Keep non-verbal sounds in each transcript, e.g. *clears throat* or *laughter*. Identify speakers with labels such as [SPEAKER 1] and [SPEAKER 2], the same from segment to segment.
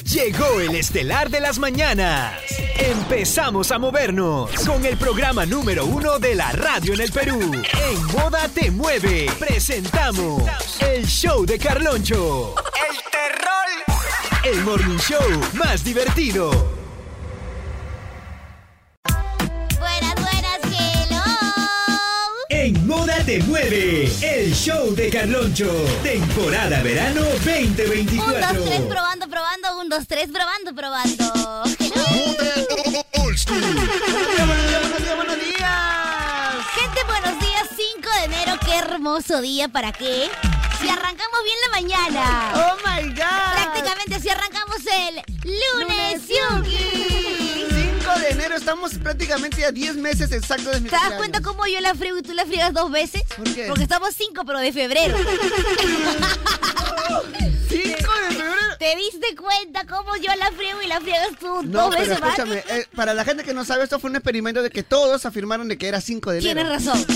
[SPEAKER 1] Llegó el estelar de las mañanas. Empezamos a movernos con el programa número uno de la radio en el Perú. En Moda Te Mueve, presentamos el show de Carloncho.
[SPEAKER 2] El terror.
[SPEAKER 1] El morning show más divertido.
[SPEAKER 3] Buenas, buenas, hello.
[SPEAKER 1] En Moda Te Mueve, el show de Carloncho. Temporada verano 2024.
[SPEAKER 3] Un, dos, tres, probando, probando. Un, dos, tres, probando, probando. Hello.
[SPEAKER 2] Buenos días.
[SPEAKER 3] Gente, buenos días. 5 de enero. Qué hermoso día. ¿Para qué? Si arrancamos bien la mañana.
[SPEAKER 2] Oh my God.
[SPEAKER 3] Prácticamente si arrancamos el lunes. Yuki.
[SPEAKER 2] 5 de enero estamos prácticamente a 10 meses exactos de mi
[SPEAKER 3] ¿Te das
[SPEAKER 2] cumpleaños.
[SPEAKER 3] cuenta cómo yo la friego y tú la friegas dos veces?
[SPEAKER 2] ¿Por qué?
[SPEAKER 3] Porque estamos 5, pero
[SPEAKER 2] *laughs*
[SPEAKER 3] de febrero.
[SPEAKER 2] 5 de febrero.
[SPEAKER 3] ¿Te diste cuenta cómo yo la friego y la friegas tú
[SPEAKER 2] No,
[SPEAKER 3] dos
[SPEAKER 2] pero
[SPEAKER 3] veces más?
[SPEAKER 2] escúchame, eh, para la gente que no sabe, esto fue un experimento de que todos afirmaron de que era 5 de enero.
[SPEAKER 3] Tienes razón.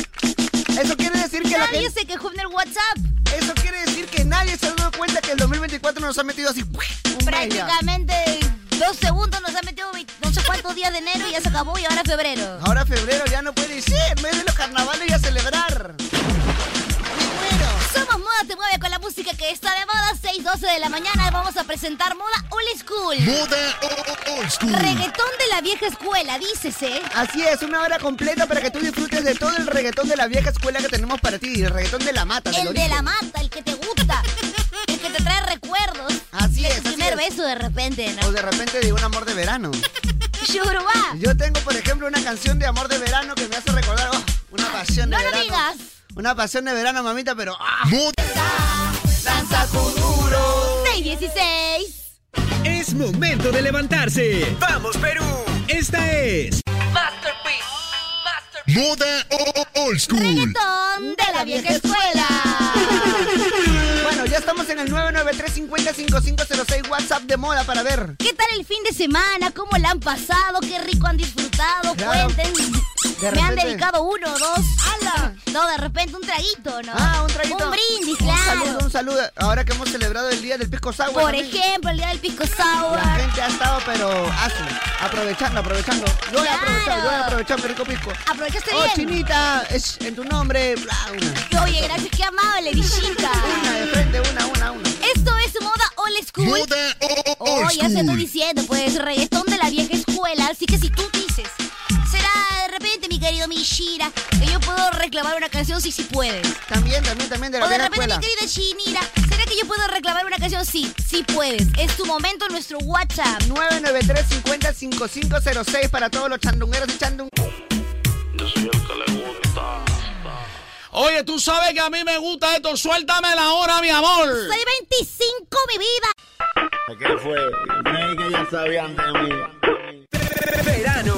[SPEAKER 2] Eso quiere decir que la
[SPEAKER 3] Nadie
[SPEAKER 2] gente,
[SPEAKER 3] se quejó en el WhatsApp.
[SPEAKER 2] eso quiere decir que nadie se ha dado cuenta que el 2024 nos ha metido así. un baile.
[SPEAKER 3] Prácticamente dos segundos nos ha metido veinte- no sé cuántos días de enero y ya se acabó y ahora febrero.
[SPEAKER 2] Ahora febrero ya no puede decir, mes de los carnavales y a celebrar. Me muero.
[SPEAKER 3] Somos Moda Te Mueve con la música que está de moda. 6.12 de la mañana vamos a presentar Moda Old School. Reggaetón de la vieja escuela, dícese.
[SPEAKER 2] Así es, una hora completa para que tú disfrutes de todo el reggaetón de la vieja escuela que tenemos para ti, el reggaetón de la mata. del
[SPEAKER 3] El de
[SPEAKER 2] origen.
[SPEAKER 3] la mata, el que
[SPEAKER 2] *laughs*
[SPEAKER 3] te gusta. El que te trae recuerdos.
[SPEAKER 2] Así
[SPEAKER 3] Del
[SPEAKER 2] es, así
[SPEAKER 3] primer
[SPEAKER 2] es.
[SPEAKER 3] beso de repente,
[SPEAKER 2] O
[SPEAKER 3] ¿no?
[SPEAKER 2] de repente de un amor de verano.
[SPEAKER 3] *laughs* Yoruba.
[SPEAKER 2] Yo tengo, por ejemplo, una canción de amor de verano que me hace recordar oh, una pasión de
[SPEAKER 3] No lo
[SPEAKER 2] verano.
[SPEAKER 3] digas.
[SPEAKER 2] Una pasión de verano, mamita, pero... ah.
[SPEAKER 3] Danza tu duro. 6.16.
[SPEAKER 1] Es momento de levantarse. ¡Vamos, Perú! Esta es.
[SPEAKER 4] Moda Old School.
[SPEAKER 3] Reggaetón de la vieja escuela.
[SPEAKER 2] *laughs* Bueno, ya estamos en el 993505506 WhatsApp de moda para ver.
[SPEAKER 3] ¿Qué tal el fin de semana? ¿Cómo la han pasado? ¿Qué rico han disfrutado?
[SPEAKER 2] Claro.
[SPEAKER 3] Cuenten.
[SPEAKER 2] De
[SPEAKER 3] Me han
[SPEAKER 2] repente-
[SPEAKER 3] dedicado uno o dos. No, de repente un traguito, ¿no?
[SPEAKER 2] Ah, un traguito.
[SPEAKER 3] Un brindis,
[SPEAKER 2] Un
[SPEAKER 3] claro.
[SPEAKER 2] saludo, un saludo. Ahora que hemos celebrado el día del pisco sour.
[SPEAKER 3] Por
[SPEAKER 2] también.
[SPEAKER 3] ejemplo, el día del pisco sour.
[SPEAKER 2] La gente ha estado, pero así, aprovechando, aprovechando. Yo he
[SPEAKER 3] Claro.
[SPEAKER 2] aprovechado, yo he aprovechado, mi rico pisco.
[SPEAKER 3] Aprovechaste
[SPEAKER 2] Oh,
[SPEAKER 3] bien.
[SPEAKER 2] chinita, es en tu nombre, bla, una.
[SPEAKER 3] Oye, gracias, qué amable, visita.
[SPEAKER 2] Una de frente, una, una, una.
[SPEAKER 3] Esto es moda old school.
[SPEAKER 4] Moda
[SPEAKER 3] Oh,
[SPEAKER 4] Old
[SPEAKER 3] ya te estoy
[SPEAKER 4] School.
[SPEAKER 3] diciendo, pues reggaetón de la vieja escuela. Así que si tú dices, será de repente, mi querido Mishira, que yo puedo reclamar una canción si sí, puedes.
[SPEAKER 2] También, también, también de la
[SPEAKER 3] O de
[SPEAKER 2] vieja
[SPEAKER 3] repente,
[SPEAKER 2] escuela.
[SPEAKER 3] mi querida Chinira, ¿será que yo puedo reclamar una canción? Sí, sí puedes. Es tu momento en nuestro WhatsApp.
[SPEAKER 2] 993-50-5506 para todos los chandungueros y chandung.
[SPEAKER 5] Oye, tú sabes que a mí me gusta esto. Suéltame la hora, mi amor.
[SPEAKER 3] Soy 25, mi vida.
[SPEAKER 6] ¿Qué fue? Creí que ya sabían de mí.
[SPEAKER 1] Verano.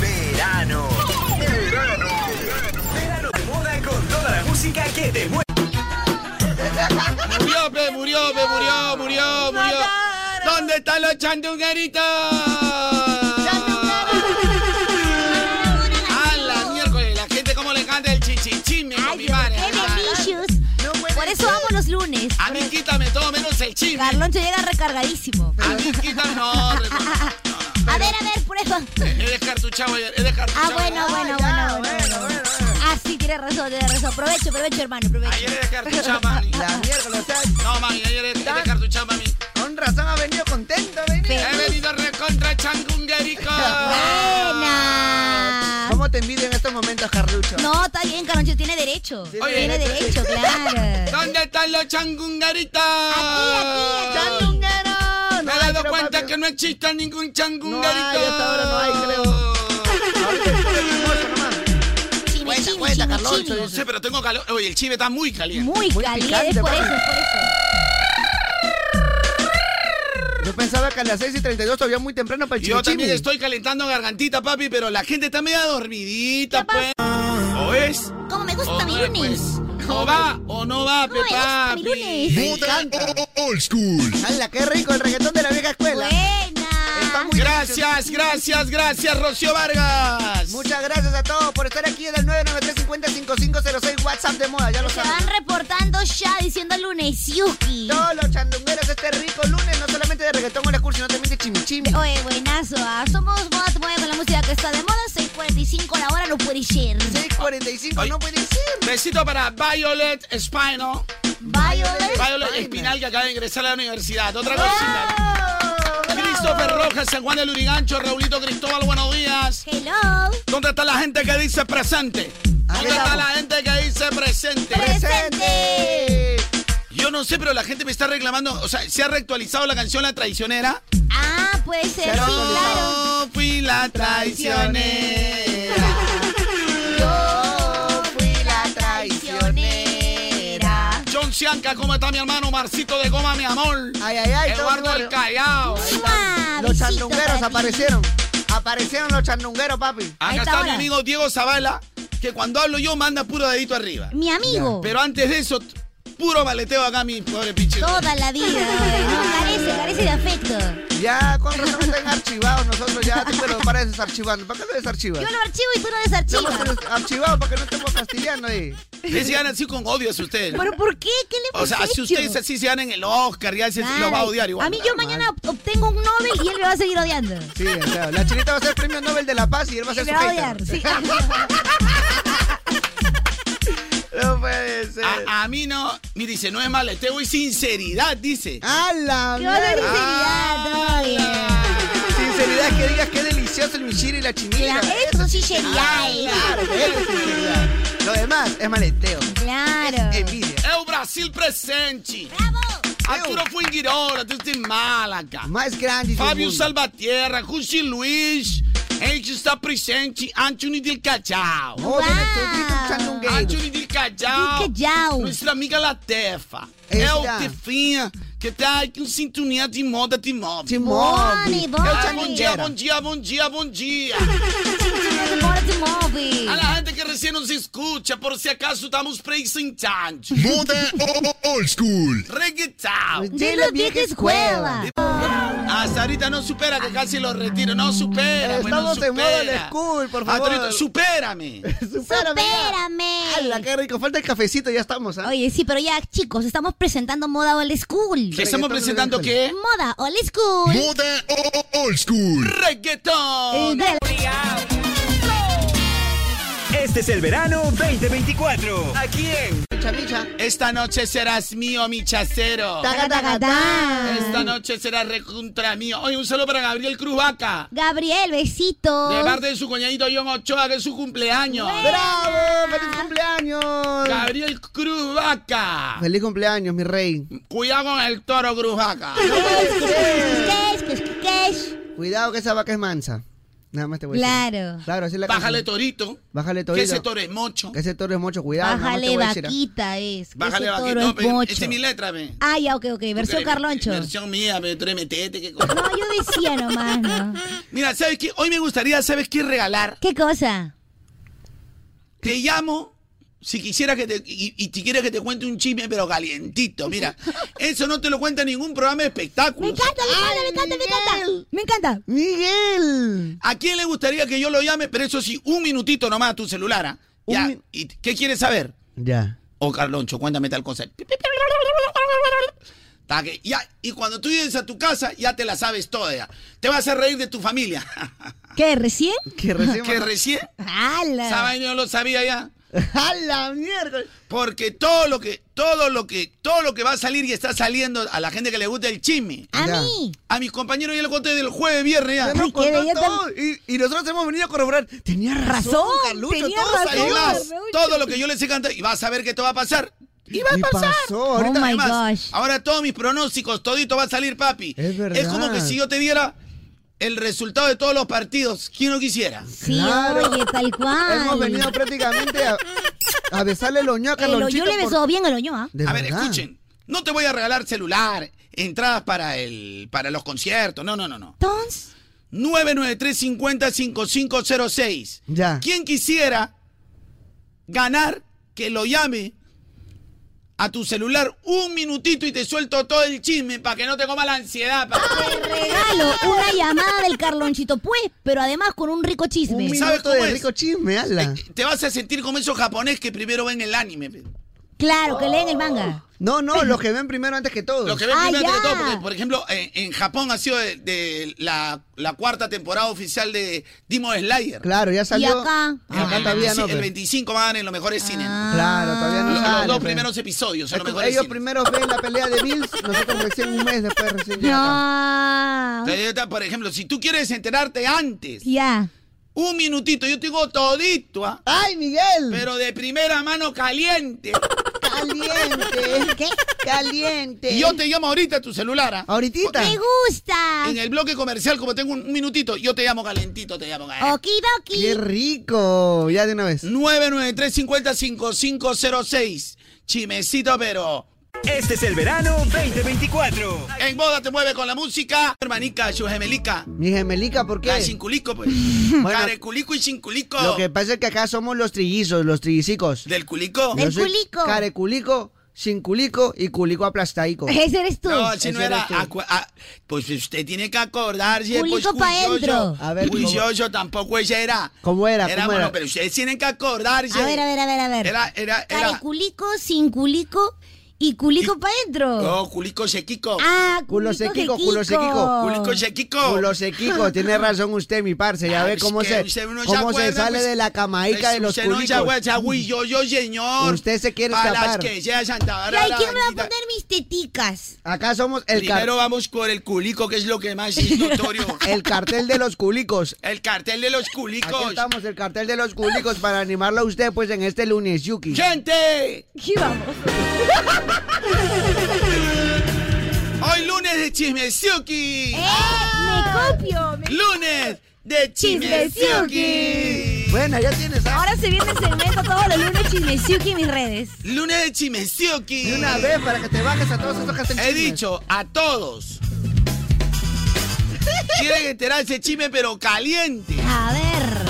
[SPEAKER 1] Verano. Verano. Verano de moda con toda la música que te mueve.
[SPEAKER 5] Murió, pe, murió, pe, murió, murió, murió. ¿Dónde están los chandungeritos? ¡A la miércoles! La gente como le canta el chichichín, mi
[SPEAKER 3] Ay,
[SPEAKER 5] compadre.
[SPEAKER 3] qué delicious.
[SPEAKER 2] No puede
[SPEAKER 3] Por eso
[SPEAKER 2] ser.
[SPEAKER 3] amo los lunes.
[SPEAKER 5] A mí quítame todo menos el chisme.
[SPEAKER 3] Carloncho llega recargadísimo.
[SPEAKER 5] A mí quítame... No, re-
[SPEAKER 3] A ver, a ver, prueba.
[SPEAKER 5] he descartuchado ayer, he descartuchado.
[SPEAKER 3] Ah, bueno, bueno,
[SPEAKER 2] ya,
[SPEAKER 3] bueno, bueno.
[SPEAKER 2] bueno,
[SPEAKER 3] bueno.
[SPEAKER 2] bueno, bueno.
[SPEAKER 3] Ah, sí, tienes razón, tienes razón. Aprovecho, aprovecho, hermano, aprovecho.
[SPEAKER 5] Ayer he descartuchado,
[SPEAKER 3] *laughs*
[SPEAKER 5] mami.
[SPEAKER 2] La miércoles, o sea,
[SPEAKER 5] No, mami, ayer he he descartuchado, mami.
[SPEAKER 2] con razón ha venido contento, ha venido.
[SPEAKER 5] He venido recontra chandungerico.
[SPEAKER 3] Buena.
[SPEAKER 2] ¿Cómo te envidio en estos momentos, Carlucho?
[SPEAKER 3] No, está bien, Carloncho, tiene derecho.
[SPEAKER 5] Oye.
[SPEAKER 3] Tiene derecho, claro.
[SPEAKER 5] *laughs* ¿Dónde están los changungaritas?
[SPEAKER 3] Aquí, aquí, aquí.
[SPEAKER 2] ¡Chandunguero!
[SPEAKER 5] Me he
[SPEAKER 2] hay,
[SPEAKER 5] dado
[SPEAKER 2] creo,
[SPEAKER 5] cuenta
[SPEAKER 2] papi.
[SPEAKER 5] que no existe ningún changungarito.
[SPEAKER 2] No hay, hasta ahora no hay, creo. Ahorita es puro chismoso nomás.
[SPEAKER 3] Chimi,
[SPEAKER 2] Cuenta, cuenta,
[SPEAKER 3] chimi, chimi,
[SPEAKER 2] Carloncho,
[SPEAKER 3] chimi.
[SPEAKER 5] No sé, pero tengo calor. Oye, el chive está muy caliente.
[SPEAKER 3] Muy caliente, es
[SPEAKER 2] picante,
[SPEAKER 3] por eso,
[SPEAKER 2] mami.
[SPEAKER 3] es por eso.
[SPEAKER 2] Yo pensaba que a las 6 y 32 todavía muy temprano para el
[SPEAKER 5] Yo también
[SPEAKER 2] chimichimi.
[SPEAKER 5] estoy calentando gargantita, papi, pero la gente está media dormidita, pues. ¿O es?
[SPEAKER 3] Como me
[SPEAKER 5] O
[SPEAKER 3] gusta mi
[SPEAKER 5] no es,
[SPEAKER 3] lunes.
[SPEAKER 5] pues. O va o no va,
[SPEAKER 3] Como me gusta mi
[SPEAKER 5] papi.
[SPEAKER 3] lunes.
[SPEAKER 4] Moda Old School.
[SPEAKER 2] ¡Hala, qué rico el reggaetón de la vieja escuela!
[SPEAKER 3] Buena.
[SPEAKER 2] Está muy-
[SPEAKER 5] Gracias, Gracias, gracias, Rocío Vargas.
[SPEAKER 2] Muchas gracias a todos por estar aquí en el 993-50-5506 WhatsApp de moda, ya lo
[SPEAKER 3] Se
[SPEAKER 2] saben.
[SPEAKER 3] van reportando ya diciendo lunes, Yuki.
[SPEAKER 2] Todos los chandungueros este rico lunes, no solamente de reggaetón o la cursi, sino también de chimichimi.
[SPEAKER 3] Oye, buenazo, ah. somos Moda Te Mueve con la música que está de moda, 6.45 la hora, no puede ser.
[SPEAKER 2] 645, no puede ser.
[SPEAKER 5] Besito para Violet Espino.
[SPEAKER 3] Violet.
[SPEAKER 5] Violet Espinal que acaba de ingresar a la universidad. Otra cosita. Christopher Rojas, San Juan del Urigancho, Raulito Cristóbal, buenos días.
[SPEAKER 3] Hello.
[SPEAKER 5] ¿Dónde
[SPEAKER 2] Tá
[SPEAKER 5] está la gente que dice presente? ¿Dónde está
[SPEAKER 2] estamos.
[SPEAKER 5] la gente que dice presente?
[SPEAKER 3] Presente.
[SPEAKER 5] Yo no sé, pero la gente me está reclamando. O sea, ¿se ha reactualizado la canción La Traicionera?
[SPEAKER 3] Ah, puede ser, sí, claro.
[SPEAKER 5] Yo fui la traicionera.
[SPEAKER 2] Yo fui la traicionera.
[SPEAKER 5] John Cianca, ¿cómo está mi hermano? Marcito de Goma, mi amor.
[SPEAKER 2] Ay, ay, ay. todo
[SPEAKER 5] Eduardo
[SPEAKER 2] bueno.
[SPEAKER 5] el Callao.
[SPEAKER 2] Los
[SPEAKER 3] Mua, besito para
[SPEAKER 2] chandungueros
[SPEAKER 3] ti.
[SPEAKER 2] aparecieron. Aparecieron los chandungueros, papi.
[SPEAKER 3] A
[SPEAKER 5] Acá
[SPEAKER 3] esta
[SPEAKER 5] está mi
[SPEAKER 3] hora.
[SPEAKER 5] amigo Diego Zavala, que cuando hablo yo manda puro dedito arriba.
[SPEAKER 3] Mi amigo.
[SPEAKER 5] Pero antes de eso, puro maleteo acá, mi pobre pinche.
[SPEAKER 3] Toda la
[SPEAKER 2] *laughs*
[SPEAKER 3] vida. oye, No,
[SPEAKER 5] *laughs*
[SPEAKER 3] carece, carece de afecto.
[SPEAKER 2] Ya, con razón están archivados nosotros ya, tú, pero para de desarchivarnos. ¿Para qué lo desarchivas?
[SPEAKER 3] Yo lo archivo y tú lo
[SPEAKER 2] Estamos
[SPEAKER 3] desarchivas.
[SPEAKER 2] desarchivados para que no estemos fastidiando ahí.
[SPEAKER 5] Ustedes se ganan así con odio a ustedes.
[SPEAKER 3] ¿Pero por qué? ¿Qué le
[SPEAKER 5] O
[SPEAKER 3] hemos
[SPEAKER 5] sea, si
[SPEAKER 3] hecho?
[SPEAKER 5] ustedes así se ganan el Oscar, ya se
[SPEAKER 3] Claro.
[SPEAKER 5] lo va a odiar igual.
[SPEAKER 3] A mí yo mañana ob- obtengo un Nobel y él me va a seguir odiando.
[SPEAKER 2] Sí, claro. La chinita va a ser premio Nobel de la Paz y él va a
[SPEAKER 3] Y
[SPEAKER 2] ser
[SPEAKER 3] me
[SPEAKER 2] su
[SPEAKER 3] va a
[SPEAKER 2] hater.
[SPEAKER 3] odiar, sí.
[SPEAKER 2] No puede ser.
[SPEAKER 5] A, a mí no. Mira, dice, no es maleteo y sinceridad, dice.
[SPEAKER 2] ¡A la
[SPEAKER 3] ¿Qué vas a
[SPEAKER 2] mierda!
[SPEAKER 3] sinceridad? Todo bien.
[SPEAKER 2] Sinceridad, que digas que delicioso el michiri y la chinita. Ah,
[SPEAKER 3] Claro, eso sí sería. eh.
[SPEAKER 2] Claro, eso es sinceridad. Lo demás es maleteo.
[SPEAKER 3] Claro.
[SPEAKER 2] Envidia.
[SPEAKER 5] Eu Brasil presente.
[SPEAKER 3] ¡Bravo!
[SPEAKER 5] Arturo Fuengirola, desde Málaga.
[SPEAKER 2] Más grande.
[SPEAKER 5] Fábio
[SPEAKER 2] Salva.
[SPEAKER 5] Salvatierra, Rusi Luiz. A gente está presente. Anthony del Cacau.
[SPEAKER 2] Oh, de nuestro
[SPEAKER 3] Wow.
[SPEAKER 2] chandungueiro.
[SPEAKER 5] Anthony del Cacau.
[SPEAKER 3] Del Cacau.
[SPEAKER 5] Nuestra amiga Latefa.
[SPEAKER 2] Esta.
[SPEAKER 5] É o Tefinha, que tá aí com sintonia de moda de móvel.
[SPEAKER 3] Boni,
[SPEAKER 2] Timóteo.
[SPEAKER 3] boni.
[SPEAKER 2] Eu
[SPEAKER 5] Ah, bom dia,
[SPEAKER 2] chandungueiro.
[SPEAKER 5] bom dia, bom dia, bom dia.
[SPEAKER 3] Chicas de Morte Móvil.
[SPEAKER 5] A la gente que recién nos escucha, por si acaso estamos
[SPEAKER 1] *laughs*
[SPEAKER 5] presentando.
[SPEAKER 4] Moda o- o- old school.
[SPEAKER 5] Reggaeton.
[SPEAKER 3] De la vieja escuela.
[SPEAKER 5] Hasta ahorita Ah, no supera, que casi lo retiro. No supera, pues, no
[SPEAKER 2] Estamos en modo old
[SPEAKER 5] supera.
[SPEAKER 2] school, por favor.
[SPEAKER 5] Arturito,
[SPEAKER 2] *laughs*
[SPEAKER 5] supérame.
[SPEAKER 2] Supérame. ¡Hala,
[SPEAKER 3] Supérame.
[SPEAKER 2] qué rico! Falta el cafecito, ya estamos, ¿ah?
[SPEAKER 3] Oye, sí, pero ya, chicos, estamos presentando moda old school.
[SPEAKER 5] Que estamos
[SPEAKER 2] Reggaetón
[SPEAKER 5] presentando
[SPEAKER 2] de
[SPEAKER 5] qué?
[SPEAKER 3] Moda old school.
[SPEAKER 4] Moda o- o- old school.
[SPEAKER 5] Reggaeton.
[SPEAKER 3] De la-
[SPEAKER 1] Este es el verano 2024. Aquí en
[SPEAKER 2] Micha, micha.
[SPEAKER 5] Esta noche serás mío, mi chacero.
[SPEAKER 2] Taca, taca,
[SPEAKER 3] Tagatá.
[SPEAKER 5] Esta noche serás recontra mío. Oye, un saludo para Gabriel Cruz Vaca.
[SPEAKER 3] Gabriel, besito.
[SPEAKER 5] De parte de su coñadito John Ochoa, que es su cumpleaños.
[SPEAKER 2] ¡Bravo! ¡Feliz cumpleaños!
[SPEAKER 5] Gabriel Cruz Vaca.
[SPEAKER 2] *laughs* ¡Feliz cumpleaños, mi rey!
[SPEAKER 5] Cuidado con el toro Cruz
[SPEAKER 3] *laughs*
[SPEAKER 5] Vaca.
[SPEAKER 3] ¿Qué es? ¿Qué es? ¿Qué es?
[SPEAKER 2] Cuidado que esa vaca es mansa. Nada más te voy a decir.
[SPEAKER 3] Claro.
[SPEAKER 2] Claro, así es la
[SPEAKER 5] Bájale
[SPEAKER 2] canción.
[SPEAKER 5] torito.
[SPEAKER 2] Bájale
[SPEAKER 5] Que
[SPEAKER 2] torito.
[SPEAKER 5] ese toro es mocho.
[SPEAKER 2] Que ese toro es mucho, cuidado. nada más te
[SPEAKER 3] Bájale
[SPEAKER 2] voy a decir, ¿ah?
[SPEAKER 3] vaquita es. que
[SPEAKER 5] Bájale
[SPEAKER 3] ese
[SPEAKER 5] vaquita.
[SPEAKER 3] toro
[SPEAKER 5] No,
[SPEAKER 3] es
[SPEAKER 5] pero
[SPEAKER 3] mocho.
[SPEAKER 5] esa es mi letra, ve.
[SPEAKER 3] Ah, ya, ok, ok. Versión
[SPEAKER 5] Porque,
[SPEAKER 3] Carloncho.
[SPEAKER 5] Versión mía, pero tú eres metete. qué cosa.
[SPEAKER 3] No, yo decía
[SPEAKER 2] *laughs*
[SPEAKER 3] nomás, ¿no?
[SPEAKER 5] Mira, ¿sabes qué? Hoy me gustaría, ¿sabes qué regalar?
[SPEAKER 3] ¿Qué cosa?
[SPEAKER 5] Te llamo si quisiera que te, y, y si quieres que te cuente un chisme, pero calientito.
[SPEAKER 3] *laughs*
[SPEAKER 5] Mira, eso no te lo cuenta ningún programa de
[SPEAKER 3] Me
[SPEAKER 5] espectáculos.
[SPEAKER 3] encanta, me encanta, me encanta, me encanta. Me encanta.
[SPEAKER 2] ¡Miguel!
[SPEAKER 5] ¿A quién le gustaría que yo lo llame? Pero eso sí, un minutito nomás a tu celular. ¿ah?
[SPEAKER 2] Un
[SPEAKER 5] Ya,
[SPEAKER 2] mi-
[SPEAKER 5] ¿y qué quieres saber?
[SPEAKER 2] Ya.
[SPEAKER 5] Oh, Carloncho, cuéntame tal cosa. Ta que- ya, y cuando tú llegues a tu casa, ya te la sabes toda. ya. Te vas a reír de tu familia. *laughs*
[SPEAKER 3] ¿Qué, recién?
[SPEAKER 2] Que recién.
[SPEAKER 5] que recién, esa
[SPEAKER 3] ¡Hala!
[SPEAKER 5] vaina yo lo sabía ya.
[SPEAKER 2] ¡A la mierda!
[SPEAKER 5] Porque todo lo que, todo lo que, todo lo que va a salir y está saliendo a la gente que le gusta el chisme.
[SPEAKER 3] A
[SPEAKER 2] Ya.
[SPEAKER 3] mí.
[SPEAKER 5] A mis compañeros ya lo conté del jueves, viernes ya.
[SPEAKER 2] Ya nos
[SPEAKER 3] qué
[SPEAKER 2] contó
[SPEAKER 3] belleza.
[SPEAKER 2] todo, y, y nosotros hemos venido a corroborar. Tenía razón,
[SPEAKER 3] Razón,
[SPEAKER 2] Carlucho.
[SPEAKER 3] tenía
[SPEAKER 2] todo
[SPEAKER 3] razón.
[SPEAKER 5] Y
[SPEAKER 2] salió.
[SPEAKER 5] más,
[SPEAKER 3] Carloncho.
[SPEAKER 5] todo lo que yo les he cantado, y vas a ver que esto va a pasar. Y va a
[SPEAKER 2] Y
[SPEAKER 5] pasar.
[SPEAKER 2] pasó,
[SPEAKER 3] Oh
[SPEAKER 2] ahorita.
[SPEAKER 3] my
[SPEAKER 5] Además,
[SPEAKER 3] gosh.
[SPEAKER 5] ahora todos mis pronósticos, todito va a salir, papi.
[SPEAKER 2] Es verdad.
[SPEAKER 5] como que si yo te diera el resultado de todos los partidos, ¿quién lo quisiera?
[SPEAKER 3] Sí,
[SPEAKER 2] Claro.
[SPEAKER 3] oye, tal cual.
[SPEAKER 2] Hemos venido prácticamente a, a besarle el oñó a
[SPEAKER 3] El
[SPEAKER 2] Carlonchito.
[SPEAKER 3] hoyo le
[SPEAKER 2] por-
[SPEAKER 3] besó bien el oño, ¿ah?
[SPEAKER 2] De
[SPEAKER 5] a ver,
[SPEAKER 2] verdad.
[SPEAKER 5] escuchen. No te voy a regalar celular, entradas para el, para los conciertos. No, no, no, no.
[SPEAKER 3] Entonces,
[SPEAKER 5] 993-50-5506.
[SPEAKER 2] Ya.
[SPEAKER 5] ¿Quién quisiera ganar que lo llame a tu celular un minutito y te suelto todo el chisme para que no te coma la ansiedad. pa'.
[SPEAKER 3] Regalo una llamada del Carlonchito, pues, pero además con un rico
[SPEAKER 2] Un
[SPEAKER 3] chisme.
[SPEAKER 5] ¿Sabes
[SPEAKER 2] minuto
[SPEAKER 5] cómo
[SPEAKER 2] de
[SPEAKER 5] es?
[SPEAKER 2] rico chisme, ala.
[SPEAKER 5] Eh, Te vas a sentir como esos japonés que primero ven el anime. pe.
[SPEAKER 3] Claro, que leen el manga.
[SPEAKER 2] No, no, los que ven primero antes que todos.
[SPEAKER 5] Lo que ven
[SPEAKER 3] Ah,
[SPEAKER 5] primero antes
[SPEAKER 3] ya.
[SPEAKER 5] de todo, porque por ejemplo, en, en Japón ha sido de, de la, la cuarta temporada oficial de Demon Slayer.
[SPEAKER 2] Claro, ya salió.
[SPEAKER 3] acá? Ah.
[SPEAKER 2] Y acá
[SPEAKER 5] el,
[SPEAKER 2] todavía
[SPEAKER 5] 25
[SPEAKER 2] no.
[SPEAKER 5] el
[SPEAKER 2] pero-
[SPEAKER 5] 25 van en los mejores cines.
[SPEAKER 2] Claro, todavía no
[SPEAKER 5] Los, los
[SPEAKER 2] sale,
[SPEAKER 5] dos
[SPEAKER 2] pero-
[SPEAKER 5] primeros episodios son
[SPEAKER 2] Es
[SPEAKER 5] los
[SPEAKER 2] que
[SPEAKER 5] mejores
[SPEAKER 2] ellos
[SPEAKER 5] cines.
[SPEAKER 2] primero ven la pelea de Bills, nosotros recién un mes después recién llegamos.
[SPEAKER 3] No.
[SPEAKER 5] Entonces, ahorita, Por ejemplo, si tú quieres enterarte antes,
[SPEAKER 3] Ya.
[SPEAKER 5] un minutito, yo te digo todito, ¿ah?
[SPEAKER 2] ¡Ay, Miguel!
[SPEAKER 5] pero de primera mano caliente.
[SPEAKER 2] ¡Caliente!
[SPEAKER 3] ¿Qué?
[SPEAKER 2] ¡Caliente!
[SPEAKER 5] Y yo te llamo ahorita a tu celular. ¿ah?
[SPEAKER 2] Ahoritita.
[SPEAKER 3] Me gusta.
[SPEAKER 5] En el bloque comercial, como tengo un un minutito, yo te llamo calentito, te llamo calentito.
[SPEAKER 2] ¡Qué
[SPEAKER 3] Okidoki.
[SPEAKER 2] rico! Ya de una vez.
[SPEAKER 5] 993-50-5506. Chimecito, pero.
[SPEAKER 1] Este es el verano 2024.
[SPEAKER 5] En moda te mueve con la música. Hermanica, su gemelica.
[SPEAKER 2] Mi gemelica, ¿por qué?
[SPEAKER 5] La chinculico, pues.
[SPEAKER 2] *laughs* Bueno,
[SPEAKER 5] Careculico y chinculico.
[SPEAKER 2] Lo que pasa es que acá somos los trillizos, los trillizicos.
[SPEAKER 5] Del culico.
[SPEAKER 3] Del
[SPEAKER 2] Yo soy
[SPEAKER 3] culico.
[SPEAKER 2] Careculico, sin culico y culico aplastaico.
[SPEAKER 3] *laughs* Ese eres tú.
[SPEAKER 5] No, si no
[SPEAKER 2] Ese
[SPEAKER 5] era.
[SPEAKER 2] eres tú.
[SPEAKER 5] acua- ah, pues usted tiene que acordarse.
[SPEAKER 3] Culico
[SPEAKER 5] pues,
[SPEAKER 3] pa'
[SPEAKER 5] cuyoyo.
[SPEAKER 3] dentro.
[SPEAKER 2] A ver, ¿cómo?
[SPEAKER 5] Cuyoyo tampoco ella era.
[SPEAKER 2] ¿Cómo era?
[SPEAKER 5] Era,
[SPEAKER 2] ¿Cómo
[SPEAKER 5] bueno,
[SPEAKER 2] era?
[SPEAKER 5] pero ustedes tienen que acordarse.
[SPEAKER 3] A ver, a ver, a ver, a ver.
[SPEAKER 5] Era, era, era.
[SPEAKER 3] Careculico, sin culico y culico para adentro.
[SPEAKER 5] No, culico sequico.
[SPEAKER 3] Ah,
[SPEAKER 2] Culo
[SPEAKER 3] culico
[SPEAKER 2] sequico,
[SPEAKER 3] que
[SPEAKER 2] culo
[SPEAKER 3] quico.
[SPEAKER 2] sequico.
[SPEAKER 5] Culico sequico.
[SPEAKER 2] Culo sequico, tiene razón usted, mi parce. Ya
[SPEAKER 5] Ah,
[SPEAKER 2] ve
[SPEAKER 5] es
[SPEAKER 2] cómo
[SPEAKER 5] que
[SPEAKER 2] se,
[SPEAKER 5] usted no se
[SPEAKER 2] cómo se
[SPEAKER 5] acuerda,
[SPEAKER 2] sale
[SPEAKER 5] pues,
[SPEAKER 2] de la camaica de los
[SPEAKER 5] usted no se
[SPEAKER 2] culicos.
[SPEAKER 5] agüe- se agüe, yo, yo, señor.
[SPEAKER 2] Usted se quiere
[SPEAKER 5] Para
[SPEAKER 2] escapar.
[SPEAKER 5] las que sea Santa Bárbara.
[SPEAKER 3] Ay, ¿quién me va a
[SPEAKER 5] Bendita.
[SPEAKER 3] poner mis teticas?
[SPEAKER 2] Acá somos el, car-
[SPEAKER 5] Primero vamos por el culico, que es lo que más es
[SPEAKER 3] *laughs*
[SPEAKER 5] notorio.
[SPEAKER 2] el cartel de los culicos.
[SPEAKER 5] el cartel de los
[SPEAKER 2] Aquí
[SPEAKER 5] culicos.
[SPEAKER 2] estamos, el cartel de los culicos, para animarlo a usted, pues, en este lunes, Yuki.
[SPEAKER 5] ¡Gente!
[SPEAKER 3] Aquí vamos.
[SPEAKER 5] Hoy lunes de Chismesuki.
[SPEAKER 3] ¡Eh! Me copio. me-
[SPEAKER 5] Lunes de Chismesuki.
[SPEAKER 2] Bueno, ya tienes ah,
[SPEAKER 3] Ahora se viene el segmento todos los lunes Chismesuki en mis redes.
[SPEAKER 5] Lunes de Chismesuki.
[SPEAKER 2] de una vez para que te bajes a todos estos que hacen
[SPEAKER 5] He
[SPEAKER 2] chismes.
[SPEAKER 5] dicho a todos. Quieren enterarse chisme pero caliente.
[SPEAKER 3] A ver.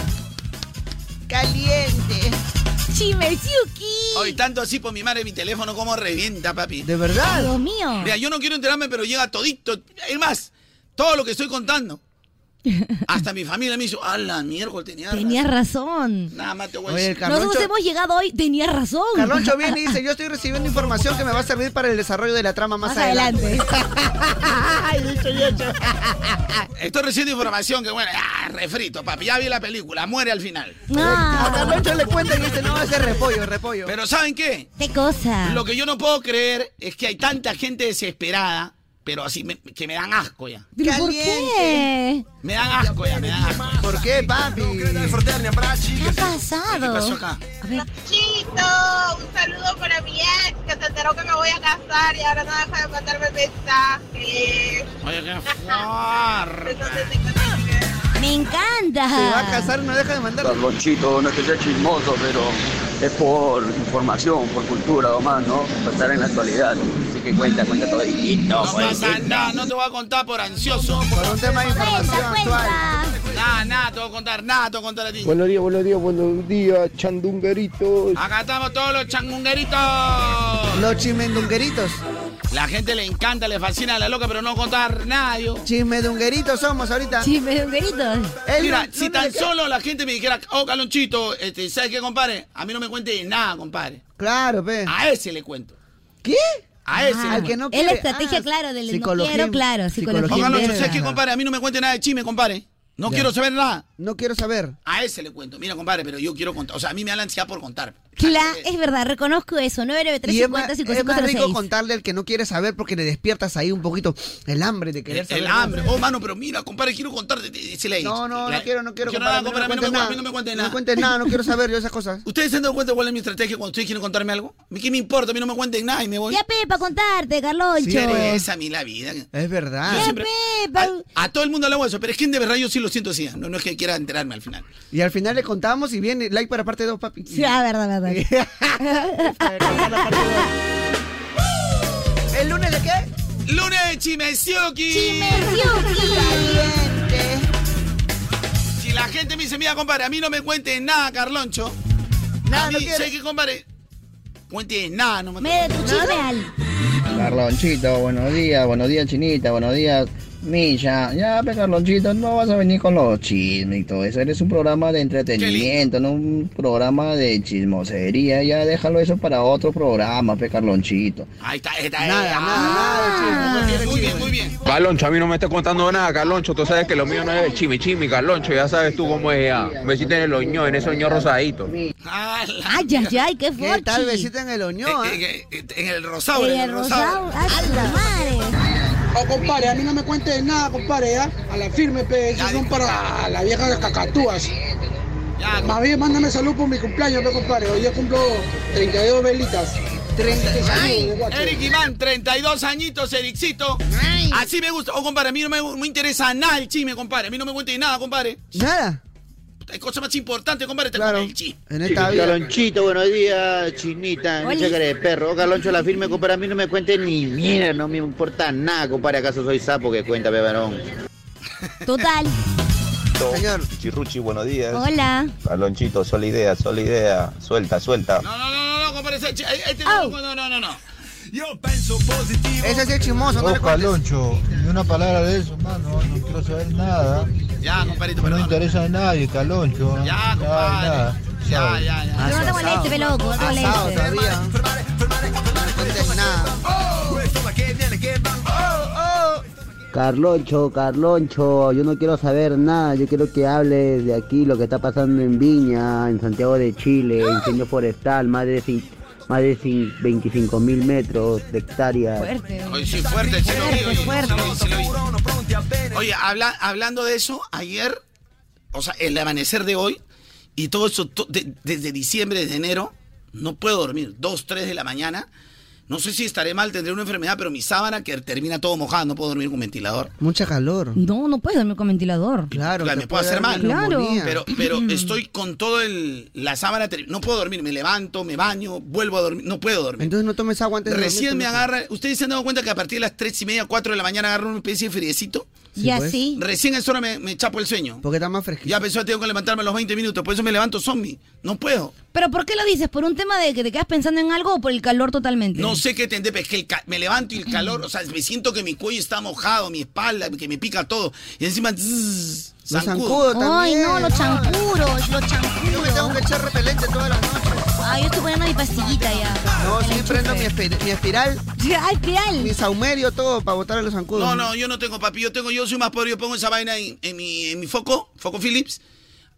[SPEAKER 2] Caliente.
[SPEAKER 3] Chismesuki.
[SPEAKER 5] Hoy tanto así por mi madre mi teléfono como revienta, papi.
[SPEAKER 2] De verdad.
[SPEAKER 3] Dios mío.
[SPEAKER 5] Mira, yo no quiero enterarme, pero llega todito. Es más, todo lo que estoy contando.
[SPEAKER 3] *laughs*
[SPEAKER 5] Hasta mi familia me hizo, ah, la miércoles tenía. razón". Ah,
[SPEAKER 3] Tenías razón.
[SPEAKER 5] Nada más te voy a
[SPEAKER 2] Oye, el
[SPEAKER 5] decir.
[SPEAKER 2] Carloncho, *laughs*
[SPEAKER 3] Nosotros hemos llegado hoy. Tenías razón.
[SPEAKER 2] Carloncho viene y dice, yo estoy recibiendo información que me va a servir para el desarrollo de la trama más,
[SPEAKER 3] Más adelante. *laughs*
[SPEAKER 5] Estoy recibiendo información que, bueno, ah, refrito, papi. Ya vi la película, muere al final.
[SPEAKER 2] A
[SPEAKER 3] Ah,
[SPEAKER 2] Carloncho le cuentan y dice, no, ese es repollo, repollo.
[SPEAKER 5] Pero ¿saben qué?
[SPEAKER 3] qué cosa.
[SPEAKER 5] Lo que yo no puedo creer es que hay tanta gente desesperada, pero así me- que me dan asco ya.
[SPEAKER 3] ¿Pero por qué?
[SPEAKER 2] Caliente.
[SPEAKER 5] Me dan asco ya, me dan asco.
[SPEAKER 2] ¿Por qué, papi?
[SPEAKER 3] ¿Qué ha pasado?
[SPEAKER 5] ¿Qué pasó acá?
[SPEAKER 3] A ver.
[SPEAKER 7] Chito, un saludo para mi ex que se enteró que me voy a casar y ahora no deja de mandarme mensajes.
[SPEAKER 5] Oye, qué fuerte.
[SPEAKER 7] Entonces, sí, pues,
[SPEAKER 3] Me encanta.
[SPEAKER 2] Se va a casar, no deja de mandar.
[SPEAKER 8] Carlonchito, no es que sea chismoso, pero es por información, por cultura nomás, ¿no? Por estar en la actualidad. Así que cuenta, cuenta todo. Y no,
[SPEAKER 5] No
[SPEAKER 8] pues,
[SPEAKER 5] pasa nada, no te voy a contar por ansioso.
[SPEAKER 2] Por un tema de información
[SPEAKER 3] Cuenta,
[SPEAKER 2] actual.
[SPEAKER 3] cuenta.
[SPEAKER 5] Nada, nada, te voy a contar, nada, te voy a contar a ti.
[SPEAKER 9] Buenos días, buenos días, buenos días, chandungueritos.
[SPEAKER 5] Acá estamos todos los changungueritos.
[SPEAKER 2] Los chismendungueritos.
[SPEAKER 5] La gente le encanta, le fascina a la loca, pero no contar nada yo.
[SPEAKER 2] Chismedungueritos somos ahorita.
[SPEAKER 3] Chismedungueritos.
[SPEAKER 2] El
[SPEAKER 5] Mira,
[SPEAKER 2] lunes-
[SPEAKER 5] si
[SPEAKER 2] lunes
[SPEAKER 5] tan
[SPEAKER 2] de-
[SPEAKER 5] solo la gente me dijera, oh, Calonchito, este, ¿sabes qué, compadre? A mí no me cuente nada, compadre.
[SPEAKER 2] Claro, pe.
[SPEAKER 5] A ese le cuento.
[SPEAKER 2] ¿Qué? Ah,
[SPEAKER 5] A ese.
[SPEAKER 2] Al que no
[SPEAKER 3] Es
[SPEAKER 2] quiere.
[SPEAKER 3] la estrategia,
[SPEAKER 2] Ah,
[SPEAKER 3] claro, del no
[SPEAKER 2] psicología.
[SPEAKER 3] quiero, claro, psicología
[SPEAKER 5] Oh, Caloncho,
[SPEAKER 2] inversa.
[SPEAKER 5] ¿sabes qué, compadre? A mí no me cuente nada de chisme, compadre. No
[SPEAKER 2] Ya.
[SPEAKER 5] quiero saber nada.
[SPEAKER 2] No quiero saber.
[SPEAKER 5] A ese le cuento. Mira, compadre, pero yo quiero contar. O sea, a mí me da la ansiedad por contar. eh.
[SPEAKER 3] Claro, es verdad, reconozco eso.
[SPEAKER 2] Y es más,
[SPEAKER 3] 993
[SPEAKER 2] es más rico
[SPEAKER 3] 50
[SPEAKER 2] contarle al que no quiere saber porque le despiertas ahí un poquito el hambre de querer
[SPEAKER 5] El,
[SPEAKER 2] saber.
[SPEAKER 5] el
[SPEAKER 2] más.
[SPEAKER 5] hambre. Oh, mano, pero mira, compadre, quiero contarte. te- se le he
[SPEAKER 2] No,
[SPEAKER 5] dicho.
[SPEAKER 2] no,
[SPEAKER 5] La-
[SPEAKER 2] no quiero, no quiero.
[SPEAKER 5] nada,
[SPEAKER 2] compadre,
[SPEAKER 5] compadre, a mí no me
[SPEAKER 2] cuentes
[SPEAKER 5] cu- a mí no me cuente
[SPEAKER 2] No
[SPEAKER 5] nada.
[SPEAKER 2] me cuentes nada, no quiero saber yo esas cosas.
[SPEAKER 5] ¿Ustedes se han dado cuenta cuál es mi estrategia cuando ustedes quieren contarme algo? ¿A mí ¿Qué me importa? A mí no me cuenten nada y me voy.
[SPEAKER 3] Ya, Pepa, contarte, Carloncho.
[SPEAKER 5] Qué pereza a mí la vida.
[SPEAKER 2] Es verdad.
[SPEAKER 3] Ya,
[SPEAKER 5] Ah, siempre-
[SPEAKER 3] Pepa.
[SPEAKER 5] A, a todo el mundo le hago eso, pero es que de verdad yo sí lo siento así. No, no es que quiera enterarme al final.
[SPEAKER 2] Y al final le contamos y viene like para parte 2, papi.
[SPEAKER 3] Sí, ah, verdad, verdad. *laughs*
[SPEAKER 2] ¿El lunes de qué?
[SPEAKER 5] Lunes de Chimesioki. Si la gente me dice, mira, compadre, a mí no me cuentes nada, Carloncho.
[SPEAKER 2] Nada,
[SPEAKER 5] a
[SPEAKER 2] no
[SPEAKER 5] mí,
[SPEAKER 2] quiere.
[SPEAKER 5] ¿sabes qué, compadre? cuente nada, no me
[SPEAKER 3] Me tu chisme al.
[SPEAKER 10] Carlonchito, buenos días, buenos días, Chinita, buenos días, Misha. Ya, pues, Carlonchito, no vas a venir con los chismes y todo eso. Eres un programa de entretenimiento, no un programa de chismosería. Ya, déjalo eso para otro programa, pe, Carlonchito.
[SPEAKER 5] Ahí está, ahí está. Nada, nada, Muy bien, muy bien.
[SPEAKER 11] Carloncho, a mí no me estás contando nada, Carloncho. Tú sabes que lo mío no es chimi chimi, Carloncho. Ya sabes tú cómo es ya. Me hiciste en el oño, en ese oño rosadito.
[SPEAKER 3] Ay, ay, ay, qué fuerte.
[SPEAKER 2] tal besita en el ah? oñón?
[SPEAKER 5] Eh, En el rosado, en el rosado.
[SPEAKER 12] Oh, compadre, a mí no me cuentes nada, compadre, ¿ya? A la firme, pe, esos son para la vieja de las cacatúas. Más bien, mándame salud por mi cumpleaños, pe, compadre. Hoy yo cumplo 32 velitas. 32
[SPEAKER 5] Ay,
[SPEAKER 12] años, guacho.
[SPEAKER 5] Eric Iván, 32 añitos, Ericito. Así me gusta. Oh, compadre, a mí no me, me interesa nada el chisme, compadre. A mí no me cuentes nada, compadre.
[SPEAKER 2] Nada.
[SPEAKER 5] Hay cosas más importantes, compadre. Te el chisme.
[SPEAKER 2] En
[SPEAKER 5] esta vida.
[SPEAKER 13] Calonchito, buenos días, chinita,
[SPEAKER 5] Oli.
[SPEAKER 13] mucha cara de perro. Caloncho, la firme, compadre, a mí no me cuentes ni mierda, no me importa nada, compadre, acaso soy sapo que cuenta, pe, varón.
[SPEAKER 5] *laughs*
[SPEAKER 3] Total.
[SPEAKER 14] Señor. Chirruchi, buenos días.
[SPEAKER 3] Hola.
[SPEAKER 14] Calonchito, sola idea, sola idea. Suelta, suelta.
[SPEAKER 5] No, no, no, no, compadre. ese chi- Este no, no, no, no.
[SPEAKER 2] Yo pienso positivo. Ese sí es chismoso, no
[SPEAKER 15] Oh,
[SPEAKER 2] le cuentes.
[SPEAKER 15] Caloncho, ni una palabra de eso, mano. No quiero saber nada.
[SPEAKER 5] Ya, compadrito,
[SPEAKER 15] No interesa a nadie, Caloncho.
[SPEAKER 5] Ya,
[SPEAKER 15] compadre.
[SPEAKER 5] Ya, ya, ya.
[SPEAKER 3] Pero no te molestes, pe loco, no te
[SPEAKER 2] Asado
[SPEAKER 3] molestes.
[SPEAKER 2] todavía.
[SPEAKER 16] Carloncho, Carloncho, yo no quiero saber nada, yo quiero que hables de aquí lo que está pasando en Viña, en Santiago de Chile, incendio forestal, más de, cin- más de cin- 25 mil metros de hectáreas.
[SPEAKER 5] Oye, sí, fuerte, sí lo vi, oye, sí lo vi, sí lo vi. Oye, habla- hablando de eso, ayer, o sea, el amanecer de hoy y todo eso, to- de- desde diciembre, desde enero, no puedo dormir. Dos, tres de la mañana. No sé si estaré mal, tendré una enfermedad, pero mi sábana que termina todo mojada, no puedo dormir con ventilador.
[SPEAKER 2] Mucha calor.
[SPEAKER 3] No, no puedes dormir con ventilador.
[SPEAKER 2] Claro,
[SPEAKER 5] Claro,
[SPEAKER 2] te
[SPEAKER 5] me puede hacer mal.
[SPEAKER 3] Claro.
[SPEAKER 5] Pero, pero estoy con todo el. La sábana. ter- No puedo dormir. Me levanto, me baño, vuelvo a dormir. No puedo dormir.
[SPEAKER 2] Entonces no tomes agua antes de
[SPEAKER 5] Recién
[SPEAKER 2] dormir,
[SPEAKER 5] me
[SPEAKER 2] tomes-
[SPEAKER 5] agarra. ¿Ustedes se han dado cuenta que a partir de las 3 y media, 4 de la mañana agarro una especie de friecito?
[SPEAKER 2] Sí, Ya, pues. sí.
[SPEAKER 5] Recién a esa hora me, me chapo el sueño.
[SPEAKER 2] Porque está más fresquito.
[SPEAKER 5] Ya pensó que tengo que levantarme a los 20 minutos. Por eso me levanto zombie. No puedo.
[SPEAKER 3] ¿Pero por qué lo dices? ¿Por un tema de que te quedas pensando en algo o por el calor totalmente?
[SPEAKER 5] No sé qué tendré, pero es que el ca- me levanto y el calor, o sea, me siento que mi cuello está mojado, mi espalda, que me pica todo. Y encima, zzz, zancudo.
[SPEAKER 3] Ay, no, los chancuros, los chancuros. Yo me tengo que
[SPEAKER 2] echar repelente todas las
[SPEAKER 3] noches. Ay, yo estoy poniendo mi pastillita ya.
[SPEAKER 2] No,
[SPEAKER 3] El
[SPEAKER 2] sí,
[SPEAKER 3] enchufe.
[SPEAKER 2] prendo mi, espi- mi espiral.
[SPEAKER 3] Ay, espiral.
[SPEAKER 2] Mi saumerio, todo, para botar a los zancudos.
[SPEAKER 5] No, no, yo no tengo papi, yo tengo, yo soy más pobre, yo pongo esa vaina en, en mi, en mi foco, foco Philips,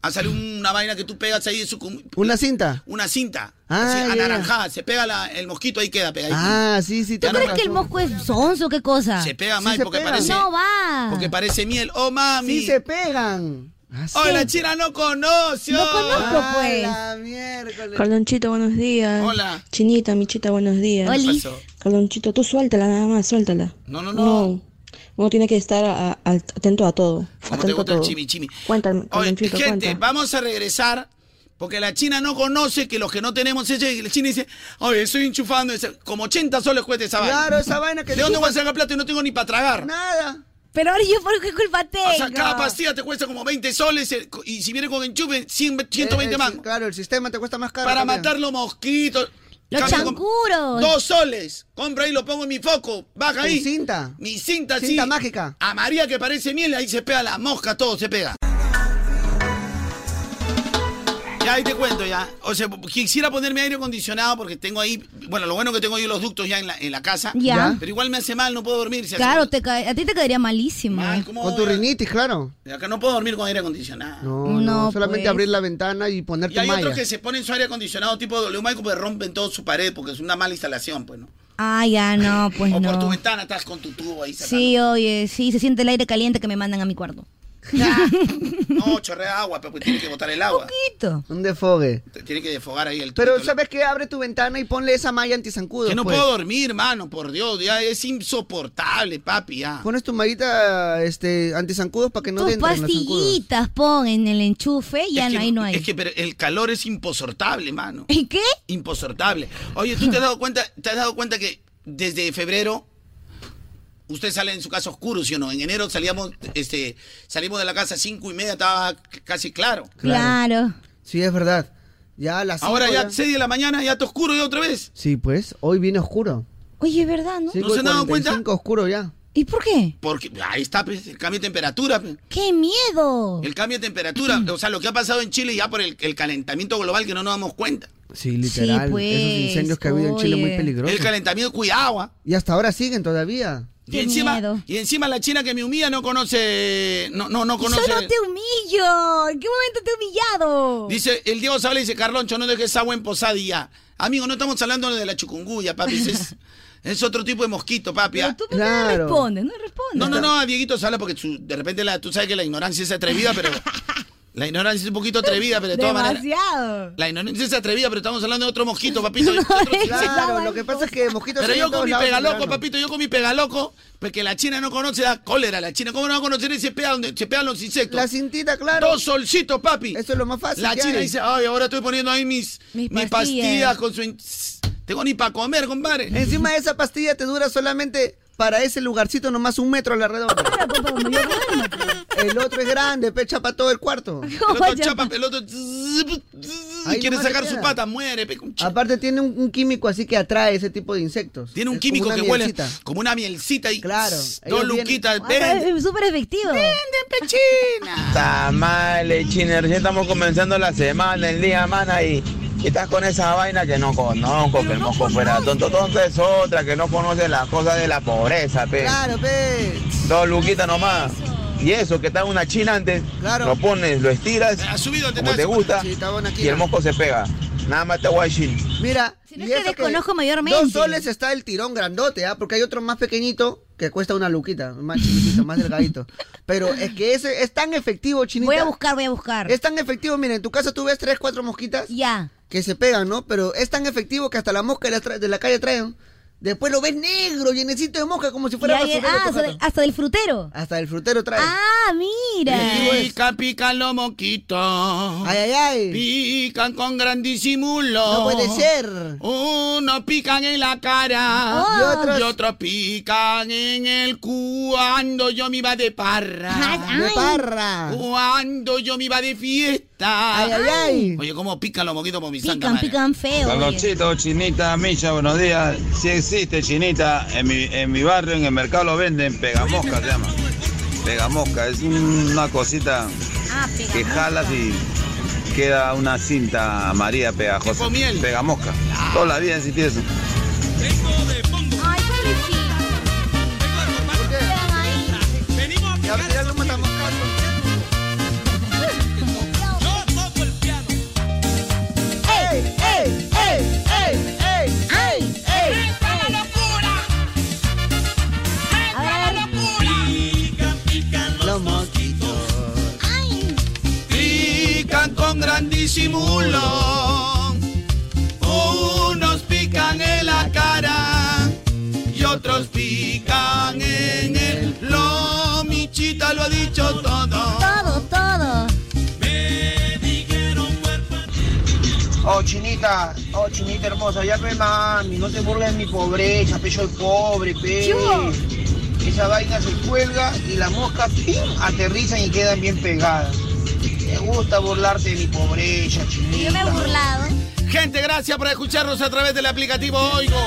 [SPEAKER 5] a salir
[SPEAKER 2] Mm.
[SPEAKER 5] una vaina que tú pegas ahí, eso con-
[SPEAKER 2] ¿Una cinta?
[SPEAKER 5] una cinta,
[SPEAKER 2] Ah,
[SPEAKER 5] así,
[SPEAKER 2] ya, ya.
[SPEAKER 5] anaranjada, se pega la- el mosquito, ahí queda pegadito.
[SPEAKER 2] Ah, sí, sí.
[SPEAKER 3] ¿Tú crees que el mosco es sonso? ¿Qué cosa?
[SPEAKER 5] Se pega mal porque parece,
[SPEAKER 3] No va.
[SPEAKER 5] porque parece miel, oh mami.
[SPEAKER 2] Sí se pegan.
[SPEAKER 5] Oh, la china no conoce.
[SPEAKER 3] No conozco, pues.
[SPEAKER 2] Ah,
[SPEAKER 17] Carlonchito, buenos días.
[SPEAKER 5] Hola.
[SPEAKER 17] Chinita, Michita, buenos días.
[SPEAKER 5] Oli. ¿Qué pasó?
[SPEAKER 17] Carlonchito, tú suéltala nada más, suéltala.
[SPEAKER 5] No, no,
[SPEAKER 17] No, uno tiene que estar a- a- al- atento a todo.
[SPEAKER 5] ¿Cómo te
[SPEAKER 17] atento a
[SPEAKER 5] gusta el
[SPEAKER 17] todo.
[SPEAKER 5] chimichimi?
[SPEAKER 17] Cuéntame,
[SPEAKER 5] Oye,
[SPEAKER 17] Carlonchito,
[SPEAKER 5] gente,
[SPEAKER 17] cuenta.
[SPEAKER 5] vamos a regresar. Porque la China no conoce que los que no tenemos ella, la China dice, oye, estoy enchufando, ese- como 80 soles cuesta esa vaina.
[SPEAKER 2] Claro, esa vaina que
[SPEAKER 5] ¿De dónde voy a
[SPEAKER 2] enchufas?
[SPEAKER 5] sacar plata y no tengo ni para tragar?
[SPEAKER 2] Nada.
[SPEAKER 3] Pero ahora yo, ¿por qué culpa tengo?
[SPEAKER 5] O sea, cada pastilla te cuesta como 20 soles eh, co- y si viene con enchufe, 100, 120
[SPEAKER 2] Eh, eh, sí,
[SPEAKER 5] mangos.
[SPEAKER 2] Claro, el sistema te cuesta más caro.
[SPEAKER 5] Para
[SPEAKER 2] también.
[SPEAKER 5] matar los mosquitos.
[SPEAKER 2] Los
[SPEAKER 5] Cambio con-
[SPEAKER 2] chancuros.
[SPEAKER 5] Dos soles. Compra ahí, lo pongo en mi foco. Baja
[SPEAKER 2] Tu
[SPEAKER 5] ahí.
[SPEAKER 2] cinta.
[SPEAKER 5] Mi cinta,
[SPEAKER 2] Cinta
[SPEAKER 5] sí.
[SPEAKER 2] mágica.
[SPEAKER 5] A María que parece miel, ahí se pega la mosca, todo se pega. Ya ahí te cuento ya. O sea, quisiera ponerme aire acondicionado porque tengo ahí, bueno, lo bueno que tengo yo los ductos ya en la, en la casa.
[SPEAKER 3] Ya.
[SPEAKER 5] Pero igual me hace mal, no puedo dormir. se hace
[SPEAKER 3] Claro, te cae- a ti te caería malísimo. ¿eh?
[SPEAKER 2] Con tu rinitis, claro.
[SPEAKER 5] mal. Acá no puedo dormir con aire acondicionado.
[SPEAKER 2] No,
[SPEAKER 5] No,
[SPEAKER 2] no, solamente
[SPEAKER 5] pues.
[SPEAKER 2] abrir la ventana y
[SPEAKER 5] Y
[SPEAKER 2] ponerte
[SPEAKER 5] hay
[SPEAKER 2] malla.
[SPEAKER 5] otros que se ponen su aire acondicionado tipo W Michael porque rompen toda su pared porque es una mala instalación, pues, ¿no?
[SPEAKER 3] Ah, ya, no, pues
[SPEAKER 5] *laughs* o por tu
[SPEAKER 3] no.
[SPEAKER 5] ventana estás con tu tubo ahí sacando.
[SPEAKER 3] Sí, oye, sí, se siente el aire caliente que me mandan a mi cuarto.
[SPEAKER 2] *laughs*
[SPEAKER 5] No, chorrea agua, pero pues tiene que botar el agua.
[SPEAKER 2] Un defogue.
[SPEAKER 5] Te Tiene que desfogar ahí el tubo.
[SPEAKER 2] Pero ¿sabes qué? Abre tu ventana y ponle esa malla antisancudo.
[SPEAKER 5] Que no
[SPEAKER 2] pues.
[SPEAKER 5] puedo dormir, mano, por Dios, ya es insoportable, papi, ya.
[SPEAKER 2] Pones tu mallita este, antisancudos para que no te
[SPEAKER 3] Tus
[SPEAKER 2] entren los zancudos.
[SPEAKER 3] pastillitas pon en el enchufe y ya
[SPEAKER 5] Es
[SPEAKER 3] no,
[SPEAKER 5] que-
[SPEAKER 3] ahí no hay.
[SPEAKER 5] Es que pero el calor es imposortable, mano.
[SPEAKER 3] ¿Y qué?
[SPEAKER 5] Imposortable. Oye, ¿tú te has dado cuenta, te has dado cuenta que desde febrero usted sale en su casa oscuro, ¿sí o no? En enero salíamos, este, salimos de la casa a cinco y media, estaba c- casi claro.
[SPEAKER 3] Claro.
[SPEAKER 2] Sí, es verdad. Ya a las
[SPEAKER 5] Ahora
[SPEAKER 2] cinco
[SPEAKER 5] ya 6 de la mañana, ya está oscuro ya otra vez.
[SPEAKER 2] Sí, pues, hoy viene oscuro.
[SPEAKER 3] Oye, es verdad, ¿no?
[SPEAKER 5] ¿No se han dado cuenta?
[SPEAKER 2] 5 oscuro ya.
[SPEAKER 3] ¿Y por qué?
[SPEAKER 5] Porque ahí está pues, el cambio de temperatura. pues.
[SPEAKER 3] ¡Qué miedo!
[SPEAKER 5] El cambio de temperatura. O sea, lo que ha pasado en Chile ya por el, el calentamiento global que no nos damos cuenta.
[SPEAKER 2] Sí, literal.
[SPEAKER 5] Sí, pues,
[SPEAKER 2] Esos incendios que ha habido en Chile muy
[SPEAKER 5] oye.
[SPEAKER 2] peligrosos.
[SPEAKER 5] El calentamiento, cuidado. ah.
[SPEAKER 2] Y hasta ahora siguen todavía.
[SPEAKER 5] Y encima, y encima la china que me humilla no conoce. No, no, no conoce.
[SPEAKER 3] Yo no te humillo. ¿En qué momento te he humillado?
[SPEAKER 5] Dice, el Diego Sable dice, Carloncho, no dejes agua en posadilla. Amigo, no estamos hablando de la chucunguya, papi. ese
[SPEAKER 3] *laughs*
[SPEAKER 5] Es, es otro tipo de mosquito, papi. ah.
[SPEAKER 3] ¿Por qué No respondes, no respondes.
[SPEAKER 5] No, no, no, a Dieguito Sala, porque su- de repente la, tú sabes que la ignorancia es atrevida,
[SPEAKER 3] *laughs*
[SPEAKER 5] pero. La ignorancia es un poquito atrevida, pero de todas maneras.
[SPEAKER 3] Demasiado.
[SPEAKER 5] La ignorancia es atrevida, pero estamos hablando de otro mosquito, papito.
[SPEAKER 3] *laughs*
[SPEAKER 5] de otro-
[SPEAKER 2] Claro, lo que pasa es que mosquitos
[SPEAKER 5] Pero
[SPEAKER 2] hay
[SPEAKER 5] yo
[SPEAKER 2] en
[SPEAKER 5] con
[SPEAKER 2] todos
[SPEAKER 5] mi
[SPEAKER 2] lados en
[SPEAKER 5] pegaloco,
[SPEAKER 2] verano.
[SPEAKER 5] papito, yo con mi pegaloco, porque la China no conoce da cólera, la China. ¿Cómo no va a conocer ese pega donde se pegan los insectos? La
[SPEAKER 2] cintita, claro.
[SPEAKER 5] Dos solcitos, papi.
[SPEAKER 2] Eso es lo más fácil
[SPEAKER 5] La
[SPEAKER 2] que
[SPEAKER 5] China
[SPEAKER 2] hay.
[SPEAKER 5] dice, ay, ahora estoy poniendo ahí mis, mis,
[SPEAKER 2] Mis
[SPEAKER 5] pastillas.
[SPEAKER 2] pastillas
[SPEAKER 5] con su... in- Tengo ni para comer,
[SPEAKER 2] *laughs*
[SPEAKER 5] compadre.
[SPEAKER 2] Encima de esa pastilla te dura solamente para ese lugarcito nomás un metro a la redonda. El otro es grande, pecha para todo el
[SPEAKER 3] *laughs*
[SPEAKER 2] cuarto.
[SPEAKER 5] El otro chapa, el otro...
[SPEAKER 2] Ahí
[SPEAKER 5] quiere
[SPEAKER 2] nomás le
[SPEAKER 5] sacar su
[SPEAKER 2] queda.
[SPEAKER 5] pata, muere, pe, concha.
[SPEAKER 2] Aparte tiene un, un químico así que atrae ese tipo de insectos.
[SPEAKER 5] Tiene un
[SPEAKER 2] Es como
[SPEAKER 5] químico
[SPEAKER 2] una
[SPEAKER 5] que huele
[SPEAKER 2] mielcita.
[SPEAKER 5] como una mielcita y
[SPEAKER 2] Claro,
[SPEAKER 5] dos
[SPEAKER 2] ellos vienen-
[SPEAKER 5] luquitas.
[SPEAKER 2] Ah,
[SPEAKER 5] Ven,
[SPEAKER 3] Es súper efectivo.
[SPEAKER 5] pechina!
[SPEAKER 18] Tamales, chine, recién estamos comenzando la semana, el día, mana, y, y estás con esa vaina que no conozco, que el moco fuera tonto. Entonces otra que no conoce las cosas de la pobreza, pe.
[SPEAKER 2] Claro, pe.
[SPEAKER 18] Dos luquitas nomás. Y eso, que está una china antes,
[SPEAKER 2] Claro.
[SPEAKER 18] lo pones, lo estiras,
[SPEAKER 2] Ha subido el
[SPEAKER 18] como
[SPEAKER 2] tetazo.
[SPEAKER 18] te gusta,
[SPEAKER 2] Sí, está buena
[SPEAKER 18] y
[SPEAKER 2] quina.
[SPEAKER 18] el mosco se pega. Nada más te voy a decir.
[SPEAKER 2] Mira, si
[SPEAKER 3] no es que desconozco mayormente.
[SPEAKER 2] Dos soles está el tirón grandote, ¿ah? porque hay otro más pequeñito que cuesta una luquita, más chiquitito, más delgadito. Pero es que ese es tan efectivo, chinita. Voy a buscar,
[SPEAKER 3] voy a buscar.
[SPEAKER 2] Es tan efectivo, mira, en tu casa tú ves tres, cuatro mosquitas.
[SPEAKER 3] Ya.
[SPEAKER 2] Que se pegan, ¿no? Pero es tan efectivo que hasta la mosca de la, tra- de la calle traen. Después lo ves negro, llenecito de mosca, como si fuera
[SPEAKER 3] Y ahí-
[SPEAKER 2] basurero
[SPEAKER 3] ah,
[SPEAKER 2] tu
[SPEAKER 3] hasta
[SPEAKER 2] jato.
[SPEAKER 3] del- hasta del frutero.
[SPEAKER 2] Hasta el frutero trae.
[SPEAKER 3] Ah, mira.
[SPEAKER 5] Pican, pican los moquitos.
[SPEAKER 2] Ay, ay, ay.
[SPEAKER 5] Pican con gran disimulo.
[SPEAKER 2] No puede ser.
[SPEAKER 5] Unos pican en la cara.
[SPEAKER 2] Oh.
[SPEAKER 5] Y, otros... pican en el cu- cuando yo me iba de parra.
[SPEAKER 2] de parra.
[SPEAKER 5] Cuando yo me iba de fiesta.
[SPEAKER 2] Ay, ay, ay.
[SPEAKER 5] Oye, cómo pican los moquitos por mi santa
[SPEAKER 3] Pican,
[SPEAKER 5] madre.
[SPEAKER 3] pican feo. oye.
[SPEAKER 19] Carlonchito, Chinita, Milla, buenos días. Si existe Chinita, en mi, en mi barrio, en el mercado lo venden, pegamosca se llama. Pegamosca, es un- una cosita que jalas y queda una cinta amarilla pegajosa. Pegamosca. Toda la vida ha existido eso.
[SPEAKER 3] Ay, pobrecito.
[SPEAKER 2] Ya, ya lo matamos, Carlos.
[SPEAKER 3] ¡Ey, ey, ey, ey, ey, ey, ey! A ver.
[SPEAKER 2] Los mosquitos.
[SPEAKER 5] Pican con gran disimulo. Unos pican en la cara y otros pican en el lo Michita lo ha dicho todo.
[SPEAKER 3] Todo, todo.
[SPEAKER 20] Oh, chinita, oh, chinita hermosa, ya pe, mami, no te burles de mi pobreza, pe, soy pobre, pe. Esa vaina se cuelga y las moscas, ¡pim!, aterrizan y quedan bien pegadas. Me gusta burlarte de mi pobreza, chinita.
[SPEAKER 3] Yo me he burlado.
[SPEAKER 5] Gente, gracias por escucharnos a través del aplicativo Oigo.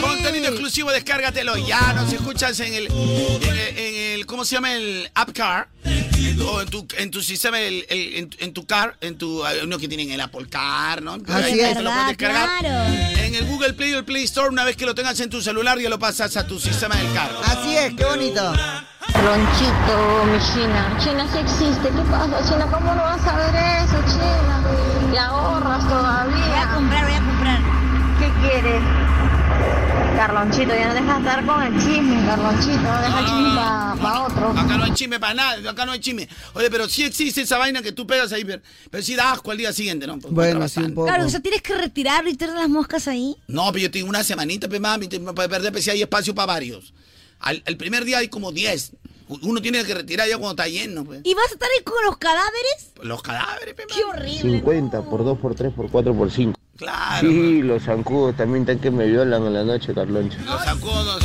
[SPEAKER 5] Contenido exclusivo, descárgatelo ya. Nos escuchas en el, en el, en el- ¿cómo se llama? El App Car. En- o en tu, en tu sistema, el- el- en, en tu car, en tu, hay uno que tienen el Apple Car, ¿no?
[SPEAKER 2] Así
[SPEAKER 5] te
[SPEAKER 2] es.
[SPEAKER 5] lo puedes
[SPEAKER 2] Verdad,
[SPEAKER 5] descargar. En el Google Play o el Play Store, una vez que lo tengas en tu celular, ya lo pasas a tu sistema del carro.
[SPEAKER 2] Así es, qué bonito.
[SPEAKER 21] Ronchito, mi China. China sí existe. ¿Qué pasa, China? ¿Cómo no vas a ver eso, China? Y ahorras todavía. Voy a comprar, voy a comprar. ¿Qué quieres? Carlonchito, ya no dejas estar con el chisme, Carlonchito. No deja el chisme para otro.
[SPEAKER 5] Acá no hay chisme para nada, acá no hay chisme. Oye, pero sí existe esa vaina que tú pegas ahí, pero, pero sí da asco al día siguiente, ¿no?
[SPEAKER 2] Bueno, sí, un poco.
[SPEAKER 3] Claro, o sea, tienes que retirarlo y tener las moscas ahí.
[SPEAKER 5] No, pero yo tengo una semanita, pues, mami, te- para perder, pues, si hay espacio para varios. Al, el primer día hay como 10. Uno tiene que retirar ya cuando está lleno, pues.
[SPEAKER 3] ¿Y vas a estar ahí con los cadáveres?
[SPEAKER 5] Los cadáveres, pues,
[SPEAKER 3] ¡Qué horrible!
[SPEAKER 14] 50 por 2 por 3 por 4 por 5.
[SPEAKER 5] Claro.
[SPEAKER 14] Sí, los zancudos también están que me violan en la noche, Carloncho.
[SPEAKER 5] Los sacudos,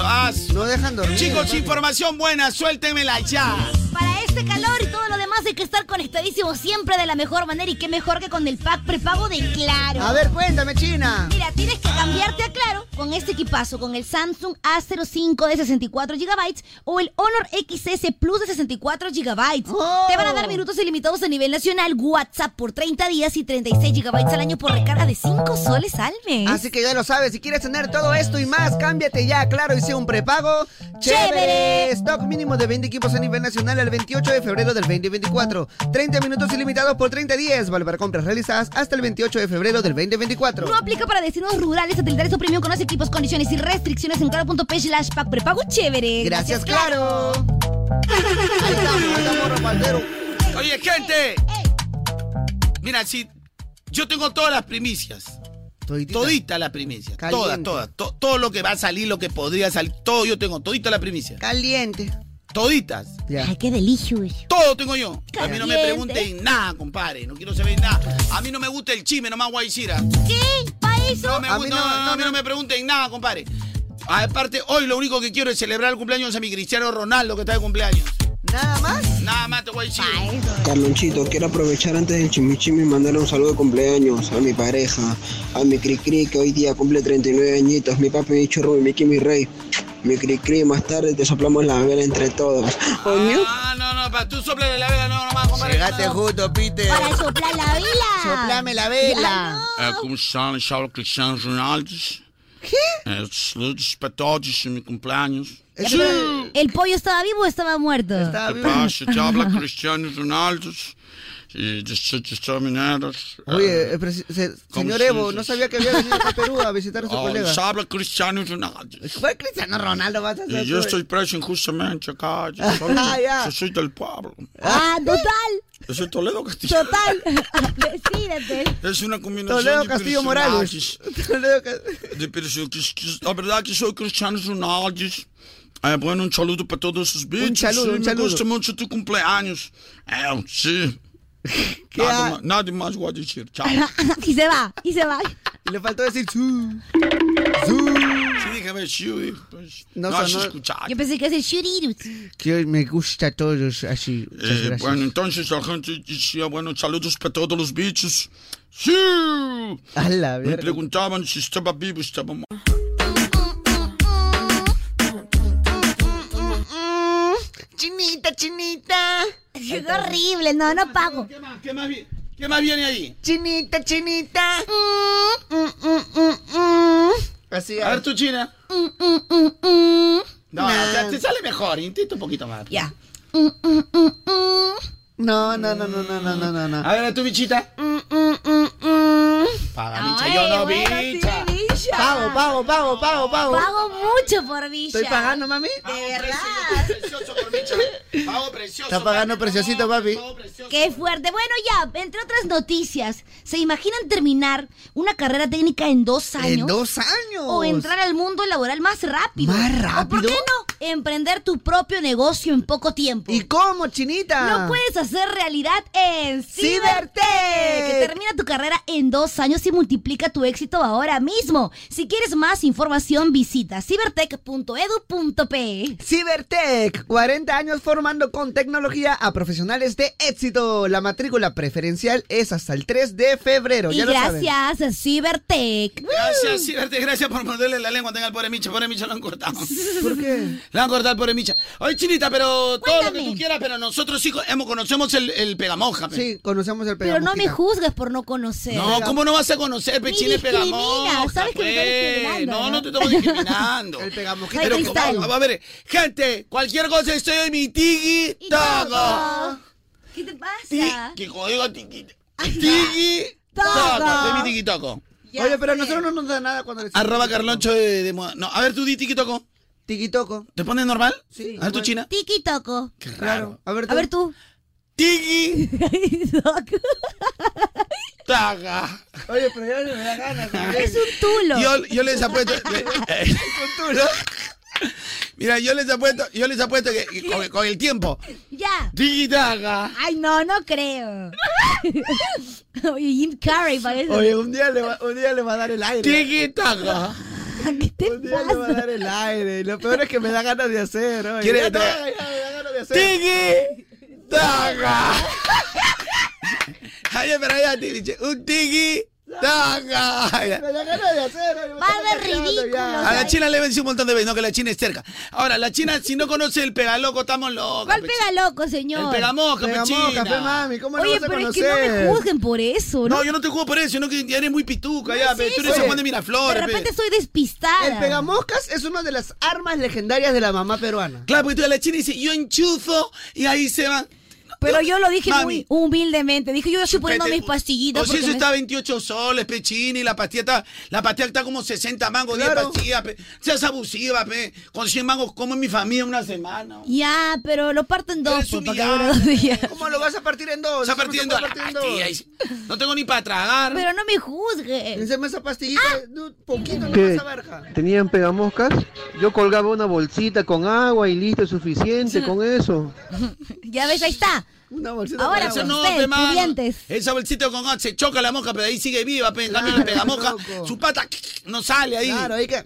[SPEAKER 5] no dejan
[SPEAKER 2] dormir.
[SPEAKER 5] Chicos, información buena, suéltemela ya.
[SPEAKER 3] Para eso hace calor y todo lo demás hay que estar conectadísimo siempre de la mejor manera y qué mejor que con el pack prepago de Claro.
[SPEAKER 2] A ver, cuéntame, China.
[SPEAKER 3] Mira, tienes que cambiarte a Claro con este equipazo, con el Samsung A05 de 64 GB o el Honor XS Plus de 64 GB. Te van a
[SPEAKER 2] Oh.
[SPEAKER 3] dar minutos ilimitados a nivel nacional, WhatsApp por 30 días y 36 GB al año por recarga de 5 soles al mes.
[SPEAKER 2] Así que ya lo sabes, si quieres tener todo esto y más, cámbiate ya a Claro y sea un prepago chévere.
[SPEAKER 3] Chévere.
[SPEAKER 2] Stock mínimo de 20 equipos a nivel nacional el 28 de febrero del 2024. 30 minutos ilimitados por 30 días, vale para compras realizadas hasta el 28 de febrero del 2024.
[SPEAKER 3] No aplica para destinos rurales, satelitales o premium. Conoce equipos, condiciones y restricciones en claro.p slash pack prepago chévere.
[SPEAKER 2] Gracias,
[SPEAKER 3] Claro.
[SPEAKER 5] Oye, gente. Mira, si yo tengo todas las primicias. Todita la primicia. Toda,
[SPEAKER 2] Caliente.
[SPEAKER 5] toda. To- todo lo que va a salir, lo que podría salir. Todo yo tengo, todita la primicia.
[SPEAKER 2] Caliente.
[SPEAKER 5] Toditas.
[SPEAKER 3] Ay, qué delicioso.
[SPEAKER 5] Todo tengo yo. A mí no me
[SPEAKER 3] Caliente.
[SPEAKER 5] pregunten nada, compadre. No quiero saber nada. A mí no me gusta el chisme, nomás guaychira.
[SPEAKER 3] ¿Qué? ¿Para eso?
[SPEAKER 5] No, me gu- no, no, a mí no me pregunten nada, compadre. Aparte, hoy lo único que quiero es celebrar el cumpleaños a mi Cristiano Ronaldo que está de cumpleaños.
[SPEAKER 2] ¿Nada más?
[SPEAKER 5] Nada más te voy a decir.
[SPEAKER 9] Carlonchito, quiero aprovechar antes del chimichimi y mandar un saludo de cumpleaños a mi pareja, a mi Cricri, que hoy día cumple 39 añitos, mi papi, mi churro, mi Miki, mi rey. Mi Cricri, más tarde te soplamos la vela entre todos.
[SPEAKER 5] Ah, no, no, pa, tú soplale la vela, no, nomás, compadre.
[SPEAKER 2] Llegaste justo, Peter.
[SPEAKER 3] Para soplar
[SPEAKER 2] *laughs*
[SPEAKER 3] la vela.
[SPEAKER 2] Soplame la vela.
[SPEAKER 5] É como estão? Salve Cristiano Ronaldo. Eh, Saludos para todos em meu cumpleaños.
[SPEAKER 3] Ya, pero, ¿El pollo estaba vivo o estaba muerto?
[SPEAKER 5] Que passa? Te habla Cristiano Ronaldo. E de Sete Terminadas.
[SPEAKER 2] Oye, eh, presi- se-
[SPEAKER 5] ¿Cómo
[SPEAKER 2] señor
[SPEAKER 5] se
[SPEAKER 2] Evo,
[SPEAKER 5] dice?
[SPEAKER 2] no sabía que había venido a Perú a visitar *laughs* a su colega.
[SPEAKER 5] Os habla Cristiano Ronaldo.
[SPEAKER 2] Fue Cristiano Ronaldo, vas a
[SPEAKER 5] E
[SPEAKER 2] ser
[SPEAKER 5] eu
[SPEAKER 2] tú.
[SPEAKER 5] estou preso injustamente acá. Eu
[SPEAKER 2] *laughs*
[SPEAKER 5] sou,
[SPEAKER 2] Ah, ya.
[SPEAKER 5] eu sou del pueblo.
[SPEAKER 3] Ah, total.
[SPEAKER 5] Eu sou Toledo Castillo.
[SPEAKER 3] Total. *laughs* Decídete.
[SPEAKER 5] Es una combinación
[SPEAKER 2] Toledo
[SPEAKER 5] de
[SPEAKER 2] Castillo Morales.
[SPEAKER 5] personajes.
[SPEAKER 2] Toledo Castillo.
[SPEAKER 5] de persona- que- que- La verdad que soy Cristiano Ronaldo. Eh, bueno, un saludo para todos
[SPEAKER 2] Um
[SPEAKER 5] sus bichos.
[SPEAKER 2] saludo,
[SPEAKER 5] Sí,
[SPEAKER 2] un
[SPEAKER 5] me
[SPEAKER 2] saludo.
[SPEAKER 5] gusta mucho tu cumpleaños. Eh,
[SPEAKER 2] *laughs*
[SPEAKER 5] sí.
[SPEAKER 2] ha-
[SPEAKER 5] nada, más, nada más voy a decir.
[SPEAKER 2] *laughs*
[SPEAKER 5] Chao.
[SPEAKER 3] *laughs* y se va, y se va.
[SPEAKER 2] Le faltó decir su.
[SPEAKER 5] Sí, déjame, sí, hijo, pues,
[SPEAKER 2] No
[SPEAKER 5] No, has
[SPEAKER 2] sonó.
[SPEAKER 5] escuchado.
[SPEAKER 3] Yo pensé que es el shurirut.
[SPEAKER 2] Que me gusta a todos así. Muchas
[SPEAKER 5] Eh,
[SPEAKER 2] gracias.
[SPEAKER 5] bueno, entonces la gente decía, bueno, saludos para todos los bichos. Sí.
[SPEAKER 2] A la
[SPEAKER 5] Me
[SPEAKER 2] verga.
[SPEAKER 5] preguntaban si estaba vivo, estaba muerto.
[SPEAKER 2] Mm, Chinita, chinita.
[SPEAKER 3] Qué horrible, no, no pago.
[SPEAKER 5] ¿Qué más, vi- qué más viene ahí?
[SPEAKER 2] Chinita, chinita. Mm, Así
[SPEAKER 5] A ver tu china.
[SPEAKER 2] mm.
[SPEAKER 5] No, te, te sale mejor, intenta un poquito más.
[SPEAKER 3] Ya.
[SPEAKER 2] No, no, no, no, no, no, no, no, no.
[SPEAKER 5] A ver, tu bichita.
[SPEAKER 2] Mm.
[SPEAKER 5] Paga, bicha, yo no vi.
[SPEAKER 2] Pago, pago, pago, pago, pago.
[SPEAKER 3] Pago mucho por Villa.
[SPEAKER 2] ¿Estoy pagando, mami?
[SPEAKER 3] De verdad.
[SPEAKER 5] Precioso por bicha. Pago precioso.
[SPEAKER 2] Está pagando preciosito, papi.
[SPEAKER 3] Qué fuerte. Bueno, ya, entre otras noticias, ¿se imaginan terminar una carrera técnica en dos años?
[SPEAKER 2] En dos años.
[SPEAKER 3] O entrar al mundo laboral más rápido.
[SPEAKER 2] ¿Más
[SPEAKER 3] ¿O por
[SPEAKER 2] rápido?
[SPEAKER 3] qué no emprender tu propio negocio en poco tiempo?
[SPEAKER 2] ¿Y cómo, chinita?
[SPEAKER 3] Lo puedes hacer realidad en Cibertech.
[SPEAKER 2] Cibertech.
[SPEAKER 3] Que termina tu carrera en dos años y multiplica tu éxito ahora mismo. Si quieres más información, visita cibertech.edu.pe.
[SPEAKER 2] Cibertech, 40 años formando con tecnología a profesionales de éxito. La matrícula preferencial es hasta el 3 de febrero.
[SPEAKER 3] Y
[SPEAKER 2] ya lo saben.
[SPEAKER 3] gracias, Cibertech.
[SPEAKER 5] Gracias, sí, verte, gracias por morderle la lengua. Tenga el pobre Micha, pobre Micha lo han cortado.
[SPEAKER 2] *laughs* ¿Por qué?
[SPEAKER 5] Lo han cortado, pobre Micha. Oye, Chinita, pero todo lo que tú quieras, pero nosotros sí hemos, conocemos el, el pegamoja. pe.
[SPEAKER 2] Sí, conocemos el
[SPEAKER 3] Pero no me
[SPEAKER 2] pegamosquita.
[SPEAKER 3] juzgues por no conocer.
[SPEAKER 5] No, ¿cómo no vas a conocer,
[SPEAKER 3] Me
[SPEAKER 5] Pechile
[SPEAKER 3] discrimina,
[SPEAKER 5] Pegamoja?
[SPEAKER 3] sabes que me estás
[SPEAKER 5] pues?
[SPEAKER 3] discriminando,
[SPEAKER 5] No,
[SPEAKER 3] ¿no?
[SPEAKER 5] no te estamos
[SPEAKER 3] *laughs*
[SPEAKER 5] discriminando.
[SPEAKER 2] *laughs* El pegamosquita.
[SPEAKER 5] Pero,
[SPEAKER 3] Ay, Cristal.
[SPEAKER 5] ¿cómo? a ver, gente, cualquier cosa estoy en mi tiki taca.
[SPEAKER 3] ¿Qué te pasa?
[SPEAKER 5] Que como digo
[SPEAKER 3] *laughs*
[SPEAKER 5] tiki tiki
[SPEAKER 3] Taca.
[SPEAKER 5] taca, soy mi tiki taco.
[SPEAKER 2] Oye, pero a nosotros no nos da nada cuando le
[SPEAKER 5] Arroba Carloncho de, de moda. No, a ver, tú di tiki taco.
[SPEAKER 2] Tiquitoco.
[SPEAKER 5] ¿Te pones normal?
[SPEAKER 2] Sí.
[SPEAKER 5] A ver, tu china.
[SPEAKER 3] Tiki toco.
[SPEAKER 5] Qué raro.
[SPEAKER 2] A ver,
[SPEAKER 3] A ver tú. *laughs*
[SPEAKER 5] Tiki
[SPEAKER 3] Toco.
[SPEAKER 5] taca.
[SPEAKER 2] Oye, pero ya no me da ganas.
[SPEAKER 3] Es un tulo.
[SPEAKER 5] Yo, yo les apuesto.
[SPEAKER 3] *laughs*
[SPEAKER 5] Mira, yo les apuesto, yo les apuesto que, que con, con el tiempo.
[SPEAKER 3] Ya.
[SPEAKER 5] Tiki taca.
[SPEAKER 3] Ay, no, no creo. Oye, Jim Carrey parece.
[SPEAKER 2] Oye, un día, le va, un día le va a dar el aire.
[SPEAKER 5] Tiki taca.
[SPEAKER 3] ¿Qué te
[SPEAKER 2] Un día le va a
[SPEAKER 3] pasa?
[SPEAKER 2] dar el aire. Lo peor es que me da ganas de hacer. Oye.
[SPEAKER 5] ¿Quieres
[SPEAKER 2] Ya,
[SPEAKER 5] que te-
[SPEAKER 2] ya, ya me da ganas de hacer.
[SPEAKER 5] Tiki cállate, biche. Un tiki. Taca.
[SPEAKER 3] Va de ridículo.
[SPEAKER 5] A la China le vencí un montón de veces, no que la China es cerca. Ahora, la China, si no conoce el pegaloco, estamos locos.
[SPEAKER 3] ¿Cuál
[SPEAKER 5] pe-
[SPEAKER 3] pega loco, señor?
[SPEAKER 5] El pegamoca, pe,
[SPEAKER 3] Pegamoca,
[SPEAKER 5] China.
[SPEAKER 3] pe, mami, ¿cómo no Oye, vas a pero es que no me conocer? juzguen por eso, ¿no?
[SPEAKER 5] No, yo no te juzgo por eso, sino que eres muy pituca
[SPEAKER 2] No
[SPEAKER 5] ya,
[SPEAKER 2] es
[SPEAKER 5] pe. Tú eres
[SPEAKER 2] eso.
[SPEAKER 5] un Juan de Miraflores,
[SPEAKER 2] De repente
[SPEAKER 5] pe.
[SPEAKER 3] soy despistada.
[SPEAKER 2] El pegamoscas es una de las armas legendarias de la mamá peruana.
[SPEAKER 5] Claro, porque tú a la China dices, yo enchufo y ahí se van.
[SPEAKER 3] Pero yo lo dije
[SPEAKER 5] Mami.
[SPEAKER 3] muy humildemente. Dije, yo estoy poniendo
[SPEAKER 5] Pete-
[SPEAKER 3] mis pastillitas.
[SPEAKER 5] O si
[SPEAKER 3] porque
[SPEAKER 5] eso
[SPEAKER 3] me-
[SPEAKER 5] está a 28 soles, pe, China, y la pastilla está, la pastilla está como 60 mangos, 10 pastillas, pe. Seas abusiva, pe. Con 100 mangos como en mi familia en una semana.
[SPEAKER 3] Ya, pero lo parto en dos, pues, para que *laughs* dure dos días.
[SPEAKER 2] ¿Cómo lo vas a partir en dos?
[SPEAKER 5] Está partiendo. Ay, ay, No tengo ni para tragar.
[SPEAKER 3] Pero no me Ah. juzgue.
[SPEAKER 2] Encima esa pastillita, du- poquito
[SPEAKER 6] que
[SPEAKER 2] nomás a ver.
[SPEAKER 6] tenían pegamoscas, yo colgaba una bolsita con agua y listo, es suficiente con eso.
[SPEAKER 3] Ya ves, ahí está. Ahora,
[SPEAKER 5] Eso
[SPEAKER 3] con
[SPEAKER 5] no,
[SPEAKER 3] ustedes,
[SPEAKER 5] pe, mano.
[SPEAKER 3] pudientes.
[SPEAKER 5] Esa bolsita con agua se choca la mosca, pero ahí sigue viva, pe. En cambio, la pegamoca, su pata no sale ahí.
[SPEAKER 2] Claro, ahí que.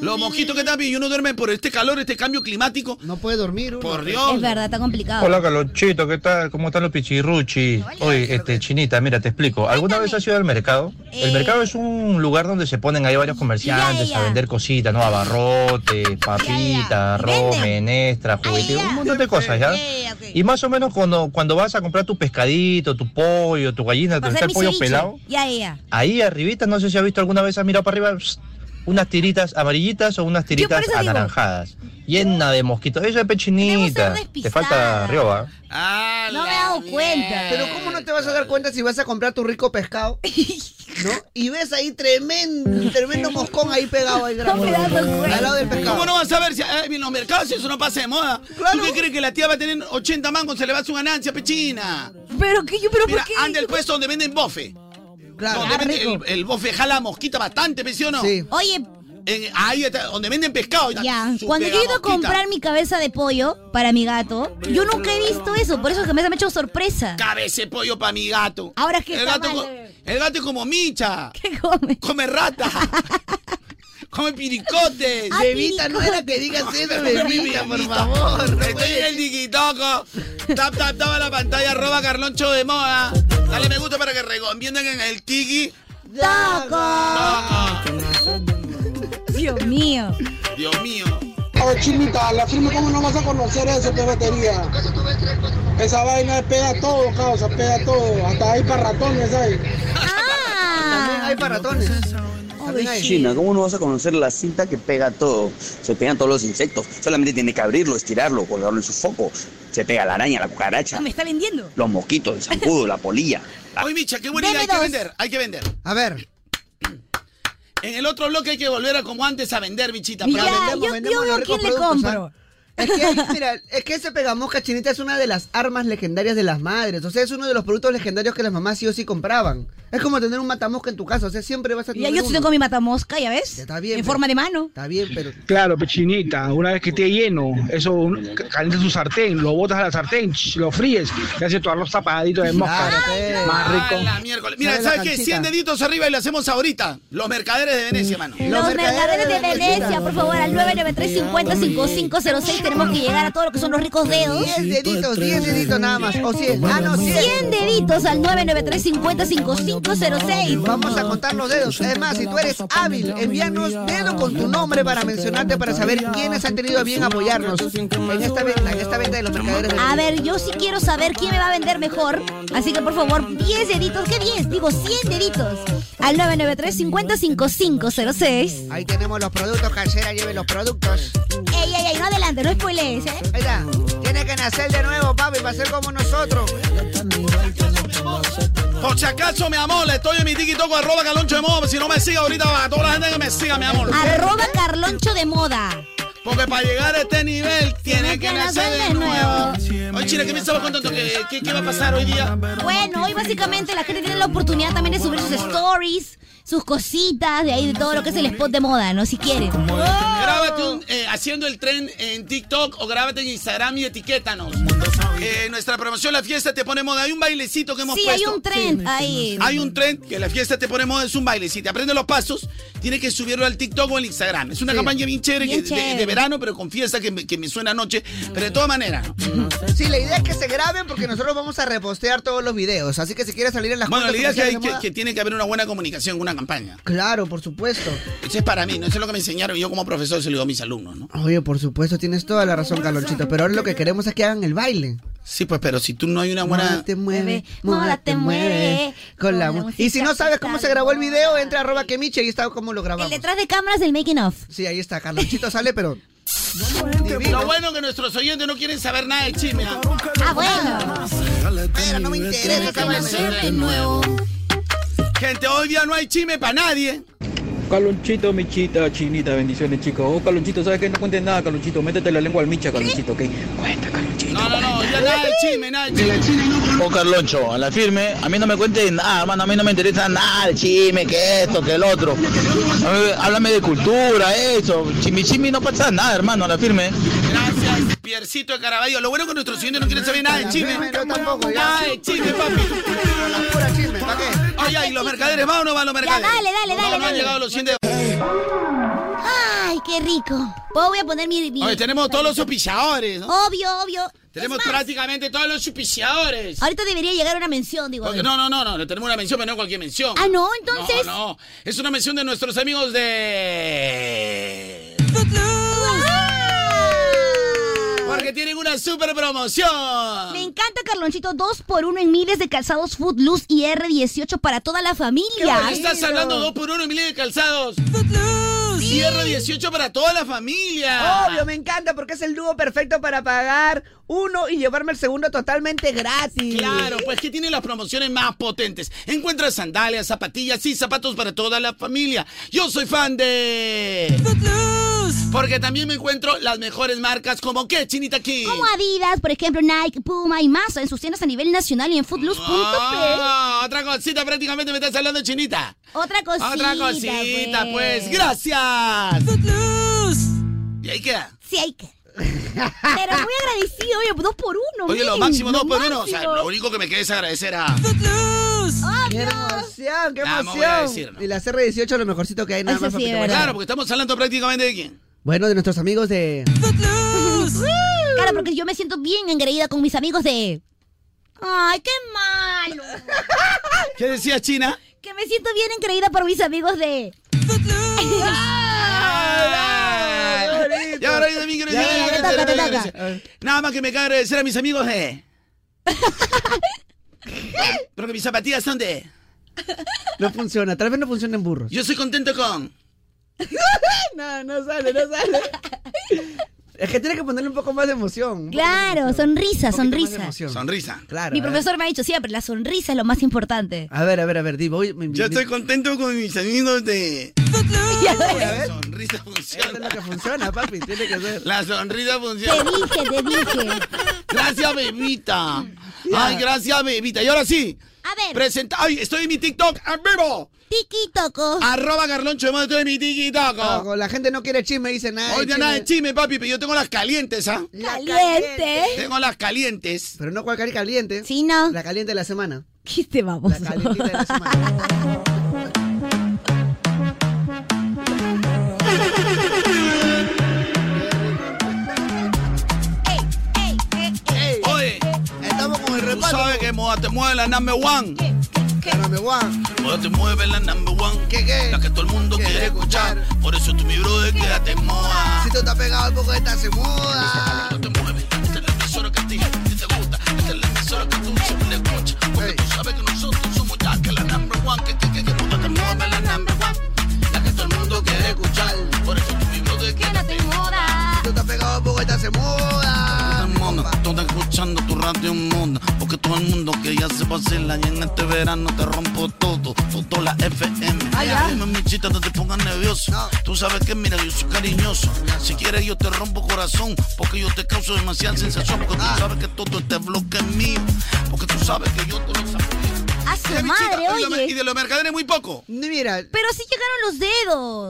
[SPEAKER 5] Los mosquitos que también, y uno duerme por este calor, este cambio climático.
[SPEAKER 2] No puede dormir,
[SPEAKER 5] Por Dios.
[SPEAKER 3] Es verdad, está complicado.
[SPEAKER 22] Hola Carlonchito, ¿qué tal? ¿Cómo están los pichirruchi? Oye, este, Chinita, mira, te explico. ¿Alguna vez has ido al mercado?
[SPEAKER 3] Eh.
[SPEAKER 22] El mercado es un lugar donde se ponen ahí varios comerciantes a vender cositas, ¿no? Abarrotes, papitas, arroz, menestra, juguete, un montón de cosas, ¿ya? Y más o menos cuando, cuando vas a comprar tu pescadito, tu pollo, tu gallina, donde
[SPEAKER 3] Para
[SPEAKER 22] está el
[SPEAKER 3] hacer mi
[SPEAKER 22] pollo
[SPEAKER 3] ceviche.
[SPEAKER 22] pelado,
[SPEAKER 3] Ya, ya.
[SPEAKER 22] ahí arribita, no sé si has visto alguna vez, has mirado para arriba, pss, unas tiritas amarillitas o unas tiritas
[SPEAKER 3] eso digo.
[SPEAKER 22] anaranjadas, llena de mosquitos. Eso es pechinita, te falta rioba.
[SPEAKER 3] No me he dado cuenta.
[SPEAKER 2] Pero ¿cómo no te vas a dar cuenta si vas a comprar tu rico pescado? ¿No? Y ves ahí tremendo, tremendo moscón ahí pegado al grano. Al lado del pescado.
[SPEAKER 5] ¿Cómo no vas a ver si eh, en los mercados si eso no pasa de moda? ¿Tú qué crees que la tía va a tener 80 mangos se le va su ganancia, pechina?
[SPEAKER 3] Pero que yo, pero Ah,
[SPEAKER 5] Mira, anda el puesto donde venden bofe.
[SPEAKER 2] Claro.
[SPEAKER 5] Donde vende el, el bofe jala mosquita bastante, ¿pe, ¿sí o no?
[SPEAKER 2] Sí.
[SPEAKER 3] Oye.
[SPEAKER 5] ahí está, donde venden pescado. está
[SPEAKER 3] Ya,
[SPEAKER 5] su
[SPEAKER 3] cuando yo he ido a
[SPEAKER 5] pegamosquita.
[SPEAKER 3] comprar mi cabeza de pollo para mi gato, yo nunca he visto eso, por eso es que me ha hecho sorpresa.
[SPEAKER 5] Cabece pollo para mi gato.
[SPEAKER 3] Ahora es que
[SPEAKER 5] el
[SPEAKER 3] está
[SPEAKER 5] gato,
[SPEAKER 3] mal,
[SPEAKER 5] co- el gato es como
[SPEAKER 3] *laughs*
[SPEAKER 5] micha. ¿Qué come? Come rata. come piricotes.
[SPEAKER 2] Ah, Bebita, no era que digas
[SPEAKER 5] *laughs*
[SPEAKER 2] eso, bebita, por favor. No
[SPEAKER 5] Estoy en el digitoco. Tap, tap, tap a la pantalla. Arroba Carloncho de moda. Dale me gusta para que recomienden en el tiki.
[SPEAKER 3] Dios mío.
[SPEAKER 5] Dios mío.
[SPEAKER 12] Oh, chinita, la firme, ¿cómo no vas a conocer eso, qué batería? Esa vaina pega todo, causa, pega todo. Hasta hay para ratones ahí.
[SPEAKER 3] Ah.
[SPEAKER 2] También hay para ratones. También hay.
[SPEAKER 23] China, ¿cómo no vas a conocer la cinta que pega todo? Se pegan todos los insectos. Solamente tiene que abrirlo, estirarlo, colgarlo en su foco. Se pega la araña, la cucaracha,
[SPEAKER 3] No, me está vendiendo.
[SPEAKER 23] los mosquitos, el zancudo, la polilla.
[SPEAKER 5] *laughs* Oye, Micha, qué buena idea. Hay que vender, hay que vender.
[SPEAKER 2] A ver.
[SPEAKER 5] *clears throat* En el otro bloque hay que volver a como antes a vender, bichita.
[SPEAKER 2] Ya,
[SPEAKER 5] pero-
[SPEAKER 2] vendemos, vendemos los ricos productos, ¿ah? Es que, hay- mira, es que ese pegamosca chinita es una de las armas legendarias de las madres. O sea, es uno de los productos legendarios que las mamás sí o sí compraban. Es como tener un matamosca en tu casa. O sea, siempre vas a tener
[SPEAKER 3] Ya yo sí
[SPEAKER 2] uno.
[SPEAKER 3] tengo mi matamosca, ¿ya ves? en forma de mano.
[SPEAKER 2] Está bien, pero...
[SPEAKER 24] Claro, pechinita, una vez que esté lleno, eso un- calientas tu sartén, lo botas a la sartén, ch, lo fríes, te hace tu arroz tapadito de mosca. Más rico.
[SPEAKER 5] Ah, la miércoles. Mira,
[SPEAKER 24] Sale la
[SPEAKER 5] ¿sabes qué?
[SPEAKER 24] canchita.
[SPEAKER 5] 100 deditos arriba y lo hacemos ahorita. Los mercaderes de Venecia, mano.
[SPEAKER 3] Mm. Los mercaderes de Venecia, por favor, al 993-50-5506 tenemos que llegar a todo lo que son los ricos dedos.
[SPEAKER 2] 10 deditos, 10 deditos nada más. O 100. Ah, no, 100.
[SPEAKER 3] 100 deditos al 993-50-5506.
[SPEAKER 2] Vamos a contar los dedos. Además, si tú eres hábil, envíanos dedo con tu nombre para mencionarte, para saber quiénes han tenido a bien apoyarnos en esta venta, en esta venta de los mercaderes de
[SPEAKER 3] A ver, yo sí quiero saber quién me va a vender mejor. Así que por favor, 10 deditos. ¿Qué 10? Digo, 100 deditos. Al 993-50-5506.
[SPEAKER 2] Ahí tenemos los productos, casera, lleve los productos.
[SPEAKER 3] Ey, ey, ey, no adelante, no spoilees, ¿eh?
[SPEAKER 2] Ahí está. Tiene que nacer de nuevo, papi, para ser como nosotros.
[SPEAKER 5] Por si acaso, mi amor, le estoy en mi tiki toco arroba caloncho de moda. Si no me sigue ahorita, va a toda la gente que me siga, mi amor.
[SPEAKER 3] Arroba Carloncho de Moda.
[SPEAKER 5] Porque para llegar a este nivel tiene que nacer de nuevo. Oye, Chile, ¿qué me estaba contando? ¿Qué, qué, qué va a pasar hoy día?
[SPEAKER 3] Bueno, hoy básicamente la gente tiene la oportunidad también de subir sus stories, sus cositas, de ahí de todo lo que es el spot de moda, ¿no? Si quieren.
[SPEAKER 5] Grábate un, eh, haciendo el tren en TikTok o grábate en Instagram y etiquétanos. eh, nuestra promoción La Fiesta Te Pone Moda. Hay un bailecito que hemos
[SPEAKER 3] Sí, hay
[SPEAKER 5] puesto.
[SPEAKER 3] un trend Sí, ahí.
[SPEAKER 5] Hay un trend que La Fiesta Te Pone Moda es un bailecito. Aprende los pasos, tienes que subirlo al TikTok o al Instagram. Es una
[SPEAKER 1] Sí.
[SPEAKER 5] campaña bien chévere,
[SPEAKER 1] Bien
[SPEAKER 5] que- de- De,
[SPEAKER 1] chévere.
[SPEAKER 5] verano, pero con fiesta que me, que me suena anoche. Pero de todas maneras.
[SPEAKER 2] Sí, la idea es que se graben porque nosotros vamos a repostear todos los videos. Así que si quieres salir en las
[SPEAKER 5] Bueno, la
[SPEAKER 2] cuentas
[SPEAKER 5] idea es que, hay
[SPEAKER 2] oficiales de
[SPEAKER 5] que-
[SPEAKER 2] moda-
[SPEAKER 5] que tiene que haber una buena comunicación, una campaña.
[SPEAKER 2] Claro, por supuesto.
[SPEAKER 5] Eso es para mí, no Eso es lo que me enseñaron. Yo como profesor se lo digo a mis alumnos, ¿no?
[SPEAKER 2] Oye, por supuesto, tienes toda la razón, Carlonchito. Pero ahora lo que queremos es que hagan el baile.
[SPEAKER 5] Sí, pues, pero si tú no hay una
[SPEAKER 2] Moda
[SPEAKER 5] buena...
[SPEAKER 2] te mueve,
[SPEAKER 3] moda
[SPEAKER 2] moda te
[SPEAKER 3] te mueve,
[SPEAKER 2] mueve. Con la mu- y si no sabes cómo se grabó el video, entra a arroba kemiche y está cómo lo grabamos.
[SPEAKER 3] Detrás de cámaras del making of.
[SPEAKER 2] Sí, ahí está, Carlonchito sale, pero...
[SPEAKER 5] Lo bueno que nuestros oyentes no quieren saber nada de chisme. ¿ah?
[SPEAKER 3] Ah, bueno.
[SPEAKER 5] Pero no me interesa saber nuevo. Gente, hoy día no hay chisme para nadie.
[SPEAKER 4] Calonchito, michita, chinita, bendiciones, chicos. Oh, Calonchito, ¿sabes qué? No cuentes nada, Calonchito. Métete la lengua al micha, Calonchito, ¿ok?
[SPEAKER 5] No, no, no, ya nada de chisme, nada de chisme.
[SPEAKER 4] Oh, Carloncho, a la firme, a mí no me cuentes nada, hermano, a mí no me interesa nada, el chisme, que esto, que el otro. A mí, háblame de cultura, eso, chimichimi no pasa nada, hermano, a la firme.
[SPEAKER 5] Gracias, Piercito de Caraballo. Lo bueno que nuestros oyentes no quieren saber nada de chisme. Nada de chisme, papi.
[SPEAKER 2] Pura chisme, ¿para qué?
[SPEAKER 5] Ay, ay, los mercaderes, ¿van o no van los
[SPEAKER 3] Ya,
[SPEAKER 5] mercaderes?
[SPEAKER 3] dale, dale,
[SPEAKER 5] No,
[SPEAKER 3] dale,
[SPEAKER 5] No han
[SPEAKER 3] dale.
[SPEAKER 5] llegado los oyentes.
[SPEAKER 3] Ay, qué rico. Pues voy a poner mi... mi-
[SPEAKER 5] Oye, tenemos todos los supichadores, ¿no?
[SPEAKER 3] Obvio, obvio.
[SPEAKER 5] Tenemos
[SPEAKER 3] Es más,
[SPEAKER 5] prácticamente todos los supichadores.
[SPEAKER 3] Ahorita debería llegar una mención, digo.
[SPEAKER 5] Porque- no, no, no, no, le tenemos una mención, pero no cualquier mención.
[SPEAKER 3] Ah, no, entonces.
[SPEAKER 5] No, no, es una mención de nuestros amigos de... Porque tienen una super promoción.
[SPEAKER 3] Me encanta, Carlonchito. Dos por uno en miles de calzados Footloose y R18 para toda la
[SPEAKER 5] ¿Qué bueno,
[SPEAKER 3] familia.
[SPEAKER 5] estás hablando dos por uno en miles de calzados. Cierre 18 para toda la familia.
[SPEAKER 2] Obvio, me encanta porque es el dúo perfecto para pagar uno y llevarme el segundo totalmente gratis.
[SPEAKER 5] Claro, pues que tiene las promociones más potentes. Encuentra sandalias, zapatillas y zapatos para toda la familia. Yo soy fan de Porque también me encuentro las mejores marcas como que Chinita King.
[SPEAKER 3] Como Adidas, por ejemplo, Nike, Puma y más en sus tiendas a nivel nacional y en footloose.p.
[SPEAKER 5] Ah, otra cosita, prácticamente me estás hablando de Chinita.
[SPEAKER 3] Otra cosita.
[SPEAKER 5] Otra cosita, pues.
[SPEAKER 3] pues.
[SPEAKER 5] Gracias. Y ahí queda.
[SPEAKER 3] Sí, hay que. Pero muy agradecido, oye, dos por uno.
[SPEAKER 5] Oye, lo
[SPEAKER 3] men,
[SPEAKER 5] máximo
[SPEAKER 3] lo
[SPEAKER 5] dos por uno. O sea,
[SPEAKER 3] máximo.
[SPEAKER 5] lo único que me queda es agradecer a.
[SPEAKER 2] ¡Qué emoción, qué
[SPEAKER 5] Nah, Ah, me voy a
[SPEAKER 2] emoción!
[SPEAKER 5] decir,
[SPEAKER 2] y la CR18 lo mejorcito que hay nada más. papito.
[SPEAKER 5] Claro, porque estamos hablando prácticamente de quién.
[SPEAKER 2] Bueno, de nuestros amigos
[SPEAKER 3] *laughs*
[SPEAKER 2] de...
[SPEAKER 3] Claro, porque yo me siento bien engreída con mis amigos de. Ay, qué malo.
[SPEAKER 5] ¿Qué decía China?
[SPEAKER 3] que me siento bien engreída por mis amigos de. *laughs*
[SPEAKER 5] Y ahora yo también quiero
[SPEAKER 3] Ya,
[SPEAKER 5] decir-
[SPEAKER 3] ya, ya,
[SPEAKER 5] quiero decir-
[SPEAKER 3] toca,
[SPEAKER 5] quiero
[SPEAKER 3] toca.
[SPEAKER 5] decir- Nada más que me cabe agradecer a mis amigos de. Porque mis zapatillas son de.
[SPEAKER 2] No funciona, tal vez no funciona en burros.
[SPEAKER 5] Yo soy contento con.
[SPEAKER 2] *laughs* no, no sale, no sale. Es que tiene que ponerle un poco más de emoción. un poco más de
[SPEAKER 3] Claro,
[SPEAKER 2] emoción.
[SPEAKER 3] sonrisa,
[SPEAKER 2] Un poquito más ¿eh? de
[SPEAKER 3] sonrisa.
[SPEAKER 2] emoción.
[SPEAKER 5] Sonrisa.
[SPEAKER 2] Claro.
[SPEAKER 3] Mi
[SPEAKER 2] a ver.
[SPEAKER 3] profesor me ha dicho siempre, la sonrisa es lo más importante.
[SPEAKER 2] A ver, a ver, a ver, di, voy. mi-
[SPEAKER 5] Yo
[SPEAKER 2] mi-
[SPEAKER 5] estoy contento con mis amigos de.
[SPEAKER 2] ver.
[SPEAKER 5] La sonrisa funciona.
[SPEAKER 2] es lo que funciona, papi, tiene que ser.
[SPEAKER 5] La sonrisa funciona.
[SPEAKER 3] dije, te dije.
[SPEAKER 5] Gracias, bebita. Ay, gracias, bebita. Y ahora sí.
[SPEAKER 3] A ver.
[SPEAKER 5] Presenta. Ay, estoy en mi TikTok en vivo.
[SPEAKER 3] Tiki Toco.
[SPEAKER 5] Arroba Carloncho de Moda, estoy en mi TikTok.
[SPEAKER 2] Toco, La gente no quiere chisme, dice nada.
[SPEAKER 5] Hoy
[SPEAKER 2] de
[SPEAKER 5] ya nada de chisme, papi, pero yo tengo las calientes, ¿ah?
[SPEAKER 3] Caliente.
[SPEAKER 5] Tengo las calientes.
[SPEAKER 2] Pero no cualquier caliente.
[SPEAKER 3] Sí, no.
[SPEAKER 2] La caliente de la semana.
[SPEAKER 3] ¿Qué te vamos?
[SPEAKER 2] La calientita de la
[SPEAKER 5] *laughs*
[SPEAKER 2] semana.
[SPEAKER 5] Oye, estamos con el reparto. Tú sabes que moda te mueve la number one.
[SPEAKER 2] La number one.
[SPEAKER 5] Moda te mueve la number one. La que todo el mundo quiere escuchar. Por eso tú, mi brother, quédate en moda.
[SPEAKER 2] Si tú estás pegado al poco, esta se muda.
[SPEAKER 5] este Porque tú sabes que nosotros somos ya que la number one. Que, que, que, que moda te mueve la number one. La que todo el mundo quiere escuchar. Por eso tú, mi brother, quédate en moda.
[SPEAKER 2] Si tú estás pegado al poco, esta se muda.
[SPEAKER 5] Toda escuchando tu radio en moda, porque todo el mundo que ya se vacila y en este verano te rompo todo, todo la FM.
[SPEAKER 1] Ah, ya.
[SPEAKER 5] Dime mi chita, no te pongas nervioso. Tú sabes que mira, yo soy cariñoso. Si quieres yo te rompo corazón, porque yo te causo demasiada sensación, porque tú sabes que todo este bloque es mío, porque tú sabes que yo te lo saco. Eh,
[SPEAKER 3] A su madre, oye.
[SPEAKER 5] de los mercaderes muy poco.
[SPEAKER 2] Mira,
[SPEAKER 3] Pero sí llegaron los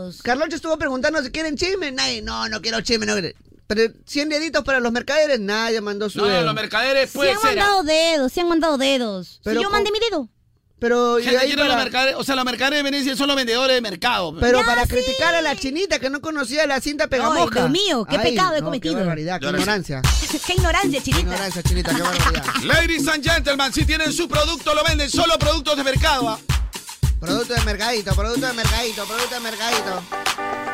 [SPEAKER 3] dedos.
[SPEAKER 2] Carloncho estuvo preguntando si quieren chisme. Nadie, no, no quiero chisme. No quiero. Pero 100 deditos para los mercaderes, nadie mandó su
[SPEAKER 5] No,
[SPEAKER 2] dedo.
[SPEAKER 5] los mercaderes
[SPEAKER 3] Se
[SPEAKER 5] puede
[SPEAKER 3] han
[SPEAKER 5] ser. ah.
[SPEAKER 3] mandado dedos, se han mandado dedos.
[SPEAKER 2] Pero
[SPEAKER 3] si yo
[SPEAKER 2] con-
[SPEAKER 3] mandé mi dedo.
[SPEAKER 2] Pero y
[SPEAKER 5] Gente
[SPEAKER 2] ahí
[SPEAKER 5] quiere los
[SPEAKER 2] para-
[SPEAKER 5] mercaderes, o sea, los mercaderes de Venecia son los vendedores de mercado.
[SPEAKER 2] Pero para criticar a la chinita que no conocía la cinta pegamoca.
[SPEAKER 3] Dios mío, qué pecado he
[SPEAKER 2] no,
[SPEAKER 3] cometido.
[SPEAKER 2] Qué barbaridad, qué
[SPEAKER 5] Ahora sí.
[SPEAKER 2] ignorancia.
[SPEAKER 3] *laughs* qué ignorancia, chinita.
[SPEAKER 2] ignorancia, chinita, qué barbaridad.
[SPEAKER 5] Ladies and gentlemen, si tienen su producto, lo venden solo productos de mercado. ¿ah?
[SPEAKER 2] Producto de mercadito, producto de mercadito, producto de mercadito.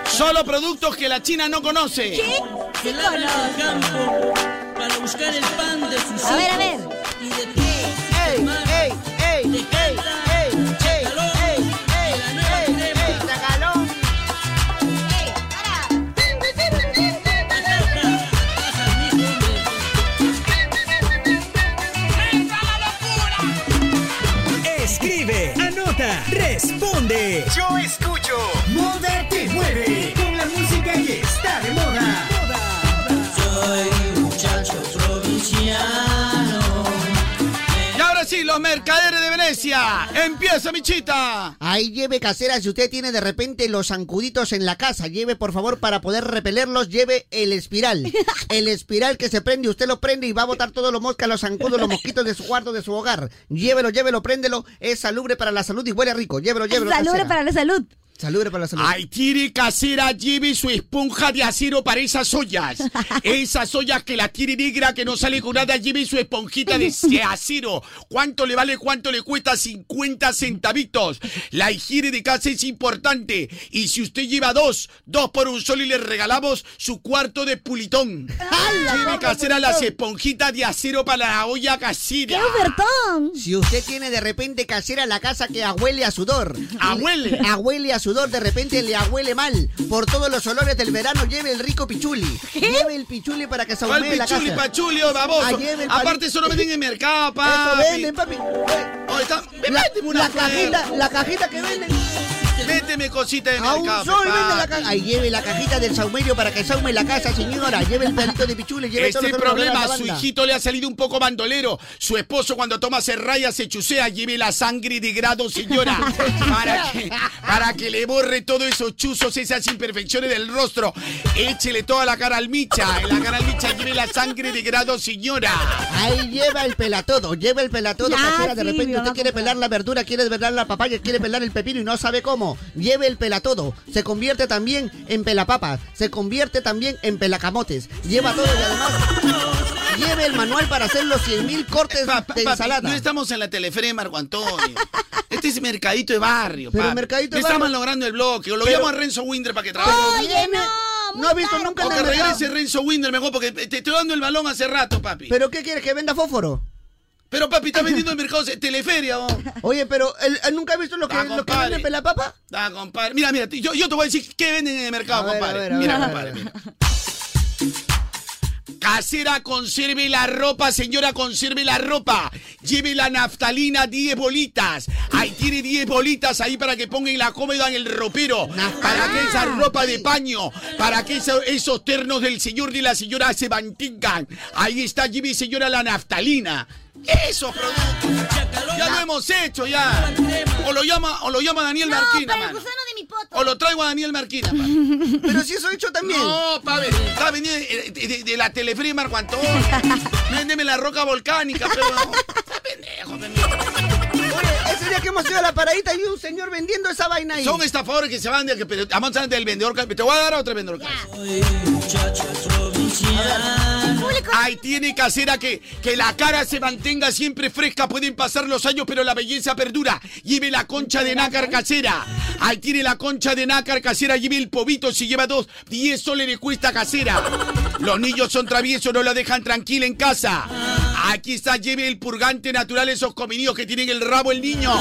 [SPEAKER 5] Solo productos que la China no conoce.
[SPEAKER 3] ¿Qué? Sí
[SPEAKER 1] campo para buscar el pan de sus
[SPEAKER 3] A ver, a
[SPEAKER 1] hijos.
[SPEAKER 3] ver.
[SPEAKER 1] Y de ti, ey, ey, ey, de Keila, Chacalón, de la nueva crema.
[SPEAKER 7] Escribe, anota, responde. Yo escucho. Moda te mueve con la música que está de moda.
[SPEAKER 1] Soy un muchacho provinciano.
[SPEAKER 5] Y ahora sí, los mercaderes de Venecia. Empieza, Michita.
[SPEAKER 2] Ahí lleve casera, si usted tiene de repente los zancuditos en la casa, lleve por favor para poder repelerlos, lleve el espiral. El espiral que se prende, usted lo prende y va a botar todos los moscas, los zancudos, los mosquitos de su cuarto, de su hogar. Llévelo, llévelo, préndelo, es salubre para la salud y huele rico. Llévelo, llévelo.
[SPEAKER 5] Salubre
[SPEAKER 2] para
[SPEAKER 3] la salud.
[SPEAKER 2] Salubre para la salud.
[SPEAKER 5] Ay, tiri casera, lleve su esponja de acero para esas ollas. Esas ollas que la tiri negra que no sale con nada, lleve su esponjita de de acero. ¿Cuánto le vale? ¿Cuánto le cuesta? 50 centavitos. La higiene de casa es importante. Y si usted lleva dos, dos por un sol y le regalamos su cuarto de pulitón. Lleve casera las esponjitas de acero para la olla casera.
[SPEAKER 2] Si usted tiene de repente casera la casa que ahuele a sudor.
[SPEAKER 5] Ahuele.
[SPEAKER 2] Ahuele a sudor, de repente le ahuele mal. Por todos los olores del verano, lleve el rico pichuli. Lleve el pichuli para que se
[SPEAKER 5] ¿Cuál
[SPEAKER 2] ahumee la casa.
[SPEAKER 5] pichuli, pachulio, baboso?
[SPEAKER 2] Ah, lleve el pali-
[SPEAKER 5] Aparte, eso no venden en el mercado, papi.
[SPEAKER 2] Eso venden, papi.
[SPEAKER 5] Oh, está- Ve,
[SPEAKER 2] La,
[SPEAKER 5] méteme una
[SPEAKER 2] la
[SPEAKER 5] flor.
[SPEAKER 2] cajita, la cajita que venden.
[SPEAKER 5] Méteme cosita de
[SPEAKER 2] A un
[SPEAKER 5] mercado,
[SPEAKER 2] sol
[SPEAKER 5] papá.
[SPEAKER 2] vende la cajita. Ahí lleve la cajita del saumerio para que saume la casa, señora. Lleve el palito de pichule, lleve todo
[SPEAKER 5] Este
[SPEAKER 2] lo que
[SPEAKER 5] problema,
[SPEAKER 2] olor a
[SPEAKER 5] su
[SPEAKER 2] lavanda.
[SPEAKER 5] hijito le ha salido un poco bandolero. Su esposo cuando toma serraya se chusea, lleve la sangre de grado, señora. Para que, para que le borre todos esos chuzos, esas imperfecciones del rostro. Échele toda la cara al micha. En la cara al micha lleve la sangre de grado, señora.
[SPEAKER 2] Ahí lleva el pelatodo, lleva el
[SPEAKER 5] Ya,
[SPEAKER 2] pelatodo, casera. De
[SPEAKER 5] sí, mi
[SPEAKER 2] repente
[SPEAKER 5] mamá
[SPEAKER 2] usted quiere pelar la verdura, quiere pelar la papaya, quiere pelar el pepino y no sabe cómo. Lleve el pelatodo. Se convierte también en pelapapa. Se convierte también en pelacamotes. Lleva todo y además lleve el manual para hacer los 100.000 cortes de
[SPEAKER 5] Papi,
[SPEAKER 2] ensalada.
[SPEAKER 5] no estamos en la teleferia de Marco Antonio.
[SPEAKER 2] *laughs*
[SPEAKER 5] Este es mercadito de barrio,
[SPEAKER 2] Pero
[SPEAKER 5] papi.
[SPEAKER 2] mercadito de
[SPEAKER 5] Le estamos
[SPEAKER 2] barrio-
[SPEAKER 5] logrando el bloque. O lo
[SPEAKER 2] Pero-
[SPEAKER 5] llamo a Renzo Winder para que trabaje.
[SPEAKER 2] Oye, no. No ha visto nunca
[SPEAKER 5] O
[SPEAKER 2] en
[SPEAKER 5] que
[SPEAKER 2] el mercado.
[SPEAKER 5] regrese Renzo Winder mejor, porque te estoy dando el balón hace rato, papi.
[SPEAKER 2] ¿Pero qué quieres? ¿Que venda fósforo?
[SPEAKER 5] Pero papi,
[SPEAKER 2] *laughs*
[SPEAKER 5] está vendiendo en mercados de teleferia, vos.
[SPEAKER 2] Oye, pero él, él nunca ha visto lo que,
[SPEAKER 5] Ah,
[SPEAKER 2] lo que
[SPEAKER 5] compadre.
[SPEAKER 2] vende pelapapa.
[SPEAKER 5] Da, compadre. Mira, mira, yo, yo te voy a decir qué venden en el mercado,
[SPEAKER 2] ver,
[SPEAKER 5] compadre.
[SPEAKER 2] a ver, a
[SPEAKER 5] mira,
[SPEAKER 2] ver, a
[SPEAKER 5] compadre, mira. Casera, conserve la ropa, señora, conserve la ropa. Lleve la naftalina 10 bolitas. Ahí tiene 10 bolitas ahí para que pongan la cómoda en el ropero. Para que esa ropa de paño, para que eso- esos ternos del señor y la señora se mantengan. Ahí está, lleve, señora, la naftalina. Esos productos. Ya lo hemos hecho, ya. O lo llama, o lo llama Daniel
[SPEAKER 3] No,
[SPEAKER 5] Marquina,
[SPEAKER 3] para el
[SPEAKER 5] mano.
[SPEAKER 3] gusano de mi poto.
[SPEAKER 5] O lo traigo a Daniel Marquina, pa.
[SPEAKER 2] *laughs* Pero si eso he hecho también.
[SPEAKER 5] No, pa, ve, está venido de, de- de- de la teleferia de Marco
[SPEAKER 2] *laughs*
[SPEAKER 5] Antonio. Véndeme la roca volcánica, pero.
[SPEAKER 2] Oye, ese día que hemos ido a la paradita y un señor vendiendo esa vaina ahí.
[SPEAKER 5] Son estafadores que se van de, que- pero avanzan del vendedor. ca- Te voy a dar a otro vendedor. ca- Ahí tiene casera que, que la cara se mantenga siempre fresca. Pueden pasar los años, pero la belleza perdura. Lleve la concha de
[SPEAKER 2] ¿eh?
[SPEAKER 5] nácar casera. Ahí tiene la concha de nácar casera. Lleve el pobito. Si lleva dos, 10 soles le cuesta casera. Los niños son traviesos, no la dejan tranquila en casa. Aquí está, lleve el purgante natural, esos comidos que tienen el rabo el niño.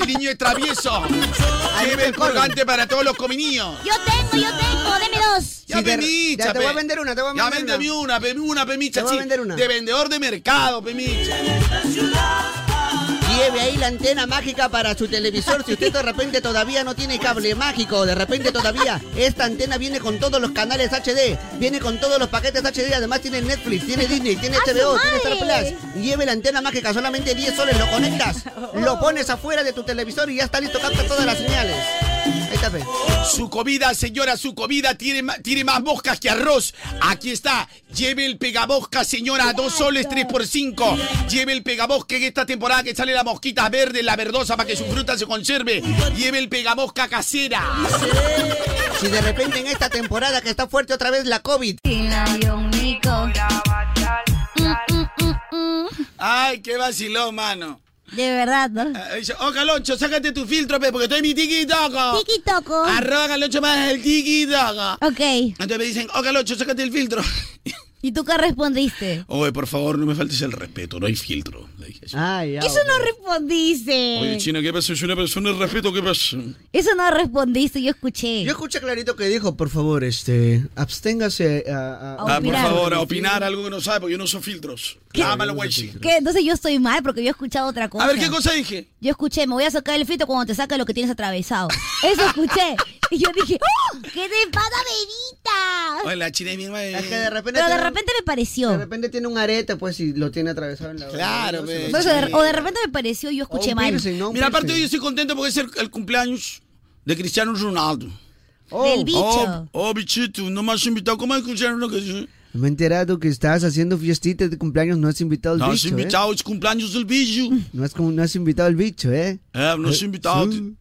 [SPEAKER 5] El niño es travieso. Lleve el purgante para todos los comidos.
[SPEAKER 3] Yo tengo, yo tengo, deme dos.
[SPEAKER 5] Ya, pe, micha,
[SPEAKER 2] ya te voy a
[SPEAKER 5] pe.
[SPEAKER 2] vender una, te voy a
[SPEAKER 5] Ya
[SPEAKER 2] vender
[SPEAKER 5] véndeme una, pe, una, pe, micha,
[SPEAKER 2] Te voy a
[SPEAKER 5] sí,
[SPEAKER 2] vender una.
[SPEAKER 5] De vendedor de mercado, pe, micha.
[SPEAKER 2] Lleve ahí la antena mágica para su televisor. Si usted de repente todavía no tiene cable mágico, de repente todavía esta antena viene con todos los canales HD, viene con todos los paquetes HD. Además tiene Netflix, tiene Disney, tiene
[SPEAKER 3] ¡A ¡Ah, su
[SPEAKER 2] HBO, tiene Star
[SPEAKER 3] madre!
[SPEAKER 2] Plus. Lleve la antena mágica, solamente 10 soles, lo conectas, lo pones afuera de tu televisor y ya está listo, capta todas las señales.
[SPEAKER 4] Su comida, señora, su comida tiene, ma- tiene más moscas que arroz. Aquí está. Lleve el pegamosca, señora, a dos soles, tres por cinco. Lleve el pegamosca en esta temporada que sale la mosquita verde, la verdosa, para que su fruta se conserve. Lleve el pegamosca casera.
[SPEAKER 2] Si de repente en esta temporada que está fuerte otra vez la COVID.
[SPEAKER 3] Mm,
[SPEAKER 4] Ay, qué vacilón, mano.
[SPEAKER 3] De verdad, ¿no?
[SPEAKER 4] Oh, Caloncho, sácate tu filtro, pe, porque estoy en mi tiki-toco.
[SPEAKER 3] Tiki-toco.
[SPEAKER 4] Arroba Caloncho más el tiki-toco.
[SPEAKER 3] Ok.
[SPEAKER 4] Entonces me dicen, oh, Caloncho, sácate el filtro.
[SPEAKER 3] ¿Y tú qué respondiste?
[SPEAKER 4] Oye, por favor, no me faltes el respeto, no hay filtro. Le dije.
[SPEAKER 3] Eso no respondiste.
[SPEAKER 4] Oye, China, ¿qué pasa? Soy una persona de respeto, ¿qué pasa?
[SPEAKER 3] Eso no respondiste, yo escuché.
[SPEAKER 2] Yo escuché clarito que dijo, por favor, este, absténgase a...
[SPEAKER 4] Ah, por favor, a opinar algo que no sabe, porque yo no uso filtros. Lámalo, güey. sí.
[SPEAKER 3] ¿Qué? Entonces yo estoy mal porque yo he escuchado otra cosa.
[SPEAKER 4] A ver, ¿qué cosa dije?
[SPEAKER 3] Yo escuché, me voy a sacar el filtro cuando te saca lo que tienes atravesado. Eso escuché. Y yo dije, ¡Ah! ¿qué te pasa, bebita?
[SPEAKER 4] Oye, la China es mi madre.
[SPEAKER 2] Es que de repente...
[SPEAKER 3] Ah. Pero de
[SPEAKER 2] tiene-
[SPEAKER 3] repente me pareció.
[SPEAKER 2] De repente tiene un arete, pues, y lo tiene atravesado en la...
[SPEAKER 4] Claro,
[SPEAKER 2] No
[SPEAKER 4] pe,
[SPEAKER 2] sé,
[SPEAKER 3] O
[SPEAKER 2] no sé.
[SPEAKER 3] sea, de- o de repente me pareció y yo escuché mal.
[SPEAKER 4] Mira, aparte hoy estoy contento porque es el, el cumpleaños de Cristiano Ronaldo.
[SPEAKER 3] Del bicho.
[SPEAKER 4] Oh, oh, bichito, no me has invitado. ¿Cómo es Cristiano Ronaldo? que-
[SPEAKER 2] Me he enterado que estás haciendo fiestitas de cumpleaños, no has invitado al
[SPEAKER 4] No has
[SPEAKER 2] bicho, ¿eh?
[SPEAKER 4] invitado, es cumpleaños del bicho.
[SPEAKER 2] No has, no has invitado al bicho, ¿eh?
[SPEAKER 4] Eh, no has
[SPEAKER 2] Eh,
[SPEAKER 4] invitado.
[SPEAKER 2] sí.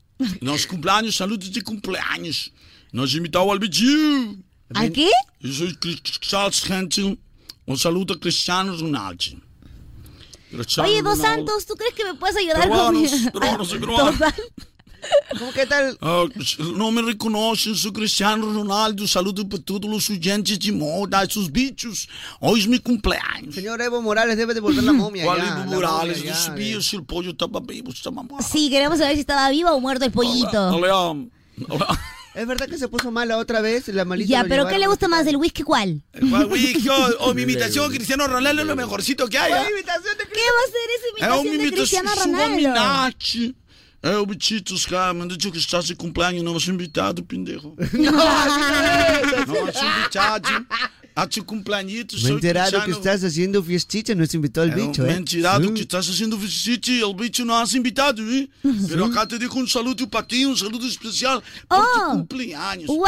[SPEAKER 4] No has cumpleaños, saludos de cumpleaños. No has invitado al bicho.
[SPEAKER 3] ¿Al qué?
[SPEAKER 4] Yo soy Cristiano Ronaldo. Un saludo a Cristiano Ronaldo. Cristiano
[SPEAKER 3] Oye, Dos
[SPEAKER 4] Ronaldo.
[SPEAKER 3] Santos, ¿tú crees que me puedes ayudar con mi-
[SPEAKER 4] Peruanos, peruanos
[SPEAKER 3] *laughs*
[SPEAKER 4] y peruanos.
[SPEAKER 2] ¿Cómo qué tal?
[SPEAKER 4] no me reconocen, soy Cristiano Ronaldo. Saludo para todos los oyentes de moda, esos bichos. Hoy es mi cumpleaños.
[SPEAKER 2] Señor Evo Morales debe devolver la momia
[SPEAKER 4] ¿Cuál
[SPEAKER 2] ya,
[SPEAKER 4] Evo
[SPEAKER 2] la
[SPEAKER 4] Morales?
[SPEAKER 2] momia
[SPEAKER 4] No
[SPEAKER 2] ya,
[SPEAKER 4] sabía si el pollo estaba vivo, estaba muerto.
[SPEAKER 3] Sí, queremos saber si estaba viva o muerto el pollito.
[SPEAKER 4] Ole, am. Ole, *laughs* am.
[SPEAKER 2] ¿Es verdad que se puso mala otra vez? La malita
[SPEAKER 3] Ya,
[SPEAKER 2] lo
[SPEAKER 3] pero ¿qué le
[SPEAKER 2] llevaron.
[SPEAKER 3] gusta más, el whisky cuál?
[SPEAKER 4] Guau,
[SPEAKER 2] *laughs*
[SPEAKER 4] güey, yo- O mi imitación a Cristiano Ronaldo es lo mejorcito que hay. ¿ah?
[SPEAKER 3] ¿Qué va a ser esa
[SPEAKER 4] É um
[SPEAKER 3] imitación de
[SPEAKER 4] menino
[SPEAKER 3] Cristiano Ronaldo?
[SPEAKER 4] Subaminati. É o Bititos, cara, mandou que está se cumpleaños, não vas invitado, pendejo. Não vas invitado. A te cumpleañitos,
[SPEAKER 2] Me he
[SPEAKER 4] soy
[SPEAKER 2] enterado que
[SPEAKER 4] Cristiano.
[SPEAKER 2] estás haciendo fiestitas, no has invitado al
[SPEAKER 4] É um
[SPEAKER 2] bicho, ¿eh?
[SPEAKER 4] mentirado que estás fazendo visite, o bicho não has invitado, hein? Pero acá te digo um saludo para ti, um saludo especial.
[SPEAKER 3] Oh.
[SPEAKER 4] cumpleaños.
[SPEAKER 3] ¡Wow!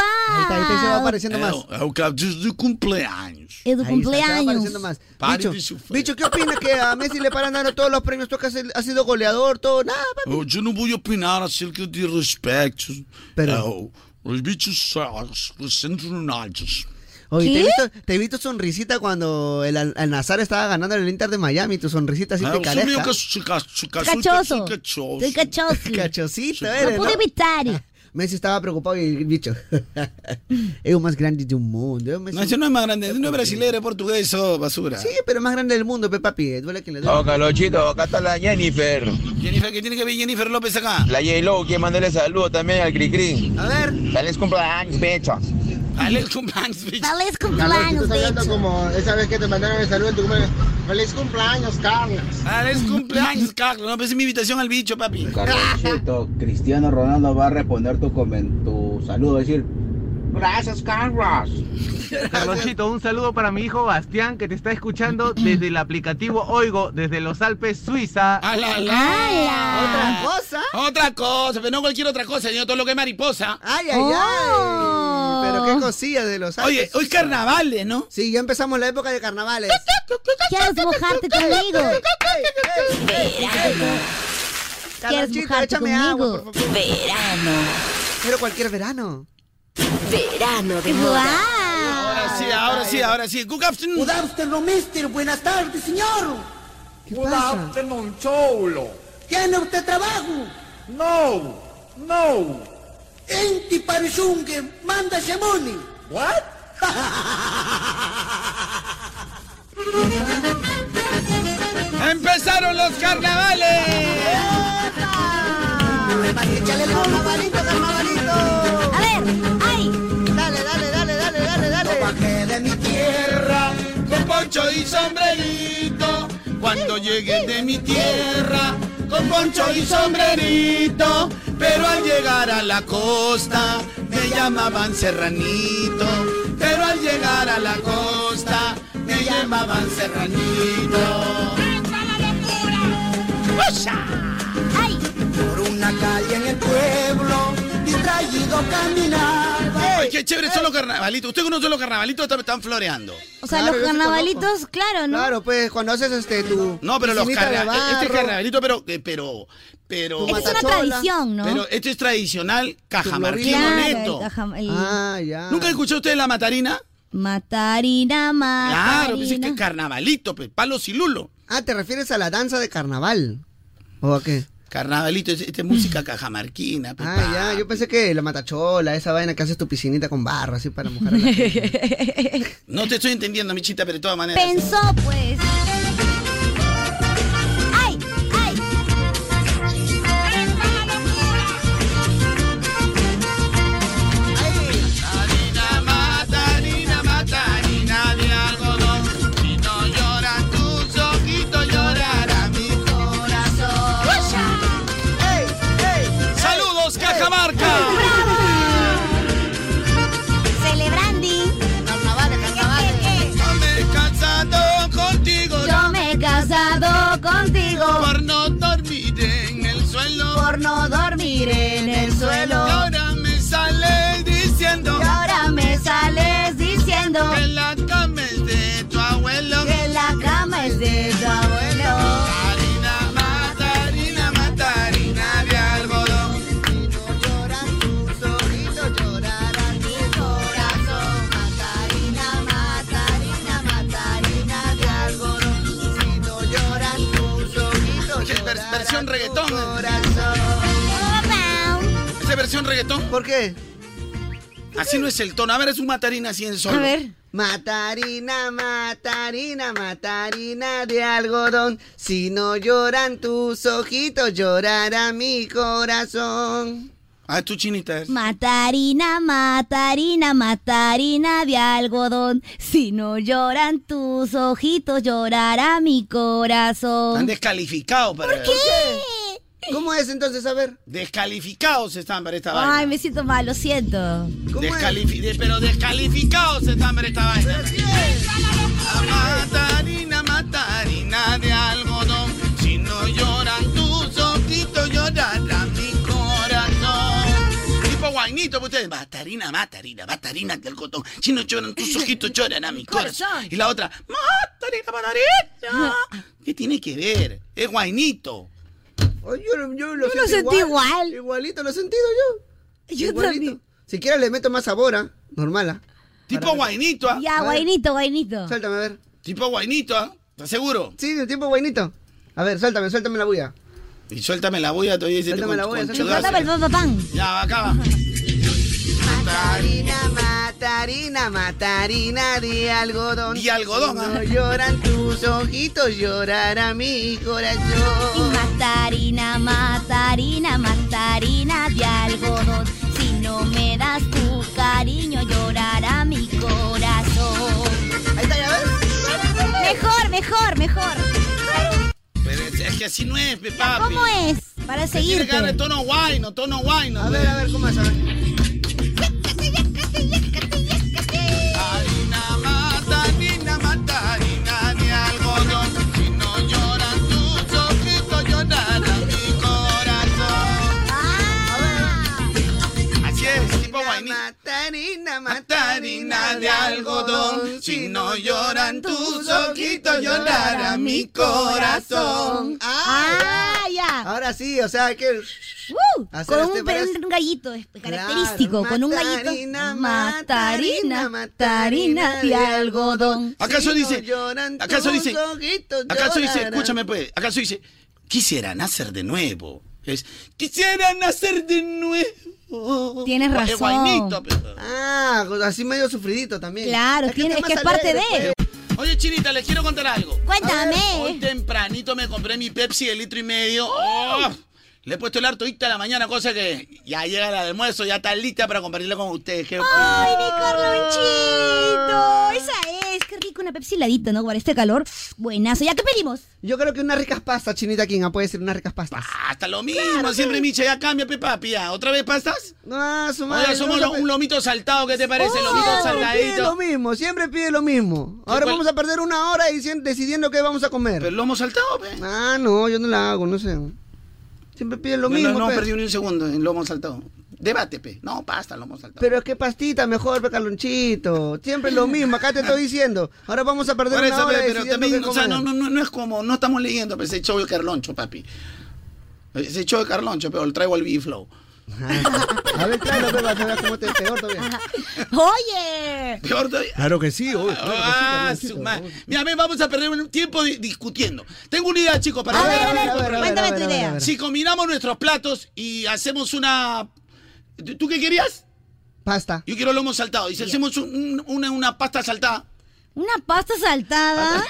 [SPEAKER 2] apareciendo más.
[SPEAKER 4] É o cara diz de cumpleaños.
[SPEAKER 2] Ahí
[SPEAKER 3] Es tu
[SPEAKER 2] está, estaba
[SPEAKER 3] cumpleaños.
[SPEAKER 2] apareciendo más.
[SPEAKER 4] Pare
[SPEAKER 2] Bicho,
[SPEAKER 4] de sufrir.
[SPEAKER 2] bicho, ¿qué opinas que a Messi le paran dando todos los premios? Tú que has, has sido goleador, todo, nada, papi.
[SPEAKER 4] Eu já não vou opinar acerca de respeito. É, o- os bichos são os Ronaldos.
[SPEAKER 2] Oye, te he, visto, te he visto sonrisita cuando el, Al- Al Nazar estaba ganando en el Inter de Miami, tu sonrisita así
[SPEAKER 4] Ah,
[SPEAKER 2] te
[SPEAKER 4] eu sou meio
[SPEAKER 2] careja.
[SPEAKER 4] cacho- cacho- cacho-
[SPEAKER 3] Cachoso.
[SPEAKER 4] e cachoso.
[SPEAKER 3] Soy cachoso.
[SPEAKER 2] *laughs* Cachosito
[SPEAKER 3] No
[SPEAKER 2] eres, ¿no?
[SPEAKER 3] pude
[SPEAKER 2] Ah,
[SPEAKER 3] evitar. eh.
[SPEAKER 2] Messi estaba preocupado y el bicho. *laughs* es el más grande del mundo. eh, Messi.
[SPEAKER 4] No, ese no es más grande, ese no es brasileño, es portugués, eso, basura.
[SPEAKER 2] Sí, pero más grande del mundo, pe papi. Duele que le duele.
[SPEAKER 25] Oh, Calochito, acá está la Jennifer.
[SPEAKER 4] Jennifer, ¿qué tiene que ver Jennifer López acá?
[SPEAKER 25] La J-Lo, que mandarle saludo también al Cricri.
[SPEAKER 2] A ver.
[SPEAKER 25] Feliz cumpleaños, pecho.
[SPEAKER 4] Feliz cumpleaños, bicho.
[SPEAKER 3] Feliz
[SPEAKER 25] cumpleaños,
[SPEAKER 21] bicho. como esa vez que te mandaron el saludo en tu cumpleaños. Feliz cumpleaños, Carlos.
[SPEAKER 4] Feliz Ah, cumpleaños, Carlos. No, pensé mi invitación al bicho, papi.
[SPEAKER 26] Carlosito, Cristiano Ronaldo va a responder tu, comen- tu saludo, es decir,
[SPEAKER 21] Gracias,
[SPEAKER 5] *laughs*
[SPEAKER 21] Carlos.
[SPEAKER 5] Carlonchito, un saludo para mi hijo Bastián que te está escuchando desde el aplicativo Oigo, desde los Alpes, Suiza.
[SPEAKER 4] ¡Ala,
[SPEAKER 2] ala! ¿Otra cosa?
[SPEAKER 4] Otra cosa, pero no cualquier otra cosa, sino todo lo que es mariposa. ¡Oh!
[SPEAKER 2] Ay, ay, ay. Pero
[SPEAKER 3] Oh.
[SPEAKER 2] qué cosilla de los
[SPEAKER 4] Oye,
[SPEAKER 2] Alpes.
[SPEAKER 4] hoy carnavales, ¿no?
[SPEAKER 2] Sí, ya empezamos la época de carnavales.
[SPEAKER 3] ¿Quieres mojarte conmigo?
[SPEAKER 2] Carlos,
[SPEAKER 3] ¿Quieres
[SPEAKER 2] chico,
[SPEAKER 3] mojarte
[SPEAKER 2] échame agua,
[SPEAKER 3] conmigo?
[SPEAKER 2] por favor.
[SPEAKER 3] Verano.
[SPEAKER 2] Pero cualquier verano.
[SPEAKER 21] Verano
[SPEAKER 2] de moda.
[SPEAKER 4] Ahora sí, ahora sí, ahora sí. Good afternoon.
[SPEAKER 21] Good afternoon, mister. Buenas tardes, señor. Good afternoon, cholo. ¿Tiene usted trabajo? No, no. Enti parishungue, manda money. *laughs* What?
[SPEAKER 4] ¡Empezaron los carnavales!
[SPEAKER 21] Échale el carnavalito, carnavalito. A ver, ay. Dale, dale, dale, dale, dale, dale. bajé de mi
[SPEAKER 4] tierra con poncho y sombrerito. Cuando llegué de mi tierra con poncho y sombrerito, pero al llegar a la costa me llamaban serranito. Pero al llegar a la costa me llamaban serranito.
[SPEAKER 21] Por una calle en el pueblo y traí
[SPEAKER 5] chévere son los carnavalitos. Usted con un solo carnavalito está- están floreando.
[SPEAKER 3] O sea, los carnavalitos, claro, ¿no?
[SPEAKER 2] Claro, pues cuando haces este tu.
[SPEAKER 5] No, pero los
[SPEAKER 2] piscinita de
[SPEAKER 5] carna- este es
[SPEAKER 2] barro.
[SPEAKER 5] carnavalito, pero, eh, pero, pero.
[SPEAKER 3] Esta es una Matachola. tradición, ¿no?
[SPEAKER 5] Pero esto es tradicional cajamarquino
[SPEAKER 3] Claro, Ah. el
[SPEAKER 5] neto.
[SPEAKER 3] caja- el-
[SPEAKER 5] ¿Nunca escuchó usted la matarina?
[SPEAKER 3] Matarina, matarina.
[SPEAKER 5] Claro, pues es que es carnavalito, pues, palos y lulo.
[SPEAKER 2] Ah, te refieres a la danza de carnaval. ¿O a qué?
[SPEAKER 5] Carnavalito, es, esta es música cajamarquina. pues,
[SPEAKER 2] Ah, ya, yo pensé que la matachola, esa vaina que haces tu piscinita con barro, así para mojar. a la gente.
[SPEAKER 5] No te estoy entendiendo, Michita, pero de todas maneras.
[SPEAKER 3] Pensó, pues. ¡Ay, ay!
[SPEAKER 5] Matarina, matarina, matarina de algodón. Si no lloran tus ojitos, llorará mi corazón. ¡Saludos, Cajamarca!
[SPEAKER 3] Celebrandi.
[SPEAKER 1] Carnavales, carnavales.
[SPEAKER 5] Yo me he cansado contigo.
[SPEAKER 3] Yo me he casado contigo.
[SPEAKER 5] Por no dormir en el suelo.
[SPEAKER 3] Por no dormir en el suelo.
[SPEAKER 5] Y ahora me sales diciendo.
[SPEAKER 3] Y ahora me sales diciendo.
[SPEAKER 5] Que la cama es de tu abuelo.
[SPEAKER 3] Que la cama es de tu abuelo.
[SPEAKER 5] Matarina, matarina, matarina de algodón. Versión reggaetón. ¿Esa versión reggaetón?
[SPEAKER 2] ¿Por qué?
[SPEAKER 5] Así no es el tono. A ver, es un matarina así en solo.
[SPEAKER 2] Matarina, matarina, matarina de algodón. Si no lloran tus ojitos, llorará mi corazón.
[SPEAKER 5] Ah, tú chinita.
[SPEAKER 3] Matarina, matarina, matarina de algodón. Si no lloran tus ojitos, llorará mi corazón.
[SPEAKER 5] Están descalificados para.
[SPEAKER 3] ¿Por qué?
[SPEAKER 2] ¿Cómo es entonces? A ver.
[SPEAKER 5] Descalificados están para esta vaina.
[SPEAKER 3] Ay, me siento mal, lo siento.
[SPEAKER 5] Descalifi- de- pero descalificados están por esta vaina. Matarina, matarina de algodón. Si no lloran tus ojitos, llorará mi corazón. Tipo guainito, pues ustedes. Matarina, matarina, matarina del algodón. Si no lloran *laughs* tus ojitos, llorará mi corazón. Y la otra, matarina, matarina. ¿Qué tiene que ver? Es guainito.
[SPEAKER 2] Oye, yo, lo- yo lo,
[SPEAKER 5] Yo lo sentí igual.
[SPEAKER 2] Igualito, lo he sentido yo.
[SPEAKER 3] Yo
[SPEAKER 2] también. Si quieres le meto más sabor, ¿ah? normal. ¿ah?
[SPEAKER 5] Tipo guainito. ¿ah?
[SPEAKER 3] Ya, guainito, guainito.
[SPEAKER 2] Suéltame, a ver.
[SPEAKER 5] Tipo guainito, ¿ah? ¿estás seguro?
[SPEAKER 2] Sí, de tipo guainito. A ver, suéltame, suéltame la bulla.
[SPEAKER 5] Y suéltame la bulla, todavía dice
[SPEAKER 2] Suéltame la bulla, suéltame.
[SPEAKER 3] Suéltame el papapán.
[SPEAKER 5] Ya, acaba.
[SPEAKER 2] Matarina, matarina, matarina de algodón.
[SPEAKER 5] Y algodón,
[SPEAKER 2] Si
[SPEAKER 5] ah.
[SPEAKER 2] no lloran tus ojitos, llorará mi
[SPEAKER 3] Y
[SPEAKER 2] corazón.
[SPEAKER 3] matarina, matarina, matarina de algodón. Si no me das tu cariño, llorará mi corazón.
[SPEAKER 2] Ahí está, ya ves.
[SPEAKER 3] Mejor, mejor, mejor.
[SPEAKER 5] Pero es, es que así no es, pe, papi.
[SPEAKER 3] ¿Cómo es? Para
[SPEAKER 5] Se tiene
[SPEAKER 3] seguirte.
[SPEAKER 5] que darle tono guayno, tono guayno.
[SPEAKER 2] A ver, a ver, ¿cómo es? A ver.
[SPEAKER 5] Harina, matarina, matarina de algodón. Si no lloran tus ojitos, llorará mi corazón. Así es, tipo guainito.
[SPEAKER 2] Matarina,
[SPEAKER 5] matarina de algodón. Si no lloran tus ojitos, llorará mi corazón.
[SPEAKER 3] Ah, ya.
[SPEAKER 2] Ahora sí, o sea, hay que.
[SPEAKER 3] ¡Woo!
[SPEAKER 2] Hacer
[SPEAKER 3] Con
[SPEAKER 2] este
[SPEAKER 3] un,
[SPEAKER 2] brazo.
[SPEAKER 3] un gallito es característico,
[SPEAKER 2] Claro,
[SPEAKER 3] con un gallito.
[SPEAKER 2] matarina,
[SPEAKER 3] Matarina, matarina de algodón.
[SPEAKER 5] ¿Acaso dice?
[SPEAKER 2] lloran
[SPEAKER 5] ¿Acaso
[SPEAKER 2] tus
[SPEAKER 5] dice?
[SPEAKER 2] ojitos,
[SPEAKER 5] ¿Acaso dice?
[SPEAKER 2] llorarán.
[SPEAKER 5] Escúchame pues. ¿Acaso dice? Quisiera nacer de nuevo. Es quisiera nacer de nuevo.
[SPEAKER 3] Tienes
[SPEAKER 5] Es
[SPEAKER 3] razón.
[SPEAKER 5] guainito, pues. pe.
[SPEAKER 2] Ah, así medio sufridito también.
[SPEAKER 3] Claro, tiene-
[SPEAKER 2] está
[SPEAKER 3] es que
[SPEAKER 2] más
[SPEAKER 3] es parte
[SPEAKER 2] alegre,
[SPEAKER 3] de-
[SPEAKER 2] pues.
[SPEAKER 5] Oye, Chinita, les quiero contar algo.
[SPEAKER 3] Cuéntame.
[SPEAKER 5] Hoy tempranito me compré mi Pepsi de litro y medio. ¡Oh! Le he puesto el harto a la mañana, cosa que ya llega el almuerzo, ya está lista para compartirla con ustedes. ¡Qué
[SPEAKER 3] ¡Ay, mi
[SPEAKER 2] Ah.
[SPEAKER 3] Carlonchito! Esa es, qué rico, una Pepsi heladita, ¿no? Para este calor, buenazo. ¿Ya qué pedimos?
[SPEAKER 2] Yo creo que unas ricas pastas, Chinita Kinga, puede ser unas ricas pastas.
[SPEAKER 5] Hasta lo mismo, siempre Micha, ya cambia, pe, papi, ya. ¿Otra vez pastas?
[SPEAKER 2] No, su madre,
[SPEAKER 5] Ahora somos
[SPEAKER 2] no,
[SPEAKER 5] lo- un lomito saltado, ¿qué te parece?
[SPEAKER 3] Oh,
[SPEAKER 5] lomito
[SPEAKER 2] Siempre pide lo
[SPEAKER 5] saltadito.
[SPEAKER 2] mismo, siempre pide lo mismo. Ahora
[SPEAKER 5] cuál?
[SPEAKER 2] vamos a perder una hora dicien- decidiendo qué vamos a comer. ¿Pero
[SPEAKER 5] lo hemos saltado, pues. pe?
[SPEAKER 2] Ah, no, yo no la hago, no sé. Siempre pide lo
[SPEAKER 5] No,
[SPEAKER 2] mismo. pues.
[SPEAKER 5] No, no,
[SPEAKER 2] pe.
[SPEAKER 5] perdí ni un segundo en lomo saltado. Debate, pe. No, pasta, lo hemos saltado.
[SPEAKER 2] Pero es que pastita mejor, pe, Carlonchito. Siempre lo mismo, acá te estoy diciendo. Ahora vamos a perder
[SPEAKER 5] Por eso,
[SPEAKER 2] una hora
[SPEAKER 5] pe, pero
[SPEAKER 2] decidiendo
[SPEAKER 5] también,
[SPEAKER 2] qué
[SPEAKER 5] o sea, no,
[SPEAKER 2] comer.
[SPEAKER 5] no, no, no es como, no estamos leyendo pues, ese show de Carloncho, papi. Ese show de Carloncho, pero lo traigo al B-Flow.
[SPEAKER 2] *laughs* A ver, claro, pe, vas a ver cómo te peor todavía.
[SPEAKER 3] Oye.
[SPEAKER 5] Peor todavía.
[SPEAKER 13] Claro que sí, obvio.
[SPEAKER 5] Ah, su ma- Mira, a ver, vamos a perder un tiempo di- discutiendo. Tengo una idea, chicos, para
[SPEAKER 3] A ver, a ver, cuéntame tu idea.
[SPEAKER 5] Si combinamos nuestros platos y hacemos una. ¿Tú- ¿Tú qué querías?
[SPEAKER 2] Pasta.
[SPEAKER 5] Yo quiero lomo saltado. Y si hacemos un- un- una, una pasta saltada.
[SPEAKER 3] Una pasta
[SPEAKER 5] *laughs*
[SPEAKER 3] saltada.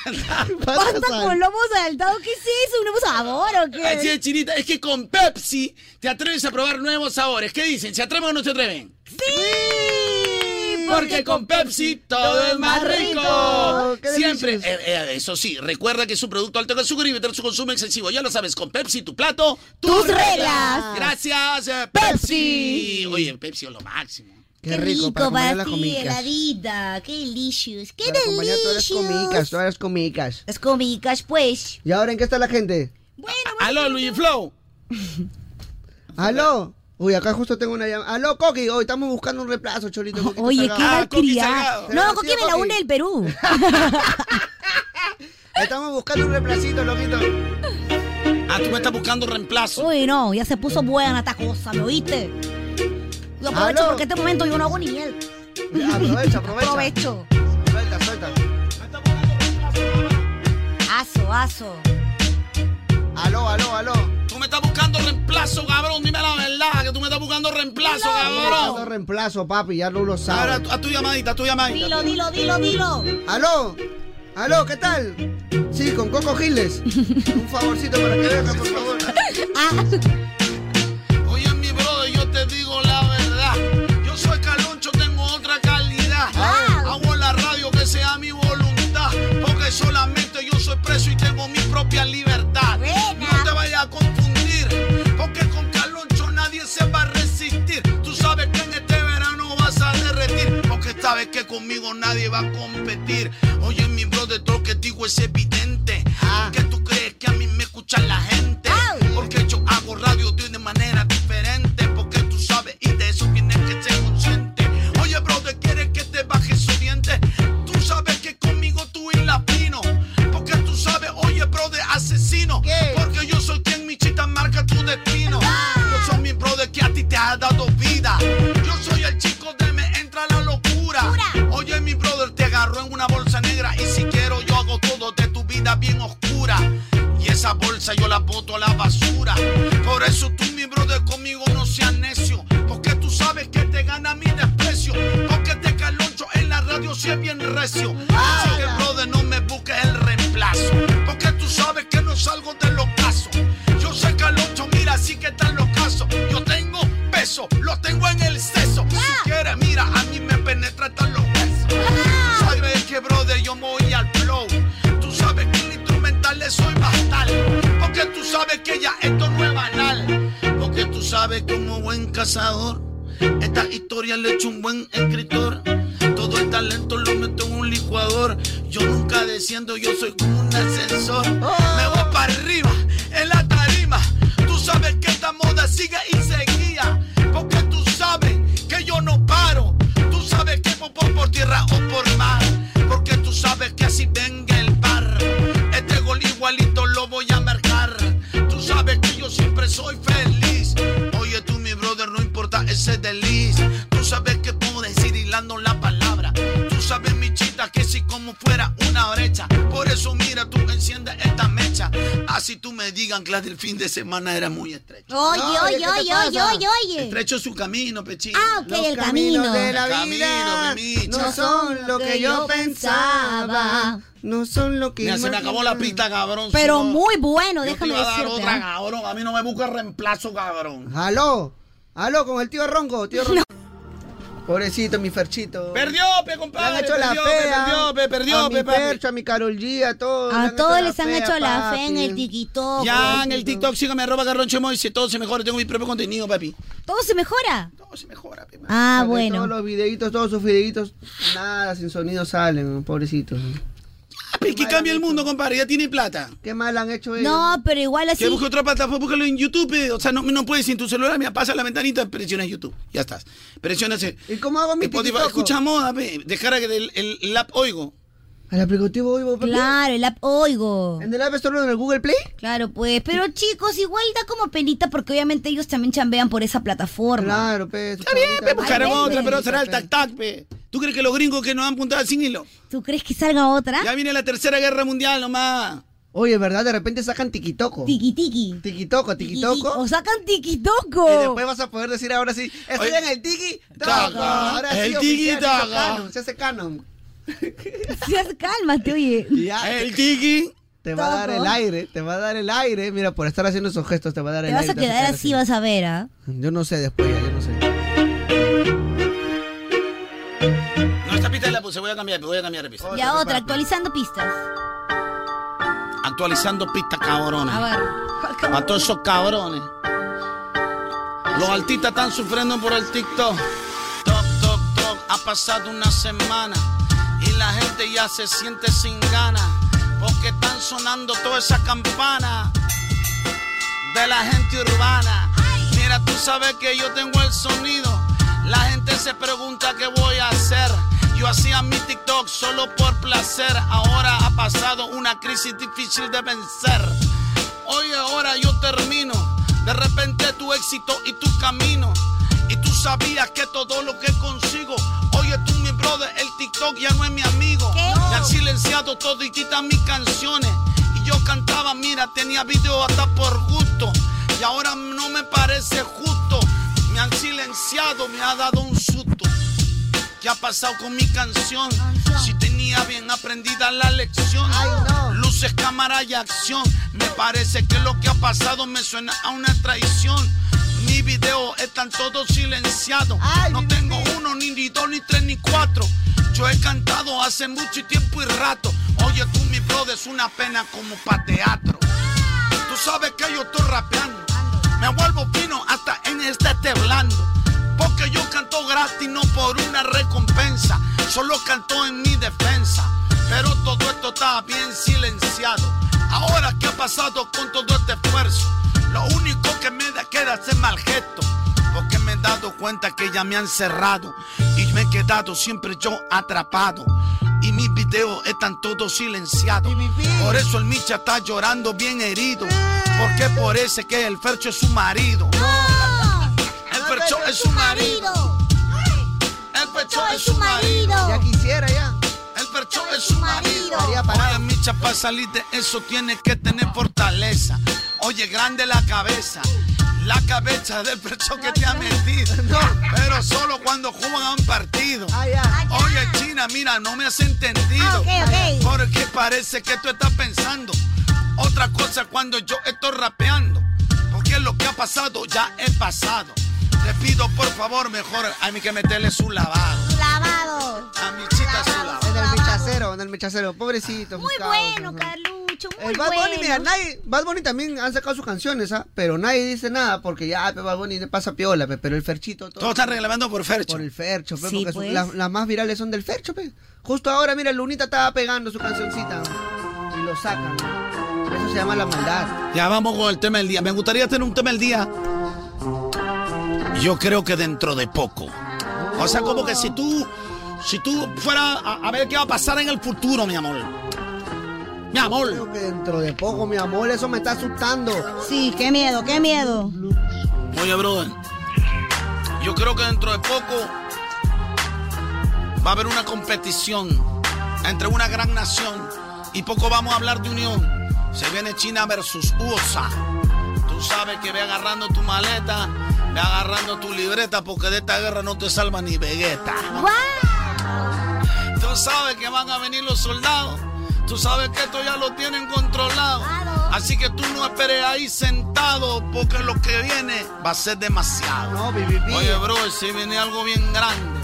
[SPEAKER 3] pasta con lomo saltado. ¿Qué es eso? ¿Un nuevo sabor o qué?
[SPEAKER 5] Así es, chinita. Es que con Pepsi te atreves a probar nuevos sabores. ¿Qué dicen? ¿Se atreven o no se atreven? Mm,
[SPEAKER 3] ¡Sí!
[SPEAKER 5] Porque con Pepsi todo es más rico. Siempre. Eh, eh, eso sí, recuerda que es un producto alto en azúcar y evitar su consumo excesivo. Ya lo sabes, con Pepsi tu plato, tus,
[SPEAKER 3] Tus
[SPEAKER 5] reglas.
[SPEAKER 3] reglas.
[SPEAKER 5] Gracias, eh, Pepsi. Oye, Pepsi es lo máximo.
[SPEAKER 3] Qué rico, para ti, heladita. Qué delicious. Qué
[SPEAKER 2] Compañía, todas las comicas,
[SPEAKER 3] delicious.
[SPEAKER 2] todas las comicas.
[SPEAKER 3] Las comicas, pues.
[SPEAKER 2] ¿Y ahora en qué está la gente?
[SPEAKER 5] Aló, Luigi Flow.
[SPEAKER 2] *laughs* Aló. Uy, acá justo tengo una llamada. Aló, Coqui. Hoy estamos buscando un reemplazo, Cholito. Coqui
[SPEAKER 3] Oye,
[SPEAKER 2] Salgado.
[SPEAKER 3] qué
[SPEAKER 5] Ah,
[SPEAKER 3] malcriada. No,
[SPEAKER 2] Coqui
[SPEAKER 3] Coqui me la une del Perú. *laughs*
[SPEAKER 2] Estamos buscando un reemplacito, loquito.
[SPEAKER 5] Ah, tú me estás buscando reemplazo.
[SPEAKER 3] Uy, no, ya se puso buena esta cosa, ¿me oíste? Yo aprovecho
[SPEAKER 2] Aló.
[SPEAKER 3] porque este momento yo no hago ni él.
[SPEAKER 2] Aprovecha, aprovecha.
[SPEAKER 3] Aprovecho.
[SPEAKER 2] Suelta, suelta.
[SPEAKER 3] Aso, aso.
[SPEAKER 2] Aló, aló, aló.
[SPEAKER 5] Tú me estás buscando reemplazo, cabrón. Dime la verdad, que tú me estás buscando reemplazo,
[SPEAKER 2] Buscando
[SPEAKER 5] cabrón.
[SPEAKER 2] reemplazo, papi. Ya no lo
[SPEAKER 5] Ahora
[SPEAKER 2] sabes.
[SPEAKER 5] a tu- a tu llamadita, a tu llamadita.
[SPEAKER 3] Dilo, dilo, dilo, dilo.
[SPEAKER 2] Aló. Aló, ¿qué tal? Sí, con Coco Giles. Un favorcito para que venga, por favor.
[SPEAKER 3] Ah,
[SPEAKER 5] Oye, mi brother, yo te digo la verdad. Yo soy Caloncho, tengo otra calidad. Hago la radio que sea mi voluntad. Porque solamente yo soy preso y tengo mi propia libertad. No te vayas a confundir. Porque con Caloncho nadie se va a resistir. Tú sabes que en este verano vas a derretir. Porque sabes que conmigo nadie va a competir. Oye, mi brother, todo lo que digo es evidente. Porque tú crees que a mí me escucha la gente. Porque yo hago radio de una manera diferente. Porque tú sabes y de eso tienes que ser consciente. Oye, brother, quieres que te bajes su diente. Tú sabes que conmigo tú y latino. Porque tú sabes, oye, brother, asesino. Porque yo soy quien mi chita marca tu destino. Yo soy mi brother que a ti te ha dado vida. Yo soy el chico de me entra la locura. Oye, mi brother, te agarro en una bolsa negra. Y si quiero, yo hago todo de tu vida bien oscura. Y esa bolsa yo la boto a la basura. Por eso tú, mi brother, conmigo no seas necio. Porque tú sabes que te gana mi desprecio. Porque te caloncho en la radio si es bien recio. Así que, brother, no me busques el reemplazo. Porque tú sabes que no salgo de los casos. Yo sé caloncho, mira, así que están los casos. Yo tengo peso, lo tengo en el seso. Si quieres, mira, a mí me penetra hasta los huesos. Tú Sabes que, brother, yo me voy al flow. Tú sabes que el instrumental le soy bastal. Porque tú sabes que ya esto no es banal. Porque tú sabes que como buen cazador, esta historia le echo un buen escritor. Todo el talento lo meto en un licuador. Yo nunca desciendo, yo soy como un ascensor. Me voy para arriba, en la tarima. Tú sabes que esta moda sigue y seguía. Porque tú sabes que yo no paro. Tú sabes que por, por, por tierra o por mar. Porque tú sabes que así venga el par. Este gol igualito lo voy a marcar. Tú sabes que yo siempre soy feliz. Oye tú, mi brother, no importa ese desliz. Tú sabes que puedo decir hilando la palabra. Tú sabes, mi chita, que si como fuera una brecha. Por eso mira, tú enciendes esta mecha. Así tú me digan que la del fin de semana era muy estrecha.
[SPEAKER 3] Oye,
[SPEAKER 5] No,
[SPEAKER 3] oye,
[SPEAKER 5] ¿qué te
[SPEAKER 3] oye,
[SPEAKER 5] pasa?
[SPEAKER 3] oye, oye, oye.
[SPEAKER 5] Estrecho es su camino, pechín.
[SPEAKER 3] Ah, ok, Los el caminos camino. de la
[SPEAKER 5] El camino,
[SPEAKER 2] vida
[SPEAKER 5] mi micha.
[SPEAKER 2] no son lo que yo pensaba. No son lo que
[SPEAKER 5] Mira, se me acabó la pista, cabrón.
[SPEAKER 3] Pero
[SPEAKER 5] Si no,
[SPEAKER 3] muy bueno,
[SPEAKER 5] yo te
[SPEAKER 3] déjame
[SPEAKER 5] iba a dar
[SPEAKER 3] decirte.
[SPEAKER 5] otra,
[SPEAKER 3] ¿ah?
[SPEAKER 5] cabrón. A mí no me busca reemplazo, cabrón.
[SPEAKER 2] Aló. Aló, con el tío Ronco, tío Ronco. Pobrecito, mi Ferchito.
[SPEAKER 5] Perdió, pe,
[SPEAKER 2] Le han
[SPEAKER 5] compadre.
[SPEAKER 2] hecho la
[SPEAKER 5] perdió,
[SPEAKER 2] fea.
[SPEAKER 5] pe, perdió, pe,
[SPEAKER 2] a
[SPEAKER 5] perdió,
[SPEAKER 2] mi
[SPEAKER 5] pe, papi.
[SPEAKER 2] Fercho, a mi Carol G, a todos.
[SPEAKER 3] A
[SPEAKER 2] le han hecho
[SPEAKER 3] todos
[SPEAKER 2] la
[SPEAKER 3] les han
[SPEAKER 2] fea,
[SPEAKER 3] hecho la fe en
[SPEAKER 2] papi.
[SPEAKER 3] el tiquito.
[SPEAKER 5] Ya en el TikTok sígame arroba garroncho y si todo se mejora, tengo mi propio contenido, papi.
[SPEAKER 3] Todo se mejora.
[SPEAKER 5] Todo se mejora,
[SPEAKER 3] Ah,
[SPEAKER 2] Sale
[SPEAKER 3] bueno.
[SPEAKER 2] Todos los videitos, todos sus videitos, nada, sin sonido salen, pobrecitos.
[SPEAKER 5] pues, que cambia el mundo, compadre. Ya tiene plata.
[SPEAKER 2] Qué mal han hecho ellos.
[SPEAKER 3] No, pero igual así.
[SPEAKER 5] Que busque otra plataforma, búscalo en YouTube. eh. O sea, no, no puedes sin tu celular, mira, pasa la ventanita, presionas YouTube. Ya estás. Presionas el.
[SPEAKER 2] ¿Y cómo hago mi
[SPEAKER 5] Spotify?
[SPEAKER 2] tikitoco?
[SPEAKER 5] Escucha moda, pe. Descarga el, el, el app Oigo.
[SPEAKER 2] Al aplicativo Oigo.
[SPEAKER 3] Claro, el app Oigo.
[SPEAKER 2] ¿En el App Store en el Google Play?
[SPEAKER 3] Claro, pues. Pero chicos, igual da como penita porque obviamente ellos también chambean por esa plataforma.
[SPEAKER 2] Claro, pues.
[SPEAKER 5] Está bien, pe, buscarán otra, pero será el tac-tac, pe. ¿Tú crees que los gringos que nos han puntado sin hilo?
[SPEAKER 3] ¿Tú crees que salga otra?
[SPEAKER 5] Ya viene la tercera guerra mundial nomás.
[SPEAKER 2] Oye, ¿verdad? De repente sacan tiquitoco.
[SPEAKER 3] Tiki tiki.
[SPEAKER 2] Tiquitoco, tiquitoco.
[SPEAKER 3] O sacan tiquitoco.
[SPEAKER 2] Y después vas a poder decir ahora sí, estoy en el tiki toco. Ahora sí,
[SPEAKER 5] El
[SPEAKER 2] oficial,
[SPEAKER 5] tiki toco.
[SPEAKER 2] se hizo canon, Se hace canon.
[SPEAKER 3] Cálmate, oye.
[SPEAKER 5] El tiki.
[SPEAKER 2] Te va a dar
[SPEAKER 3] Toco.
[SPEAKER 2] el aire, te va a dar el aire. Mira, por estar haciendo esos gestos, te va a dar
[SPEAKER 3] Te
[SPEAKER 2] el
[SPEAKER 3] vas
[SPEAKER 2] aire.
[SPEAKER 3] a quedar así, vas a ver, ¿ah?
[SPEAKER 2] Yo no sé después, ya, yo no sé.
[SPEAKER 5] No, esta pista la puse, voy a cambiar, voy a cambiar de pista.
[SPEAKER 3] Ya otra, actualizando pistas.
[SPEAKER 5] Actualizando pista
[SPEAKER 3] A
[SPEAKER 5] cabrona.
[SPEAKER 3] ver.
[SPEAKER 5] A todos esos cabrones. Los artistas están sufriendo por el TikTok. Toc, toc, toc. Ha pasado una semana y la gente ya se siente sin ganas porque están sonando toda esa campana de la gente urbana. Mira, tú sabes que yo tengo el sonido. La gente se pregunta qué voy a hacer. Yo hacía mi TikTok solo por placer. Ahora ha pasado una crisis difícil de vencer. Hoy ahora yo termino. De repente tu éxito y tu camino. Y tú sabías que todo lo que consigo. Oye tú, mi brother, el TikTok ya no es mi amigo. Me han silenciado todo y quitan mis canciones. Y yo cantaba, mira, tenía video hasta por gusto. Y ahora no me parece justo. Me han silenciado, me ha dado un susto. ¿Qué ha pasado con mi canción? Si tenía bien aprendida la lección. Luces, cámara y acción. Me parece que lo que ha pasado me suena a una traición. Mi video están todos silenciados. no tengo uno, ni, ni dos, ni tres, ni cuatro. Yo he cantado hace mucho tiempo y rato. Oye, tú, mi brother, es una pena como para teatro. Tú sabes que yo estoy rapeando. Me vuelvo fino hasta en este teblando. Porque yo canto gratis, no por una recompensa. Solo canto en mi defensa. Pero todo esto está bien silenciado. Ahora que ha pasado con todo este esfuerzo, lo único que me da- queda es el mal gesto. Porque me he dado cuenta que ya me han cerrado. Y me he quedado siempre yo atrapado. Y mis videos están todos silenciados. Por eso el Micha está llorando bien herido. Porque parece que el Fercho es su marido. El Fercho es su marido. El Fercho es su marido.
[SPEAKER 2] Ya quisiera, ya.
[SPEAKER 5] El Fercho es su marido. Oye, Micha, para salir de eso tienes que tener fortaleza. Oye, grande la cabeza. La cabeza del Fercho que te ha *laughs* metido. Pero solo cuando juegan un partido. Ah, Oye, China, mira, no me has entendido. Porque parece que tú estás pensando. Otra cosa cuando yo estoy rapeando. Porque lo que ha pasado ya es pasado. Te pido por favor mejor a mí que meterle su lavado.
[SPEAKER 3] Lavado.
[SPEAKER 5] A mi chita su lavado.
[SPEAKER 2] En el mechacero, en el mechacero. Pobrecito.
[SPEAKER 3] Muy bueno, Carlucho. Muy
[SPEAKER 2] El Bad Bunny,
[SPEAKER 3] bueno.
[SPEAKER 2] mira, nadie, Bad Bunny también han sacado sus canciones, ¿ah? Pero nadie dice nada porque ya, pe, Bad Bunny le pasa piola, pe, pero el Ferchito... Todo,
[SPEAKER 5] Todos están reclamando por Fercho.
[SPEAKER 2] Por el Fercho, pe,
[SPEAKER 5] Sí,
[SPEAKER 2] porque son-
[SPEAKER 5] pues.
[SPEAKER 2] las, las más virales son del Fercho, pe. Justo ahora, mira, Lunita estaba pegando su cancioncita y lo sacan. Eso se llama la maldad.
[SPEAKER 5] Ya vamos con el tema del día. Me gustaría tener un tema del día. Yo creo que dentro de poco. O sea, como que si tú, si tú fueras a, a ver qué va a pasar en el futuro, mi amor. Mi amor.
[SPEAKER 2] Creo que dentro de poco, mi amor, eso me está asustando.
[SPEAKER 3] Sí, qué miedo, qué miedo.
[SPEAKER 5] Oye, brother. Yo creo que dentro de poco va a haber una competición entre una gran nación y poco vamos a hablar de unión. Se viene China versus USA. Tú sabes que ve agarrando tu maleta, ve agarrando tu libreta porque de esta guerra no te salva ni Vegeta. Tú sabes que van a venir los soldados. Tú sabes que esto ya lo tienen controlado. Así que tú no esperes ahí sentado porque lo que viene va a ser demasiado. Oye, bro, si viene algo bien grande.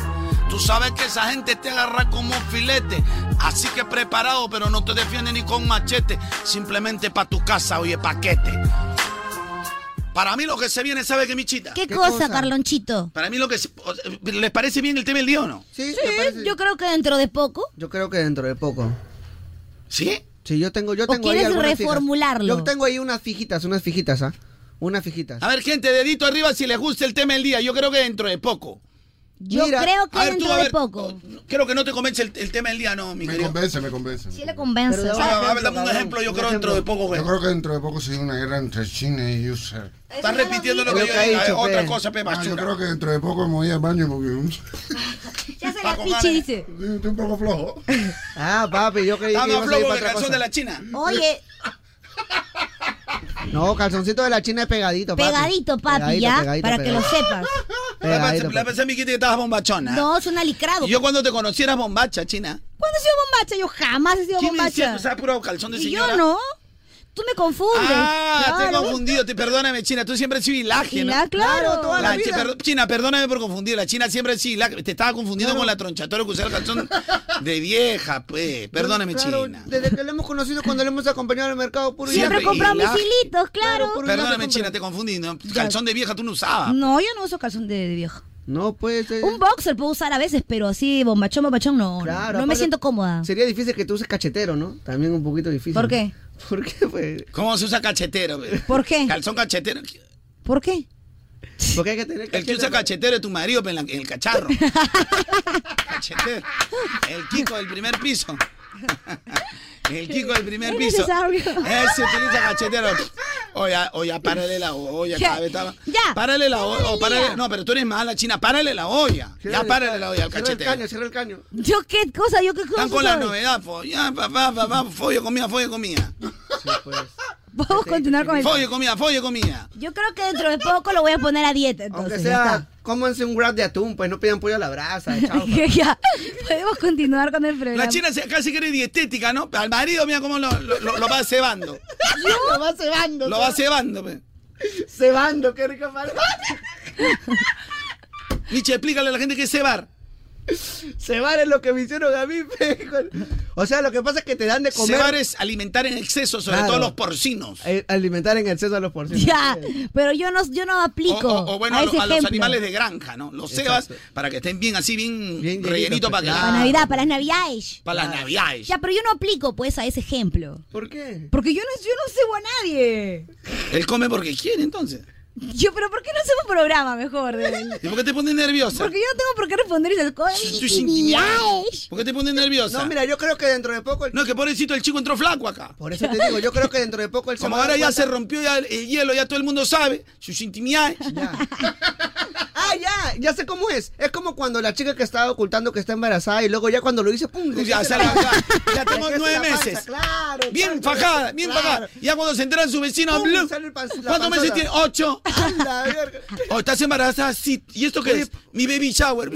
[SPEAKER 5] Tú sabes que esa gente te agarra como un filete. Así que preparado, pero no te defiende ni con machete. Simplemente para tu casa, oye, paquete. Para mí lo que se viene, ¿sabe qué, Michita?
[SPEAKER 3] ¿Qué, cosa, Carlonchito?
[SPEAKER 5] Para mí lo que... se- o sea, ¿Les parece bien el tema del día o no?
[SPEAKER 3] Sí, yo creo que dentro de poco.
[SPEAKER 2] Yo creo que dentro de poco.
[SPEAKER 5] ¿Sí?
[SPEAKER 2] Sí, yo tengo, yo
[SPEAKER 5] ¿O
[SPEAKER 2] tengo
[SPEAKER 5] quieres
[SPEAKER 2] ahí algunas
[SPEAKER 5] reformularlo?
[SPEAKER 2] fijas. Yo tengo ahí unas fijitas, unas fijitas, ¿ah? Unas fijitas.
[SPEAKER 5] A ver, gente, dedito arriba si les gusta el tema del día. Yo creo que dentro de poco.
[SPEAKER 3] Yo
[SPEAKER 5] Mira,
[SPEAKER 3] creo que
[SPEAKER 5] a ver,
[SPEAKER 3] dentro
[SPEAKER 5] tú, a
[SPEAKER 3] de
[SPEAKER 5] ver,
[SPEAKER 3] poco.
[SPEAKER 5] Creo que no te convence el, el tema del día, no, mi
[SPEAKER 13] Me
[SPEAKER 5] querido.
[SPEAKER 13] convence, me convence.
[SPEAKER 3] Sí le convence.
[SPEAKER 5] Pero
[SPEAKER 3] ¿sabes?
[SPEAKER 5] dame- dame un ejemplo, yo creo dentro de poco, güey.
[SPEAKER 13] Yo creo que dentro de poco se dio una guerra entre China y USA.
[SPEAKER 5] Estás repitiendo lo que yo
[SPEAKER 13] he
[SPEAKER 5] dije.
[SPEAKER 13] dicho,
[SPEAKER 5] Otra
[SPEAKER 13] pe.
[SPEAKER 5] cosa, pe,
[SPEAKER 13] Ah, Yo
[SPEAKER 5] basura.
[SPEAKER 13] creo que dentro de poco me voy al baño
[SPEAKER 5] *laughs*
[SPEAKER 13] porque...
[SPEAKER 3] Ya se
[SPEAKER 5] la
[SPEAKER 3] pichi, dice.
[SPEAKER 13] Estoy un poco flojo.
[SPEAKER 2] Ah, papi, yo creí que
[SPEAKER 5] Estamos
[SPEAKER 2] ibas a
[SPEAKER 5] flojos
[SPEAKER 2] ir para
[SPEAKER 5] de
[SPEAKER 2] otra
[SPEAKER 5] calzón
[SPEAKER 2] cosa.
[SPEAKER 5] de la China.
[SPEAKER 3] Oye,
[SPEAKER 2] No, calzoncito de la China es pegadito, papi.
[SPEAKER 3] pegadito, papi, ya, para que lo sepas.
[SPEAKER 5] La
[SPEAKER 2] Pegadito,
[SPEAKER 5] pensé- La pensé, mi Kitty, que estabas bombachona.
[SPEAKER 3] No, es un alicrado.
[SPEAKER 5] Y yo cuando te conocieras bombacha, China.
[SPEAKER 3] ¿Cuándo he sido bombacha? Yo jamás he sido
[SPEAKER 5] ¿Quién me decía que
[SPEAKER 3] bombacha.
[SPEAKER 5] usabas puro calzón de
[SPEAKER 3] Y
[SPEAKER 5] señora?
[SPEAKER 3] yo no. Tú me confundes.
[SPEAKER 5] Ah, te he
[SPEAKER 3] Claro.
[SPEAKER 5] confundido. Te, perdóname, China. Tú siempre has sido hilaje, ¿no?
[SPEAKER 3] Hila- claro. Claro, toda la
[SPEAKER 5] chi-
[SPEAKER 3] vida.
[SPEAKER 5] per- China, perdóname por confundir. La China siempre ha sido hilaje. Te estaba confundiendo con la tronchatoria que usaba el calzón de vieja, pues. Perdóname,
[SPEAKER 2] Claro,
[SPEAKER 5] China.
[SPEAKER 2] Desde que lo hemos conocido cuando lo hemos acompañado al mercado puro
[SPEAKER 5] Siempre compraba mis
[SPEAKER 3] hilitos, claro.
[SPEAKER 5] Perdóname, China, te confundí. ¿no? Calzón de vieja tú no usabas.
[SPEAKER 3] No, yo no uso calzón de, de viejo.
[SPEAKER 2] No, pues.
[SPEAKER 3] Un boxer puedo usar a veces, pero así, bombachón, bombachón, no. no.
[SPEAKER 2] Claro,
[SPEAKER 3] no me
[SPEAKER 2] aparte-
[SPEAKER 3] siento cómoda.
[SPEAKER 2] Sería difícil que tú uses cachetero, ¿no? También un poquito difícil.
[SPEAKER 3] ¿Por
[SPEAKER 2] *laughs*
[SPEAKER 3] qué?
[SPEAKER 2] ¿Por
[SPEAKER 3] *laughs*
[SPEAKER 2] qué, pues?
[SPEAKER 5] ¿Cómo se usa cachetero? pe?
[SPEAKER 3] ¿Por qué?
[SPEAKER 5] Calzón cachetero.
[SPEAKER 3] ¿Por qué?
[SPEAKER 2] Porque hay que tener
[SPEAKER 5] El que usa cachetero es tu marido pe, en, la- en el cacharro. cachetero. El Kiko del primer piso. El Kiko del primer
[SPEAKER 3] Es
[SPEAKER 5] piso.
[SPEAKER 3] necesario.
[SPEAKER 5] Él se utiliza cachetero. Oye, oye, párale la olla.
[SPEAKER 3] Ya,
[SPEAKER 5] cada vez está-
[SPEAKER 3] ya.
[SPEAKER 5] Párale la
[SPEAKER 3] Todo
[SPEAKER 5] olla.
[SPEAKER 3] el
[SPEAKER 5] o párale-
[SPEAKER 3] día.
[SPEAKER 5] No, pero tú eres mala, China. Párale la olla. Ya párale la olla al
[SPEAKER 2] Cierra el
[SPEAKER 5] cachetero.
[SPEAKER 2] caño, cierra el caño.
[SPEAKER 3] ¿Yo qué cosa? ¿Yo qué cosa?
[SPEAKER 5] Están con la
[SPEAKER 3] soy?
[SPEAKER 5] novedad, po. Ya, papá, papá, folle comida, folle comida.
[SPEAKER 3] Vamos a continuar con el...
[SPEAKER 5] Folle comida, folle comida.
[SPEAKER 3] Yo creo que dentro de poco lo voy a poner a dieta, entonces.
[SPEAKER 2] Aunque
[SPEAKER 3] ya
[SPEAKER 2] sea, cómanse un wrap de atún, pues no pidan pollo a la brasa,
[SPEAKER 3] *laughs*
[SPEAKER 2] chao.
[SPEAKER 3] está. ya, podemos continuar con el programa.
[SPEAKER 5] La china se- casi que eres dietética, ¿no? Al marido, mira cómo lo, lo- lo- lo va cebando.
[SPEAKER 2] *laughs* lo va
[SPEAKER 5] *laughs*
[SPEAKER 2] cebando.
[SPEAKER 5] Lo va cebando, pe.
[SPEAKER 2] cebando, qué rica palabra.
[SPEAKER 5] Michi, explícale a la gente qué es cebar.
[SPEAKER 2] Cebar es lo que me hicieron a mí, *laughs* pe. O sea, lo que pasa es que te dan de comer.
[SPEAKER 5] Cebar es alimentar en exceso, sobre
[SPEAKER 2] Claro.
[SPEAKER 5] todo los porcinos.
[SPEAKER 2] eh, alimentar en exceso a los porcinos.
[SPEAKER 3] Ya, pero yo no, yo no
[SPEAKER 5] O,
[SPEAKER 3] aplico
[SPEAKER 5] o- o bueno,
[SPEAKER 3] a
[SPEAKER 5] a, lo-
[SPEAKER 3] ese
[SPEAKER 5] a los
[SPEAKER 3] ejemplo.
[SPEAKER 5] animales de granja, ¿no? Los cebas para que estén bien así, bien, rellenitos
[SPEAKER 2] pues,
[SPEAKER 5] para que
[SPEAKER 3] Para Navidad, para las Navidades.
[SPEAKER 5] Para las navidades.
[SPEAKER 3] Ya, pero yo no aplico, pues, a ese ejemplo.
[SPEAKER 2] ¿Por qué?
[SPEAKER 3] Porque yo no, yo no cebo a nadie.
[SPEAKER 5] Él come porque quiere, entonces.
[SPEAKER 3] Yo, pero ¿por qué no hacemos programa mejor? de-
[SPEAKER 5] ¿Y por qué te pones *laughs* nerviosa?
[SPEAKER 3] Porque yo no tengo por qué responder esas cosas.
[SPEAKER 5] Tus intimidades. ¿Por qué te pones nerviosa?
[SPEAKER 2] No, mira, yo creo que dentro de poco.
[SPEAKER 5] No, que pobrecito el chico entró flaco acá.
[SPEAKER 2] Por eso te digo, yo creo que dentro de poco el
[SPEAKER 5] Como
[SPEAKER 2] se va a *laughs*
[SPEAKER 5] ahora
[SPEAKER 2] dar
[SPEAKER 5] ya
[SPEAKER 2] cuenta-
[SPEAKER 5] se rompió ya el, el hielo, ya todo el mundo sabe sus intimidades.
[SPEAKER 2] Ah, ya, ya sé cómo es. Es como cuando la chica que estaba ocultando que está embarazada y luego ya cuando lo hice, pum,
[SPEAKER 5] Ya,
[SPEAKER 2] se
[SPEAKER 5] se
[SPEAKER 2] la-
[SPEAKER 5] la- *laughs* ya, ya tenemos
[SPEAKER 2] Regresa
[SPEAKER 5] nueve
[SPEAKER 2] la panza,
[SPEAKER 5] meses.
[SPEAKER 2] Claro.
[SPEAKER 5] Bien
[SPEAKER 2] claro,
[SPEAKER 5] fajada, bien
[SPEAKER 2] claro.
[SPEAKER 5] fajada. Ya cuando se enteran sus vecinos,
[SPEAKER 2] Pum,
[SPEAKER 5] blu,
[SPEAKER 2] sale el pan- la
[SPEAKER 5] ¿cuántos meses
[SPEAKER 2] panzona.
[SPEAKER 5] tiene? Ocho.
[SPEAKER 2] *laughs* Anda, verga.
[SPEAKER 5] O Oh, estás embarazada, sí. ¿Y esto qué es? Mi baby shower.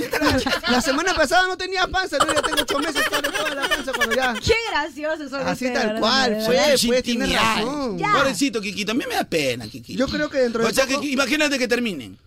[SPEAKER 2] La semana pasada no tenía panza, no, ya tengo ocho meses, sale toda la panza cuando ya.
[SPEAKER 3] Qué gracioso son
[SPEAKER 2] Así
[SPEAKER 3] ustedes,
[SPEAKER 2] tal
[SPEAKER 3] ¿verdad?
[SPEAKER 2] cual,
[SPEAKER 3] ¿verdad?
[SPEAKER 2] fue,
[SPEAKER 5] Sus
[SPEAKER 2] pues, tienes
[SPEAKER 5] intimidades.
[SPEAKER 2] razón. Ya.
[SPEAKER 5] Pobrecito, Kikito. A mí me da pena, Kikito.
[SPEAKER 2] Yo creo que dentro de
[SPEAKER 5] O sea,
[SPEAKER 2] poco-
[SPEAKER 5] que imagínate que terminen.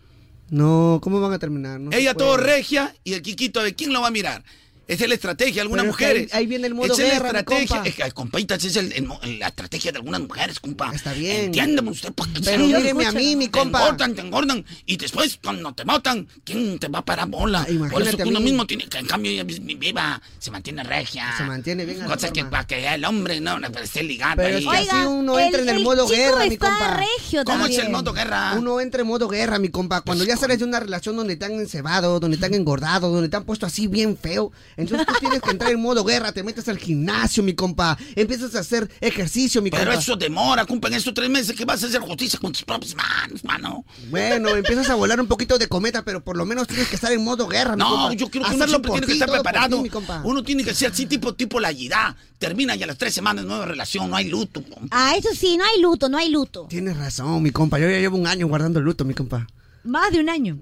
[SPEAKER 2] No, ¿cómo van a terminar? No se
[SPEAKER 5] Ella
[SPEAKER 2] puede.
[SPEAKER 5] todo regia y el Kikito, ¿de quién lo va a mirar? Esa es la estrategia, algunas
[SPEAKER 2] Pero es que
[SPEAKER 5] mujeres.
[SPEAKER 2] ahí- ahí viene el modo
[SPEAKER 5] Esa es la
[SPEAKER 2] guerra, mi
[SPEAKER 5] estrategia.
[SPEAKER 2] compa.
[SPEAKER 5] Es que, compadita, esa es el- el- la estrategia de algunas mujeres, compa. Está
[SPEAKER 2] bien.
[SPEAKER 5] Entiéndame usted, porque
[SPEAKER 2] Pero
[SPEAKER 5] Sí,
[SPEAKER 2] míreme a
[SPEAKER 5] escucha.
[SPEAKER 2] mí, mi
[SPEAKER 5] Te
[SPEAKER 2] compa.
[SPEAKER 5] engordan, te engordan. Y después, cuando te matan, ¿quién te va a parar bola? Por eso
[SPEAKER 2] imagínate
[SPEAKER 5] que
[SPEAKER 2] a
[SPEAKER 5] uno
[SPEAKER 2] mí.
[SPEAKER 5] mismo tiene que, en cambio, ella vi- viva, se mantiene regia.
[SPEAKER 2] Se mantiene bien a la
[SPEAKER 5] Cosa que para que ya el hombre no no, pero esté ligado
[SPEAKER 2] Pero
[SPEAKER 5] ahí.
[SPEAKER 2] es que así uno entra en el modo guerra, mi compa.
[SPEAKER 5] ¿Cómo es el modo guerra?
[SPEAKER 2] Uno entra en modo guerra, mi compa. Cuando ya sales de una relación donde te han encebado, donde te han engordado, donde te han puesto así bien feo, entonces tú tienes que entrar en modo guerra, te metes al gimnasio, mi compa. Empiezas a hacer ejercicio, mi
[SPEAKER 5] Pero
[SPEAKER 2] compa.
[SPEAKER 5] eso demora, compa, en estos tres meses que vas a hacer justicia con tus propias manos, mano.
[SPEAKER 2] Bueno, empiezas a volar un poquito de cometa, pero por lo menos tienes que estar en modo guerra, mi compa.
[SPEAKER 5] No, yo creo que uno
[SPEAKER 2] Hacerlo
[SPEAKER 5] siempre
[SPEAKER 2] por
[SPEAKER 5] tiene que
[SPEAKER 2] ti,
[SPEAKER 5] estar
[SPEAKER 2] todo por ti,
[SPEAKER 5] preparado.
[SPEAKER 2] mi compa.
[SPEAKER 5] Uno tiene que ser así tipo, tipo la yidá. Termina ya las tres semanas nueva relación, no hay luto.
[SPEAKER 3] Ah, eso sí, no hay luto, no hay luto.
[SPEAKER 2] Tienes razón, mi compa. Yo ya llevo un año guardando el luto, mi compa.
[SPEAKER 3] Más de
[SPEAKER 5] *laughs*
[SPEAKER 3] un año.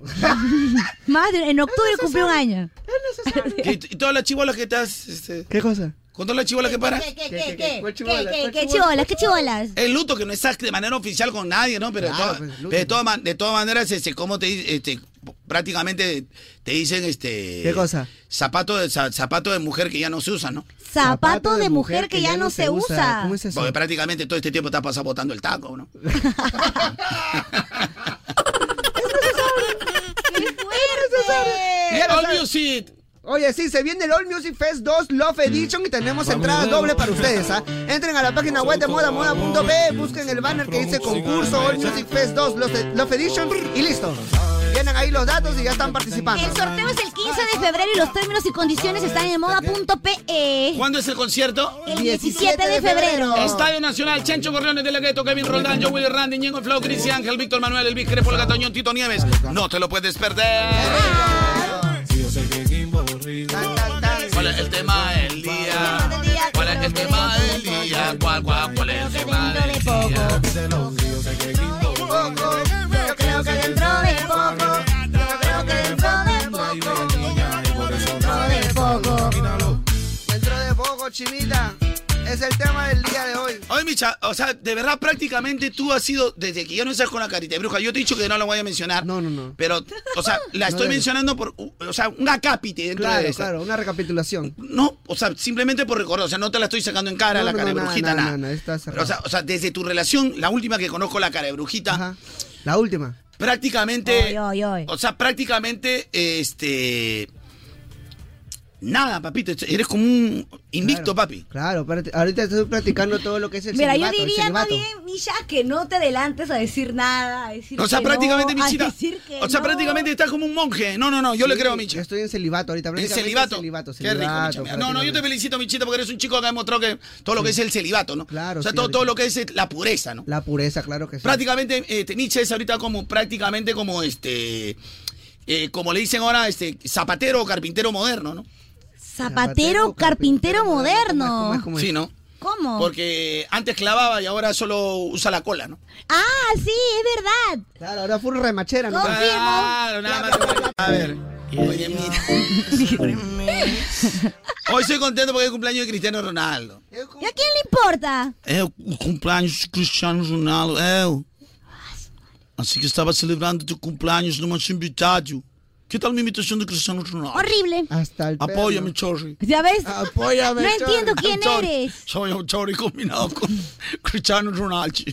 [SPEAKER 3] Más de un- En octubre cumplió un año.
[SPEAKER 5] Y, y todas las chibolas que estás... Este,
[SPEAKER 2] ¿Qué cosa?
[SPEAKER 5] con todas las chibolas que paras.
[SPEAKER 3] ¿Qué, qué, qué, qué?
[SPEAKER 2] ¿Cuál
[SPEAKER 3] ¿Qué,
[SPEAKER 2] chibola?
[SPEAKER 3] qué,
[SPEAKER 2] ¿Cuál
[SPEAKER 3] qué
[SPEAKER 2] chibola?
[SPEAKER 3] chibolas? ¿Qué chibolas?
[SPEAKER 5] El luto que no estás de manera oficial con nadie, ¿no? Pero de
[SPEAKER 2] Claro,
[SPEAKER 5] todas-
[SPEAKER 2] pues, luto,
[SPEAKER 5] de todas man- de todas maneras, este, ¿cómo te dice? Este, prácticamente te dicen este...
[SPEAKER 2] ¿Qué cosa?
[SPEAKER 5] Zapato de, za- zapato de mujer que ya no se usa, ¿no?
[SPEAKER 3] Zapato de mujer que ya no se usa.
[SPEAKER 2] ¿Cómo es eso?
[SPEAKER 5] Porque prácticamente todo este tiempo estás pasando botando el taco, ¿no?
[SPEAKER 3] ¡Qué fuerte!
[SPEAKER 5] All Music.
[SPEAKER 2] Oye, sí, se viene el All Music Fest 2 Love Edition y tenemos entradas dobles para ustedes, ¿ah? Entren a la página web de modamoda.p, busquen el banner que dice concurso All Music Fest 2 Love E-, Love Edition y listo. Llenan ahí los datos y ya están participando.
[SPEAKER 3] El sorteo es el 15 de febrero y los términos y condiciones están en moda.pe.
[SPEAKER 5] ¿Cuándo es el concierto?
[SPEAKER 3] El 17 de febreo.
[SPEAKER 5] Estadio Nacional, Chencho Corleones de la Gueto, Kevin Roldán, Joe Willy Randy, Ñengo Flow, Cristian Ángel, Víctor Manuel, Elvis Crepo, el Gatañón, Tito Nieves. No te lo puedes perder. ¿Cuál es el tema del día? ¿Cuál es el tema del día? ¿Cuál, cuál, cuál es el tema del día?
[SPEAKER 1] Yo creo que dentro de poco, yo creo que dentro de poco,
[SPEAKER 2] poco. Dentro de poco, chinita. Es el tema del día de hoy.
[SPEAKER 5] Oye, Micha, o sea, de verdad, prácticamente tú has sido, desde que ya no estás con la carita de bruja, yo te he dicho que no la voy a mencionar. No, no, no. Pero, o sea, la
[SPEAKER 2] *laughs* No
[SPEAKER 5] estoy
[SPEAKER 2] debes.
[SPEAKER 5] mencionando por, o sea, un acápite dentro
[SPEAKER 2] Claro,
[SPEAKER 5] de esta.
[SPEAKER 2] claro, una recapitulación.
[SPEAKER 5] No, o sea, simplemente por recordar, o sea, no te la estoy sacando en cara
[SPEAKER 2] No,
[SPEAKER 5] la
[SPEAKER 2] no,
[SPEAKER 5] cara
[SPEAKER 2] no,
[SPEAKER 5] de
[SPEAKER 2] nada,
[SPEAKER 5] brujita,
[SPEAKER 2] nada,
[SPEAKER 5] nada.
[SPEAKER 2] nada, está cerrado.
[SPEAKER 5] o, sea, o sea, desde tu relación, la última que conozco, la cara de brujita,
[SPEAKER 2] La última.
[SPEAKER 5] prácticamente, o sea, prácticamente, este, nada, papito, eres como un invicto, papi.
[SPEAKER 2] Claro, espérate, ahorita estoy practicando todo lo que es el
[SPEAKER 3] Mira, yo
[SPEAKER 2] celibato, el
[SPEAKER 3] diría más
[SPEAKER 2] celibato.
[SPEAKER 3] bien, Misha, que no te adelantes a decir nada, a decir
[SPEAKER 5] O sea,
[SPEAKER 3] que no,
[SPEAKER 5] prácticamente,
[SPEAKER 3] a
[SPEAKER 5] Michita,
[SPEAKER 3] decir que
[SPEAKER 5] o sea,
[SPEAKER 3] no.
[SPEAKER 5] prácticamente estás como un monje. No, no, no, yo le
[SPEAKER 2] Sí,
[SPEAKER 5] creo a Micha.
[SPEAKER 2] Yo estoy en celibato ahorita.
[SPEAKER 5] El
[SPEAKER 2] prácticamente
[SPEAKER 5] celibato.
[SPEAKER 2] celibato,
[SPEAKER 5] Qué rico,
[SPEAKER 2] celibato,
[SPEAKER 5] Micha. No, no, yo te felicito, Michita, porque eres un chico que ha demostrado que todo lo que es el celibato, ¿no? Claro. O sea,
[SPEAKER 2] sí,
[SPEAKER 5] todo,
[SPEAKER 2] ahorita.
[SPEAKER 5] todo lo que es la pureza, ¿no?
[SPEAKER 2] La pureza, claro que sí.
[SPEAKER 5] Prácticamente, este, Nietzsche es ahorita como, prácticamente como este. eh, como le dicen ahora, este, zapatero o carpintero moderno, ¿no?
[SPEAKER 3] Zapatero, carpintero moderno.
[SPEAKER 5] Sí, ¿no?
[SPEAKER 3] ¿Cómo?
[SPEAKER 5] Porque antes clavaba y ahora solo usa la cola, ¿no?
[SPEAKER 3] Ah, sí, es verdad.
[SPEAKER 2] Claro, ahora fue remachera, ¿no?
[SPEAKER 5] Claro, nada más. A ver. Oye, mira. *laughs* Hoy estoy contento porque es el cumpleaños de Cristiano Ronaldo.
[SPEAKER 3] ¿Y a quién le importa?
[SPEAKER 5] É o cumpleaños de Cristiano Ronaldo, é. o- Assim que estava celebrando teu cumpleaños numa invitado. Que tal minha imitação do Cristiano Ronaldo?
[SPEAKER 3] Horrible.
[SPEAKER 2] Hasta el
[SPEAKER 5] Apoya-me, Chorri.
[SPEAKER 3] ¿Ya ves?
[SPEAKER 5] Apóyame,
[SPEAKER 3] No
[SPEAKER 5] Chorri.
[SPEAKER 3] entiendo quién
[SPEAKER 5] Chorri.
[SPEAKER 3] eres.
[SPEAKER 5] Soy un Chorri combinado con Cristiano Ronaldo.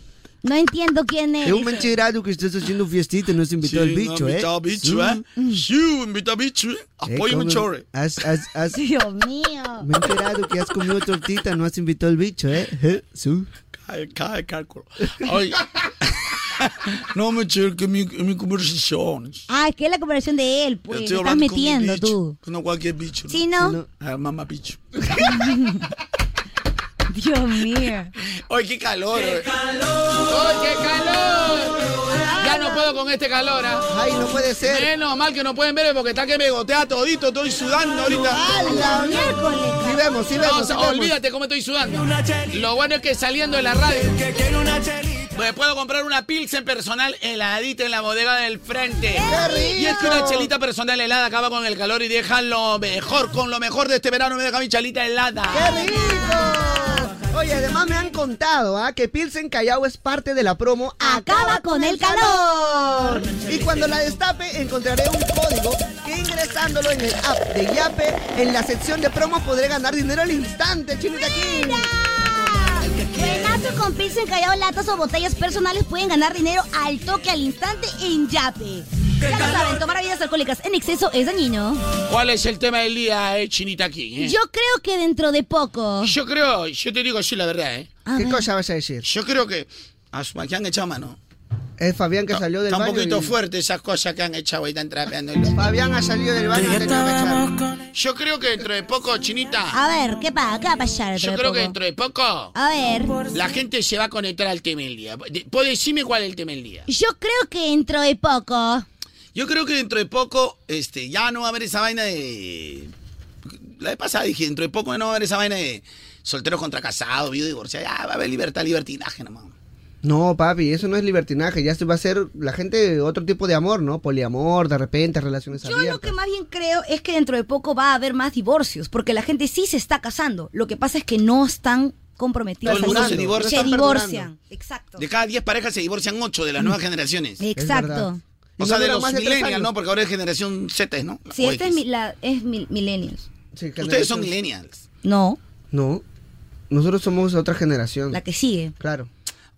[SPEAKER 3] No entiendo quién eres.
[SPEAKER 2] Es un mentirado que estás haciendo fiestita, nos invitó el bicho, ¿eh?
[SPEAKER 5] Invitado bicho,
[SPEAKER 2] Sí.
[SPEAKER 5] ¿eh? Sí, invitado bicho, ¿eh? Apóyame,
[SPEAKER 2] cómo-
[SPEAKER 5] Chorri.
[SPEAKER 2] Has, has, has...
[SPEAKER 3] *laughs* Dios mío.
[SPEAKER 2] Me he enterado que has comido tortita, no has invitado al bicho, ¿eh? ¿Eh? ¿Su?
[SPEAKER 5] Cae, cae, cálculo. Oye. *laughs* No me que mi, mi conversación.
[SPEAKER 3] Ah, que es la conversación de él, pues. Te
[SPEAKER 5] Estoy
[SPEAKER 3] estás
[SPEAKER 5] hablando con mi
[SPEAKER 3] metiendo
[SPEAKER 5] bicho,
[SPEAKER 4] *laughs*
[SPEAKER 3] tú. *laughs*
[SPEAKER 5] Con no cualquier bicho.
[SPEAKER 3] Sí, ¿no? No.
[SPEAKER 4] 아,
[SPEAKER 5] Ah, mamá bicho.
[SPEAKER 3] Dios mío.
[SPEAKER 5] Oye, qué calor. oye.
[SPEAKER 1] ¡Oye, calor!
[SPEAKER 5] Ya no puedo con este calor, ¿ah?
[SPEAKER 2] Ay, no puede ser.
[SPEAKER 5] Menos mal que no pueden verme porque está que me gotea todito, estoy sudando ahorita.
[SPEAKER 1] ¡Hala, miércoles!
[SPEAKER 2] Sí vemos, sí vemos,
[SPEAKER 5] No, o sea,
[SPEAKER 2] sí vemos.
[SPEAKER 5] olvídate cómo estoy sudando. Lo bueno es que saliendo de la radio. Me puedo comprar una pilsen personal heladita en la bodega del frente. Y es que una chelita personal helada acaba con el calor y deja lo mejor, con lo mejor de este verano me deja mi chalita helada.
[SPEAKER 2] ¡Qué rico! Oye, además me han contado ¿ah? que Pilsen Callao es parte de la promo Acaba con el calor. Y cuando la destape encontraré un código que ingresándolo en el app de Yape, en la sección de promos podré ganar dinero al instante, chinita aquí.
[SPEAKER 3] Regazos con pilsen, callado, latas o botellas personales pueden ganar dinero al toque, al instante, en Yape. Ya lo saben, tomar bebidas alcohólicas en exceso es dañino.
[SPEAKER 5] ¿Cuál es el tema del día, eh, Chinita aquí? eh?
[SPEAKER 3] Yo creo que dentro de poco.
[SPEAKER 5] Yo creo, yo te digo, sí, la verdad, ¿eh?
[SPEAKER 3] Ah,
[SPEAKER 2] ¿Qué cosa vas a decir?
[SPEAKER 5] Yo creo que. A su que han echado mano.
[SPEAKER 2] Es Fabián que salió del
[SPEAKER 5] Está un
[SPEAKER 2] baño.
[SPEAKER 5] poquito
[SPEAKER 2] y-
[SPEAKER 5] fuerte esas cosas que han echado ahí, están trapeándolo.
[SPEAKER 2] Fabián ha salido del baño. y tenía que echar.
[SPEAKER 5] Yo creo que dentro de poco, Chinita.
[SPEAKER 3] A ver, ¿qué, pasa? ¿qué va a pasar Ah, dentro
[SPEAKER 5] Yo
[SPEAKER 3] de
[SPEAKER 5] creo que
[SPEAKER 3] poco?
[SPEAKER 5] dentro de poco.
[SPEAKER 3] A ver.
[SPEAKER 5] La gente se va a conectar al tema del día. De- Pues decime cuál es el tema del día.
[SPEAKER 3] Yo creo que dentro de poco.
[SPEAKER 5] Yo creo que dentro de poco, este, ya no va a haber esa vaina de. La de pasada dije, dentro de poco no va a haber esa vaina de solteros contra casados, viudo divorciado. Ya va a haber libertad, libertinaje nomás.
[SPEAKER 2] No, papi, eso no es libertinaje. Ya esto va a ser la gente otro tipo de amor, ¿no? Poliamor, de repente, relaciones
[SPEAKER 3] Yo
[SPEAKER 2] abiertas.
[SPEAKER 3] lo que más bien creo es que dentro de poco va a haber más divorcios, porque la gente sí se está casando. Lo que pasa es que no están comprometidos.
[SPEAKER 5] Todo el mundo
[SPEAKER 3] al
[SPEAKER 5] se
[SPEAKER 3] casarse.
[SPEAKER 5] divorcia.
[SPEAKER 3] Se
[SPEAKER 5] Están
[SPEAKER 3] divorcian. Exacto.
[SPEAKER 5] De cada 10 parejas se divorcian 8 de las nuevas generaciones.
[SPEAKER 3] Exacto. Es verdad.
[SPEAKER 5] O
[SPEAKER 2] Mm. Y
[SPEAKER 5] sea,
[SPEAKER 2] no
[SPEAKER 5] de
[SPEAKER 2] dura
[SPEAKER 5] los
[SPEAKER 2] más de tres
[SPEAKER 5] millennials,
[SPEAKER 2] años.
[SPEAKER 5] ¿no? Porque ahora es generación Z, ¿no?
[SPEAKER 3] Si
[SPEAKER 5] O
[SPEAKER 3] esta este es, mi, la, es mi- millennials.
[SPEAKER 5] Ustedes son millennials.
[SPEAKER 3] No.
[SPEAKER 2] No. Nosotros somos otra generación. La
[SPEAKER 3] que sigue.
[SPEAKER 2] Claro.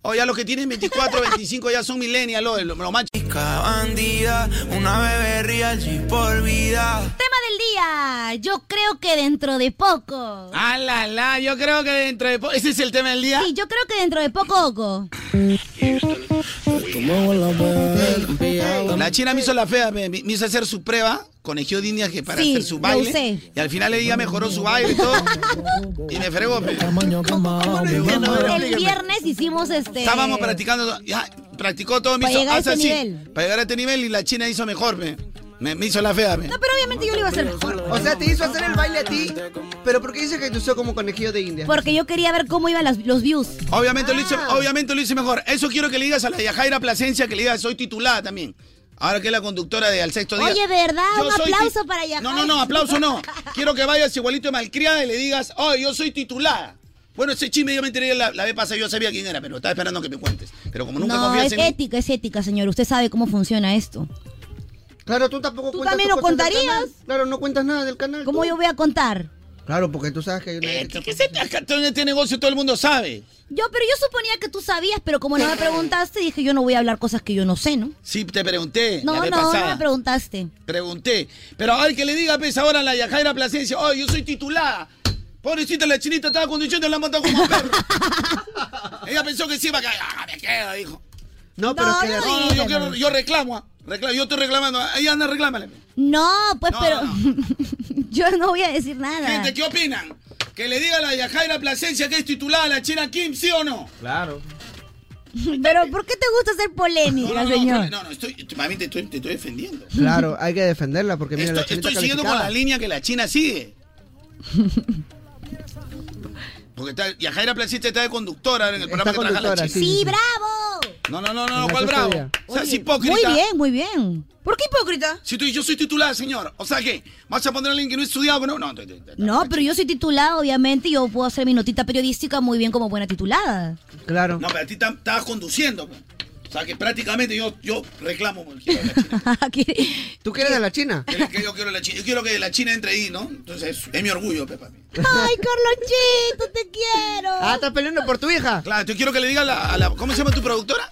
[SPEAKER 5] oh,
[SPEAKER 3] *laughs*
[SPEAKER 5] O ya los que tienen 24, 25 ya son millennials, los, los machos.
[SPEAKER 15] rica, bandida, una bebé real y por vida.
[SPEAKER 3] Tema del día. Yo creo que dentro de poco.
[SPEAKER 5] Ah, la, la, yo creo que dentro de poco. ¿Ese es el tema del día?
[SPEAKER 3] Sí, yo creo que dentro de poco, Oco.
[SPEAKER 5] La china me hizo la fea, me, me hizo hacer su prueba con Ejido de Indias que para
[SPEAKER 3] Sí,
[SPEAKER 5] hacer su
[SPEAKER 3] lo
[SPEAKER 5] baile.
[SPEAKER 3] usé.
[SPEAKER 5] Y al final ella mejoró su baile y todo. y me fregó. pe.
[SPEAKER 3] El viernes hicimos este.
[SPEAKER 5] Estábamos practicando, ya, practicó todo, me
[SPEAKER 3] Para
[SPEAKER 5] hizo,
[SPEAKER 3] llegar a
[SPEAKER 5] haz
[SPEAKER 3] este
[SPEAKER 5] así,
[SPEAKER 3] nivel.
[SPEAKER 5] para llegar a este nivel y la china hizo mejor, me, me, me hizo la fea, me.
[SPEAKER 3] No, pero obviamente yo lo iba a hacer mejor.
[SPEAKER 2] O sea, te hizo hacer el baile a ti, pero ¿por qué dices que te usó como conejillo de India?
[SPEAKER 3] Porque yo quería ver cómo iban las- los views.
[SPEAKER 5] Obviamente, lo hice,
[SPEAKER 3] Ah.
[SPEAKER 5] obviamente lo hice mejor. Eso quiero que le digas a la Yajaira Plasencia, que le digas, soy titulada también. Ahora que es la conductora de Al Sexto Día.
[SPEAKER 3] Oye, ¿verdad?
[SPEAKER 5] Yo
[SPEAKER 3] Un
[SPEAKER 5] soy ti-
[SPEAKER 3] aplauso para allá.
[SPEAKER 5] No, no, no, aplauso no. Quiero que vayas igualito de malcriada y le digas, oh, yo soy titulada. Bueno, ese chisme yo me enteré la, la vez pasada, yo sabía quién era, pero estaba esperando que me cuentes. Pero como nunca
[SPEAKER 3] No,
[SPEAKER 5] confías
[SPEAKER 3] es
[SPEAKER 5] en mí-
[SPEAKER 3] ética, es ética, señor. Usted sabe cómo funciona esto.
[SPEAKER 2] Claro, tú tampoco
[SPEAKER 3] ¿Tú
[SPEAKER 2] cuentas
[SPEAKER 3] también
[SPEAKER 2] tus
[SPEAKER 3] lo
[SPEAKER 2] cosas del
[SPEAKER 3] contarías?
[SPEAKER 2] canal. Claro, no cuentas nada del canal.
[SPEAKER 3] ¿Cómo yo voy a contar?
[SPEAKER 2] Claro, porque tú sabes que hay una derecha.
[SPEAKER 5] Eh, ¿Qué se te acá en este negocio todo el mundo sabe?
[SPEAKER 3] Yo, pero yo suponía que tú sabías, pero como no me preguntaste, dije yo no voy a hablar cosas que yo no sé, ¿no?
[SPEAKER 5] Sí, te pregunté la
[SPEAKER 3] No,
[SPEAKER 5] vez
[SPEAKER 3] no, no
[SPEAKER 5] pasada.
[SPEAKER 3] me preguntaste.
[SPEAKER 5] Pregunté. Pero ay, que le diga pues, ahora a la Yajaira Plasencia, oh, yo soy titulada. Pobrecita, la chinita estaba conduciendo y la han matado como un
[SPEAKER 3] *laughs*
[SPEAKER 5] perro. Ella pensó que sí iba a caer. Ah, me quedo, dijo.
[SPEAKER 2] No,
[SPEAKER 3] pero No, que- no
[SPEAKER 5] no,
[SPEAKER 3] digas,
[SPEAKER 5] yo, quiero-
[SPEAKER 3] no.
[SPEAKER 5] yo reclamo. ah. Recla- yo estoy reclamando. Ahí anda, reclámale.
[SPEAKER 3] No, pues,
[SPEAKER 5] No,
[SPEAKER 3] pero *laughs* yo no voy a decir nada.
[SPEAKER 5] Gente, ¿qué opinan? Que le diga a la Yajaira Plasencia que es titulada la China Kim, ¿sí o no?
[SPEAKER 11] Claro.
[SPEAKER 3] Pero ¿por qué te gusta hacer
[SPEAKER 5] No,
[SPEAKER 3] polémica,
[SPEAKER 5] no, no,
[SPEAKER 3] señor?
[SPEAKER 5] no, no, estoy, mami, te estoy, te estoy defendiendo. *laughs*
[SPEAKER 2] Claro, hay que defenderla porque mira la
[SPEAKER 5] Estoy,
[SPEAKER 2] chinita
[SPEAKER 5] estoy siguiendo con
[SPEAKER 2] calificaba.
[SPEAKER 5] la línea que la China sigue. Porque está, Yajaira Placita está de conductora ahora en el programa que trabaja la
[SPEAKER 2] conductora,
[SPEAKER 5] China.
[SPEAKER 3] Sí, bravo.
[SPEAKER 5] No, no, no, no,
[SPEAKER 3] En
[SPEAKER 5] ¿cuál
[SPEAKER 3] la
[SPEAKER 5] bravo?
[SPEAKER 3] custodia.
[SPEAKER 5] O sea, es
[SPEAKER 3] Oye,
[SPEAKER 5] hipócrita.
[SPEAKER 3] Muy bien, muy bien. ¿Por qué hipócrita?
[SPEAKER 5] Si tú dices, yo soy titulada, señor. O sea, ¿qué? ¿Vas a poner a alguien que no ha estudiado? que No, no, te- te- te-
[SPEAKER 3] No, pero yo soy titulada, obviamente, y yo puedo hacer mi notita periodística muy bien como buena titulada.
[SPEAKER 2] Claro.
[SPEAKER 5] no pero a ti tam- estabas conduciendo. pues. O sea, que prácticamente yo, yo reclamo. pues,
[SPEAKER 3] *laughs*
[SPEAKER 2] ¿Tú quieres a la China?
[SPEAKER 5] que- que yo, quiero la China, yo quiero que la China entre ahí, ¿no? Entonces, es mi orgullo, pues, Pepa.
[SPEAKER 3] Ay, Carlonchito, te quiero.
[SPEAKER 2] Ah, estás peleando por tu hija.
[SPEAKER 5] Claro, yo quiero que le diga a la, a la- ¿Cómo se llama tu productora?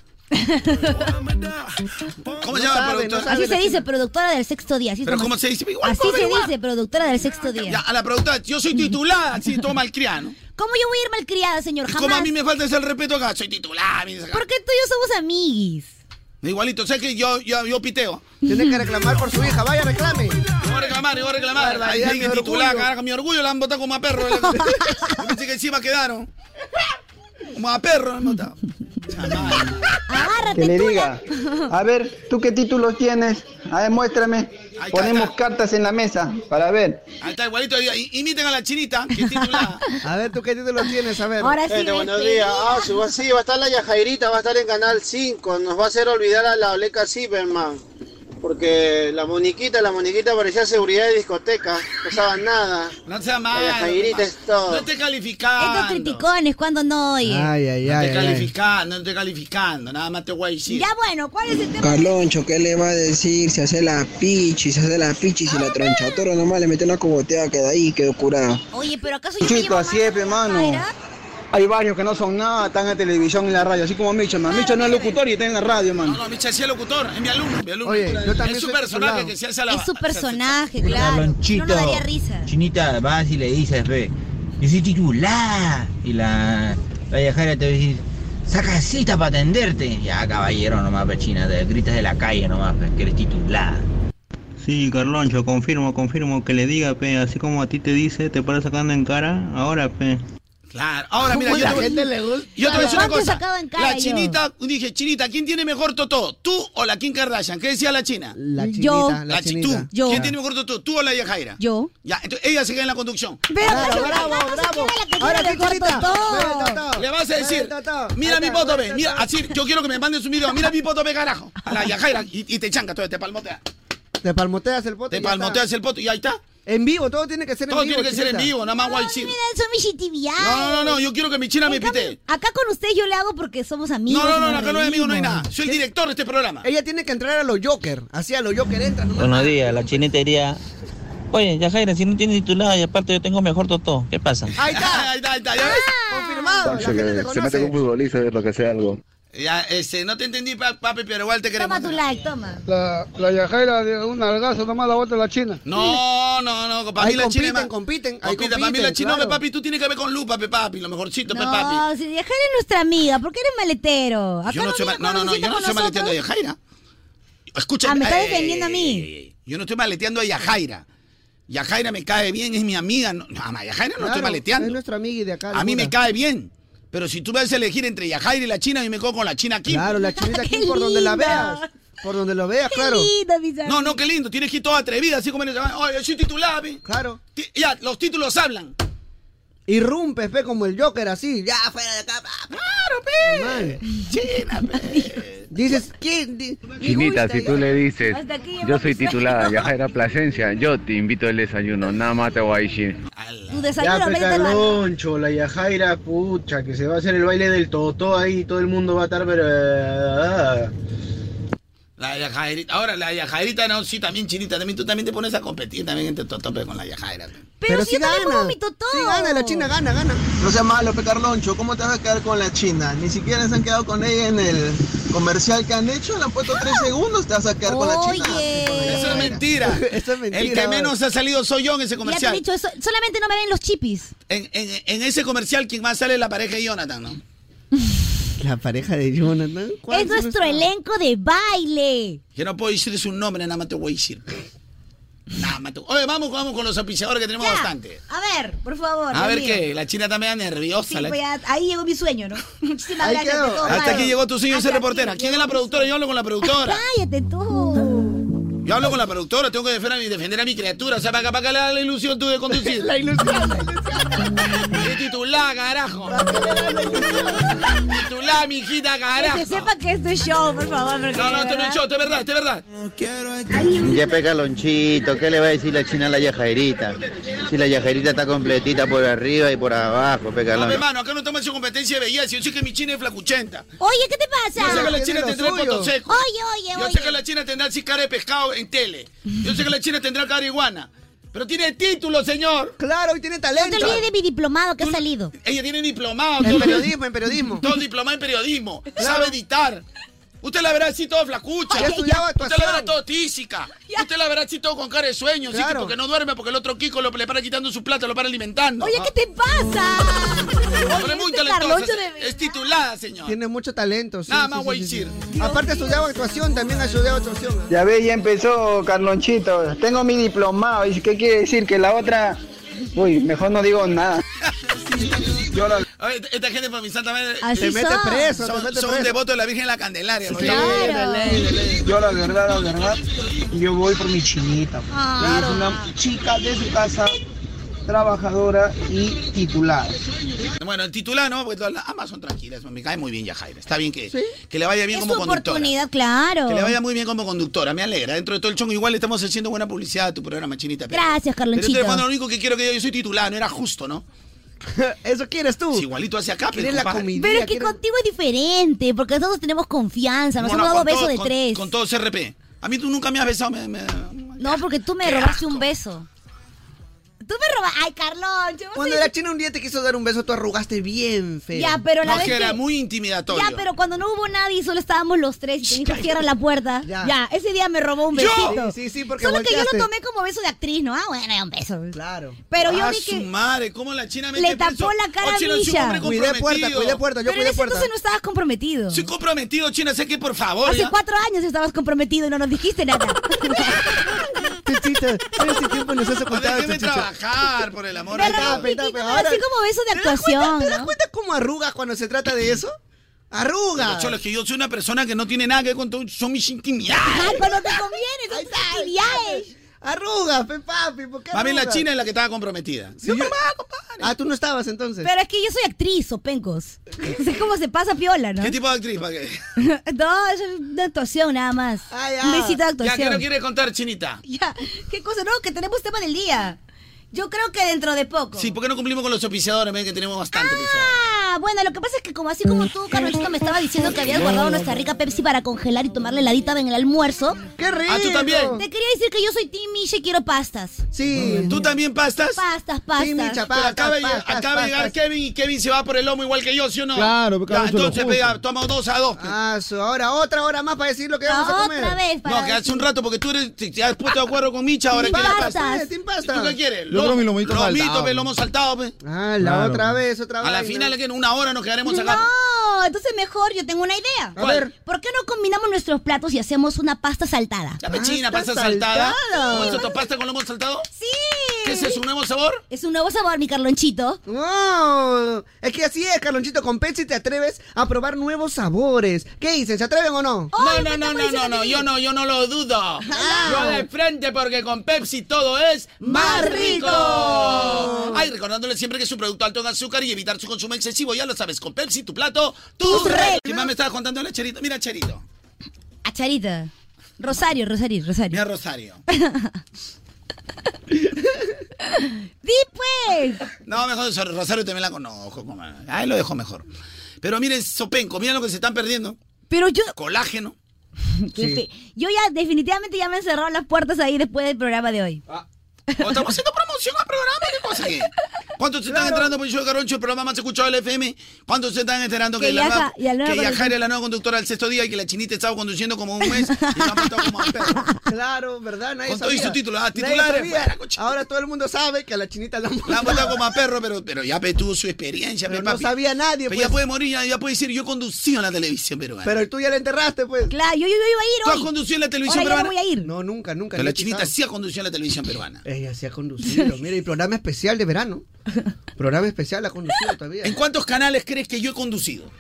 [SPEAKER 5] ¿Cómo se llama la productora?
[SPEAKER 3] Así se dice, productora del sexto día. Así
[SPEAKER 5] Pero
[SPEAKER 3] nomás.
[SPEAKER 5] ¿cómo se dice? Igual,
[SPEAKER 3] Así
[SPEAKER 5] pobre,
[SPEAKER 3] se
[SPEAKER 5] igual.
[SPEAKER 3] dice, productora del sexto día.
[SPEAKER 5] Ya, a la pregunta, yo soy titulada, así todo malcriano.
[SPEAKER 3] ¿Cómo yo voy a ir malcriada, señor?
[SPEAKER 5] Y como a
[SPEAKER 3] Jamás.
[SPEAKER 5] mí me falta ese respeto acá, soy titulada. me dice acá.
[SPEAKER 3] Porque tú y yo somos amiguis.
[SPEAKER 5] Igualito, sé que yo, yo, yo piteo.
[SPEAKER 2] Tienes que reclamar por su hija, vaya, reclame.
[SPEAKER 5] Yo
[SPEAKER 2] *laughs*
[SPEAKER 5] voy a reclamar, yo voy a reclamar. Ahí
[SPEAKER 2] Barbaridad,
[SPEAKER 5] dije
[SPEAKER 2] mi
[SPEAKER 5] titulada,
[SPEAKER 2] orgullo.
[SPEAKER 5] carajo, mi orgullo la han botado como a perro.
[SPEAKER 2] *laughs*
[SPEAKER 5] Yo pensé que encima quedaron. Como a perro la han botado.
[SPEAKER 16] Que le diga, a ver, ¿tú qué títulos tienes? A ver, muéstrame. Ponemos cartas en la mesa para ver.
[SPEAKER 5] Ahí está, igualito. i- Imiten a la chinita, que es titulada.
[SPEAKER 2] A ver, ¿tú qué título tienes? A ver.
[SPEAKER 16] Gente, buenos días. Ah, su- sí, va a estar la Yajairita, va a estar en Canal 5. Nos va a hacer olvidar a la Oleca Zimmerman. Porque la moniquita, la moniquita parecía seguridad de discoteca. No sabe nada.
[SPEAKER 5] No sea
[SPEAKER 16] La
[SPEAKER 5] malo.
[SPEAKER 16] Yajairita es todo.
[SPEAKER 5] No te calificando.
[SPEAKER 3] Estos criticones, cuando no oye?
[SPEAKER 5] no te calificando, no te calificando. Nada más te voy a decir.
[SPEAKER 3] Ya bueno, ¿cuál es el tema?
[SPEAKER 9] Carloncho, ¿qué le va a decir? Se hace la pichi, se hace la pichi, si la troncha toro nomás le mete una cogotea que de ahí quedó curada.
[SPEAKER 3] Oye, pero acaso yo me
[SPEAKER 16] Chito,
[SPEAKER 3] llevo
[SPEAKER 16] así es, pe, mano. Hay varios que no son nada, están en televisión y en la radio, así como Micho, man. Micho no es locutor y está en la radio, man.
[SPEAKER 5] No, Micha sí es locutor, es mi alumno, mi alumno.
[SPEAKER 16] Oye, yo también
[SPEAKER 5] es su
[SPEAKER 16] soy
[SPEAKER 5] personaje
[SPEAKER 16] titulado.
[SPEAKER 5] que se hace a la
[SPEAKER 3] Es su personaje, claro.
[SPEAKER 22] Carlonchito.
[SPEAKER 3] No nos daría risa.
[SPEAKER 22] Chinita, vas y le dices, ve, yo soy titular. Y la, la viajera te va a decir, saca cita para atenderte. Ya, caballero, nomás, pe, China, te gritas de la calle nomás, pe, que eres titular.
[SPEAKER 17] Sí, Carloncho, confirmo, confirmo. Que le diga, pe, así como a ti te dice, te paras sacando en cara, ahora, pe.
[SPEAKER 5] Claro. Ahora, mira,
[SPEAKER 17] ¿Cómo
[SPEAKER 5] yo
[SPEAKER 17] la
[SPEAKER 5] te,
[SPEAKER 17] gente
[SPEAKER 5] le gusta. Yo te voy a decir una
[SPEAKER 17] Aparte
[SPEAKER 5] cosa.
[SPEAKER 17] sacado en cara
[SPEAKER 5] La
[SPEAKER 17] yo.
[SPEAKER 5] chinita, dije, chinita, ¿quién tiene mejor totó? ¿Tú o la Kim Kardashian? ¿Qué decía la china? La
[SPEAKER 2] chinita, Yo. la
[SPEAKER 5] chi-
[SPEAKER 2] chinita.
[SPEAKER 5] tú.
[SPEAKER 2] Yo.
[SPEAKER 5] ¿Quién tiene mejor totó? ¿Tú o la Yajaira?
[SPEAKER 3] Yo.
[SPEAKER 5] Ya, entonces ella se queda en la conducción.
[SPEAKER 2] Claro, bravo, bravo. Ahora sí, chinita. Ven, Totó.
[SPEAKER 5] Le vas a decir,
[SPEAKER 2] Ven, Totó.
[SPEAKER 5] mira
[SPEAKER 2] Ahí
[SPEAKER 5] mi
[SPEAKER 2] está,
[SPEAKER 5] poto,
[SPEAKER 2] ven,
[SPEAKER 5] ve, mira, así, yo quiero que me mandes un video, mira mi poto, ve, carajo, a la Yajaira, y, y te chanca todo, este palmotea.
[SPEAKER 2] Te palmoteas el pote.
[SPEAKER 5] Te palmoteas el poto y ahí está.
[SPEAKER 2] En vivo, todo tiene que ser en
[SPEAKER 5] Todo
[SPEAKER 2] vivo. Ah,
[SPEAKER 5] tiene que ser en
[SPEAKER 2] chinita.
[SPEAKER 5] vivo, nada más guay sí.
[SPEAKER 3] Eso es mi chitividad.
[SPEAKER 5] No, no, no, yo quiero que mi china me pite.
[SPEAKER 3] Acá con usted yo le hago porque somos amigos.
[SPEAKER 5] No, no, no,
[SPEAKER 3] nos
[SPEAKER 5] acá no hay amigo, no hay
[SPEAKER 3] reímos.
[SPEAKER 5] nada. Soy el director de este programa.
[SPEAKER 2] Ella tiene que entrar a los Joker. Así a los Joker entra. ¿no?
[SPEAKER 19] Buenos días, la chinitería. Oye, Yajaira, si no tienes titulado y aparte yo tengo mejor totó, ¿qué pasa?
[SPEAKER 5] *laughs* Ahí está, ahí está, ahí está, ya ves.
[SPEAKER 2] Ah. Confirmado.
[SPEAKER 14] se mete con futbolista, es lo que sea algo.
[SPEAKER 5] Ya, este, no te entendí, pa- papi, pero igual te queremos.
[SPEAKER 3] Toma tu like, toma.
[SPEAKER 6] La, la yajaira de un algazo nomás la bota la china.
[SPEAKER 5] No, no, no, para
[SPEAKER 6] Ahí
[SPEAKER 5] mí la
[SPEAKER 6] compiten,
[SPEAKER 5] china. es más-
[SPEAKER 6] compiten, ahí
[SPEAKER 5] para mí la
[SPEAKER 6] compiten,
[SPEAKER 5] china.
[SPEAKER 6] claro.
[SPEAKER 5] No, papi, tú tienes que ver con lupa, pe, papi, lo mejorcito, pe,
[SPEAKER 3] No,
[SPEAKER 5] papi.
[SPEAKER 3] si Yajaira es nuestra amiga, ¿por qué eres maletero? Acá
[SPEAKER 5] Yo no,
[SPEAKER 3] no
[SPEAKER 5] soy
[SPEAKER 3] viene
[SPEAKER 5] mal- no, no, no, yo
[SPEAKER 3] conociendo
[SPEAKER 5] no
[SPEAKER 3] con
[SPEAKER 5] estoy maleteando a eh,
[SPEAKER 3] nosotros.
[SPEAKER 5] Yajaira. Escucha,
[SPEAKER 3] Ah, me está
[SPEAKER 5] ey,
[SPEAKER 3] defendiendo a mí.
[SPEAKER 5] ey, ey, eh, Yo no estoy maleteando a Yajaira. Yajaira me cae bien, es mi amiga. No, no, a Yajaira no estoy
[SPEAKER 2] Claro,
[SPEAKER 5] maleteando.
[SPEAKER 2] Es nuestro amigo y de acá.
[SPEAKER 5] A mí me
[SPEAKER 2] cae.
[SPEAKER 5] cae bien. Pero si tú me vas a elegir entre Yajaira y la China, yo me cojo con la China aquí.
[SPEAKER 2] Claro, la
[SPEAKER 3] *laughs*
[SPEAKER 2] chinita aquí por donde la veas. Por donde lo veas, claro.
[SPEAKER 5] No, no, qué lindo. Tienes que ir toda atrevida, así como en el... Oye, yo soy titular, pe.
[SPEAKER 2] Claro.
[SPEAKER 5] Ti- Ya, los títulos hablan.
[SPEAKER 2] Irrumpes, pe, como el Joker, así. Ya, fuera de acá. Claro, pe. China, pe. Dices, ¿quién? Di-
[SPEAKER 12] Chinita, si tú le dices,
[SPEAKER 2] Hasta aquí
[SPEAKER 12] yo
[SPEAKER 2] llegamos
[SPEAKER 12] soy
[SPEAKER 2] tus sueños".
[SPEAKER 12] titulada
[SPEAKER 3] *laughs*
[SPEAKER 12] Yajaira Plasencia, yo te invito al desayuno, nada más te voy a decir.
[SPEAKER 3] Tu
[SPEAKER 20] Ya,
[SPEAKER 3] desayuno,
[SPEAKER 20] pe,
[SPEAKER 3] vete al bar.
[SPEAKER 20] Carloncho, la Yajaira, pucha, que se va a hacer el baile del Totó ahí, todo el mundo va a estar, pero... ah.
[SPEAKER 5] La yajairita. Ahora, la yajairita no, sí, también chinita. También tú también te pones a competir también entre to- tope con la yajaira.
[SPEAKER 3] Pero,
[SPEAKER 5] si yo también pongo mi
[SPEAKER 3] totó.
[SPEAKER 2] Sí, gana, la China gana, gana.
[SPEAKER 21] No sea malo, Pecarloncho, ¿cómo te vas a quedar con la China? Ni siquiera se han quedado con ella en el comercial que han hecho, le han puesto tres segundos, te vas a quedar con la China.
[SPEAKER 3] Eh.
[SPEAKER 5] Eso es mentira.
[SPEAKER 2] *laughs* Eso es
[SPEAKER 5] El que menos ha salido soy yo en ese
[SPEAKER 3] Ya te he
[SPEAKER 5] comercial.
[SPEAKER 3] dicho eso, solamente no me ven los chipis.
[SPEAKER 5] En, en- en ese comercial quien más sale es la pareja de Jonathan, ¿no?
[SPEAKER 2] La pareja de Jonathan.
[SPEAKER 3] Es nuestro elenco de baile.
[SPEAKER 5] Yo no puedo decir su nombre, nada más te voy a decir. Nada más te- Oye, vamos, vamos con los auspiciadores que tenemos bastante.
[SPEAKER 3] A ver, por favor.
[SPEAKER 5] A ver
[SPEAKER 3] Oh, Dios mío.
[SPEAKER 5] qué, la china está media nerviosa.
[SPEAKER 3] Sí,
[SPEAKER 5] la-
[SPEAKER 3] pues ya, ahí llegó
[SPEAKER 5] *laughs*
[SPEAKER 3] mi sueño, ¿no? Muchísimas
[SPEAKER 5] Ahí
[SPEAKER 3] gracias.
[SPEAKER 5] quedó.
[SPEAKER 3] de todo
[SPEAKER 5] Hasta
[SPEAKER 3] lado.
[SPEAKER 5] aquí llegó tu sueño ser
[SPEAKER 3] Hasta
[SPEAKER 5] reportera.
[SPEAKER 3] aquí
[SPEAKER 5] ¿Quién es la productora? Yo hablo con la productora.
[SPEAKER 3] Cállate tú.
[SPEAKER 5] Yo hablo con la productora, tengo que defender a mi, defender a mi criatura. O sea, para acá, para acá le da la ilusión tú de
[SPEAKER 3] *laughs*
[SPEAKER 5] conducir. la ilusión, la *laughs* ilusión. titulá, carajo. titulá, mi hijita,
[SPEAKER 3] Que
[SPEAKER 5] carajo.
[SPEAKER 3] se sepa que esto es show, por favor. porque
[SPEAKER 5] No, no,
[SPEAKER 3] de
[SPEAKER 5] esto no
[SPEAKER 3] verdad-
[SPEAKER 5] es show, esto es verdad, esto es verdad.
[SPEAKER 27] Ya pega lonchito, ¿qué le va a decir la china a la yajairita? Si la yajairita está completita por arriba y por abajo,
[SPEAKER 5] No, mi
[SPEAKER 27] pecalón.
[SPEAKER 5] hermano, acá no estamos en competencia de belleza. Yo sé que mi china es flacuchenta.
[SPEAKER 3] Oye, ¿qué te pasa?
[SPEAKER 5] Yo sé que la china tendrá el poto seco.
[SPEAKER 3] Oye, oye,
[SPEAKER 5] Yo
[SPEAKER 3] oye.
[SPEAKER 5] sé que la china tendrá así cara de pescado en tele. Yo sé que la china tendrá cara de iguana. Pero tiene título, señor.
[SPEAKER 2] Claro, y tiene
[SPEAKER 3] No te olvides de mi diplomado que ha salido.
[SPEAKER 5] Ella tiene diplomado.
[SPEAKER 2] En
[SPEAKER 5] todo.
[SPEAKER 2] periodismo, en periodismo.
[SPEAKER 5] Todo diplomado en periodismo.
[SPEAKER 2] Claro.
[SPEAKER 5] Sabe editar. Usted la verá así todo flacucha.
[SPEAKER 2] Ya estudiaba
[SPEAKER 5] Usted la
[SPEAKER 2] actuación.
[SPEAKER 5] verá todo tísica. Usted la verá así todo con cara de sueño. así que
[SPEAKER 2] Claro.
[SPEAKER 5] porque no duerme, porque el otro Kiko lo, le para quitando su plata, lo para alimentando.
[SPEAKER 3] Oye, ¿qué te pasa?
[SPEAKER 5] Pero es muy
[SPEAKER 2] este
[SPEAKER 5] talentosa.
[SPEAKER 2] Carloncho de
[SPEAKER 5] Es titulada, señor.
[SPEAKER 2] Tiene mucho talento. sí,
[SPEAKER 5] Nada
[SPEAKER 2] sí,
[SPEAKER 5] más
[SPEAKER 2] sí,
[SPEAKER 5] voy a
[SPEAKER 2] sí, sí.
[SPEAKER 5] decir.
[SPEAKER 2] Aparte estudiaba actuación, también ha estudiado actuación.
[SPEAKER 21] Ya ve, ya empezó, Carlonchito. Tengo mi diplomado. Dice, ¿Qué quiere decir? Que la otra... Uy, mejor no digo nada.
[SPEAKER 5] Oye, esta- esta gente para mi santa madre. eh,
[SPEAKER 21] Así Te mete son. preso, te
[SPEAKER 5] Son,
[SPEAKER 21] mete
[SPEAKER 5] son
[SPEAKER 21] preso.
[SPEAKER 5] devotos de la Virgen de la Candelaria. ¿no?
[SPEAKER 21] Yo la verdad, la verdad, yo voy por mi chinita.
[SPEAKER 5] Ah.
[SPEAKER 21] Es una chica de su casa, trabajadora y titular.
[SPEAKER 5] Bueno, el titular, ¿no? Porque todas las amas son tranquilas. Me cae muy bien Yajaira. Está bien que, que le vaya bien
[SPEAKER 3] Es tu
[SPEAKER 5] como conductora.
[SPEAKER 3] oportunidad, claro.
[SPEAKER 5] Que le vaya muy bien como conductora, me alegra. Dentro de todo el chongo, igual le estamos haciendo buena publicidad a tu programa, Chinita. pero-
[SPEAKER 3] Gracias, Carlonchito.
[SPEAKER 5] Pero estoy lo único que quiero que yo, yo soy titular, no era justo, ¿no?
[SPEAKER 2] Eso quieres tú.
[SPEAKER 5] igualito hacia acá,
[SPEAKER 2] Quieres la comida.
[SPEAKER 3] Pero es que contigo es diferente, porque nosotros tenemos confianza, nos hemos dado besos de tres.
[SPEAKER 5] Con, todo CRP. A mí tú nunca me has besado. Me, me-
[SPEAKER 3] No, porque tú me robaste un beso. Tú me robaste. Ay, Carloncho. vos
[SPEAKER 2] Cuando
[SPEAKER 3] eres-
[SPEAKER 2] la china un día te quiso dar un beso, tú arrugaste bien feo.
[SPEAKER 3] Ya, pero la
[SPEAKER 2] No,
[SPEAKER 3] vez
[SPEAKER 2] que era
[SPEAKER 3] que-
[SPEAKER 2] muy
[SPEAKER 5] intimidatorio.
[SPEAKER 3] Ya, pero cuando no hubo nadie y solo estábamos los tres y te dijo cierra la puerta. Ya. ese día me robó un
[SPEAKER 2] Yo.
[SPEAKER 3] besito.
[SPEAKER 2] Sí, sí, sí, porque
[SPEAKER 3] Solo que
[SPEAKER 2] volteaste.
[SPEAKER 3] yo lo tomé como beso de actriz, ¿no? Ah, bueno, era un beso.
[SPEAKER 2] Claro.
[SPEAKER 3] Pero yo
[SPEAKER 5] Ah,
[SPEAKER 3] vi
[SPEAKER 5] su
[SPEAKER 3] que.
[SPEAKER 5] madre, ¿cómo la china me Oh,
[SPEAKER 3] Le tapó la cara a Misha.
[SPEAKER 2] Cuidé puerta, cuidé puerta, yo
[SPEAKER 3] Pero en
[SPEAKER 2] cuidé
[SPEAKER 3] ese
[SPEAKER 2] puerta.
[SPEAKER 3] entonces no estabas comprometido.
[SPEAKER 5] Soy comprometido, China, sé que por favor.
[SPEAKER 3] Hace
[SPEAKER 5] ya.
[SPEAKER 3] cuatro años estabas comprometido y no nos
[SPEAKER 5] *laughs*
[SPEAKER 3] dijiste nada.
[SPEAKER 2] Chichita, pero ese tiempo nos has ocultado.
[SPEAKER 3] este
[SPEAKER 5] Déjeme trabajar, por el amor de
[SPEAKER 2] Pero
[SPEAKER 5] Dios.
[SPEAKER 2] no, Pita, pita, ahora-
[SPEAKER 3] así como beso de
[SPEAKER 2] ¿Te das cuenta-
[SPEAKER 3] actuación,
[SPEAKER 2] ¿Te das cuenta cómo arrugas cuando se trata de eso?
[SPEAKER 5] Pero,
[SPEAKER 2] ¡Arrugas!
[SPEAKER 5] Cholo, es que yo soy una persona que no tiene nada que ver con todo. Son mis intimidades.
[SPEAKER 3] Ay, cuando te conviene, son tus actividades.
[SPEAKER 2] Arrugas, pe, papi, ¿por qué
[SPEAKER 5] Más bien la
[SPEAKER 2] arrugas?
[SPEAKER 5] china es la que estaba comprometida.
[SPEAKER 2] Sí, yo- Ah, tú no estabas entonces.
[SPEAKER 3] Pero es que yo soy actriz, opencos. Sé cómo se pasa piola, ¿no?
[SPEAKER 5] ¿Qué tipo de actriz? ¿Para qué?
[SPEAKER 3] *laughs* No, es de actuación nada más. Un besito de
[SPEAKER 5] Ah, Ya, ¿qué
[SPEAKER 3] actuación.
[SPEAKER 5] no quiere contar, Chinita?
[SPEAKER 3] *laughs* Ya, ¿qué cosa? No, que tenemos tema del día. Yo creo que dentro de poco.
[SPEAKER 5] Sí, ¿por qué no cumplimos con los auspiciadores? Ven que tenemos bastante auspiciadores.
[SPEAKER 3] Ah, Ya, bueno, lo que pasa es que como así como tú, Carlosito, me estaba diciendo que habías guardado nuestra rica Pepsi para congelar y tomarle heladita en el almuerzo.
[SPEAKER 5] ¡Qué rico! Ah, ¿tú también?
[SPEAKER 3] Te quería decir que yo soy Team Misha y quiero pastas.
[SPEAKER 2] Sí.
[SPEAKER 5] ¿Tú también pastas?
[SPEAKER 3] Pastas, pastas.
[SPEAKER 2] Team Misha,
[SPEAKER 5] Pero
[SPEAKER 2] pastas,
[SPEAKER 5] acaba de,
[SPEAKER 2] pastas,
[SPEAKER 5] acaba de llegar
[SPEAKER 2] pastas.
[SPEAKER 5] Kevin y Kevin se va por el lomo igual que yo, ¿sí o no?
[SPEAKER 2] Claro,
[SPEAKER 5] Ya,
[SPEAKER 2] claro, eso es lo
[SPEAKER 5] Entonces,
[SPEAKER 2] justo.
[SPEAKER 5] pega, toma dos a dos.
[SPEAKER 2] Ah, su- ahora otra hora más para decir lo que vamos a comer.
[SPEAKER 3] Otra vez, para
[SPEAKER 5] No, que hace un rato porque tú eres, te, te has puesto de acuerdo con Micha ahora
[SPEAKER 2] Team
[SPEAKER 5] que
[SPEAKER 2] pastas,
[SPEAKER 5] pastas.
[SPEAKER 2] team pastas.
[SPEAKER 5] ¿Y ¿Tú qué quieres?
[SPEAKER 2] Yo creo mi lomito
[SPEAKER 5] lomito,
[SPEAKER 2] saltado.
[SPEAKER 5] pe, lomo saltado, pues. pe.
[SPEAKER 2] Ah, la
[SPEAKER 5] Claro.
[SPEAKER 2] otra vez, otra vez.
[SPEAKER 5] A la final, que en una hora nos quedaremos acá.
[SPEAKER 3] No, entonces mejor, yo tengo una idea.
[SPEAKER 5] A ver.
[SPEAKER 3] ¿Por qué no combinamos nuestros platos y hacemos una pasta saltada?
[SPEAKER 5] La pechina, pasta saltada.
[SPEAKER 3] saltada.
[SPEAKER 5] ¿Eso topaste con lomo saltado?
[SPEAKER 3] Sí.
[SPEAKER 5] ¿Qué es eso, un nuevo sabor?
[SPEAKER 3] Es un nuevo sabor, mi Carlonchito.
[SPEAKER 2] ¡Wow! Es que así es, Carlonchito, con Pepsi te atreves a probar nuevos sabores. ¿Qué dicen? ¿Se atreven o no?
[SPEAKER 5] No, no, no, no, no, no, yo no, yo no lo dudo. Yo de frente porque con Pepsi todo es Ah. más rico. Ay, recordándole siempre que es un producto alto en azúcar y evitar su consumo excesivo, ya lo sabes, con Pepsi tu plato, tus reyes. ¿Qué más me estabas contando la Cherito? Mira, Cherito.
[SPEAKER 3] A Charita. Rosario, Rosario, Rosario.
[SPEAKER 5] Mira, Rosario.
[SPEAKER 3] *laughs* ¡Di
[SPEAKER 5] *laughs*
[SPEAKER 3] pues!
[SPEAKER 5] No, mejor eso, Rosario también la conozco. comadre. Ahí lo dejo mejor. Pero miren, Sopenco, miren lo que se están perdiendo.
[SPEAKER 3] Pero yo...
[SPEAKER 5] Colágeno.
[SPEAKER 3] Qué
[SPEAKER 5] Sí.
[SPEAKER 3] fe- Yo ya definitivamente ya me han cerrado las puertas ahí después del programa de hoy.
[SPEAKER 5] Ah.
[SPEAKER 3] *laughs*
[SPEAKER 5] ¿O estamos haciendo promoción al programa? ¿Qué cosa que? ¿Cuántos se están enterando por el show de Garoncho, el programa más escuchado del FM? ¿Cuántos se están enterando que,
[SPEAKER 3] Que
[SPEAKER 5] la
[SPEAKER 3] Yaja-
[SPEAKER 5] nueva-
[SPEAKER 3] y la nueva
[SPEAKER 5] que Yajaira
[SPEAKER 3] conductora-
[SPEAKER 5] es la nueva conductora del sexto día y que la chinita estaba conduciendo como un mes? Y la han matado como a perro.
[SPEAKER 2] Claro, ¿verdad? Nadie
[SPEAKER 5] Con todo y
[SPEAKER 2] sabía.
[SPEAKER 5] su título, ah,
[SPEAKER 2] Nadie
[SPEAKER 5] titulares,
[SPEAKER 2] sabía.
[SPEAKER 5] fuera,
[SPEAKER 2] Ahora todo el mundo sabe que a la chinita la han
[SPEAKER 5] La han matado como a perro, pero, pero ya pe, tuvo su experiencia.
[SPEAKER 2] Pero
[SPEAKER 5] pe,
[SPEAKER 2] no
[SPEAKER 5] papi.
[SPEAKER 2] sabía nadie,
[SPEAKER 5] Pe,
[SPEAKER 2] pues.
[SPEAKER 5] ya puede morir, ya, ya puede decir, yo conducía en la televisión peruana.
[SPEAKER 2] Pero tú ya la enterraste, pues.
[SPEAKER 3] Claro, yo, yo iba a ir
[SPEAKER 5] ¿Tú has conducido en la televisión
[SPEAKER 3] Ahora ya no
[SPEAKER 5] peruana?
[SPEAKER 3] voy a ir.
[SPEAKER 2] No, nunca, nunca.
[SPEAKER 5] Pero
[SPEAKER 2] ni
[SPEAKER 5] la
[SPEAKER 2] he
[SPEAKER 5] chinita
[SPEAKER 2] pisado.
[SPEAKER 5] sí ha conducido en la televisión peruana.
[SPEAKER 2] Ella se ha conducido. Mira, y *laughs* programa especial de
[SPEAKER 3] *laughs*
[SPEAKER 2] verano. Programa especial la ha conducido todavía.
[SPEAKER 5] ¿En cuántos canales crees que yo he conducido?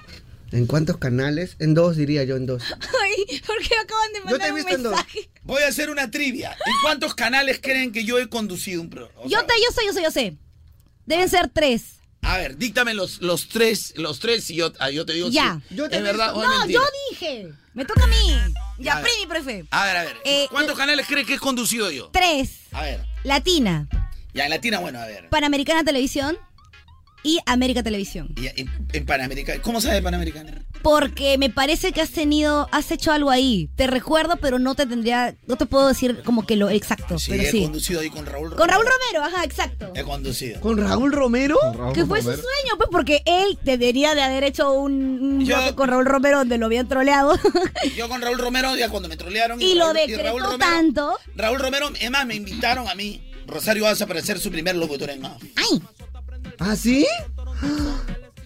[SPEAKER 2] ¿En cuántos canales? En dos, diría yo, en dos.
[SPEAKER 3] Ay, ¿por qué acaban de mandar un mensaje?
[SPEAKER 5] Voy a hacer una trivia. ¿En cuántos canales creen que yo he conducido un programa?
[SPEAKER 3] Yo, te, yo sé, yo sé, yo sé. Deben ser tres.
[SPEAKER 5] A ver, díctame los, los tres, los tres y yo, ah, yo te digo
[SPEAKER 3] ya.
[SPEAKER 5] si es verdad o es
[SPEAKER 3] No,
[SPEAKER 5] mentira.
[SPEAKER 3] yo dije. Me toca a mí. Ya,
[SPEAKER 5] A ver.
[SPEAKER 3] primi, prefe.
[SPEAKER 5] A ver, a ver,
[SPEAKER 3] Eh,
[SPEAKER 5] ¿cuántos canales crees que he conducido yo?
[SPEAKER 3] Tres.
[SPEAKER 5] A ver,
[SPEAKER 3] Latina,
[SPEAKER 5] ya en Latina, bueno, a ver.
[SPEAKER 3] Panamericana Televisión y América Televisión.
[SPEAKER 5] Y en, en Panamericana, ¿cómo sabes de Panamericana?
[SPEAKER 3] Porque me parece que has tenido, has hecho algo ahí. Te recuerdo, pero no te tendría, no te puedo decir como que lo exacto,
[SPEAKER 5] Sí,
[SPEAKER 3] pero
[SPEAKER 5] he
[SPEAKER 3] sí.
[SPEAKER 5] conducido ahí con Raúl
[SPEAKER 3] Con Raúl Romero, ajá, exacto.
[SPEAKER 5] He conducido.
[SPEAKER 2] ¿Con Raúl Romero?
[SPEAKER 3] Que fue su sueño, pues, porque él debería de haber hecho un, un
[SPEAKER 5] Yo-
[SPEAKER 3] bloque con Raúl Romero donde lo habían troleado. *laughs*
[SPEAKER 5] Yo con Raúl Romero, ya cuando me trolearon.
[SPEAKER 3] y lo
[SPEAKER 5] Raúl- y
[SPEAKER 3] decretó
[SPEAKER 5] Raúl Romero,
[SPEAKER 3] tanto.
[SPEAKER 5] Raúl Romero, es más, me invitaron a mí, Rosario Baza, para ser su primer locutor en más.
[SPEAKER 3] ¡Ay!
[SPEAKER 2] ¿Ah, sí?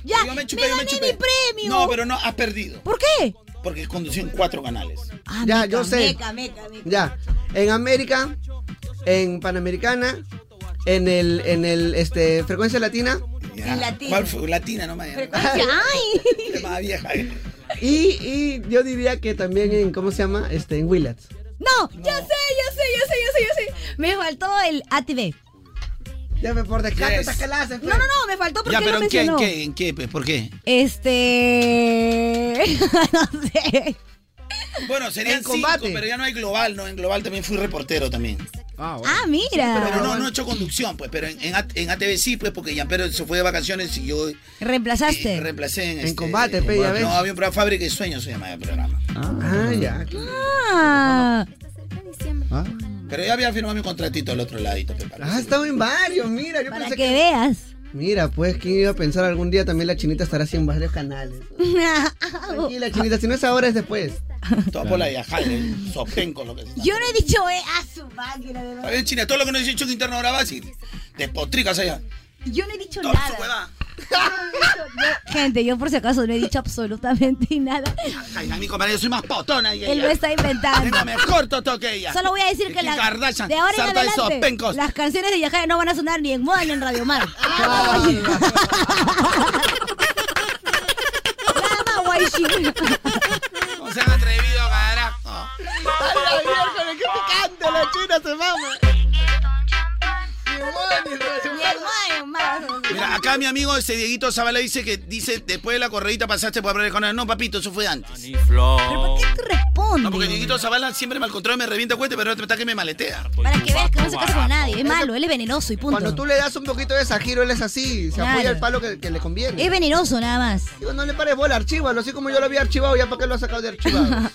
[SPEAKER 3] ¡Ya!
[SPEAKER 5] Yo
[SPEAKER 3] ¡Me
[SPEAKER 5] me chupé, yo me
[SPEAKER 3] gané
[SPEAKER 5] chupé.
[SPEAKER 3] mi premio!
[SPEAKER 5] No, pero no, has perdido.
[SPEAKER 3] ¿Por qué?
[SPEAKER 5] Porque condució en cuatro canales.
[SPEAKER 3] Ah,
[SPEAKER 2] Ya,
[SPEAKER 3] meca,
[SPEAKER 2] yo sé.
[SPEAKER 3] meca, meca, meca.
[SPEAKER 2] Ya. En América, en Panamericana, en el, en el, este, Frecuencia Latina
[SPEAKER 5] Ya.
[SPEAKER 3] En Latina.
[SPEAKER 5] Ah, ¿Cuál fue? Latina nomás. ya.
[SPEAKER 2] *laughs*
[SPEAKER 3] Frecuencia, ¡Ay!
[SPEAKER 5] Qué más vieja.
[SPEAKER 2] y, y yo diría que también en, ¿cómo se llama? Este, en Willats.
[SPEAKER 3] No, ya sé, ya sé, ya sé, ya sé, ya sé. Me faltó el ATV.
[SPEAKER 2] Ya me por descarte
[SPEAKER 5] Yes.
[SPEAKER 2] estas pues. que la hacen,
[SPEAKER 3] No, no, no, me faltó porque
[SPEAKER 5] Ya,
[SPEAKER 3] él
[SPEAKER 5] pero
[SPEAKER 3] lo
[SPEAKER 5] ¿en qué? ¿En
[SPEAKER 3] mencionó.
[SPEAKER 5] qué? ¿En qué? pues? ¿Por qué?
[SPEAKER 3] Este. *laughs* no sé.
[SPEAKER 5] Bueno, serían combate. cinco, pero ya no hay global, ¿no? En global también fui reportero también.
[SPEAKER 3] Ah, mira.
[SPEAKER 5] Pero no, no he hecho conducción, pues, pero en, en A- en ATV sí, pues, porque ya pero se fue de vacaciones y yo eh,
[SPEAKER 3] Reemplazaste.
[SPEAKER 5] reemplacé en...
[SPEAKER 2] En combate, Eh,
[SPEAKER 3] *laughs*
[SPEAKER 2] pe, ya ves.
[SPEAKER 5] No, había un programa, Fábrica de Sueños se llamaba el programa.
[SPEAKER 2] Ah, ya.
[SPEAKER 3] Ah.
[SPEAKER 5] Pero ya había firmado mi contratito al otro ladito,
[SPEAKER 2] *laughs*
[SPEAKER 5] pe, para-
[SPEAKER 2] Ah, estaba en varios, mira, yo
[SPEAKER 3] Para
[SPEAKER 2] pensé
[SPEAKER 3] que,
[SPEAKER 2] que...
[SPEAKER 3] veas.
[SPEAKER 2] Mira, pues, ¿quién iba a pensar algún día también la chinita estará así en varios canales? Y la chinita, si no es ahora, es después.
[SPEAKER 5] Todo por la Yajaira, sopenco lo que sea.
[SPEAKER 3] Yo no he dicho, eh, a su máquina, de
[SPEAKER 5] Está
[SPEAKER 3] verdad.
[SPEAKER 5] bien, China, todo lo que nos dice Chuck interno ahora va así. Despotricas allá.
[SPEAKER 3] Yo no he
[SPEAKER 5] *laughs*
[SPEAKER 3] dicho
[SPEAKER 5] Todo su
[SPEAKER 3] nada.
[SPEAKER 5] huevada.
[SPEAKER 3] Gente, yo por si acaso no he dicho absolutamente *laughs* nada.
[SPEAKER 5] Ay, mi compadre, yo soy más potona. Y
[SPEAKER 3] Él
[SPEAKER 5] ella.
[SPEAKER 3] lo está inventando.
[SPEAKER 5] Tengo mejor toto que ella.
[SPEAKER 3] Solo voy a decir
[SPEAKER 5] De
[SPEAKER 3] que
[SPEAKER 5] Kim
[SPEAKER 3] la,
[SPEAKER 5] Kardashian,
[SPEAKER 3] de ahora en
[SPEAKER 5] sarta de
[SPEAKER 3] adelante
[SPEAKER 5] sopencos.
[SPEAKER 3] las canciones de Yajaira no van a sonar ni en Moda ni en
[SPEAKER 5] *laughs*
[SPEAKER 3] Radio Mar. Nada más guay- Nada más guay shit.
[SPEAKER 5] *laughs* No se han atrevido, carajo.
[SPEAKER 2] ¡Ay, la vieja, qué picante! La china se mama.
[SPEAKER 3] Ni en Moda ni en Radio Mar.
[SPEAKER 5] Mira, Mira, acá mi amigo este Dieguito Zavala dice que dice después de la correita pasaste por hablar de Conan. No, papito, eso fue antes.
[SPEAKER 3] Responde.
[SPEAKER 5] No, porque Dieguito Zavala siempre me malcontrola, me revienta cuenta, pero ahora está que me maletea.
[SPEAKER 3] Para que veas que no se casa con nadie. Es malo, él es venenoso y punto.
[SPEAKER 2] Cuando tú le das un poquito de sajiro, él es así. Se apoya
[SPEAKER 3] Claro.
[SPEAKER 2] el palo que, que le conviene.
[SPEAKER 3] Es venenoso nada más.
[SPEAKER 2] Digo, no le pares bola, archívalo. Así como yo lo había archivado, ya para qué lo has sacado de
[SPEAKER 3] *laughs*
[SPEAKER 2] archivado.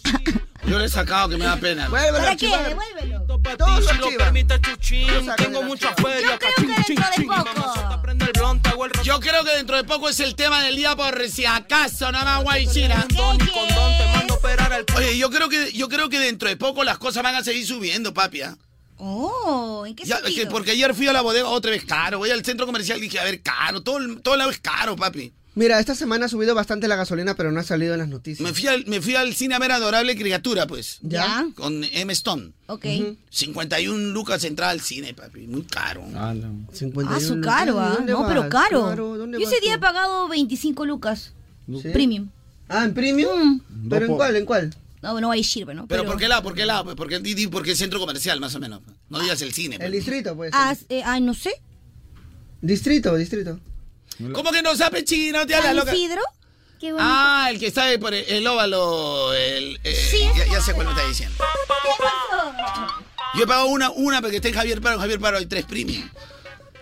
[SPEAKER 5] Yo le he sacado que me da pena.
[SPEAKER 2] Vuélvelo a
[SPEAKER 3] ¿Para qué?
[SPEAKER 2] archivar.
[SPEAKER 3] Devuélvelo.
[SPEAKER 2] Todos lo archivan.
[SPEAKER 5] Tengo mucha feria, Yo creo que dentro de poco es el tema del día por si acaso, nada más guay China. Oye, yo creo que yo creo que dentro de poco las cosas van a seguir subiendo, papi. ¿ah?
[SPEAKER 3] Oh, ¿en qué
[SPEAKER 5] Ya,
[SPEAKER 3] sentido?
[SPEAKER 5] que- porque ayer fui a la bodega otra vez caro, voy al centro comercial y dije, a ver, caro, todo el, todo el lado es caro, papi.
[SPEAKER 2] Mira, esta semana ha subido bastante la gasolina, pero no ha salido en las noticias.
[SPEAKER 5] Me fui al, me fui al cine a ver Adorable Criatura, pues.
[SPEAKER 2] Ya.
[SPEAKER 5] Con M. Stone.
[SPEAKER 3] Ok.
[SPEAKER 5] 51 lucas entrada al cine, papi, muy caro.
[SPEAKER 3] Ah, su caro, ¿ah?
[SPEAKER 2] ¿Dónde
[SPEAKER 3] No,
[SPEAKER 2] vas?
[SPEAKER 3] pero caro.
[SPEAKER 2] Claro, ¿dónde
[SPEAKER 3] Yo ese
[SPEAKER 2] vas
[SPEAKER 3] día he pagado 25 lucas.
[SPEAKER 2] ¿Sí?
[SPEAKER 3] Premium. Mm.
[SPEAKER 2] Ah, ¿en premium? ¿Pero en
[SPEAKER 5] por-
[SPEAKER 2] cuál, en cuál?
[SPEAKER 3] No, no ahí sirve, ¿no?
[SPEAKER 5] Pero, ¿por qué lado? ¿Por qué lado? Pues, Porque, di- di- porque es centro comercial, más o menos. No digas el cine. pues.
[SPEAKER 2] El distrito, pues.
[SPEAKER 3] Ah, eh, ah, no sé.
[SPEAKER 2] Distrito, distrito.
[SPEAKER 5] ¿Cómo que no sabe chino? Te habla
[SPEAKER 3] ¿San
[SPEAKER 5] loca.
[SPEAKER 3] Isidro? Qué bonito.
[SPEAKER 5] Ah, el que está ahí por el, el óvalo. El, eh, ya, ya sé cuál me está diciendo. Yo he pagado una, una porque está en Javier Paro. en Javier Paro hay tres premium.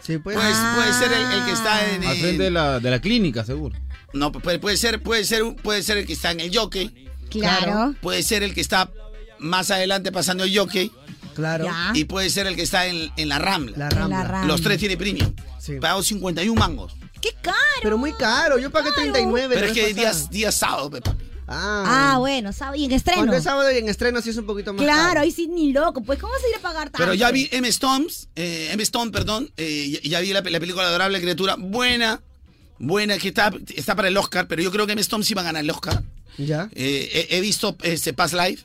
[SPEAKER 2] Sí, pues.
[SPEAKER 5] Puede, puede ser el, el que
[SPEAKER 3] Ah.
[SPEAKER 5] está en.
[SPEAKER 4] Al
[SPEAKER 5] en-
[SPEAKER 4] frente de la, de la clínica, seguro.
[SPEAKER 5] No, puede, puede ser, puede ser, un- puede ser el que está en el jockey.
[SPEAKER 3] Claro.
[SPEAKER 5] Puede ser el que está más adelante pasando el jockey.
[SPEAKER 2] Claro.
[SPEAKER 3] Ya.
[SPEAKER 5] Y puede ser el que está en, en la Rambla.
[SPEAKER 2] La Rambla. La Rambla.
[SPEAKER 5] Los tres tiene premium. Pago 51 mangos.
[SPEAKER 3] ¡Qué caro!
[SPEAKER 2] Pero muy caro, yo pagué 39.
[SPEAKER 5] Pero
[SPEAKER 2] la
[SPEAKER 5] es
[SPEAKER 2] vez
[SPEAKER 5] que
[SPEAKER 2] pasada.
[SPEAKER 5] días, días sábado, pe, papi.
[SPEAKER 3] Ah, bueno, sábado y en estreno.
[SPEAKER 2] Cuando es sábado y en estreno sí es un poquito más
[SPEAKER 3] Claro,
[SPEAKER 2] caro.
[SPEAKER 3] ahí sí ni loco. Pues, ¿cómo se irá a pagar tanto?
[SPEAKER 5] Pero ya vi M. Stones, eh, M. Stone, perdón, eh, ya- ya vi la, pe- la película Adorable Criatura, buena, buena, que está, está para el Oscar, pero yo creo que M. Stone sí va a ganar el Oscar.
[SPEAKER 2] Ya,
[SPEAKER 5] Eh, he, he visto este, Past Life,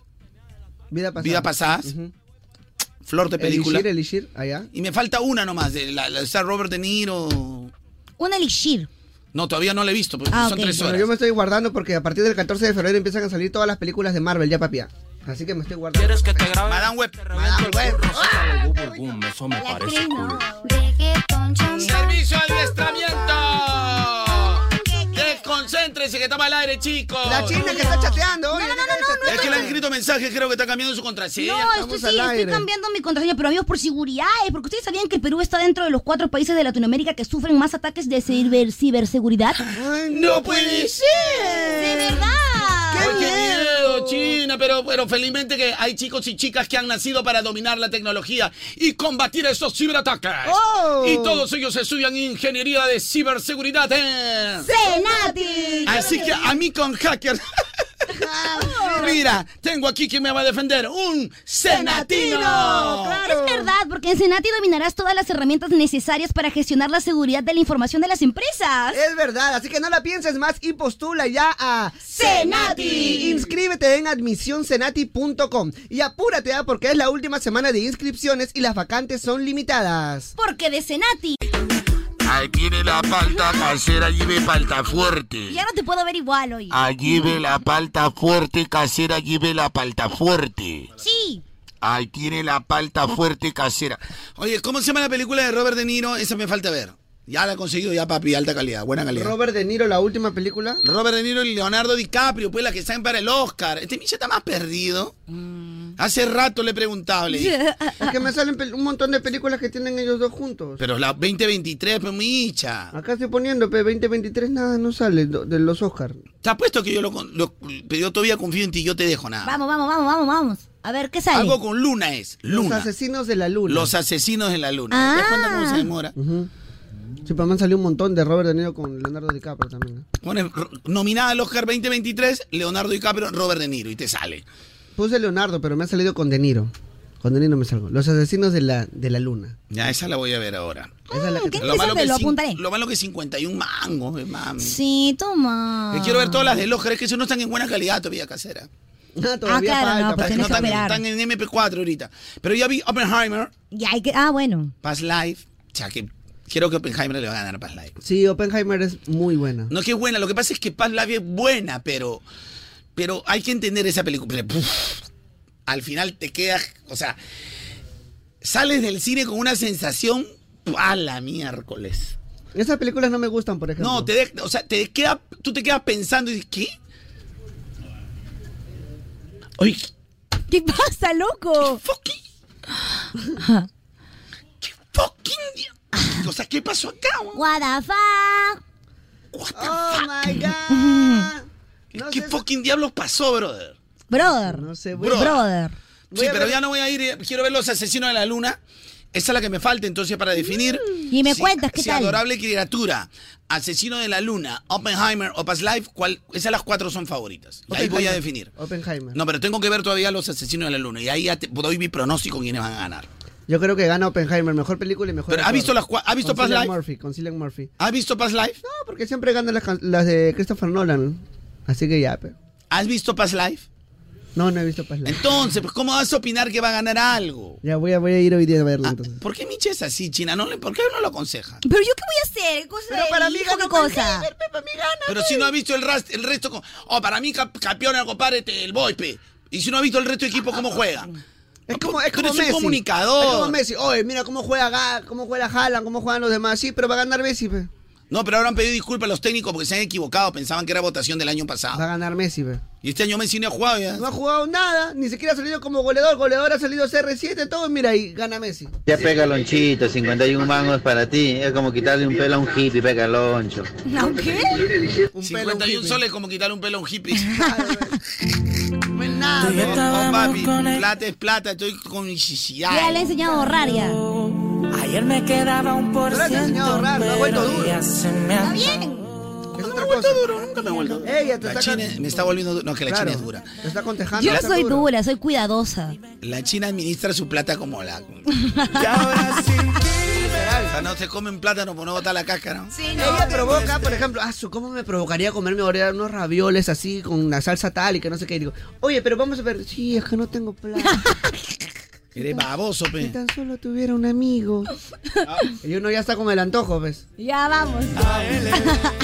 [SPEAKER 2] vida pasada.
[SPEAKER 5] Vida Pasadas,
[SPEAKER 2] Ujú.
[SPEAKER 5] Flor de Película,
[SPEAKER 2] Elixir, Elixir, allá.
[SPEAKER 5] y me falta una nomás, de la, la- está Robert De Niro.
[SPEAKER 3] Un elixir.
[SPEAKER 5] No, todavía no la he visto, porque
[SPEAKER 3] Ah,
[SPEAKER 5] son tres
[SPEAKER 2] Bueno,
[SPEAKER 5] horas.
[SPEAKER 2] yo me estoy guardando porque a partir del 14 de febrero empiezan a salir todas las películas de Marvel, ya papi. Así que me estoy guardando. ¿Quieres que te grabe?
[SPEAKER 5] Madame Web.
[SPEAKER 2] Ah,
[SPEAKER 1] Eso me
[SPEAKER 5] parece
[SPEAKER 1] Servicio
[SPEAKER 5] al adiestramiento. Desconcéntrense que estamos al aire, chicos.
[SPEAKER 2] La china que está chateando. oye, deja de chatear.
[SPEAKER 5] Es que le han escrito mensajes, creo que está cambiando su contraseña.
[SPEAKER 3] No, estoy, sí, estoy cambiando mi contraseña, pero amigos, por seguridad, eh, porque ustedes sabían que el Perú está dentro de los cuatro países de Latinoamérica que sufren más ataques de ciber- ciberseguridad.
[SPEAKER 5] ¡No
[SPEAKER 3] pues.
[SPEAKER 5] puede ser!
[SPEAKER 3] ¡De verdad!
[SPEAKER 5] Ay, ¡Qué miedo, China! Pero, pero felizmente que hay chicos y chicas que han nacido para dominar la tecnología y combatir esos ciberataques.
[SPEAKER 1] ¡Oh!
[SPEAKER 5] Y todos ellos estudian ingeniería de ciberseguridad. ¿eh?
[SPEAKER 3] ¡Senati!
[SPEAKER 5] Así que ah, a mí con hacker. Mira, tengo aquí quien me va a defender. ¡Un senatino!
[SPEAKER 3] Es verdad, porque en Senati dominarás todas las herramientas necesarias para gestionar la seguridad de la información de las empresas.
[SPEAKER 2] Es verdad, así que no la pienses más y postula ya a
[SPEAKER 3] Senati.
[SPEAKER 2] Inscríbete en admisioncenati.com y apúrate ah, porque es la última semana de inscripciones y las vacantes son limitadas.
[SPEAKER 3] Porque de Senati
[SPEAKER 7] Ahí tiene la palta casera, allí ve palta fuerte.
[SPEAKER 3] ya no te puedo ver igual hoy.
[SPEAKER 7] Allí ve la palta fuerte casera, allí ve la palta fuerte.
[SPEAKER 3] Sí.
[SPEAKER 7] Ahí tiene la palta fuerte casera.
[SPEAKER 5] Oye, ¿cómo se llama la película de Robert De Niro? Esa me falta ver. Ya la he conseguido, ya papi, alta calidad, buena calidad.
[SPEAKER 2] Robert De Niro, la última película.
[SPEAKER 5] Robert De Niro y Leonardo DiCaprio, pues la que están para el Oscar. Este Micha está más perdido. Hace rato le he preguntado, le dije.
[SPEAKER 2] Es que me salen pel- un montón de películas que tienen ellos dos juntos.
[SPEAKER 5] Pero la 2023, pues Micha.
[SPEAKER 2] Acá estoy poniendo, pe, 2023 nada, no sale do- de los Oscar.
[SPEAKER 5] Te apuesto que yo lo, con- lo- Pero yo todavía confío en ti, yo te dejo nada.
[SPEAKER 3] Vamos, vamos, vamos, vamos, vamos. A ver, ¿qué sale?
[SPEAKER 5] Algo con Luna es. Luna.
[SPEAKER 2] Los asesinos de la luna.
[SPEAKER 5] Los asesinos de la luna.
[SPEAKER 3] Ah.
[SPEAKER 5] ¿Te das cuenta cómo se demora?
[SPEAKER 2] Ujú. Sí, pero me han salido un montón de Robert De Niro con Leonardo DiCaprio también. ¿eh?
[SPEAKER 5] Pone, ro- nominada al Oscar 2023, Leonardo DiCaprio, Robert De Niro, y te sale.
[SPEAKER 2] Puse Leonardo, pero me ha salido con De Niro. Con De Niro me salgo. Los asesinos de la, de la luna.
[SPEAKER 5] Ya, esa la voy a ver ahora.
[SPEAKER 2] Esa es la que
[SPEAKER 5] Lo malo que,
[SPEAKER 3] Lo
[SPEAKER 5] cin-
[SPEAKER 3] apuntaré.
[SPEAKER 5] lo malo que 51 mangos, eh, mami.
[SPEAKER 3] Sí, toma.
[SPEAKER 5] Que quiero ver todas las del Oscar, es que eso no están en buena calidad todavía, casera.
[SPEAKER 3] todavía Ah, claro, falta, no, pues falta. tienes que
[SPEAKER 5] están,
[SPEAKER 3] esperar.
[SPEAKER 5] están en MP4 ahorita. Pero ya vi Oppenheimer,
[SPEAKER 3] Ya hay que. Ah, bueno.
[SPEAKER 5] Past Life. O sea, que quiero que Oppenheimer le va a ganar a Past Life.
[SPEAKER 2] Sí, Oppenheimer es muy buena.
[SPEAKER 5] No es que es buena, lo que pasa es que Past Life es buena, pero, pero hay que entender esa película. Pero, puf, al final te quedas, o sea, sales del cine con una sensación a la miércoles.
[SPEAKER 2] Esas películas no me gustan, por ejemplo.
[SPEAKER 5] No, te de- o sea, te queda, tú te quedas pensando y dices, ¿qué? Oye,
[SPEAKER 3] ¿Qué pasa, loco? *gasps*
[SPEAKER 2] Ah.
[SPEAKER 5] o sea, ¿qué pasó acá?
[SPEAKER 3] What the fuck?
[SPEAKER 2] oh
[SPEAKER 5] *laughs*
[SPEAKER 2] my god.
[SPEAKER 5] ¿Qué fucking diablos pasó, brother?
[SPEAKER 3] Brother.
[SPEAKER 2] No sé,
[SPEAKER 5] voy a- Brother.
[SPEAKER 2] Voy
[SPEAKER 5] Sí,
[SPEAKER 2] a
[SPEAKER 5] pero
[SPEAKER 2] ver-
[SPEAKER 5] ya no voy a ir. eh, Quiero ver los asesinos de la luna. Esa es la que me falta, entonces, para definir.
[SPEAKER 3] Y me cuentas, ¿qué
[SPEAKER 5] si
[SPEAKER 3] tal?
[SPEAKER 5] Adorable criatura, Asesino de la Luna, Oppenheimer, Opas Life, ¿cuál? esas las cuatro son favoritas. Y Ahí voy a
[SPEAKER 2] Oppenheimer.
[SPEAKER 5] definir.
[SPEAKER 2] Oppenheimer.
[SPEAKER 5] No, pero tengo que ver todavía los Asesinos de la Luna. Y ahí ya te- doy mi pronóstico quiénes van a ganar.
[SPEAKER 2] Yo creo que gana Oppenheimer, mejor película y mejor.
[SPEAKER 5] Pero, ¿has
[SPEAKER 2] actor.
[SPEAKER 5] visto las cua- has visto
[SPEAKER 2] Con
[SPEAKER 5] Past
[SPEAKER 2] Cillian
[SPEAKER 5] Life?
[SPEAKER 2] Murphy, con Cillian Murphy.
[SPEAKER 5] ¿Has visto Past Life?
[SPEAKER 2] No, porque siempre ganan las, can- las de Christopher Nolan. Así que ya, pero.
[SPEAKER 5] ¿Has visto Past Life?
[SPEAKER 2] No, no he visto Past Life.
[SPEAKER 5] Entonces, pues, ¿cómo vas a opinar que va a ganar algo?
[SPEAKER 2] Ya voy a, voy a ir hoy día a verla entonces.
[SPEAKER 5] ¿Por qué Miche es así, China? No, le- ¿Por qué no lo aconseja?
[SPEAKER 3] Pero yo qué voy a hacer? ¿Qué cosa Pero para mí, ¿qué cosa?
[SPEAKER 5] Pero si no ha visto el, ras- el resto. con- Oh, para mí, cap- campeón, el compadre, te- el Boipe. Y si no ha visto el resto de equipo, ¿cómo juega?
[SPEAKER 2] Es como, es
[SPEAKER 5] Tú
[SPEAKER 2] como
[SPEAKER 5] eres un
[SPEAKER 2] Messi.
[SPEAKER 5] comunicador.
[SPEAKER 2] Es como Messi. Oye, mira cómo juega Ga- cómo juega Haaland, cómo juegan los demás. Sí, pero va a ganar Messi, pe.
[SPEAKER 5] No, pero ahora han pedido disculpas a los técnicos porque se han equivocado. Pensaban que era votación del año pasado.
[SPEAKER 2] Va a ganar Messi, pe.
[SPEAKER 5] Y este año Messi no ha jugado ya.
[SPEAKER 2] No ha jugado nada, ni siquiera ha salido como goleador. Goleador ha salido CR7, todo. Mira, y gana Messi.
[SPEAKER 27] Ya pega lonchito, 51 mangos para ti. Es como quitarle un pelo a un hippie, pega loncho.
[SPEAKER 3] ¿No qué?
[SPEAKER 5] Un 51 soles como quitarle un pelo a un
[SPEAKER 2] *laughs*
[SPEAKER 5] hippie.
[SPEAKER 2] No
[SPEAKER 3] Pues
[SPEAKER 2] es nada.
[SPEAKER 5] No, no, papi, plata es plata, estoy con necesidad.
[SPEAKER 3] Ya le he enseñado a ahorrar ya.
[SPEAKER 1] Ayer me quedaba un por ciento.
[SPEAKER 5] no ha vuelto
[SPEAKER 1] pero
[SPEAKER 5] duro.
[SPEAKER 1] ya se me
[SPEAKER 3] Está
[SPEAKER 1] ha-
[SPEAKER 3] bien.
[SPEAKER 2] Es otra cosa.
[SPEAKER 5] Nunca me he vuelto duro.
[SPEAKER 2] Ella te
[SPEAKER 5] La
[SPEAKER 2] está
[SPEAKER 5] China me está volviendo duro. No, que la
[SPEAKER 2] Claro.
[SPEAKER 5] China es dura.
[SPEAKER 2] Te está contejando.
[SPEAKER 3] Yo no
[SPEAKER 5] está
[SPEAKER 3] soy
[SPEAKER 5] duro.
[SPEAKER 3] dura, soy cuidadosa.
[SPEAKER 5] La China administra su plata como *laughs* la. O sea, no se comen plátano por no botar la cáscara. ¿no?
[SPEAKER 2] Ella provoca, por ejemplo, ah, su, ¿cómo me provocaría comerme ahora unos ravioles así con una salsa tal y que no sé qué? Y digo, oye, pero vamos a ver. Sí, es que no tengo plata.
[SPEAKER 5] *laughs* Eres baboso,
[SPEAKER 2] Si
[SPEAKER 5] pe.
[SPEAKER 2] tan solo tuviera un amigo. Y uno ya está con el antojo, ¿ves?
[SPEAKER 3] *laughs* Ya vamos.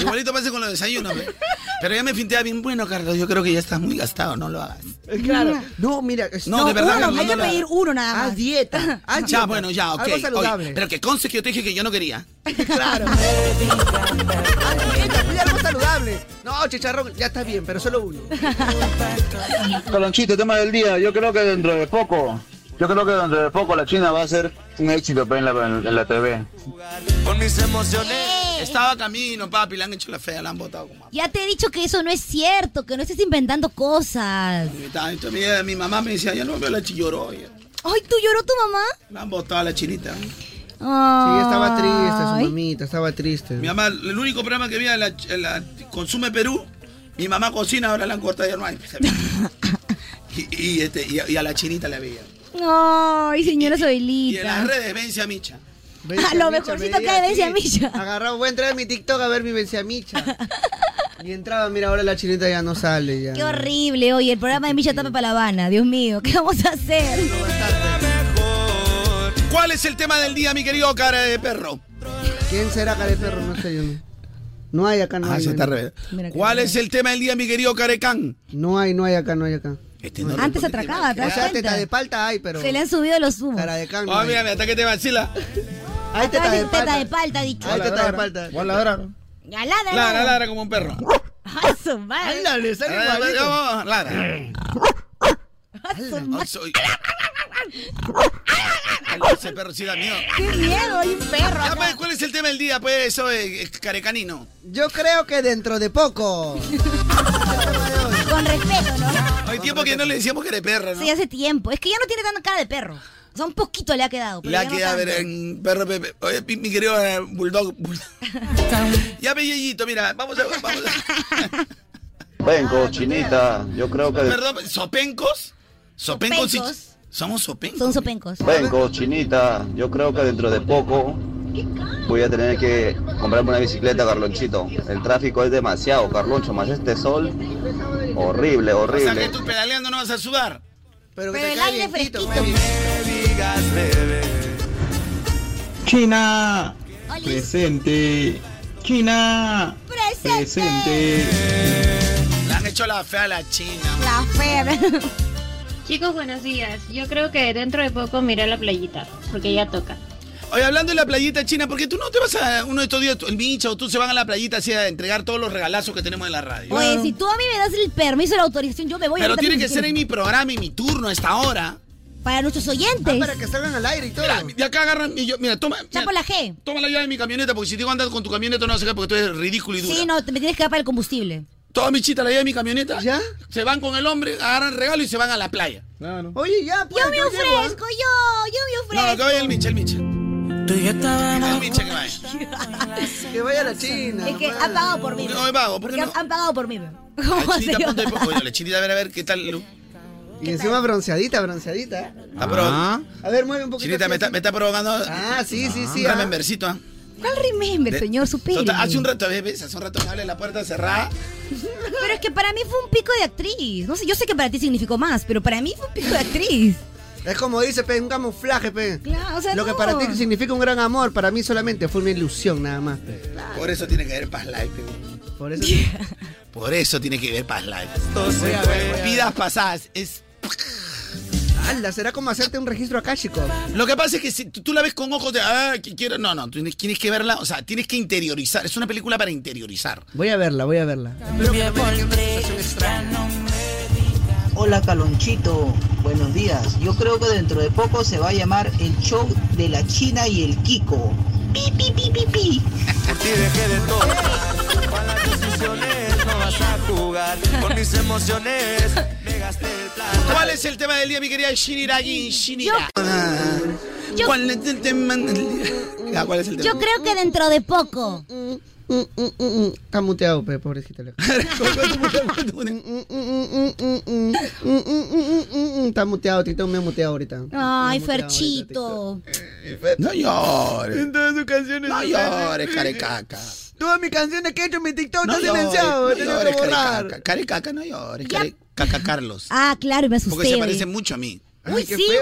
[SPEAKER 5] Igualito pasa con los desayunos, pe. Pero ya me fintea bien bueno, Carlos. Yo creo que ya estás muy gastado, no lo hagas.
[SPEAKER 2] Eh, Claro. No, mira. es-
[SPEAKER 5] No, de verdad que no, no lo hagas.
[SPEAKER 3] uno nada
[SPEAKER 2] más. Haz dieta. haz
[SPEAKER 5] Ya,
[SPEAKER 2] dieta,
[SPEAKER 5] bueno, ya, ok.
[SPEAKER 2] Algo
[SPEAKER 5] Oye,
[SPEAKER 2] saludable.
[SPEAKER 5] *laughs* pero que conste que yo te dije que yo no quería.
[SPEAKER 2] Claro. Haz dieta, pide algo saludable. No, chicharrón, ya está bien, pero solo uno.
[SPEAKER 14] Calonchito, tema del día. Yo creo que dentro de poco, yo creo que dentro de poco la China va a ser un éxito pe, en la, en la TV.
[SPEAKER 3] *laughs*
[SPEAKER 5] Con mis emociones. Eh. Estaba camino, papi. Le han hecho la fea, la han botado como.
[SPEAKER 3] Ya te he dicho que eso no es cierto, que no estés inventando cosas.
[SPEAKER 5] Me estaba- mi, mi mamá me decía, ya no veo la chilloró. ya.
[SPEAKER 3] Ay, ¿tú lloró tu mamá?
[SPEAKER 5] La han botado a la chinita.
[SPEAKER 2] Sí, estaba triste su
[SPEAKER 3] Ay.
[SPEAKER 2] mamita, estaba
[SPEAKER 3] *laughs*
[SPEAKER 2] triste.
[SPEAKER 5] Mi mamá, el único programa que había, la, la- Consume Perú, mi mamá cocina, ahora la han cortado ya no
[SPEAKER 3] *laughs*
[SPEAKER 5] hay. Y, y, este, y, a, y a la chinita la veía.
[SPEAKER 3] Ay, señora
[SPEAKER 5] Y en las
[SPEAKER 3] Soilita.
[SPEAKER 5] redes, vence a Micha.
[SPEAKER 3] A lo mejorcito que hay Benziamicha.
[SPEAKER 2] Agarraba, voy a entrar a mi TikTok a ver mi Benziamicha.
[SPEAKER 3] *laughs*
[SPEAKER 2] y entraba, mira, ahora la chinita ya no sale. Ya.
[SPEAKER 3] Qué horrible, oye, el programa de Micha Tapa para La Habana. Dios mío, ¿qué vamos a hacer?
[SPEAKER 5] ¿Cuál es el tema del día, mi querido cara de perro?
[SPEAKER 2] ¿Quién será cara de perro? No sé yo. No, No hay acá, no hay.
[SPEAKER 5] se
[SPEAKER 2] no
[SPEAKER 5] Ah, está
[SPEAKER 2] hay.
[SPEAKER 5] al revés. ¿Cuál es el tema del día, mi querido Carecán?
[SPEAKER 2] No hay, no hay acá, no hay acá.
[SPEAKER 3] Antes atracaba, ¿te
[SPEAKER 2] O
[SPEAKER 3] das
[SPEAKER 2] sea,
[SPEAKER 3] cuenta?
[SPEAKER 2] teta de palta hay, pero.
[SPEAKER 3] Se le han subido los humos.
[SPEAKER 2] Cara de can. no
[SPEAKER 5] Oh,
[SPEAKER 2] hay.
[SPEAKER 5] mira, mira, hasta que te vacila.
[SPEAKER 2] Hay teta de palta.
[SPEAKER 3] Teta de palta, dicho.
[SPEAKER 2] Hay teta de palta.
[SPEAKER 4] ¿Cuál ladrar?
[SPEAKER 3] Ya ladra.
[SPEAKER 5] Lara, lara como un perro.
[SPEAKER 3] *laughs* A su madre.
[SPEAKER 2] Ándale, sale
[SPEAKER 5] Lara, lara,
[SPEAKER 2] igualito.
[SPEAKER 5] lara.
[SPEAKER 3] A su madre.
[SPEAKER 5] Soy- Ese perro sí da miedo.
[SPEAKER 3] Qué miedo, hay un perro.
[SPEAKER 5] Ya, pues, ¿Cuál es el tema del día, pues, eso, eh, eh, carecanino?
[SPEAKER 2] Yo creo que dentro de poco.
[SPEAKER 3] Con respeto, ¿no?
[SPEAKER 5] Hay tiempo que no le decíamos que era perro, ¿no?
[SPEAKER 3] Sí, hace tiempo. Es que ya no tiene tanta cara de perro. O sea, un poquito le ha quedado. Pero
[SPEAKER 5] La
[SPEAKER 3] ya
[SPEAKER 5] que,
[SPEAKER 3] no
[SPEAKER 5] a ver,
[SPEAKER 3] tanto.
[SPEAKER 5] en perro Pepe. Oye, mi, mi querido eh, Bulldog. Bulldog. ya, ve, Yeyito, mira, vamos a. Vamos a
[SPEAKER 14] Vengo, chinita. Yo creo que.
[SPEAKER 5] perdón, ¿sopencos? ¿Sopencos? y-
[SPEAKER 3] Sopencos.
[SPEAKER 5] ¿Somos sopencos?
[SPEAKER 3] Son sopencos.
[SPEAKER 14] Vengo, chinita. Yo creo que dentro de poco voy a tener que comprarme una bicicleta, Carlonchito. El tráfico es demasiado, Carloncho, más este sol. Horrible,
[SPEAKER 5] O sea
[SPEAKER 14] horrible.
[SPEAKER 5] que tú pedaleando no vas a sudar.
[SPEAKER 2] Pero,
[SPEAKER 3] Pero el aire fresquito.
[SPEAKER 5] pues.
[SPEAKER 17] China.
[SPEAKER 3] Oli.
[SPEAKER 17] Presente. China. Presente.
[SPEAKER 5] Le han hecho la fea a la china.
[SPEAKER 3] La fe.
[SPEAKER 8] Chicos, buenos días. Yo creo que dentro de poco miré la playita, porque ya toca.
[SPEAKER 5] Oye, hablando de la playita china, ¿por qué tú no te vas a uno de estos días, tú- el Micha o tú se van a la playita así a entregar todos los regalazos que tenemos en la radio?
[SPEAKER 3] Oye, si tú a mí me das el permiso y la autorización, yo me voy
[SPEAKER 5] Pero
[SPEAKER 3] ahorita
[SPEAKER 5] tiene
[SPEAKER 3] mismo
[SPEAKER 5] que
[SPEAKER 3] si
[SPEAKER 5] ser en
[SPEAKER 3] quieres.
[SPEAKER 5] mi programa, en mi turno, a esta hora.
[SPEAKER 3] Para nuestros oyentes.
[SPEAKER 5] para que salgan al aire y todo. Mira, de acá agarran y yo, mira, toma.
[SPEAKER 3] Chapo la G.
[SPEAKER 5] Toma la llave de mi camioneta, porque si te digo andar con tu camioneta no vas a sacar porque tú eres ridículo y dura.
[SPEAKER 3] Sí, no, te- me tienes que dar para el combustible.
[SPEAKER 5] Toda mi chita la llave de mi camioneta. ¿Ya? Se van con el hombre, agarran regalo y se van a la playa.
[SPEAKER 2] Oye, ya, pues.
[SPEAKER 3] Yo me
[SPEAKER 2] yo llego, ¿ah?
[SPEAKER 3] ofrezco, yo, yo me
[SPEAKER 5] No, no, que
[SPEAKER 3] ofrezco.
[SPEAKER 5] vaya el Micha, el Micha. Tú y yo El Micha que vaya.
[SPEAKER 2] Que vaya a la China.
[SPEAKER 3] es que han pagado por mí.
[SPEAKER 5] ¿Por qué no me pago? ¿Por qué
[SPEAKER 3] Porque
[SPEAKER 5] no?
[SPEAKER 3] Han pagado por mí.
[SPEAKER 5] La
[SPEAKER 3] *laughs* *laughs* ¿Cómo se
[SPEAKER 5] chinita,
[SPEAKER 3] llama?
[SPEAKER 5] ponte, oye, la chinita, a ver, a ver, ¿qué tal? Lu?
[SPEAKER 2] Y encima bronceadita, bronceadita.
[SPEAKER 5] Está pro-
[SPEAKER 2] A ver, mueve un poquito.
[SPEAKER 5] Chinita,
[SPEAKER 2] así,
[SPEAKER 5] me está,
[SPEAKER 2] así.
[SPEAKER 5] me está provocando.
[SPEAKER 2] Ah, sí, sí, sí.
[SPEAKER 5] Un
[SPEAKER 2] ah.
[SPEAKER 5] remembercito, ¿ah?
[SPEAKER 3] ¿Cuál remember,
[SPEAKER 5] De-
[SPEAKER 3] señor? Supere.
[SPEAKER 5] Total, Hace un rato, eh, ¿ves? ¿Ves? Hace un rato me abre la puerta cerrada.
[SPEAKER 3] Pero es que para mí fue un pico de actriz. No sé, yo sé que para ti significó más, pero para mí fue un pico de actriz.
[SPEAKER 2] Es como dice, pe, un camuflaje, pe.
[SPEAKER 3] Claro, Ah, o sea,
[SPEAKER 2] Lo que
[SPEAKER 3] no.
[SPEAKER 2] para ti significa un gran amor, para mí solamente fue una ilusión nada más. pe.
[SPEAKER 5] Por eso tiene que haber Paz Live.
[SPEAKER 2] Por eso.
[SPEAKER 5] Por eso tiene que haber Paz Live. Vidas pasadas. Es...
[SPEAKER 2] Ala, será como hacerte un registro acá, chico.
[SPEAKER 5] Lo que pasa es que si tú tú la ves con ojos de. Ah, que quiero. No, no. tú Tienes, tienes que verla. O sea, tienes que interiorizar. Es una película para interiorizar.
[SPEAKER 2] Voy a verla, voy a verla.
[SPEAKER 8] Hola Calonchito, buenos días. Yo creo que dentro de poco se va a llamar el show de la China y el Kiko. Pi, pi, pi, pi, pi.
[SPEAKER 15] Por ti dejé de todo. Con las decisiones no vas a jugar. Con mis emociones me gasté el plan.
[SPEAKER 5] ¿Cuál es el tema del día, mi querida Shiniragi? Shinira. ¿Cuál es el tema del día? Ya, Ah, ¿Cuál es el tema?
[SPEAKER 3] Yo creo que dentro de poco.
[SPEAKER 2] Mm, mm, mm, mm. Está muteado, pe,
[SPEAKER 5] *laughs*
[SPEAKER 2] pobrecita. loco. Mm, mm, mm, mm, mm, mm. Está muteado, Tito me ha muteado ahorita.
[SPEAKER 3] Ay, Ferchito.
[SPEAKER 5] No llores.
[SPEAKER 2] Todas sus canciones.
[SPEAKER 5] No llores, carecaca.
[SPEAKER 2] Todas mis canciones que he hecho en mi TikTok
[SPEAKER 5] No
[SPEAKER 2] están
[SPEAKER 5] llores,
[SPEAKER 2] silenciadas.
[SPEAKER 5] no
[SPEAKER 2] he tenido que
[SPEAKER 5] llores,
[SPEAKER 2] borrar.
[SPEAKER 5] carecaca. Carecaca, no llores. Carecaca Carlos.
[SPEAKER 3] *laughs* Ah, claro, me asusté.
[SPEAKER 5] Porque se
[SPEAKER 3] oye.
[SPEAKER 5] parece mucho a mí.
[SPEAKER 3] Uy,
[SPEAKER 2] qué
[SPEAKER 3] sí,
[SPEAKER 2] Dios mío,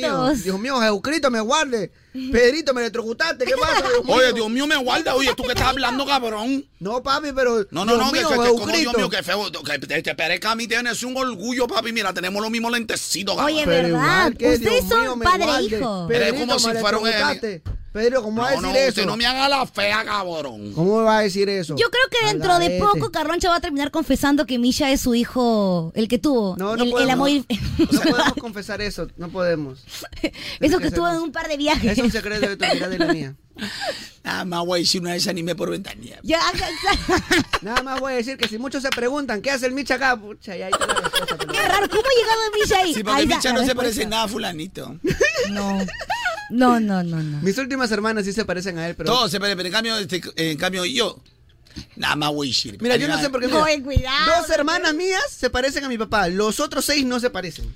[SPEAKER 3] igualitos.
[SPEAKER 2] Dios mío, Jesucristo me guarde. Pedrito, me electrocutaste. ¿Qué pasa? Dios mío?
[SPEAKER 5] Oye, Dios mío, me guarda. Oye, tú que estás hablando, cabrón.
[SPEAKER 2] No, papi, pero.
[SPEAKER 5] No, no,
[SPEAKER 2] Dios
[SPEAKER 5] no, que,
[SPEAKER 2] mío,
[SPEAKER 5] que- que- como
[SPEAKER 2] Jesucristo.
[SPEAKER 5] Dios mío, que feo. Que te, te parezca a mí, tienes un orgullo, papi. Mira, tenemos los mismos lentecitos, cabrón.
[SPEAKER 3] Oye, ¿verdad?
[SPEAKER 2] que Dios
[SPEAKER 3] Ustedes
[SPEAKER 2] mío,
[SPEAKER 3] son
[SPEAKER 2] me
[SPEAKER 3] padre e
[SPEAKER 2] guarde.
[SPEAKER 3] hijo.
[SPEAKER 5] Eres
[SPEAKER 2] Pedrito,
[SPEAKER 5] como si
[SPEAKER 2] me
[SPEAKER 5] fuera un
[SPEAKER 2] electrocutaste. Pedro, ¿cómo va a
[SPEAKER 5] No,
[SPEAKER 2] decir
[SPEAKER 5] no,
[SPEAKER 2] eso?
[SPEAKER 5] usted no me haga la fea, cabrón.
[SPEAKER 2] ¿Cómo va a decir eso?
[SPEAKER 3] Yo creo que dentro de
[SPEAKER 2] Algarete.
[SPEAKER 3] poco Carroncha va a terminar confesando que Misha es su hijo, el que tuvo.
[SPEAKER 2] No, no
[SPEAKER 3] el, el
[SPEAKER 2] podemos.
[SPEAKER 3] amor.
[SPEAKER 2] No podemos confesar eso, no podemos.
[SPEAKER 3] *laughs* Eso
[SPEAKER 2] que
[SPEAKER 3] que tuvo
[SPEAKER 2] ser-
[SPEAKER 3] en un par de viajes.
[SPEAKER 2] Es un secreto de tu vida y la mía.
[SPEAKER 5] Nada más Ah, voy a decir una vez animé por ventanilla.
[SPEAKER 3] Ya,
[SPEAKER 2] *laughs* Nada más voy a decir que si muchos se preguntan qué hace el Micha acá, pucha, ya ahí está la respuesta.
[SPEAKER 3] qué raro. ¿Cómo ha llegado Misha ahí?
[SPEAKER 5] Sí,
[SPEAKER 3] Ahí
[SPEAKER 5] porque
[SPEAKER 3] está
[SPEAKER 5] Micha
[SPEAKER 3] la
[SPEAKER 5] no se
[SPEAKER 3] respuesta.
[SPEAKER 5] parece en nada a fulanito.
[SPEAKER 3] No. No, no, no, no.
[SPEAKER 2] Mis últimas hermanas sí se parecen a él, pero.
[SPEAKER 5] Todos se parecen, pero en cambio, este, eh, en cambio yo, nada más voy a decir.
[SPEAKER 2] Mira, yo no sé por qué. mira,
[SPEAKER 3] Oye, cuidado.
[SPEAKER 2] Dos hermanas mías se parecen a mi papá. Los otros seis no se parecen.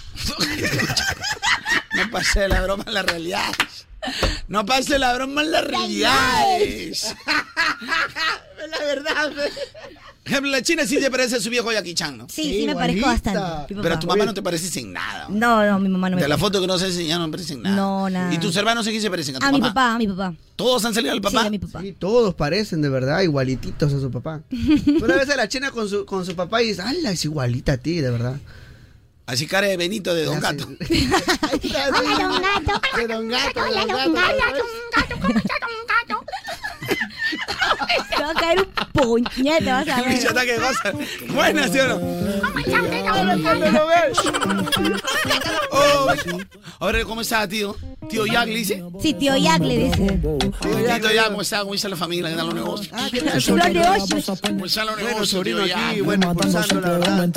[SPEAKER 5] No pase de la broma a la realidad. No pase de la broma a la realidad.
[SPEAKER 2] *laughs* la verdad,
[SPEAKER 5] Por ejemplo, La china sí se parece a su viejo Jackie Chan, ¿no?
[SPEAKER 3] Sí, sí, me parezco bastante. Mi
[SPEAKER 5] Pero
[SPEAKER 3] papá.
[SPEAKER 5] tu mamá no te parece en nada.
[SPEAKER 3] No, no, mi mamá no me
[SPEAKER 5] De la
[SPEAKER 3] parece.
[SPEAKER 5] foto que nos enseñaron no me parece en nada.
[SPEAKER 3] No, nada.
[SPEAKER 5] ¿Y tus hermanos en qué se parecen? ¿A tu
[SPEAKER 3] A mi
[SPEAKER 5] mamá?
[SPEAKER 3] papá, a mi papá.
[SPEAKER 5] ¿Todos han salido al papá?
[SPEAKER 3] Sí, a mi papá.
[SPEAKER 2] Y todos parecen de verdad igualititos a su papá. Tú la
[SPEAKER 3] *laughs*
[SPEAKER 2] ves a la china con su, con su papá y dices, ¡ala! Es igualita a ti, de verdad.
[SPEAKER 5] Así cara de Benito de Don Gato.
[SPEAKER 2] Hola, don gato. don gato. Hola, don gato.
[SPEAKER 3] Te va a caer un puñete,
[SPEAKER 5] *laughs*
[SPEAKER 3] vas a ver.
[SPEAKER 5] Bicho, está *laughs* que goza. Buena, ¿sí o no? Oh, ahora, ¿cómo está, tío? Tío Jack, le dice.
[SPEAKER 3] Sí, tío Jack le dice.
[SPEAKER 5] Tío Jack, ¿cómo está? ¿Cómo está la familia? ¿Qué tal los negocios?
[SPEAKER 3] Ah, Flor de hoyos.
[SPEAKER 5] ¿Cómo están los negocios, tío Jack?
[SPEAKER 2] bueno, impulsando, la verdad.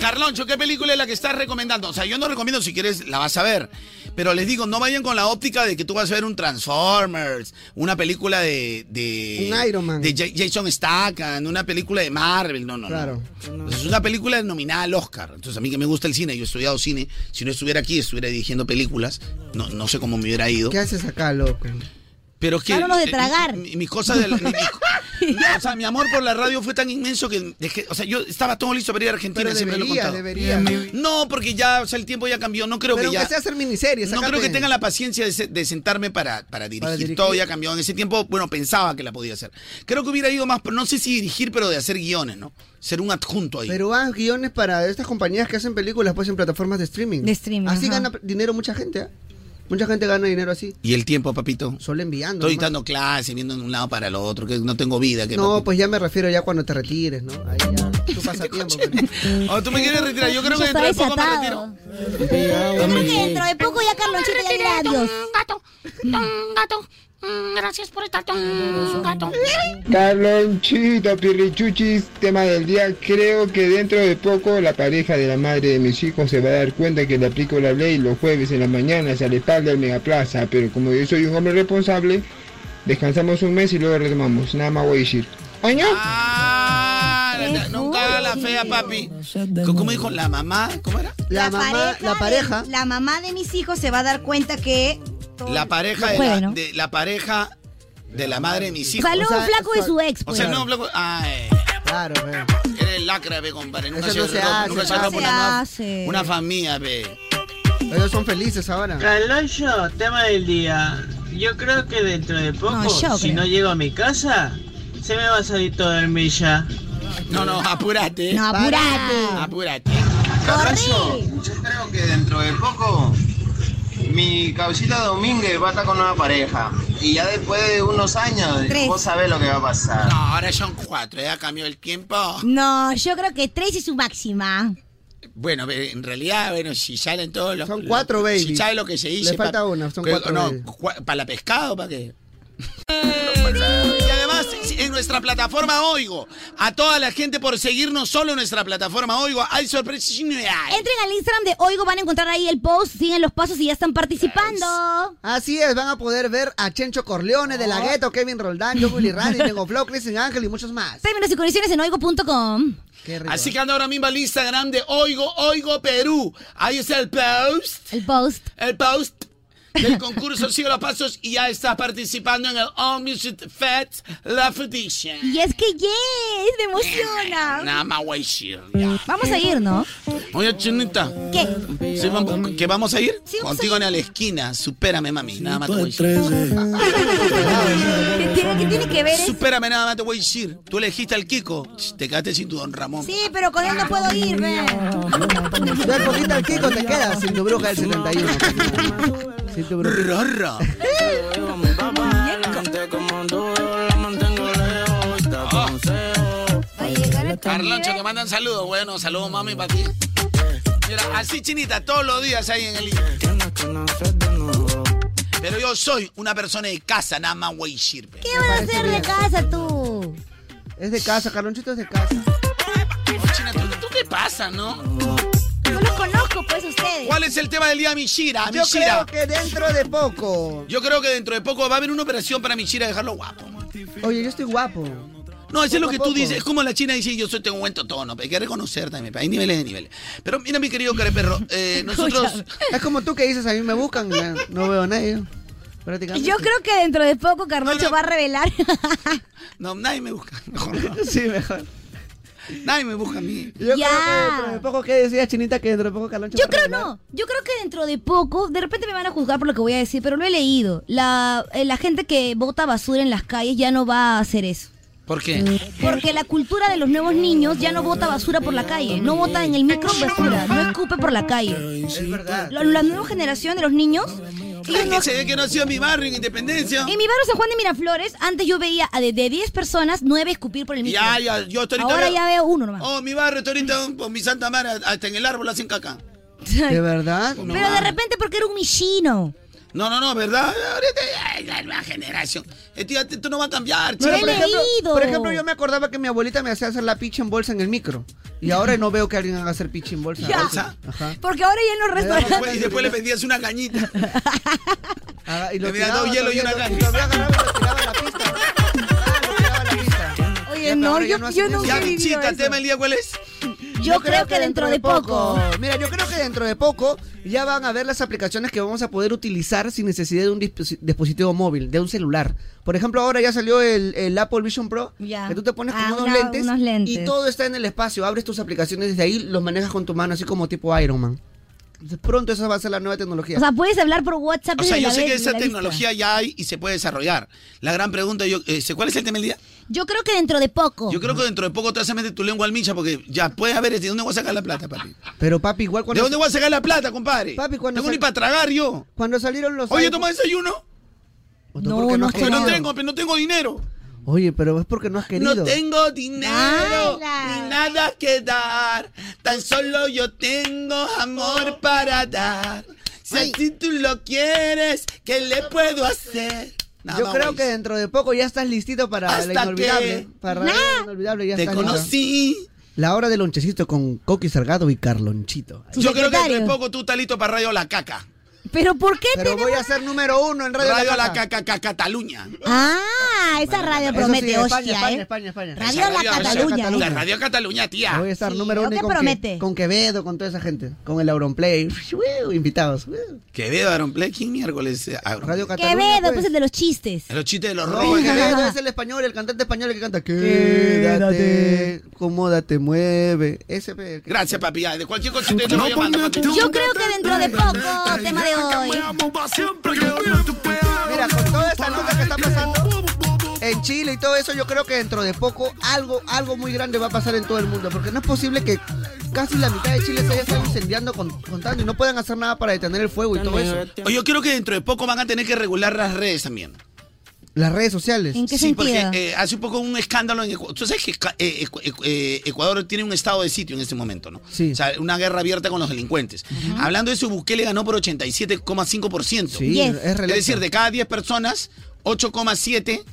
[SPEAKER 5] Carloncho, ¿qué película es la que estás recomendando? O sea, yo no recomiendo, si quieres la vas a ver. Pero les digo, no vayan con la óptica de que tú vas a ver un Transformers, una película de... de
[SPEAKER 2] Un Iron Man.
[SPEAKER 5] De Ja- Jason Statham, una película de Marvel, no, no,
[SPEAKER 2] Claro.
[SPEAKER 5] no. Pues es una película nominada al Oscar. Entonces, a mí que me gusta el cine, yo he estudiado cine. Si no estuviera aquí, estuviera dirigiendo películas. No, no sé cómo me hubiera ido.
[SPEAKER 2] ¿Qué haces acá, loco?
[SPEAKER 5] Pero que.
[SPEAKER 3] Dámonos de
[SPEAKER 5] eh,
[SPEAKER 3] tragar.
[SPEAKER 5] Mi, mi cosa de la-
[SPEAKER 3] *laughs*
[SPEAKER 5] mi- mi- o sea, mi amor por la radio fue tan inmenso que. dejé- o sea, yo estaba todo listo para ir a Argentina,
[SPEAKER 2] Pero
[SPEAKER 5] siempre lo
[SPEAKER 2] debería,
[SPEAKER 5] he contado.
[SPEAKER 2] debería.
[SPEAKER 5] Y a mí- No, porque ya, o sea, el tiempo ya cambió. No creo
[SPEAKER 2] Pero
[SPEAKER 5] que ya.
[SPEAKER 2] aunque sea hacer miniseries,
[SPEAKER 5] no
[SPEAKER 2] sácate.
[SPEAKER 5] creo que tenga la paciencia de, se- de sentarme para, para dirigir.
[SPEAKER 2] dirigir.
[SPEAKER 5] Todo ya cambió. En ese tiempo, bueno, pensaba que la podía hacer. Creo que hubiera ido más, pero no sé si dirigir, pero de hacer guiones, ¿no? Ser un adjunto ahí.
[SPEAKER 2] Pero van guiones para estas compañías que hacen películas pues en plataformas de streaming. De
[SPEAKER 3] streaming.
[SPEAKER 2] Así
[SPEAKER 5] ajá.
[SPEAKER 2] gana dinero mucha gente, ¿ah? Mucha gente gana dinero así.
[SPEAKER 5] ¿Y el tiempo, papito?
[SPEAKER 2] Solo enviando.
[SPEAKER 5] Estoy
[SPEAKER 2] nomás.
[SPEAKER 5] dictando clases, viendo de un lado para el otro, que no tengo vida. Que
[SPEAKER 2] No, pues ya me refiero ya cuando te retires, ¿no? Ahí ya.
[SPEAKER 5] *laughs*
[SPEAKER 2] Tu pasatiempo.
[SPEAKER 5] Oh, tú me quieres retirar. Yo creo que
[SPEAKER 3] Está
[SPEAKER 5] dentro de poco me
[SPEAKER 3] desatado.
[SPEAKER 5] retiro.
[SPEAKER 2] ah,
[SPEAKER 5] Ah,
[SPEAKER 3] Yo creo que dentro de poco ya Carlonchito ya dirá adiós.
[SPEAKER 10] Gato, ton, gato, Mm, gracias por estar, ton, gato.
[SPEAKER 13] Carlonchito, pirrichuchis, tema del día. Creo que dentro de poco la pareja de la madre de mis hijos se va a dar cuenta que le aplico la ley los jueves en las mañanas a la espalda del megaplaza. Pero como yo soy un hombre responsable, descansamos un mes y luego retomamos. Nada más voy a decir.
[SPEAKER 5] ¿Oño? nunca Ah, la fea, papi. ¿Cómo dijo la mamá? ¿Cómo era?
[SPEAKER 2] La, mamá, la pareja.
[SPEAKER 3] de- la mamá de mis hijos se va a dar cuenta que.
[SPEAKER 5] La pareja,
[SPEAKER 3] No
[SPEAKER 5] de,
[SPEAKER 3] puede,
[SPEAKER 5] la,
[SPEAKER 3] ¿no?
[SPEAKER 5] de la pareja de la madre de mis hijos.
[SPEAKER 3] Salió
[SPEAKER 5] O sea,
[SPEAKER 3] un flaco de su ex.
[SPEAKER 5] O
[SPEAKER 3] pues.
[SPEAKER 5] sea, no, flaco. Ay.
[SPEAKER 2] Claro, ve.
[SPEAKER 5] Eres lacra, ve, compadre. Nunca
[SPEAKER 2] Eso no se
[SPEAKER 5] roco-
[SPEAKER 2] hace,
[SPEAKER 5] nunca
[SPEAKER 2] pa.
[SPEAKER 5] roco
[SPEAKER 2] No se
[SPEAKER 5] una, nueva-
[SPEAKER 2] hace.
[SPEAKER 5] una familia, ve.
[SPEAKER 2] Ellos son felices ahora.
[SPEAKER 18] Caloncho, tema del día. Yo creo que dentro de poco,
[SPEAKER 2] No, yo
[SPEAKER 18] si
[SPEAKER 2] creo.
[SPEAKER 18] no llego a mi casa, se me va a salir todo el milla.
[SPEAKER 5] No, no, apúrate.
[SPEAKER 18] No, apúrate.
[SPEAKER 5] Apúrate.
[SPEAKER 18] Carrazo,
[SPEAKER 5] Corre.
[SPEAKER 18] yo creo que dentro de poco mi cabecita Domínguez va a estar con una pareja. Y ya después de unos años,
[SPEAKER 3] Tres.
[SPEAKER 18] vos sabés lo que va a pasar.
[SPEAKER 5] No, ahora son cuatro, ya cambió el tiempo.
[SPEAKER 3] No, yo creo que tres es su máxima.
[SPEAKER 5] Bueno, ve, en realidad, bueno, si salen todos los. Son
[SPEAKER 2] cuatro
[SPEAKER 5] baby. Si
[SPEAKER 2] babies.
[SPEAKER 5] sabes lo que se
[SPEAKER 2] Le
[SPEAKER 5] dice.
[SPEAKER 2] falta
[SPEAKER 5] pa-
[SPEAKER 2] una, son
[SPEAKER 5] que-
[SPEAKER 2] cuatro
[SPEAKER 5] No,
[SPEAKER 2] babies.
[SPEAKER 5] cua- para la pescado, ¿para qué? Y además, si- en nuestra plataforma Oigo, a toda la gente por seguirnos solo en nuestra plataforma Oigo, hay sorpresas.
[SPEAKER 3] Entren al Instagram de Oigo, van a encontrar ahí el post, siguen los pasos y ya están participando.
[SPEAKER 2] Así es, van a poder ver a Chencho Corleone
[SPEAKER 3] Oh.
[SPEAKER 2] de la Gueto, Kevin Roldán, Yo Willy Randy, Tengo Flow, Kristen Ángel y muchos más.
[SPEAKER 3] *laughs* Términos y condiciones en oigo.com. ¿eh?
[SPEAKER 5] Así que anda ahora mismo al Instagram de Oigo, Oigo Perú. Ahí está el post.
[SPEAKER 3] El post.
[SPEAKER 5] El post del concurso *laughs* Sigue los Pasos y ya estás participando en el All Music Fest La Edition.
[SPEAKER 3] Y es que yes, me emociona.
[SPEAKER 5] Nada más guay shit.
[SPEAKER 3] Vamos a ir, ¿no?
[SPEAKER 5] Oye, chinita.
[SPEAKER 3] ¿Qué?
[SPEAKER 5] Sí, vamos- ¿Que vamos a ir?
[SPEAKER 3] Sí, vamos
[SPEAKER 5] Contigo en la esquina. Supérame, mami. Nada más te voy a decir.
[SPEAKER 3] ¿Qué tiene, qué tiene que ver eso?
[SPEAKER 5] Supérame, nada más te voy a decir. Tú elegiste al Kiko. Ch, Te quedaste sin tu don Ramón.
[SPEAKER 3] Sí, pero con él no puedo irme.
[SPEAKER 2] Ve, poquito al Kiko te quedas sin tu bruja del 71. Sin tu bruja.
[SPEAKER 5] *laughs* Rorro.
[SPEAKER 3] Ah.
[SPEAKER 5] Carloncho, que mandan saludos. Bueno, saludos, mami, para ti.
[SPEAKER 3] Eh.
[SPEAKER 5] Mira, así chinita, todos los días ahí en el Pero yo soy una persona de casa, nada más güey sirve.
[SPEAKER 3] ¿Qué vas a hacer de casa tú?
[SPEAKER 2] Es de casa, Carlonchito es de casa.
[SPEAKER 5] ¿Tú qué pasa, no?
[SPEAKER 3] No los conozco, pues, ustedes.
[SPEAKER 5] ¿Cuál es el tema del día, Mishira?
[SPEAKER 2] Yo
[SPEAKER 5] Mishira.
[SPEAKER 2] creo que dentro de poco.
[SPEAKER 5] Yo creo que dentro de poco va a haber una operación para Mishira dejarlo guapo.
[SPEAKER 2] Oye, yo estoy guapo.
[SPEAKER 5] No, eso es lo
[SPEAKER 2] Poco a
[SPEAKER 5] que tú
[SPEAKER 2] poco.
[SPEAKER 5] dices. Es como la China dice, yo soy tengo un buen tono. Hay que reconocer también. Hay niveles de niveles. Pero mira, mi querido careperro,
[SPEAKER 2] *laughs*
[SPEAKER 5] eh,
[SPEAKER 3] *laughs*
[SPEAKER 5] nosotros...
[SPEAKER 2] Es como tú que dices, a mí me buscan, ya no veo a nadie. Prácticamente.
[SPEAKER 3] Yo creo que dentro de poco Carloncho va a revelar.
[SPEAKER 5] *laughs* No, nadie me busca. Mejor no.
[SPEAKER 2] *laughs* Sí, mejor.
[SPEAKER 5] Nadie me busca a mí.
[SPEAKER 2] Yo
[SPEAKER 3] Ya.
[SPEAKER 2] creo que dentro de poco, ¿qué decías, Chinita? Que dentro de poco Carloncho
[SPEAKER 3] Yo
[SPEAKER 2] va a
[SPEAKER 3] creo
[SPEAKER 2] revelar?
[SPEAKER 3] no. Yo creo que dentro de poco, de repente me van a juzgar por lo que voy a decir, pero lo he leído. La, eh, la gente que bota basura en las calles ya no va a hacer eso.
[SPEAKER 5] ¿Por qué?
[SPEAKER 3] Porque la cultura de los nuevos niños ya no bota basura por la calle, no bota en el micro basura, no escupe por la calle.
[SPEAKER 2] Es verdad.
[SPEAKER 3] La, la nueva generación de los niños.
[SPEAKER 5] Es que se ve que no ha sido mi barrio en Independencia.
[SPEAKER 3] En mi barrio San Juan de Miraflores, antes yo veía a de, de 10 personas, 9 escupir por el micro.
[SPEAKER 5] Ya, ya, yo estoy ahorita
[SPEAKER 3] Ahora
[SPEAKER 5] veo-
[SPEAKER 3] ya veo uno nomás.
[SPEAKER 5] Oh, mi barrio está ahorita por mi Santa Mara, hasta en el árbol hacen caca.
[SPEAKER 2] ¿De verdad?
[SPEAKER 5] No,
[SPEAKER 3] Pero de
[SPEAKER 5] mames.
[SPEAKER 3] repente porque era un michino.
[SPEAKER 5] No, no, no, ¿verdad? Ahorita ay, la nueva generación. Eh, tía, esto no va a cambiar,
[SPEAKER 2] Pero,
[SPEAKER 5] chico.
[SPEAKER 2] por, ejemplo, por ejemplo, yo me acordaba que mi abuelita me hacía hacer la picha en bolsa en el micro. Y ahora no veo que alguien haga hacer picha en bolsa.
[SPEAKER 5] Ya.
[SPEAKER 2] Bolsa. Ajá.
[SPEAKER 3] Porque ahora ya en los
[SPEAKER 5] Y después,
[SPEAKER 3] restaurantes.
[SPEAKER 5] y después le vendías una cañita.
[SPEAKER 2] *laughs* Ah, y
[SPEAKER 5] Le
[SPEAKER 2] lo
[SPEAKER 5] vendías
[SPEAKER 2] tiraba,
[SPEAKER 5] dos hielos y
[SPEAKER 2] lo-
[SPEAKER 5] una
[SPEAKER 2] lo-
[SPEAKER 5] cañita. *laughs*
[SPEAKER 3] Oye, no, yo, yo no
[SPEAKER 5] Ya,
[SPEAKER 3] he vivido
[SPEAKER 5] bichita,
[SPEAKER 3] eso.
[SPEAKER 5] tema el día, ¿cuál es?
[SPEAKER 3] Yo creo que dentro de poco.
[SPEAKER 2] Mira, yo creo que dentro de poco ya van a ver las aplicaciones que vamos a poder utilizar sin necesidad de un disposi- dispositivo móvil, de un celular. Por ejemplo, ahora ya salió el, el Apple Vision Pro,
[SPEAKER 3] Ya.
[SPEAKER 2] que tú te pones con
[SPEAKER 3] Ah,
[SPEAKER 2] unos,
[SPEAKER 3] una-
[SPEAKER 2] lentes,
[SPEAKER 3] unos lentes.
[SPEAKER 2] y todo está en el espacio. Abres tus aplicaciones desde ahí, los manejas con tu mano, así como tipo Iron Man. Entonces, pronto esa va a ser la nueva tecnología.
[SPEAKER 3] O sea, puedes hablar por WhatsApp.
[SPEAKER 5] O sea,
[SPEAKER 3] desde
[SPEAKER 5] yo
[SPEAKER 3] la
[SPEAKER 5] sé
[SPEAKER 3] ve-
[SPEAKER 5] que
[SPEAKER 3] desde
[SPEAKER 5] esa
[SPEAKER 3] la vista.
[SPEAKER 5] tecnología ya hay y se puede desarrollar. La gran pregunta, yo, eh, ¿cuál es el tema del día?
[SPEAKER 3] Yo creo que dentro de poco.
[SPEAKER 5] Yo creo que dentro de poco te vas a meter tu lengua al micha porque ya puedes haber, ¿de dónde voy a sacar la plata, papi?
[SPEAKER 2] Pero papi, igual cuando...
[SPEAKER 5] ¿De dónde voy a sacar la plata, compadre?
[SPEAKER 2] Papi, cuando
[SPEAKER 5] Tengo
[SPEAKER 2] sal-
[SPEAKER 5] ni para tragar yo.
[SPEAKER 2] Cuando salieron los...
[SPEAKER 5] Oye,
[SPEAKER 2] iPhone-
[SPEAKER 5] toma desayuno.
[SPEAKER 2] No, ¿por qué no has
[SPEAKER 5] Pero no
[SPEAKER 2] querido?
[SPEAKER 5] tengo, pero no tengo dinero.
[SPEAKER 2] Oye, pero es porque no has querido.
[SPEAKER 5] No tengo dinero ni nada que dar. Tan solo yo tengo
[SPEAKER 3] Oh.
[SPEAKER 5] amor para dar. Si a ti tú lo quieres, ¿qué le puedo hacer? Nada
[SPEAKER 2] Yo
[SPEAKER 5] más,
[SPEAKER 2] creo
[SPEAKER 5] güey.
[SPEAKER 2] que dentro de poco ya estás listito para
[SPEAKER 5] Hasta
[SPEAKER 2] la inolvidable.
[SPEAKER 5] que-
[SPEAKER 2] Para
[SPEAKER 5] Nah.
[SPEAKER 2] la inolvidable ya
[SPEAKER 5] Te
[SPEAKER 2] estás listo.
[SPEAKER 5] conocí.
[SPEAKER 2] La hora del lonchecito con Coqui Sargado y Carlonchito.
[SPEAKER 5] Yo creo que dentro de poco tú estás listo para Radio La Caca.
[SPEAKER 3] ¿Pero por qué
[SPEAKER 2] Pero voy a ser número uno en Radio,
[SPEAKER 5] Radio
[SPEAKER 2] la,
[SPEAKER 5] La Caca, Caca, Cataluña.
[SPEAKER 3] Ah, esa radio
[SPEAKER 2] eso
[SPEAKER 3] promete,
[SPEAKER 2] sí, España,
[SPEAKER 3] hostia,
[SPEAKER 2] España,
[SPEAKER 3] ¿eh?
[SPEAKER 2] España, España.
[SPEAKER 3] Radio
[SPEAKER 5] Esa
[SPEAKER 3] La Cataluña.
[SPEAKER 5] La
[SPEAKER 3] ¿eh?
[SPEAKER 5] Radio Cataluña, tía.
[SPEAKER 2] Voy a estar
[SPEAKER 3] Sí,
[SPEAKER 2] número
[SPEAKER 3] ¿o
[SPEAKER 2] uno y
[SPEAKER 3] qué
[SPEAKER 2] con, que-
[SPEAKER 3] promete?
[SPEAKER 2] con Quevedo, con toda esa gente. Con el Auronplay. *laughs* uiu, Invitados. uiu.
[SPEAKER 5] Quevedo, Aaron Play, ¿quién miércoles? eh, Aaron
[SPEAKER 2] Radio
[SPEAKER 5] Play?
[SPEAKER 2] Cataluña.
[SPEAKER 3] Quevedo, pues el de los chistes.
[SPEAKER 5] Los chistes de los
[SPEAKER 2] Oye,
[SPEAKER 5] robos.
[SPEAKER 2] Quevedo es el español, el cantante español que canta Quédate, cómoda te mueve. Ese pe-
[SPEAKER 5] Gracias, papi. ya, De cualquier cosa te
[SPEAKER 2] No
[SPEAKER 3] pues,
[SPEAKER 5] estoy llamando, papi.
[SPEAKER 3] Yo creo que dentro de poco, tema de hoy.
[SPEAKER 2] Mira, con toda esta lucha que está pasando en Chile y todo eso, yo creo que dentro de poco algo, algo muy grande va a pasar en todo el mundo. Porque no es posible que casi la mitad de Chile se haya estado incendiando con, con tanto y no puedan hacer nada para detener el fuego y todo eso.
[SPEAKER 5] Oye, yo creo que dentro de poco van a tener que regular las redes también.
[SPEAKER 2] Las redes sociales.
[SPEAKER 5] sí, porque eh, hace un poco un escándalo en Ecuador. Tú sabes que Esca- eh, Ecu- Ecu- eh, Ecuador tiene un estado de sitio en este momento, ¿no?
[SPEAKER 2] Sí.
[SPEAKER 5] O sea, una guerra abierta con los delincuentes. Hablando de eso, Bukele ganó por 87,5%.
[SPEAKER 2] Sí, Yes. es reelecto.
[SPEAKER 5] decir, de cada 10 personas, 8,7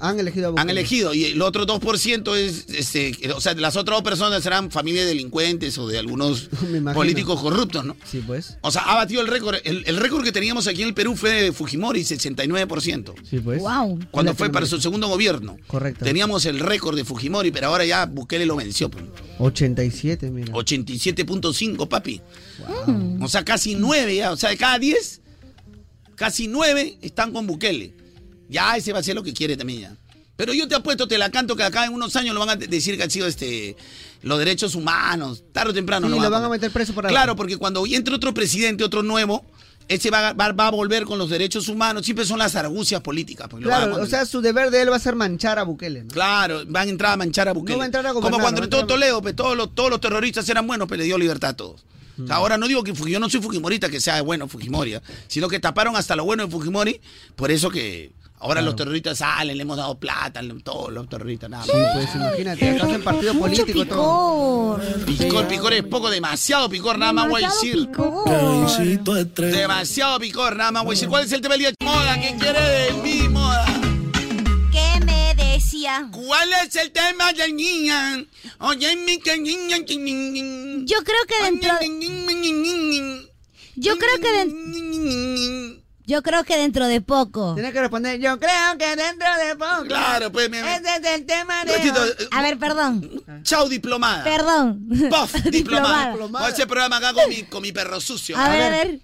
[SPEAKER 2] Han elegido a Bukele.
[SPEAKER 5] han elegido y el otro 2% es, este, o sea, las otras dos personas serán familias de delincuentes o de algunos
[SPEAKER 2] *laughs* Me imagino.
[SPEAKER 5] políticos corruptos, ¿no?
[SPEAKER 2] Sí, pues.
[SPEAKER 5] O sea, ha batido el récord. El, el récord que teníamos aquí en el Perú fue de Fujimori, 69%.
[SPEAKER 2] Sí, pues.
[SPEAKER 3] Wow.
[SPEAKER 5] Cuando fue para su segundo gobierno.
[SPEAKER 2] Correcto.
[SPEAKER 5] Teníamos el récord de Fujimori, pero ahora ya Bukele lo venció. pues.
[SPEAKER 2] 87, mira.
[SPEAKER 5] 87.5, papi. O sea, casi 9 ya. O sea, de cada 10, casi 9 están con Bukele. Ya ese va a ser lo que quiere también ya. Pero yo te apuesto, te la canto que acá en unos años lo van a de- decir que han sido este, los derechos humanos, tarde o temprano.
[SPEAKER 2] Sí,
[SPEAKER 5] lo
[SPEAKER 2] lo van a
[SPEAKER 5] poner.
[SPEAKER 2] meter preso por algo.
[SPEAKER 5] Claro, porque cuando entre otro presidente, otro nuevo, ese va, a- va- va a volver con los derechos humanos. Siempre son las argucias políticas. pues, lo van a
[SPEAKER 2] Claro, o
[SPEAKER 5] condenar.
[SPEAKER 2] sea, su deber de él va a ser manchar a Bukele. ¿no?
[SPEAKER 5] Claro, van a entrar a manchar a Bukele.
[SPEAKER 2] No va a entrar a gobernar,
[SPEAKER 5] Como cuando
[SPEAKER 2] no va
[SPEAKER 5] entró
[SPEAKER 2] a entrar a-
[SPEAKER 5] Toledo, pues, todos, los, todos los terroristas eran buenos, pero le dio libertad a todos. O
[SPEAKER 2] Mm.
[SPEAKER 5] sea, ahora no digo que Fuji- yo no soy Fujimorita que sea bueno Fujimori, ¿ah? sino que taparon hasta lo bueno de Fujimori, por eso que ahora los terroristas salen, le hemos dado plata, le- todos los terroristas, nada más.
[SPEAKER 2] Sí, pues imagínate, acá es el partido
[SPEAKER 3] Mucho
[SPEAKER 2] político todo.
[SPEAKER 21] Oh.
[SPEAKER 3] picor.
[SPEAKER 5] Picor, picor es poco, demasiado picor, nada más voy a decir. Demasiado picor, nada más voy a decir. ¿Cuál es el tema del día? Moda, ¿quién quiere de mí, moda?
[SPEAKER 3] ¿Qué me decía?
[SPEAKER 5] ¿Cuál es el tema del niña? Oye, mi que niña, que niña.
[SPEAKER 3] Yo creo que dentro. Yo creo que
[SPEAKER 5] dentro.
[SPEAKER 3] Yo creo que dentro de poco.
[SPEAKER 2] Tienes que responder, yo creo que dentro de poco.
[SPEAKER 5] Claro, pues, mi amor.
[SPEAKER 2] Ese es el tema de.
[SPEAKER 5] Ratito,
[SPEAKER 2] hoy.
[SPEAKER 5] eh,
[SPEAKER 3] A ver, perdón.
[SPEAKER 5] Chau, diplomada.
[SPEAKER 3] Perdón. *laughs*
[SPEAKER 5] Puff, diplomada.
[SPEAKER 3] Diplomada.
[SPEAKER 5] Voy a hacer programa acá con mi, con mi perro sucio.
[SPEAKER 3] A ver, a ver.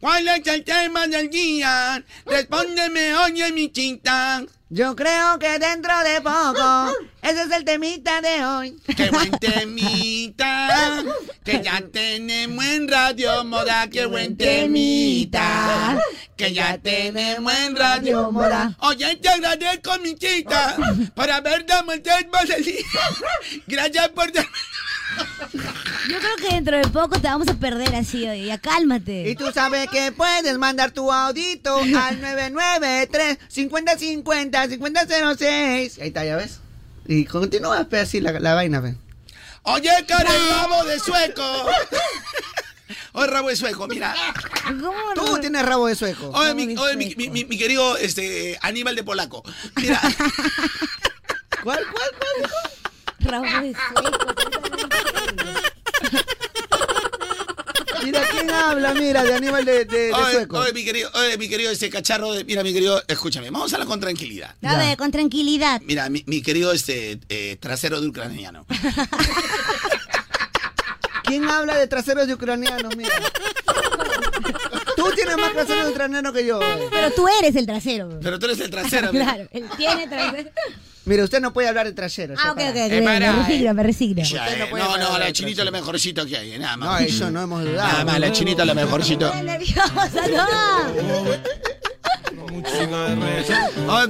[SPEAKER 5] ¿Cuál es el tema del día? Respóndeme, oye, mi chita.
[SPEAKER 2] Yo creo que dentro de poco. Ese es el temita de hoy.
[SPEAKER 5] Qué buen temita. Que ya tenemos en Radio Moda. Qué buen temita. Que ya tenemos en Radio Moda. Oye, te agradezco, mi chita, por haber dado el tema del día. *laughs* Gracias por darme.
[SPEAKER 3] Yo creo que dentro de poco te vamos a perder así hoy. Ya
[SPEAKER 2] Y
[SPEAKER 3] cálmate.
[SPEAKER 2] tú sabes que puedes mandar tu audito
[SPEAKER 3] *laughs*
[SPEAKER 2] al 993 5050 5006. Ahí está, ya ves. Y continúa, pues, así la, la vaina, ve.
[SPEAKER 5] Oye, cara, el rabo de sueco. *laughs* Oye, rabo de sueco, mira.
[SPEAKER 3] ¿Cómo
[SPEAKER 2] Tú tienes rabo de sueco.
[SPEAKER 5] Oye, mi, oye, mi, mi- mi- mi querido este, Aníbal de Polaco. Mira,
[SPEAKER 2] *laughs* ¿Cuál, cuál, cuál?
[SPEAKER 3] Rabo de sueco.
[SPEAKER 2] Mira quién habla, mira, de Aníbal de, de- de
[SPEAKER 5] oye,
[SPEAKER 2] sueco.
[SPEAKER 5] oye, mi querido, oye, mi querido ese cacharro de. Mira, mi querido, escúchame, vamos a hablar con tranquilidad.
[SPEAKER 3] A ver, con tranquilidad.
[SPEAKER 5] Mira, mi, mi querido este eh, trasero de ucraniano.
[SPEAKER 2] ¿Quién habla de traseros de ucranianos, mira? Tú tienes más traseros de ucranianos que yo. eh.
[SPEAKER 3] Pero tú eres el trasero.
[SPEAKER 5] Pero tú eres el trasero. mira.
[SPEAKER 3] claro, él tiene trasero.
[SPEAKER 2] Mire, usted no puede hablar de traseros.
[SPEAKER 3] Ah, ok, ok.
[SPEAKER 5] Eh,
[SPEAKER 3] me
[SPEAKER 5] para,
[SPEAKER 3] resigno, me resigno.
[SPEAKER 5] Ya, eh, no, no, la chinita es lo mejorcito que hay, eh, nada
[SPEAKER 2] No,
[SPEAKER 5] más.
[SPEAKER 2] eso no hemos dudado.
[SPEAKER 5] Nada más, la chinita es lo mejorcito.
[SPEAKER 3] Nerviosa, no.
[SPEAKER 4] 아,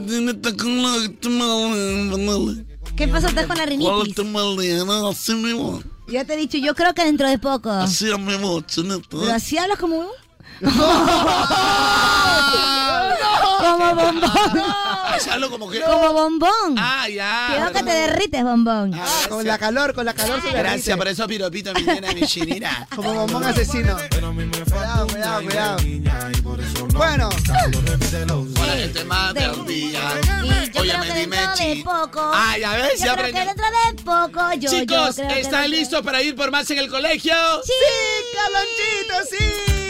[SPEAKER 3] ¿Qué pasó? ¿Estás con la rinitis? Yo te he dicho, yo creo que dentro de poco. Pero así hablas como... un- *laughs* Como bombón.
[SPEAKER 5] Así hablo como que.
[SPEAKER 3] Como bombón.
[SPEAKER 5] Ah, ya.
[SPEAKER 3] Cuidado que te derrites, bombón.
[SPEAKER 2] Ah, Con la calor, con la calor se
[SPEAKER 5] Gracias por esos piropitos, mi nena, mi chinita.
[SPEAKER 2] Como bombón asesino. Cuidado, cuidado, cuidado. Bueno.
[SPEAKER 5] Hola, gente más perdida.
[SPEAKER 3] Y yo
[SPEAKER 5] Oye,
[SPEAKER 3] creo
[SPEAKER 5] me
[SPEAKER 3] que
[SPEAKER 5] dime,
[SPEAKER 3] dentro de
[SPEAKER 5] chi-
[SPEAKER 3] poco.
[SPEAKER 5] Ah, ya ves,
[SPEAKER 3] Yo
[SPEAKER 5] ya
[SPEAKER 3] creo que
[SPEAKER 5] aprendí.
[SPEAKER 3] dentro de poco. Yo,
[SPEAKER 5] Chicos,
[SPEAKER 3] yo creo que
[SPEAKER 5] ¿están
[SPEAKER 3] dentro-
[SPEAKER 5] listos para ir por más en el colegio?
[SPEAKER 3] Sí,
[SPEAKER 2] Calonchito, sí.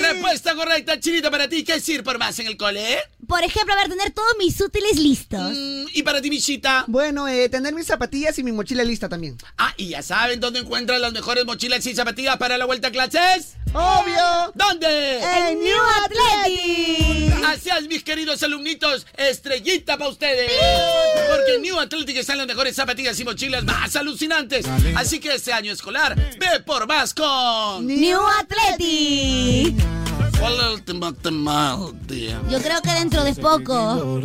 [SPEAKER 5] Respuesta correcta, chinita, para ti, ¿qué es ir por más en el cole?
[SPEAKER 3] Por ejemplo, a ver, tener todos mis útiles listos.
[SPEAKER 5] Mm, Y para ti, Michita.
[SPEAKER 2] Bueno, eh, tener mis zapatillas y mi mochila lista también.
[SPEAKER 5] Ah, y ya saben dónde encuentran las mejores mochilas y zapatillas para la vuelta a clases.
[SPEAKER 2] ¡Obvio!
[SPEAKER 5] ¿Dónde?
[SPEAKER 2] ¡En New Athletic!
[SPEAKER 5] Así es, mis queridos alumnitos, estrellita para ustedes. Porque en New Athletic están las mejores zapatillas y mochilas más alucinantes. Así que este año escolar, ve por más con...
[SPEAKER 3] New Athletic.
[SPEAKER 5] Hola, última, última, última.
[SPEAKER 3] Yo creo que dentro de poco.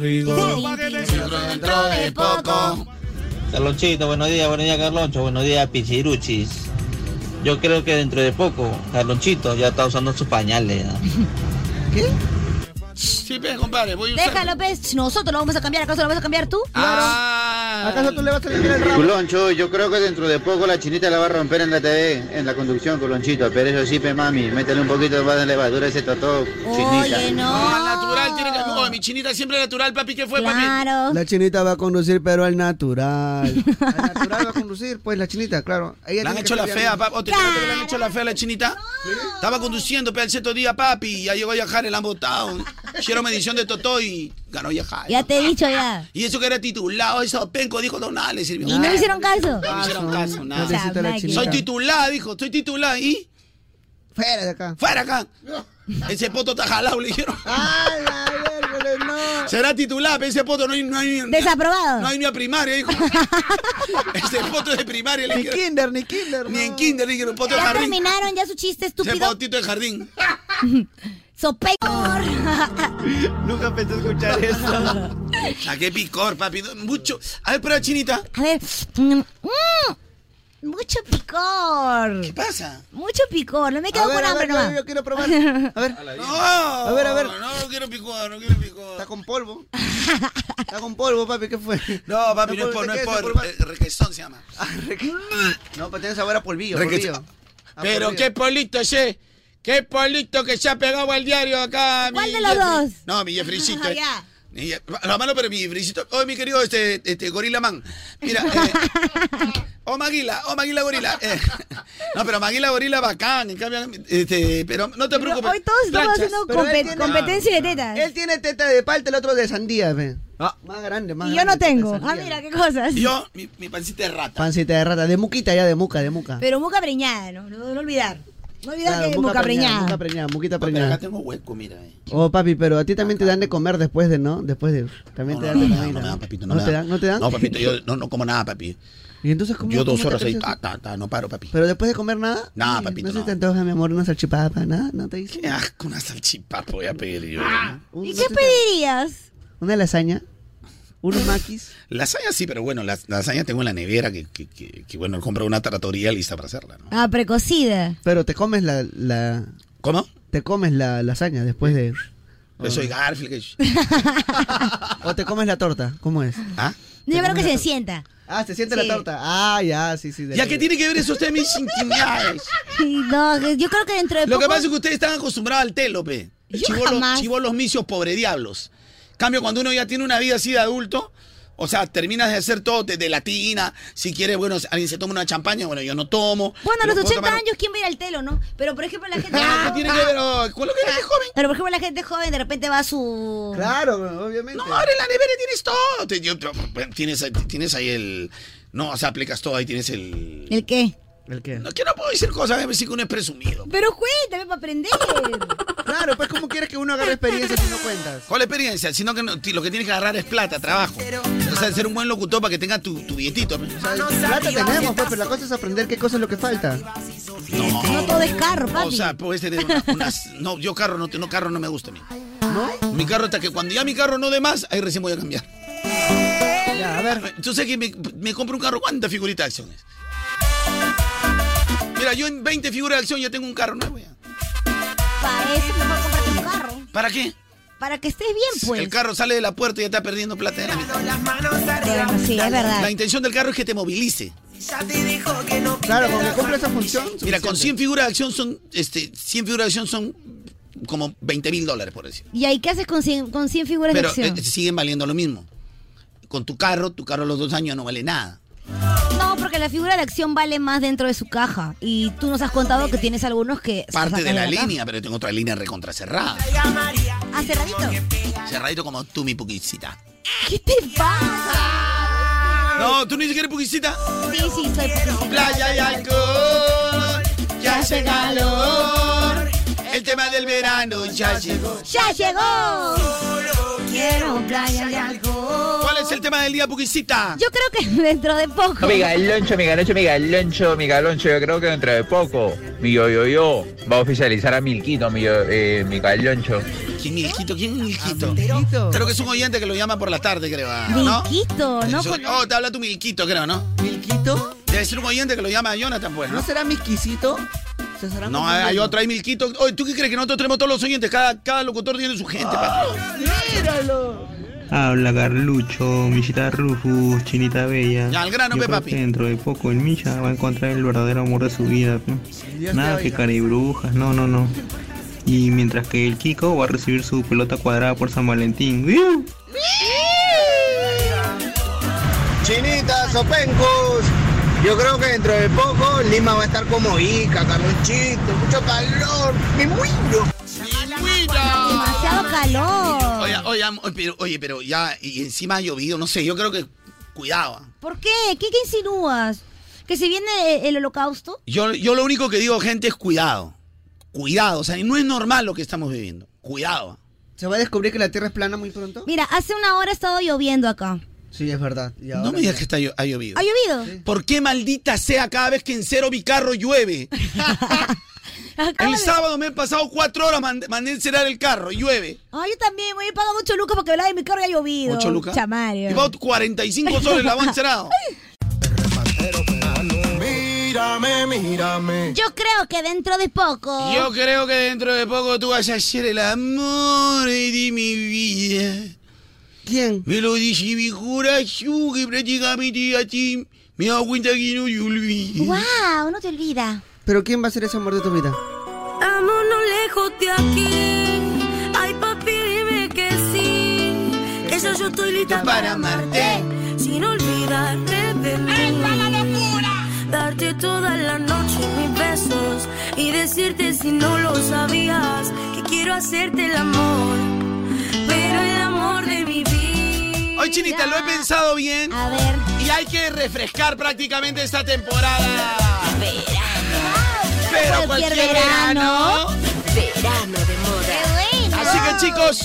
[SPEAKER 3] Dentro de poco.
[SPEAKER 19] Carlonchito, buenos días, buenos días Carloncho, buenos días Pichiruchis. Yo creo que dentro de poco, Carlonchito ya está usando sus pañales.
[SPEAKER 2] *laughs*
[SPEAKER 19] ¿no?
[SPEAKER 5] Sí, pues, compadre, voy a usar...
[SPEAKER 3] Déjalo, López. Nosotros lo vamos a cambiar. ¿Acaso lo vas a cambiar tú?
[SPEAKER 2] ¿Acaso tú le vas a limpiar el rabo?
[SPEAKER 27] Culoncho, yo creo que dentro de poco la chinita la va a romper en la TV, en la conducción, Culonchito. Pero eso sí, pe mami, métele un poquito más de levadura a ese totó, chinita.
[SPEAKER 5] Al Ah, natural tiene que... Oh, mi chinita siempre natural, papi, ¿qué fue,
[SPEAKER 3] Claro.
[SPEAKER 2] La chinita va a conducir, pero al natural. Al natural va a conducir, *laughs* pues la chinita, claro.
[SPEAKER 5] papi?
[SPEAKER 2] Ella
[SPEAKER 5] La han
[SPEAKER 2] tiene que
[SPEAKER 5] hecho la
[SPEAKER 2] estudiar
[SPEAKER 5] fea,
[SPEAKER 2] bien.
[SPEAKER 5] papi. Oh, ¿te acuerdas que le han hecho la fea a la chinita? Estaba conduciendo, pero al sexto día, papi, y ya llegó a viajar, el han botado. Hicieron medición de Totó y ganó viajar.
[SPEAKER 3] Ya te he dicho ya.
[SPEAKER 5] Y eso que era titulado, eso penco, dijo, no, nada le sirvió.
[SPEAKER 3] Y no le hicieron caso.
[SPEAKER 5] No le Ah, hicieron caso, nada.
[SPEAKER 2] Pobrecita la chinita.
[SPEAKER 5] Soy titulada, dijo, estoy titulada y
[SPEAKER 2] Fuera de acá.
[SPEAKER 5] fuera acá. Ese poto está jalado, le dijeron.
[SPEAKER 2] *laughs* ¡Ay, la miércoles, no!
[SPEAKER 5] Será titular, pero ese poto no hay, no hay-
[SPEAKER 3] Desaprobado.
[SPEAKER 5] No hay ni a primaria,
[SPEAKER 3] *laughs*
[SPEAKER 5] dijo. ese poto es de primaria, le
[SPEAKER 2] Ni
[SPEAKER 5] dijeron.
[SPEAKER 2] kinder, ni kinder.
[SPEAKER 5] Ni
[SPEAKER 2] no.
[SPEAKER 5] en kinder, le dijeron, poto de
[SPEAKER 3] Ya
[SPEAKER 5] jardín.
[SPEAKER 3] terminaron ya su chiste
[SPEAKER 5] Ese
[SPEAKER 3] estúpido.
[SPEAKER 5] potito de jardín.
[SPEAKER 3] Sopecor.
[SPEAKER 5] Nunca pensé escuchar *laughs* eso. ¿A qué picor, papi? Mucho. A ver, prueba chinita.
[SPEAKER 3] A ver. mm, mm, mucho picor.
[SPEAKER 5] ¿Qué pasa?
[SPEAKER 3] Mucho picor. No me
[SPEAKER 2] A
[SPEAKER 3] quedo
[SPEAKER 2] ver,
[SPEAKER 3] con
[SPEAKER 2] a
[SPEAKER 3] hambre
[SPEAKER 2] ver,
[SPEAKER 3] nomás.
[SPEAKER 2] yo, yo quiero probar. A
[SPEAKER 3] *laughs*
[SPEAKER 2] ver,
[SPEAKER 5] No, a
[SPEAKER 2] ver, a ver.
[SPEAKER 5] No, no quiero picor, no quiero picor.
[SPEAKER 2] está con
[SPEAKER 3] *laughs*
[SPEAKER 2] polvo. Está con polvo, papi, ¿qué fue?
[SPEAKER 5] No, papi, no es
[SPEAKER 2] polvo,
[SPEAKER 5] por, no
[SPEAKER 2] ¿te
[SPEAKER 5] es
[SPEAKER 2] queda ese
[SPEAKER 5] por.
[SPEAKER 2] polvo?
[SPEAKER 5] eh, Requesón se llama.
[SPEAKER 2] Ah, No, pero tiene sabor a polvillo,
[SPEAKER 5] Requete-
[SPEAKER 2] polvillo. A
[SPEAKER 5] Pero
[SPEAKER 2] polvillo.
[SPEAKER 5] qué polito, che. Qué polito que se ha pegado al diario acá.
[SPEAKER 3] ¿Cuál
[SPEAKER 5] mi
[SPEAKER 3] de los
[SPEAKER 5] Jeffrey.
[SPEAKER 3] dos? Ah,
[SPEAKER 5] No, mi
[SPEAKER 3] *laughs*
[SPEAKER 5] Jeffreycito. eh.
[SPEAKER 3] Ya.
[SPEAKER 5] Mi Jeff- Lo malo, pero mi Jeffreycito. Oh, mi querido este, este Gorila Man. Mira,
[SPEAKER 3] *laughs*
[SPEAKER 5] eh, oh, Maguila, oh, Maguila Gorila. eh. *laughs* No, pero Maguila Gorila bacán. En cambio, este, pero no te
[SPEAKER 3] Pero
[SPEAKER 5] preocupes.
[SPEAKER 3] hoy todos estamos
[SPEAKER 5] Planchas.
[SPEAKER 3] haciendo
[SPEAKER 2] Pero él
[SPEAKER 3] compe-
[SPEAKER 2] tiene- Ah.
[SPEAKER 3] competencia de tetas.
[SPEAKER 2] Él tiene teta de palta, el otro de sandía, ve. Ah, Más grande, más
[SPEAKER 3] Y yo no
[SPEAKER 2] grande,
[SPEAKER 3] tengo.
[SPEAKER 2] teta de
[SPEAKER 3] Ah,
[SPEAKER 2] sandía.
[SPEAKER 3] mira, qué cosas.
[SPEAKER 5] Y Yo, mi, mi pancita de rata.
[SPEAKER 2] Pancita de rata, de muquita ya, de muca, de
[SPEAKER 5] Ah.
[SPEAKER 2] muca.
[SPEAKER 3] Pero muca preñada, no, no, no olvidar. No olvidar
[SPEAKER 2] Claro,
[SPEAKER 3] que muca
[SPEAKER 2] Muca
[SPEAKER 3] preñada.
[SPEAKER 2] preñada, muquita
[SPEAKER 5] Pero acá
[SPEAKER 2] preñada.
[SPEAKER 5] tengo hueco, mira. eh.
[SPEAKER 2] Oh, papi, pero a ti también te dan de comer después de, ¿no? Después de... También
[SPEAKER 5] No,
[SPEAKER 2] te
[SPEAKER 5] no,
[SPEAKER 2] dan
[SPEAKER 5] no, no,
[SPEAKER 2] de
[SPEAKER 5] no
[SPEAKER 2] comida,
[SPEAKER 5] me dan,
[SPEAKER 2] ¿no?
[SPEAKER 5] papito. No,
[SPEAKER 2] ¿No
[SPEAKER 5] me
[SPEAKER 2] te
[SPEAKER 5] dan.
[SPEAKER 2] dan? ¿No te dan?
[SPEAKER 5] No, papito, yo no, no como nada, papi.
[SPEAKER 2] ¿Y entonces cómo
[SPEAKER 5] Yo dos
[SPEAKER 2] cómo te
[SPEAKER 5] horas ahí,
[SPEAKER 2] crees
[SPEAKER 5] ta,
[SPEAKER 2] eso?
[SPEAKER 5] ta, ta, no paro, papi.
[SPEAKER 2] *laughs* ¿Pero después de comer nada?
[SPEAKER 5] Nada,
[SPEAKER 2] Ay,
[SPEAKER 5] papito,
[SPEAKER 2] ¿No se
[SPEAKER 5] no.
[SPEAKER 2] te antoja, mi amor, una salchipapa, nada? ¿No te dice?
[SPEAKER 5] Qué asco, una salchipapa voy a pedir yo.
[SPEAKER 2] Un-
[SPEAKER 3] ¿Y
[SPEAKER 2] no
[SPEAKER 3] qué
[SPEAKER 2] se te-
[SPEAKER 3] pedirías?
[SPEAKER 2] ¿Una lasaña? ¿Unos maquis?
[SPEAKER 5] Lasaña sí, pero bueno, las lasaña tengo en la nevera que, que, que, que, bueno, compro una taratoría lista para hacerla, ¿no?
[SPEAKER 3] Ah, precocida.
[SPEAKER 2] Pero te comes la... la
[SPEAKER 5] ¿Cómo?
[SPEAKER 2] te comes la lasaña después de... Ah.
[SPEAKER 5] Yo soy Garfield. que-
[SPEAKER 2] ¿O te comes la torta? ¿Cómo es?
[SPEAKER 5] ¿Ah?
[SPEAKER 3] Yo creo que se sienta.
[SPEAKER 2] Ah, se siente
[SPEAKER 3] Sí.
[SPEAKER 2] la torta. Ah, ya, sí, sí. de
[SPEAKER 5] ¿Ya
[SPEAKER 2] ley.
[SPEAKER 5] qué tiene que ver eso usted mis intimidades?
[SPEAKER 3] Y No, yo creo que dentro de
[SPEAKER 5] Lo
[SPEAKER 3] poco.
[SPEAKER 5] que pasa es que ustedes están acostumbrados al telo, pe.
[SPEAKER 3] Yo
[SPEAKER 5] Chivolos,
[SPEAKER 3] jamás.
[SPEAKER 5] chivolos misios, pobre diablos. Cambio, cuando uno ya tiene una vida así de adulto, o sea, terminas de hacer todo desde latina. Si quieres, bueno, alguien se toma una champaña, bueno, yo no tomo.
[SPEAKER 3] Bueno, a
[SPEAKER 5] pero
[SPEAKER 3] los
[SPEAKER 5] puedo
[SPEAKER 3] 80
[SPEAKER 5] tomar-
[SPEAKER 3] años, ¿quién va a ir al telo, no? Pero por ejemplo, la gente.
[SPEAKER 5] *laughs* Ah, ¿Qué tiene que ver oh, con lo que
[SPEAKER 3] Ah.
[SPEAKER 5] eres de joven?
[SPEAKER 3] Pero por ejemplo, la gente joven de repente va a su.
[SPEAKER 2] Claro, obviamente.
[SPEAKER 5] No, ahora en la nevera tienes todo. Te- yo- yo- tienes, tienes ahí el. No, o sea, aplicas todo, ahí tienes el.
[SPEAKER 3] ¿El qué?
[SPEAKER 2] ¿El qué?
[SPEAKER 5] No, que no puedo decir cosas, a ver si uno es presumido.
[SPEAKER 3] Pero cuéntame para aprender.
[SPEAKER 2] *laughs* Claro, pues ¿cómo quieres que uno agarre experiencia si no cuentas?
[SPEAKER 5] ¿Cuál experiencia? Sino que no- ti- lo que tienes que agarrar es plata, trabajo. O sea, ser un buen locutor para que tenga tu, tu billetito. ¿no? O sea,
[SPEAKER 2] Plata tenemos, pues, pero la cosa es aprender qué cosa es lo que falta.
[SPEAKER 5] No,
[SPEAKER 3] todo es carro,
[SPEAKER 5] O sea, puedes tener una- unas. No, yo carro no, te- no, carro no me gusta a mí. ¿No? Mi carro hasta que cuando ya mi carro no dé más, ahí recién voy a cambiar.
[SPEAKER 2] Ya, a ver.
[SPEAKER 5] Entonces que me, me compro un carro, ¿cuántas figuritas de acción es? Mira, yo en 20 figuras de acción ya tengo un carro nuevo ya.
[SPEAKER 3] Para eso mejor comprarte un carro.
[SPEAKER 5] ¿Para qué?
[SPEAKER 3] Para que estés bien, pues.
[SPEAKER 5] El carro sale de la puerta y ya está perdiendo plata. en la mitad.
[SPEAKER 3] Bueno, sí, es verdad.
[SPEAKER 5] La intención del carro es que te movilice.
[SPEAKER 2] Claro, cuando cumple esa función.
[SPEAKER 5] Mira, con 100 figuras de acción son, este, 100 figuras de acción son como 20 mil dólares, por decir.
[SPEAKER 3] ¿Y ahí qué haces con 100, con 100 figuras
[SPEAKER 5] Pero
[SPEAKER 3] de acción?
[SPEAKER 5] eh, siguen valiendo lo mismo. Con tu carro, tu carro a los dos años no vale nada. eh.
[SPEAKER 3] No, porque la figura de acción vale más dentro de su caja. Y tú nos has contado que tienes algunos que... se
[SPEAKER 5] Parte
[SPEAKER 3] sacan
[SPEAKER 5] de la
[SPEAKER 3] caja.
[SPEAKER 5] línea, pero tengo otra línea recontracerrada.
[SPEAKER 3] Ah, cerradito.
[SPEAKER 5] Cerradito como tú, mi puquisita.
[SPEAKER 3] ¿Qué te pasa?
[SPEAKER 5] No, tú ni siquiera eres puquisita.
[SPEAKER 3] Sí, sí, soy poquitita.
[SPEAKER 5] Playa y alcohol, ya hace calor. El tema del verano ya llegó.
[SPEAKER 3] ¡Ya llegó! Quiero playa y alcohol.
[SPEAKER 5] ¿Cuál es el tema del día, puquisita?
[SPEAKER 3] Yo creo que *laughs* dentro de poco.
[SPEAKER 22] No, mi galoncho, mi galoncho, mi galoncho, mi galoncho. Yo creo que dentro de poco, mi yo, yo, yo, va a oficializar a Milquito, mi, yo- eh, mi galoncho.
[SPEAKER 5] ¿Quién Milquito? ¿Quién Milquito? Creo que es un oyente que lo llama por la tarde, creo. ah, ¿No?
[SPEAKER 3] Ah, Milquito, ¿no?
[SPEAKER 5] Eso- Oh, te habla tu Milquito, creo, ¿no?
[SPEAKER 2] ¿Milquito?
[SPEAKER 5] Debe ser un oyente que lo llama Jonathan, pues,
[SPEAKER 2] ¿No
[SPEAKER 5] ¿no?
[SPEAKER 2] será misquisito? O sea, será
[SPEAKER 5] No,
[SPEAKER 2] como-
[SPEAKER 5] hay otro, hay Milquito. Oye, ¿tú qué crees que nosotros tenemos todos los oyentes? Cada, cada locutor tiene su gente, papi.
[SPEAKER 2] ¡Míralo!
[SPEAKER 17] Habla Carlucho, Millita Rufus, Chinita Bella.
[SPEAKER 5] Ya, al grano,
[SPEAKER 17] Yo
[SPEAKER 5] pe,
[SPEAKER 17] creo
[SPEAKER 5] papi.
[SPEAKER 17] que dentro de poco el Misha va a encontrar el verdadero amor de su vida. pe.
[SPEAKER 2] Dios
[SPEAKER 17] Nada
[SPEAKER 2] te
[SPEAKER 17] que
[SPEAKER 2] oiga.
[SPEAKER 17] brujas, no, no, no. Y mientras que el Kiko va a recibir su pelota cuadrada por San Valentín. ¡Wiu!
[SPEAKER 21] Chinitas o pencos. Yo creo que dentro de poco Lima va a estar como Ica, Carlonchito, mucho calor, me muero.
[SPEAKER 3] Demasiado calor.
[SPEAKER 5] Oye, oye, am- oye, pero, oye, pero ya, y encima ha llovido, no sé, yo creo que, cuidado. ah.
[SPEAKER 3] ¿Por qué? ¿Qué, qué insinúas? ¿Que si viene eh, el holocausto?
[SPEAKER 5] Yo, yo lo único que digo, gente, es cuidado. Cuidado, o sea, no es normal lo que estamos viviendo. Cuidado.
[SPEAKER 2] ¿Se va a descubrir que la Tierra es plana muy pronto?
[SPEAKER 3] Mira, hace una hora ha estado lloviendo acá.
[SPEAKER 2] Sí, es verdad. Y
[SPEAKER 5] No
[SPEAKER 2] ahora-
[SPEAKER 5] me digas que está, llo- ha llovido.
[SPEAKER 3] ¿Ha llovido?
[SPEAKER 5] ¿Por qué maldita sea cada vez que en cero mi carro
[SPEAKER 3] *laughs*
[SPEAKER 5] llueve? el sábado me he pasado cuatro horas, mand- mandé a encerar el carro, y llueve.
[SPEAKER 3] Ay, Ah, yo también, güey. He pagado 8 lucas porque hablaba de mi carro y ha llovido.
[SPEAKER 5] ¿Ocho lucas?
[SPEAKER 3] Chamario.
[SPEAKER 5] Y va 45 soles la van encerado.
[SPEAKER 15] Mírame, mírame.
[SPEAKER 3] Yo creo que dentro de poco.
[SPEAKER 5] Yo creo que dentro de poco tú vas a hacer el amor de mi vida.
[SPEAKER 2] ¿Quién?
[SPEAKER 5] Me lo dice mi corazón que prácticamente a ti me da cuenta que no te olvides.
[SPEAKER 3] ¡Wow! No te olvida.
[SPEAKER 2] ¿Pero quién va a ser ese amor de tu vida?
[SPEAKER 1] Vámonos lejos de aquí. Ay, papi, dime que sí. Que yo, yo estoy lista para amarte. Sin olvidarte de mí. la locura! Darte toda la noche mis besos. Y decirte si no lo sabías. Que quiero hacerte el amor. Pero el amor de mi vida.
[SPEAKER 5] Hoy, Chinita, lo he pensado bien.
[SPEAKER 3] A ver.
[SPEAKER 5] Y hay que refrescar prácticamente esta temporada. Pero cualquier verano.
[SPEAKER 1] Verano de moda.
[SPEAKER 5] Así que, chicos,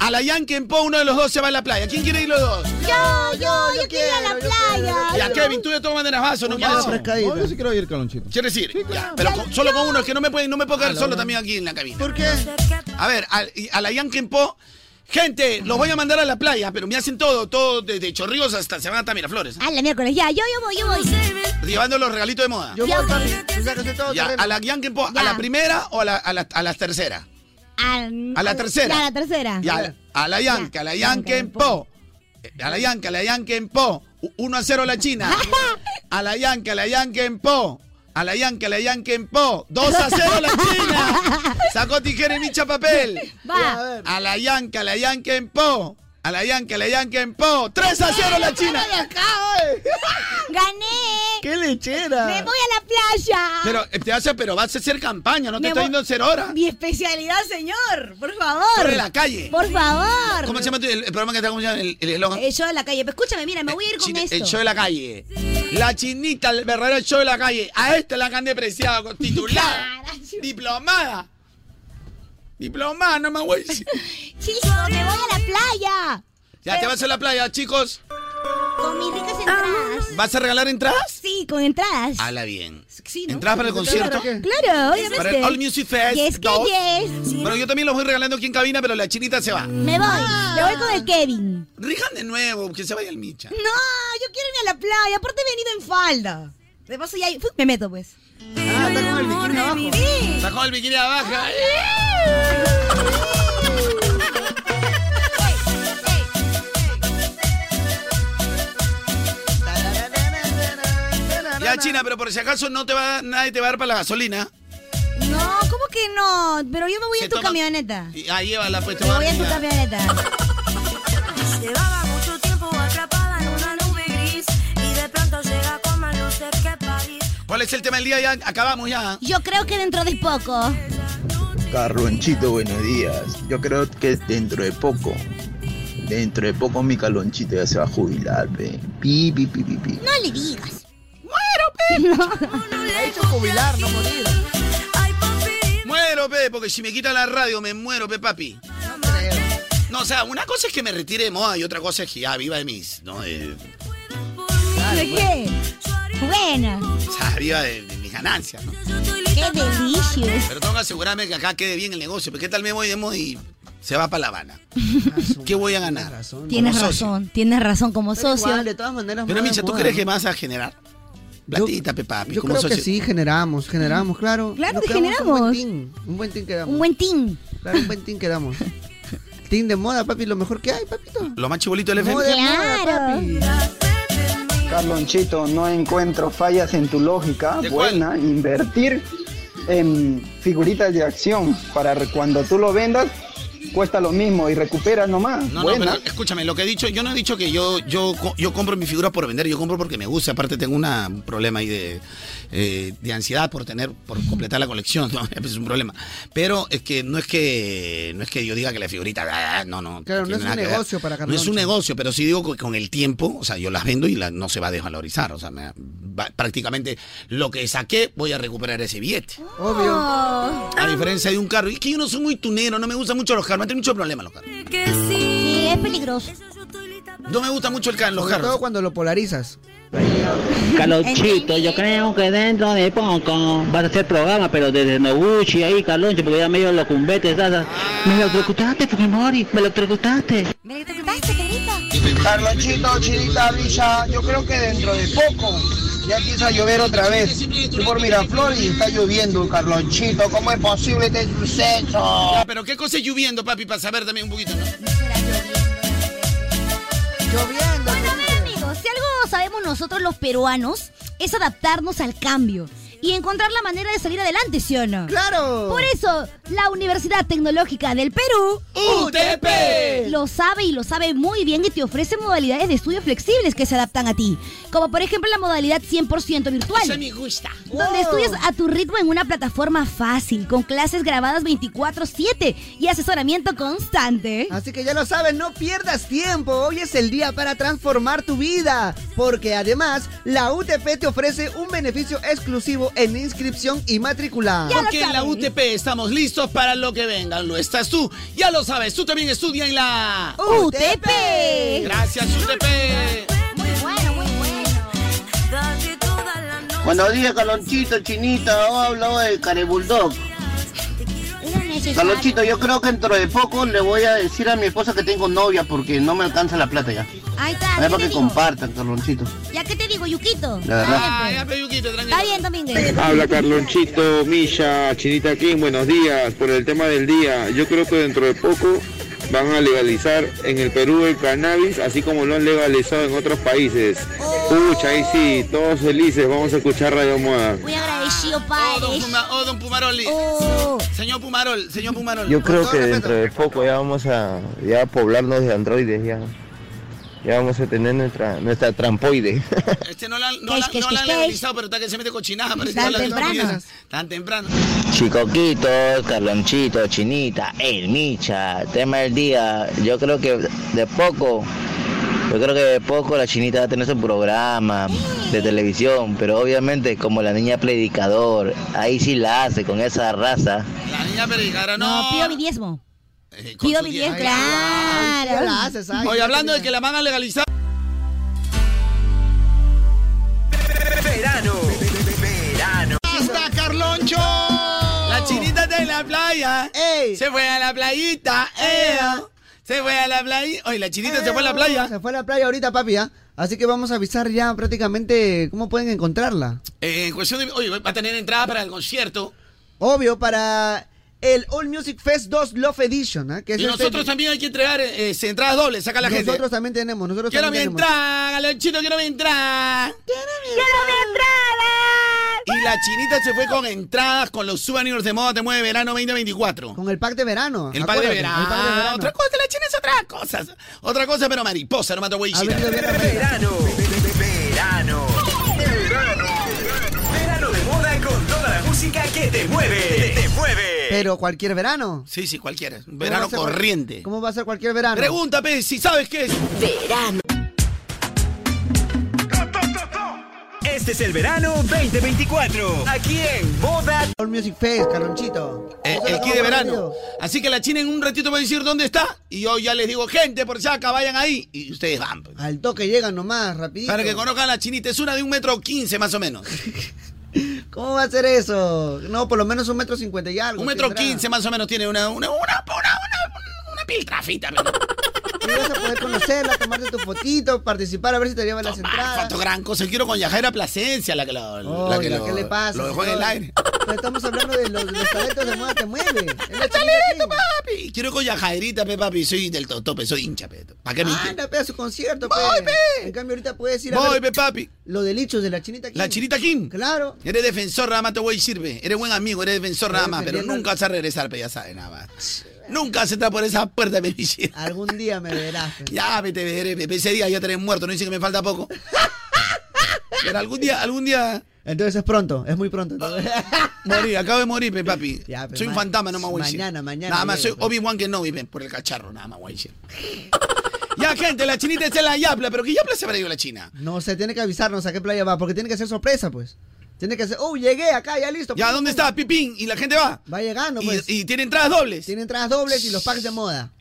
[SPEAKER 5] a la Yankee en Po, uno de los dos se va a la playa. ¿Quién quiere ir los dos?
[SPEAKER 3] Yo, yo, yo quiero ir a la playa.
[SPEAKER 5] Ya, Kevin, tú de todas maneras vas o no quieres.
[SPEAKER 4] No, yo sí quiero ir, Calonchito.
[SPEAKER 5] ¿Quieres ir? Ya, pero con- solo con uno, es que no me, puede, no me puedo quedar solo también aquí en la cabina.
[SPEAKER 2] ¿Por qué?
[SPEAKER 5] A ver, a, a la Yankee Po, gente, los voy a mandar a la playa, pero me hacen todo, todo, desde Chorrillos hasta Semana hasta Miraflores.
[SPEAKER 3] A la miércoles. Ya, yo, yo voy, yo voy.
[SPEAKER 5] Llevando los regalitos de moda.
[SPEAKER 2] Yo voy a todo
[SPEAKER 5] Ya,
[SPEAKER 2] terreno.
[SPEAKER 5] a la Yankee Po,
[SPEAKER 3] Ya.
[SPEAKER 5] ¿a la primera o a la, a la, a la tercera?
[SPEAKER 3] A,
[SPEAKER 5] A la tercera.
[SPEAKER 3] Ya, a la tercera.
[SPEAKER 5] Ya, a la- a la Yankee, a la Yankee en Po. Eh, A la Yankee, a la Yankee en Po. 1 a 0 la
[SPEAKER 3] *laughs*
[SPEAKER 5] China. A la Yankee, a la Yankee en Po. A la Yankee, a la Yankee en Po. 2 a 0
[SPEAKER 3] *laughs*
[SPEAKER 5] la China. Sacó tijera y micha papel.
[SPEAKER 3] Va.
[SPEAKER 5] A la Yankee, a la Yankee en Po. A la Yankee, a la Yankee en Po. 3 a 0 la China.
[SPEAKER 1] *laughs*
[SPEAKER 3] ¡Gané!
[SPEAKER 5] ¡Qué lechera!
[SPEAKER 3] ¡Me voy a la playa!
[SPEAKER 5] Pero eh, te hace, pero vas a hacer campaña, no te
[SPEAKER 3] Me
[SPEAKER 5] está
[SPEAKER 3] voy-
[SPEAKER 5] yendo a hacer hora.
[SPEAKER 3] Mi especialidad, señor. Por favor.
[SPEAKER 5] Corre la calle.
[SPEAKER 3] Por favor.
[SPEAKER 5] ¿Cómo se llama tu- el, el programa que está cómo se llama el el eslogan?
[SPEAKER 3] El show de Eh, la calle. Pero escúchame, mira,
[SPEAKER 5] Eh,
[SPEAKER 3] me voy a ir con
[SPEAKER 5] China-
[SPEAKER 3] esto.
[SPEAKER 5] El show de la
[SPEAKER 3] *laughs*
[SPEAKER 5] calle. La chinita, el verdadero show de la calle. A esta la han depreciado, con-
[SPEAKER 3] *laughs*
[SPEAKER 5] titulada, diplomada. Diplomada, no me
[SPEAKER 3] *laughs*
[SPEAKER 5] voy.
[SPEAKER 3] Chicos, me voy a la playa.
[SPEAKER 5] Ya te vas a la playa, chicos.
[SPEAKER 3] Con mis ricas entradas.
[SPEAKER 5] ¿Vas a regalar entradas?
[SPEAKER 3] Sí, con entradas.
[SPEAKER 5] Hala bien.
[SPEAKER 3] Sí, ¿no?
[SPEAKER 5] ¿Entradas para el concierto?
[SPEAKER 3] Claro, obviamente.
[SPEAKER 5] Para el All Music Fest.
[SPEAKER 3] Yes, que
[SPEAKER 5] dos.
[SPEAKER 3] yes.
[SPEAKER 5] Bueno, yo también los voy regalando aquí en cabina, pero la chinita se va.
[SPEAKER 3] Me voy.
[SPEAKER 5] Ah.
[SPEAKER 3] Me voy con el Kevin.
[SPEAKER 5] Rijan de nuevo, que se vaya el Micha.
[SPEAKER 3] No, yo quiero irme a la playa. Aparte he venido en falda. De paso ya... ¡Fu! Me meto, pues.
[SPEAKER 2] Ah, está con el bikini abajo.
[SPEAKER 5] Sacó el bikini abajo. ¡Eh! Ya, China, pero por si acaso no te va, nadie te va a dar para la gasolina.
[SPEAKER 3] No, ¿cómo que no? Pero yo me voy
[SPEAKER 5] Se
[SPEAKER 3] en tu
[SPEAKER 5] toma-
[SPEAKER 3] camioneta.
[SPEAKER 5] Y- Ah, llévala, pues te
[SPEAKER 3] Me
[SPEAKER 5] va a
[SPEAKER 3] voy
[SPEAKER 5] dar
[SPEAKER 3] en tu
[SPEAKER 5] ya.
[SPEAKER 3] camioneta. *laughs*
[SPEAKER 1] Llevaba mucho tiempo atrapada en una nube gris y de pronto llega con más luces que París.
[SPEAKER 5] ¿Cuál es el tema del día? Ya acabamos ya.
[SPEAKER 3] Yo creo que dentro de poco.
[SPEAKER 9] Carlonchito, buenos días. Yo creo que dentro de poco, dentro de poco mi Carlonchito ya se va a jubilar, pe. Pi, pi, pi, pi, pi.
[SPEAKER 3] No le digas.
[SPEAKER 5] *laughs*
[SPEAKER 1] ¡Muero,
[SPEAKER 3] pe!
[SPEAKER 1] Ha hecho jubilar, no morir.
[SPEAKER 5] Muero, pe, porque si me quitan la radio me muero, pe, papi. No, o sea, una cosa es que me retire de moda y otra cosa es que ya viva de mis, ¿no? Eh,
[SPEAKER 3] ¿De qué? Bueno.
[SPEAKER 5] o sea, viva de, de mis ganancias, ¿no?
[SPEAKER 3] Qué delicious.
[SPEAKER 5] Pero tengo que asegurarme que acá quede bien el negocio, porque qué tal me voy de moda y se va para La Habana. ¿Qué voy a ganar?
[SPEAKER 3] Tienes
[SPEAKER 5] Como socio.
[SPEAKER 3] razón, tienes razón como socio.
[SPEAKER 2] igual, de todas maneras.
[SPEAKER 5] Pero,
[SPEAKER 2] moda,
[SPEAKER 5] Micha, ¿tú
[SPEAKER 2] moda,
[SPEAKER 5] crees
[SPEAKER 2] ¿no?
[SPEAKER 5] que vas a generar? Platita, pe, papi.
[SPEAKER 2] Yo
[SPEAKER 5] como
[SPEAKER 2] creo que
[SPEAKER 5] socio.
[SPEAKER 2] sí, generamos, generamos, claro.
[SPEAKER 3] Claro
[SPEAKER 2] Nos
[SPEAKER 3] que
[SPEAKER 2] quedamos
[SPEAKER 3] generamos.
[SPEAKER 2] Un buen team, un buen team quedamos.
[SPEAKER 3] Un buen team.
[SPEAKER 2] Claro, un buen team
[SPEAKER 3] *laughs*
[SPEAKER 2] quedamos. team de moda, papi, lo mejor que hay, papito.
[SPEAKER 5] Lo más chibolito del
[SPEAKER 2] Moda,
[SPEAKER 5] FM.
[SPEAKER 2] moda, papi.
[SPEAKER 11] Carlonchito, no encuentro fallas en tu lógica. Buena, invertir en figuritas de acción para re- cuando tú lo vendas cuesta lo mismo y recuperas nomás.
[SPEAKER 5] No,
[SPEAKER 11] Buena.
[SPEAKER 5] no, pero escúchame, lo que he dicho, yo no he dicho que yo, yo, co- yo compro mi figura por vender, yo compro porque me gusta. Aparte tengo una- un problema ahí de, eh, de ansiedad por tener, por completar la colección, ¿no? *laughs* es un problema. Pero es que no es que no es que yo diga que la figurita, ah, no, no.
[SPEAKER 2] Claro, no
[SPEAKER 5] tiene
[SPEAKER 2] es un
[SPEAKER 5] nada que ver.
[SPEAKER 2] negocio para
[SPEAKER 5] No es
[SPEAKER 2] Carloncho.
[SPEAKER 5] un negocio, pero sí digo que con el tiempo, o sea, yo las vendo y la- no se va a desvalorizar. O sea, me- va- prácticamente lo que saqué voy a recuperar ese billete.
[SPEAKER 3] Oh.
[SPEAKER 2] Obvio.
[SPEAKER 5] A diferencia de un carro. Y es que yo no soy muy tunero, no me gustan mucho los carros, me tengo mucho problema los carros.
[SPEAKER 3] Sí, es peligroso.
[SPEAKER 5] No me gusta mucho el carro, los
[SPEAKER 2] Sobre
[SPEAKER 5] carros.
[SPEAKER 2] todo cuando lo polarizas.
[SPEAKER 16] Carlonchito, yo creo que dentro de poco vas a hacer programa, pero desde Noguchi ahí, Carloncho, porque ya medio lo cumbete, estás. Me electrocutaste, Fujimori, me electrocutaste.
[SPEAKER 3] ¿Me electrocutaste, Pedrito?
[SPEAKER 21] Carlonchito, Chinita, Lisa, yo creo que dentro de poco ya empieza a llover otra vez. Estoy por Miraflores y está lloviendo, Carlonchito. ¿Cómo es posible este suceso?
[SPEAKER 5] Ya, pero qué cosa es lloviendo, papi, para saber también un poquito, ¿no?
[SPEAKER 3] Bueno, a ver, amigos, si algo sabemos nosotros los peruanos es adaptarnos al cambio y encontrar la manera de salir adelante, ¿sí o no?
[SPEAKER 2] ¡Claro!
[SPEAKER 3] Por eso, la Universidad Tecnológica del Perú,
[SPEAKER 5] UTP,
[SPEAKER 3] lo sabe y lo sabe muy bien y te ofrece modalidades de estudio flexibles que se adaptan a ti, como por ejemplo la modalidad 100% virtual.
[SPEAKER 5] Eso me gusta.
[SPEAKER 3] Donde estudias a tu ritmo en una plataforma fácil, con clases grabadas 24/7 y asesoramiento constante.
[SPEAKER 2] Así que ya lo sabes, no pierdas tiempo. Hoy es el día para transformar tu vida. Porque además, la UTP te ofrece un beneficio exclusivo en inscripción y matrícula.
[SPEAKER 5] Porque en la UTP estamos listos para lo que venga. Lo estás tú. Ya lo sabes, tú también estudia en la
[SPEAKER 3] UTP.
[SPEAKER 5] Gracias, UTP.
[SPEAKER 11] Buenos días, Carlonchito, Chinita, oh, hablo de Carebuldog. Carlonchito, yo creo que dentro de poco le voy a decir a mi esposa que tengo novia porque no me alcanza la plata ya.
[SPEAKER 3] Ahí está,
[SPEAKER 11] Es
[SPEAKER 3] ¿qué
[SPEAKER 11] para
[SPEAKER 3] te
[SPEAKER 11] que
[SPEAKER 3] digo?
[SPEAKER 11] compartan, Carlonchito.
[SPEAKER 3] ¿Ya qué te digo, Yuquito?
[SPEAKER 11] La verdad.
[SPEAKER 3] Ah, ya,
[SPEAKER 5] pues.
[SPEAKER 3] Está bien, Domínguez.
[SPEAKER 12] Habla Carlonchito, Misha, Chinita King, buenos días. Por el tema del día, yo creo que dentro de poco van a legalizar en el Perú el cannabis, así como lo han legalizado en otros países. Pucha, ahí sí, todos felices, vamos a escuchar Radio Moda.
[SPEAKER 3] Muy agradecido,
[SPEAKER 5] Oh, don,
[SPEAKER 3] padre.
[SPEAKER 5] Puma- oh, don Pumaroli.
[SPEAKER 3] Oh,
[SPEAKER 5] Señor Pumarol, señor Pumarol.
[SPEAKER 9] Yo
[SPEAKER 5] con
[SPEAKER 9] creo
[SPEAKER 5] todo
[SPEAKER 9] que
[SPEAKER 5] respeto.
[SPEAKER 9] dentro de poco ya vamos a ya a poblarnos de androides ya. Ya vamos a tener nuestra nuestra trampoide. *laughs*
[SPEAKER 5] Este no la, no la, no la han legalizado, pero está que se mete cochinada. parece
[SPEAKER 1] Tan
[SPEAKER 5] que habla de otras
[SPEAKER 1] temprano.
[SPEAKER 5] cosas. Tan temprano.
[SPEAKER 16] Chicoquito, Carlonchito, Chinita, el Micha, tema del día. Yo creo que de poco, yo creo que de poco la Chinita va a tener su programa de televisión, pero obviamente como la niña predicador, ahí sí la hace con esa raza.
[SPEAKER 5] La niña pericara, no. Eh,
[SPEAKER 3] No, pido mi diezmo. Pido mi diezmo, claro.
[SPEAKER 2] la haces, ay,
[SPEAKER 5] Oye,
[SPEAKER 2] ya
[SPEAKER 5] hablando de que la van a legalizar.
[SPEAKER 15] Verano. Verano.
[SPEAKER 5] ¡Hasta Carloncho! La chinita está en la playa. Se fue a la playita. eh. Se fue a la playa. Oye, la chinita se fue a la playa.
[SPEAKER 2] Se fue a la playa ahorita, papi, ¿ah? Así que vamos a avisar ya prácticamente cómo pueden encontrarla.
[SPEAKER 5] Eh, en cuestión de. Oye, va a tener entrada para el concierto.
[SPEAKER 2] Obvio, para el All Music Fest 2 Love Edition, ¿ah? Que es
[SPEAKER 5] Y
[SPEAKER 2] este-
[SPEAKER 5] nosotros también hay que entregar eh, eh, entradas dobles. Saca la gente.
[SPEAKER 2] Nosotros también tenemos, nosotros
[SPEAKER 5] Quiero mi
[SPEAKER 2] también tenemos.
[SPEAKER 5] entrada, Galonchito, quiero mi entrada. Quiero mi entrada. Y la chinita se fue con entradas con los souvenirs de moda Te Mueve Verano 2024.
[SPEAKER 2] Con el pack de verano.
[SPEAKER 5] El pack de
[SPEAKER 2] acuérdate,
[SPEAKER 5] verano.
[SPEAKER 2] el pack de verano.
[SPEAKER 5] Otra cosa, la china es otra cosa. Otra cosa, pero mariposa, no mató huellita.
[SPEAKER 15] Verano. Verano. Verano. Verano de moda con toda la música que te mueve. Te mueve.
[SPEAKER 2] Pero cualquier verano.
[SPEAKER 5] Sí, sí, cualquiera. Un
[SPEAKER 2] ¿Cómo va
[SPEAKER 5] Verano
[SPEAKER 2] a ser-
[SPEAKER 5] corriente.
[SPEAKER 2] ¿Cómo va a ser cualquier verano?
[SPEAKER 5] Pregúntame si sabes qué es. Verano.
[SPEAKER 15] Este es el verano 2024. Aquí en Moda.
[SPEAKER 2] All Music Fest, Calonchito.
[SPEAKER 5] Eh, el kit de verano. Así que la china en un ratito va a decir dónde está. Y yo ya les digo, gente, por acá, vayan ahí. Y ustedes van. pues.
[SPEAKER 2] Al toque llegan nomás, rapidito.
[SPEAKER 5] Para que conozcan a la chinita. Es una de un metro quince más o menos.
[SPEAKER 2] ¿Cómo va a ser eso? No, por lo menos un metro cincuenta y algo.
[SPEAKER 5] Un metro
[SPEAKER 2] tendrá.
[SPEAKER 5] quince más o menos tiene una, una, una, una, una- una piltrafita. pero
[SPEAKER 2] Y vas a poder conocerla, tomarte tu fotito, participar, a ver si te llevan las entradas.
[SPEAKER 5] Tanto gran cosa. Quiero con Yajaira Plasencia, la que lo,
[SPEAKER 2] Oh,
[SPEAKER 5] la que
[SPEAKER 2] la
[SPEAKER 5] lo-
[SPEAKER 2] que le pasa,
[SPEAKER 5] lo dejó en el
[SPEAKER 2] señor.
[SPEAKER 5] aire.
[SPEAKER 2] Pero Estamos hablando de los, de los talentos de moda te
[SPEAKER 5] *laughs*
[SPEAKER 2] mueve. Es la
[SPEAKER 5] ¡Talerito, papi! Quiero con Yajairita, pe, papi. Soy del to- tope, soy hincha, pe. ¿Para qué
[SPEAKER 2] chinita.
[SPEAKER 5] mentir?
[SPEAKER 2] Anda, pe, a su concierto, pe.
[SPEAKER 5] Voy,
[SPEAKER 2] En cambio, ahorita puedes ir a
[SPEAKER 5] Voy, pe,
[SPEAKER 2] ver
[SPEAKER 5] papi.
[SPEAKER 2] lo de Lichos de la chinita aquí.
[SPEAKER 5] La chinita King.
[SPEAKER 2] Claro.
[SPEAKER 5] Eres defensor, nada más te voy a decir, pe. Eres buen amigo, eres defensor, nada más. Pero
[SPEAKER 2] defendiendo-
[SPEAKER 5] nunca vas a regresar, pe, ya sabes, nada más. Nunca vas a entrar por esa puerta, pe, pichi.
[SPEAKER 2] Algún día
[SPEAKER 5] *laughs*
[SPEAKER 2] me verás. pe.
[SPEAKER 5] Ya, pe, te veré, pe. Ese día ya estaré muerto, no dice que me falta poco. Pero algún día, algún
[SPEAKER 2] *laughs*
[SPEAKER 5] día...
[SPEAKER 2] Entonces es pronto, es muy pronto. entonces.
[SPEAKER 5] Morí, acabo de morir, pe, papi.
[SPEAKER 2] Ya, pe,
[SPEAKER 5] soy un
[SPEAKER 2] ma-
[SPEAKER 5] fantasma, no me voy a decir.
[SPEAKER 2] mañana, mañana
[SPEAKER 5] Nada más, soy
[SPEAKER 2] llego,
[SPEAKER 5] Obi-Wan que no vive por el cacharro, nada más voy a decir. *laughs* ya, gente, la chinita está en la Yapla, pero ¿qué Yapla se habrá ido la China?
[SPEAKER 2] No sé, tiene que avisarnos a qué playa va, porque tiene que ser sorpresa, pues. Tiene que ser, oh, llegué acá, ya listo.
[SPEAKER 5] Ya, ¿dónde está Pipín? Y la gente va.
[SPEAKER 2] Va llegando,
[SPEAKER 5] Y-
[SPEAKER 2] pues.
[SPEAKER 5] Y, tiene entradas dobles.
[SPEAKER 2] Tiene entradas dobles y los packs de moda.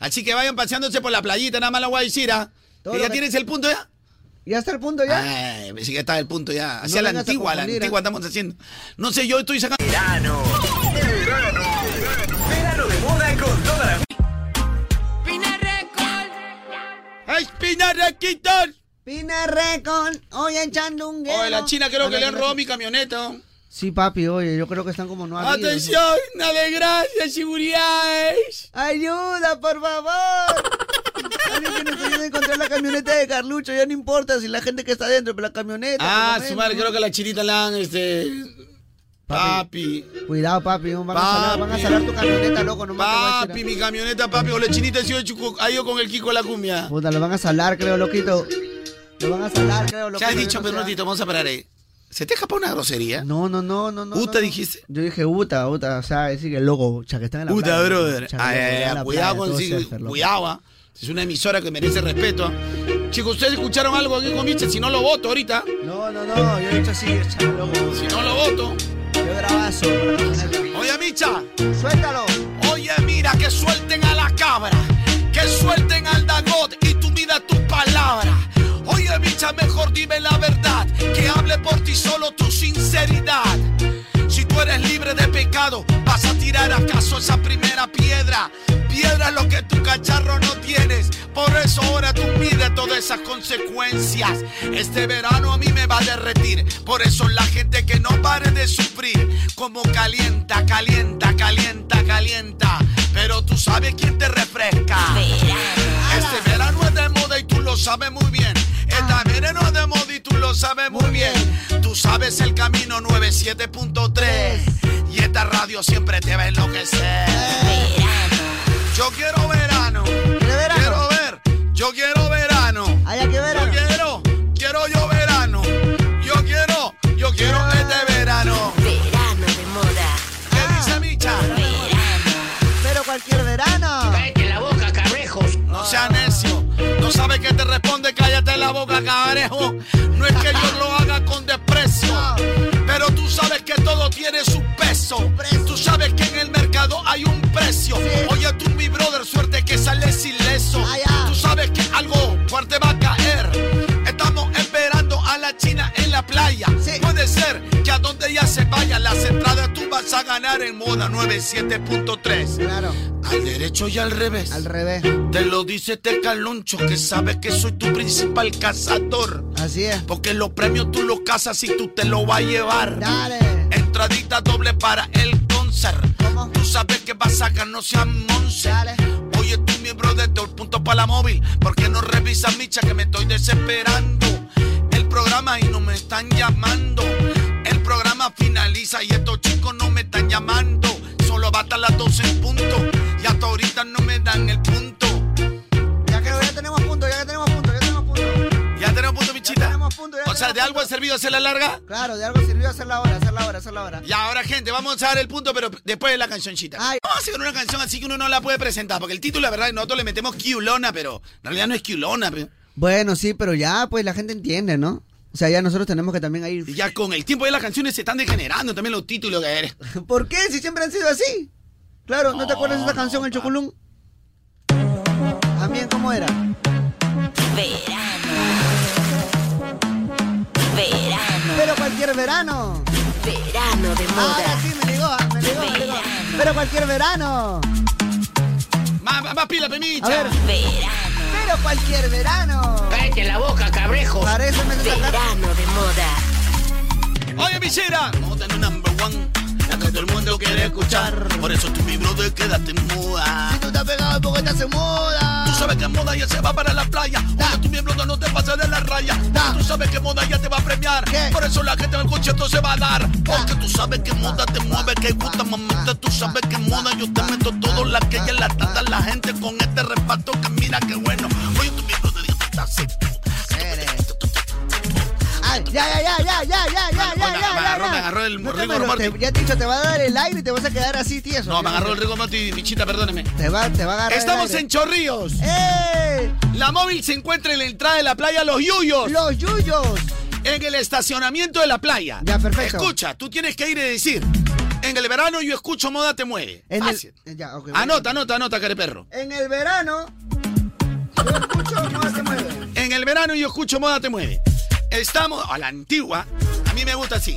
[SPEAKER 5] Así que vayan paseándose por la playita, nada más la voy a decir, ¿ah?
[SPEAKER 2] Todo
[SPEAKER 5] ¿Que
[SPEAKER 2] lo
[SPEAKER 5] ¿Ya
[SPEAKER 2] que-
[SPEAKER 5] tienes el punto ya?
[SPEAKER 2] ¿Ya está el punto ya?
[SPEAKER 5] Ay, pensé que estaba el punto ya. Hacia
[SPEAKER 2] No
[SPEAKER 5] la
[SPEAKER 2] vengas a
[SPEAKER 5] antigua, la
[SPEAKER 2] confundir,
[SPEAKER 5] antigua
[SPEAKER 2] ¿ah?
[SPEAKER 5] estamos haciendo. No sé, yo estoy sacando.
[SPEAKER 15] Verano. Verano. Verano de moda con toda la
[SPEAKER 1] Pina Record.
[SPEAKER 5] ¡Espina Requitor!
[SPEAKER 2] Pina Recon, hoy en Chandunguero.
[SPEAKER 5] Oye, la China creo que
[SPEAKER 2] Ándale,
[SPEAKER 5] le han robado
[SPEAKER 2] ándale.
[SPEAKER 5] mi camioneta.
[SPEAKER 2] Sí, papi, oye, yo creo que están como no habidos.
[SPEAKER 5] ¡Atención! ¡Dale gracias, seguridades!
[SPEAKER 2] ¡Ayuda, por favor! Alguien que nos ayude a encontrar la camioneta de Carlucho, ya no importa si la gente que está dentro, pero la camioneta.
[SPEAKER 5] Ah,
[SPEAKER 2] por lo
[SPEAKER 5] su
[SPEAKER 2] menos,
[SPEAKER 5] madre,
[SPEAKER 2] ¿no?
[SPEAKER 5] creo que la chinita la han, este. Papi.
[SPEAKER 2] Cuidado, papi, van a, salar, van a
[SPEAKER 5] Papi.
[SPEAKER 2] salar tu camioneta, loco, no
[SPEAKER 5] Papi, mi camioneta, papi. O la chinita ha sido chucu- ha ido con el Kiko a la cumbia.
[SPEAKER 2] Puta, lo van a salar, creo, loquito. Lo van a salar, creo, loquito.
[SPEAKER 5] Ya has dicho, pero un ratito, vamos a parar ahí. ¿Se te escapa una grosería?
[SPEAKER 2] No, no, no, no, no.
[SPEAKER 5] Uta,
[SPEAKER 2] no, no.
[SPEAKER 5] dijiste.
[SPEAKER 2] Yo dije Uta, Uta, o sea, decir que el loco, ya que están en la
[SPEAKER 5] Puta,
[SPEAKER 2] playa,
[SPEAKER 5] brother.
[SPEAKER 2] cha, que
[SPEAKER 5] Ay,
[SPEAKER 2] están
[SPEAKER 5] ay,
[SPEAKER 2] en
[SPEAKER 5] ay,
[SPEAKER 2] la
[SPEAKER 5] cuidado
[SPEAKER 2] playa,
[SPEAKER 5] con
[SPEAKER 2] todo
[SPEAKER 5] sí,
[SPEAKER 2] surfer, loco.
[SPEAKER 5] cuidado. ah. Es una emisora que merece respeto. ah. Chicos, ¿ustedes escucharon algo aquí con Micha? Si no lo voto ahorita.
[SPEAKER 2] No, no, no, yo he dicho así, cha, loco.
[SPEAKER 5] Si no lo voto.
[SPEAKER 2] Yo bravazo.
[SPEAKER 5] Oye, Micha.
[SPEAKER 2] Suéltalo.
[SPEAKER 5] Oye, mira, que suelten a la cabra. Que suelten al Dagot y tú mida tus palabras. Oye, Micha, mejor dime la verdad. Que hable por ti solo tu sinceridad. Si tú eres libre de pecado, vas a tirar acaso esa primera piedra. Piedra es lo que tu cacharro no tienes. Por eso ahora tú mide todas esas consecuencias. Este verano a mí me va a derretir. Por eso la gente que no pare de sufrir. Como calienta, calienta, calienta, calienta. Pero tú sabes quién te refresca. Este verano es de moda y tú lo lo sabes muy bien. Esta veneno de moda y tú lo sabes Ah. muy bien. Tú sabes el camino 97.3. Y esta radio siempre te va a enloquecer. Yo quiero verano. Quiero ver. Yo quiero verano. Yo quiero. Quiero yo verano. Yo quiero. Yo quiero este verano.
[SPEAKER 1] Verano de moda.
[SPEAKER 5] ¿Qué dice Micha?
[SPEAKER 6] Pero cualquier verano.
[SPEAKER 5] Cállate la boca, cabrejos. No seas necio. No sabes que te responde, cállate la boca, cabrejo. No es que yo lo haga con desprecio. Pero tú sabes que todo tiene su peso. Tú sabes que en el mercado hay un precio. Oye tú, mi brother, suerte que sales ileso.
[SPEAKER 6] Ah,
[SPEAKER 5] Tú sabes que algo fuerte va a caer. Estamos esperando a la China en la playa. Puede ser que a donde ella se vaya, las entradas tú vas a ganar en moda 97.3. Claro. Al derecho y al revés.
[SPEAKER 2] Al revés.
[SPEAKER 5] Te lo dice este caloncho que sabes que soy tu principal cazador.
[SPEAKER 2] Así es.
[SPEAKER 5] Porque los premios tú los cazas y tú te los vas a llevar.
[SPEAKER 2] Dale.
[SPEAKER 5] Entradita doble para el concert. Tú sabes que vas a ganar, no seas monse. Oye, tú miembro de todo el punto para la móvil. Porque no revisas micha que me estoy desesperando? El programa y no me están llamando. El programa finaliza y estos chicos no me están llamando. Solo basta las 12 en punto. Y hasta ahorita no me dan el punto.
[SPEAKER 6] Ya creo, ya tenemos punto, ya tenemos punto, ya tenemos punto.
[SPEAKER 5] Ya tenemos punto, michita.
[SPEAKER 6] Tenemos punto, ya
[SPEAKER 5] O sea,
[SPEAKER 6] tenemos
[SPEAKER 5] de algo ha servido hacer la larga.
[SPEAKER 6] Claro, de algo sirvió hacer la hora, hacer la hora, hacer la hora.
[SPEAKER 5] Y ahora, gente, vamos a dar el punto, pero después de la cancioncita. Vamos a hacer una canción así que uno no la puede presentar. Porque el título, la verdad, nosotros le metemos Q-Lona, pero en realidad no es Q-Lona. pe.
[SPEAKER 2] Bueno, sí, pero ya, pues la gente entiende, ¿no? O sea, ya nosotros tenemos que también ir.
[SPEAKER 5] Y ya con el tiempo de las canciones se están degenerando también los títulos que eres.
[SPEAKER 2] ¿Por qué? Si siempre han sido así. Claro, ¿no, te acuerdas de esa canción, El Choculum? También, ¿cómo era?
[SPEAKER 1] Verano.
[SPEAKER 6] Pero cualquier verano.
[SPEAKER 1] Verano de moda.
[SPEAKER 6] Ahora sí me llegó, ah, me llegó, me llegó. Pero cualquier verano.
[SPEAKER 5] Más, más, más pila, pemicha.
[SPEAKER 6] A ver. Pero cualquier verano.
[SPEAKER 5] Cállate la boca, cabrejo.
[SPEAKER 6] Parece me
[SPEAKER 1] Verano de moda.
[SPEAKER 5] Oye, Michera. Moda no number one. La que todo el mundo quiere escuchar. Por eso tú, mi brother, quédate en moda.
[SPEAKER 6] Si tú estás pegado porque estás en moda.
[SPEAKER 5] Tú sabes que moda ya se va para la playa. Oye, tu miembro no te pasa de la raya. Tú sabes que moda ya te va a premiar. Por eso la gente en el concierto se va a dar. Porque tú sabes que moda te mueve, que gusta mamita. Tú sabes que moda yo te meto todo la que ya la tanda la gente con este reparto que mira que bueno. Oye, tu miembro de Dios está así.
[SPEAKER 6] Ay, ya, ya, ya, ya, ya, ya, ya, ya,
[SPEAKER 5] me
[SPEAKER 6] ya, ya,
[SPEAKER 5] agarró,
[SPEAKER 6] ya.
[SPEAKER 5] me agarró el
[SPEAKER 6] No te
[SPEAKER 5] Rigor
[SPEAKER 6] me lo-
[SPEAKER 5] Mortis.
[SPEAKER 6] te- Ya te he dicho, te va a dar el aire y te vas a quedar así tieso.
[SPEAKER 5] No, me agarró el rico Mati, Michita, perdóneme.
[SPEAKER 6] Te va, te va a agarrar el
[SPEAKER 5] Estamos
[SPEAKER 6] aire.
[SPEAKER 5] en Chorríos.
[SPEAKER 6] ¡Eh!
[SPEAKER 5] La móvil se encuentra en la entrada de la playa Los Yuyos.
[SPEAKER 6] ¡Los yuyos!
[SPEAKER 5] en el estacionamiento de la playa.
[SPEAKER 6] Ya, perfecto.
[SPEAKER 5] Escucha, tú tienes que ir y decir, en el verano yo escucho Moda Te Mueve.
[SPEAKER 6] En el-
[SPEAKER 5] Fácil.
[SPEAKER 6] Eh, ya, ok, bueno.
[SPEAKER 5] Anota, anota, anota, careperro.
[SPEAKER 6] En el verano. Yo escucho, no se mueve.
[SPEAKER 5] En el verano yo escucho Moda Te Mueve. Estamos a la antigua, a mí me gusta así.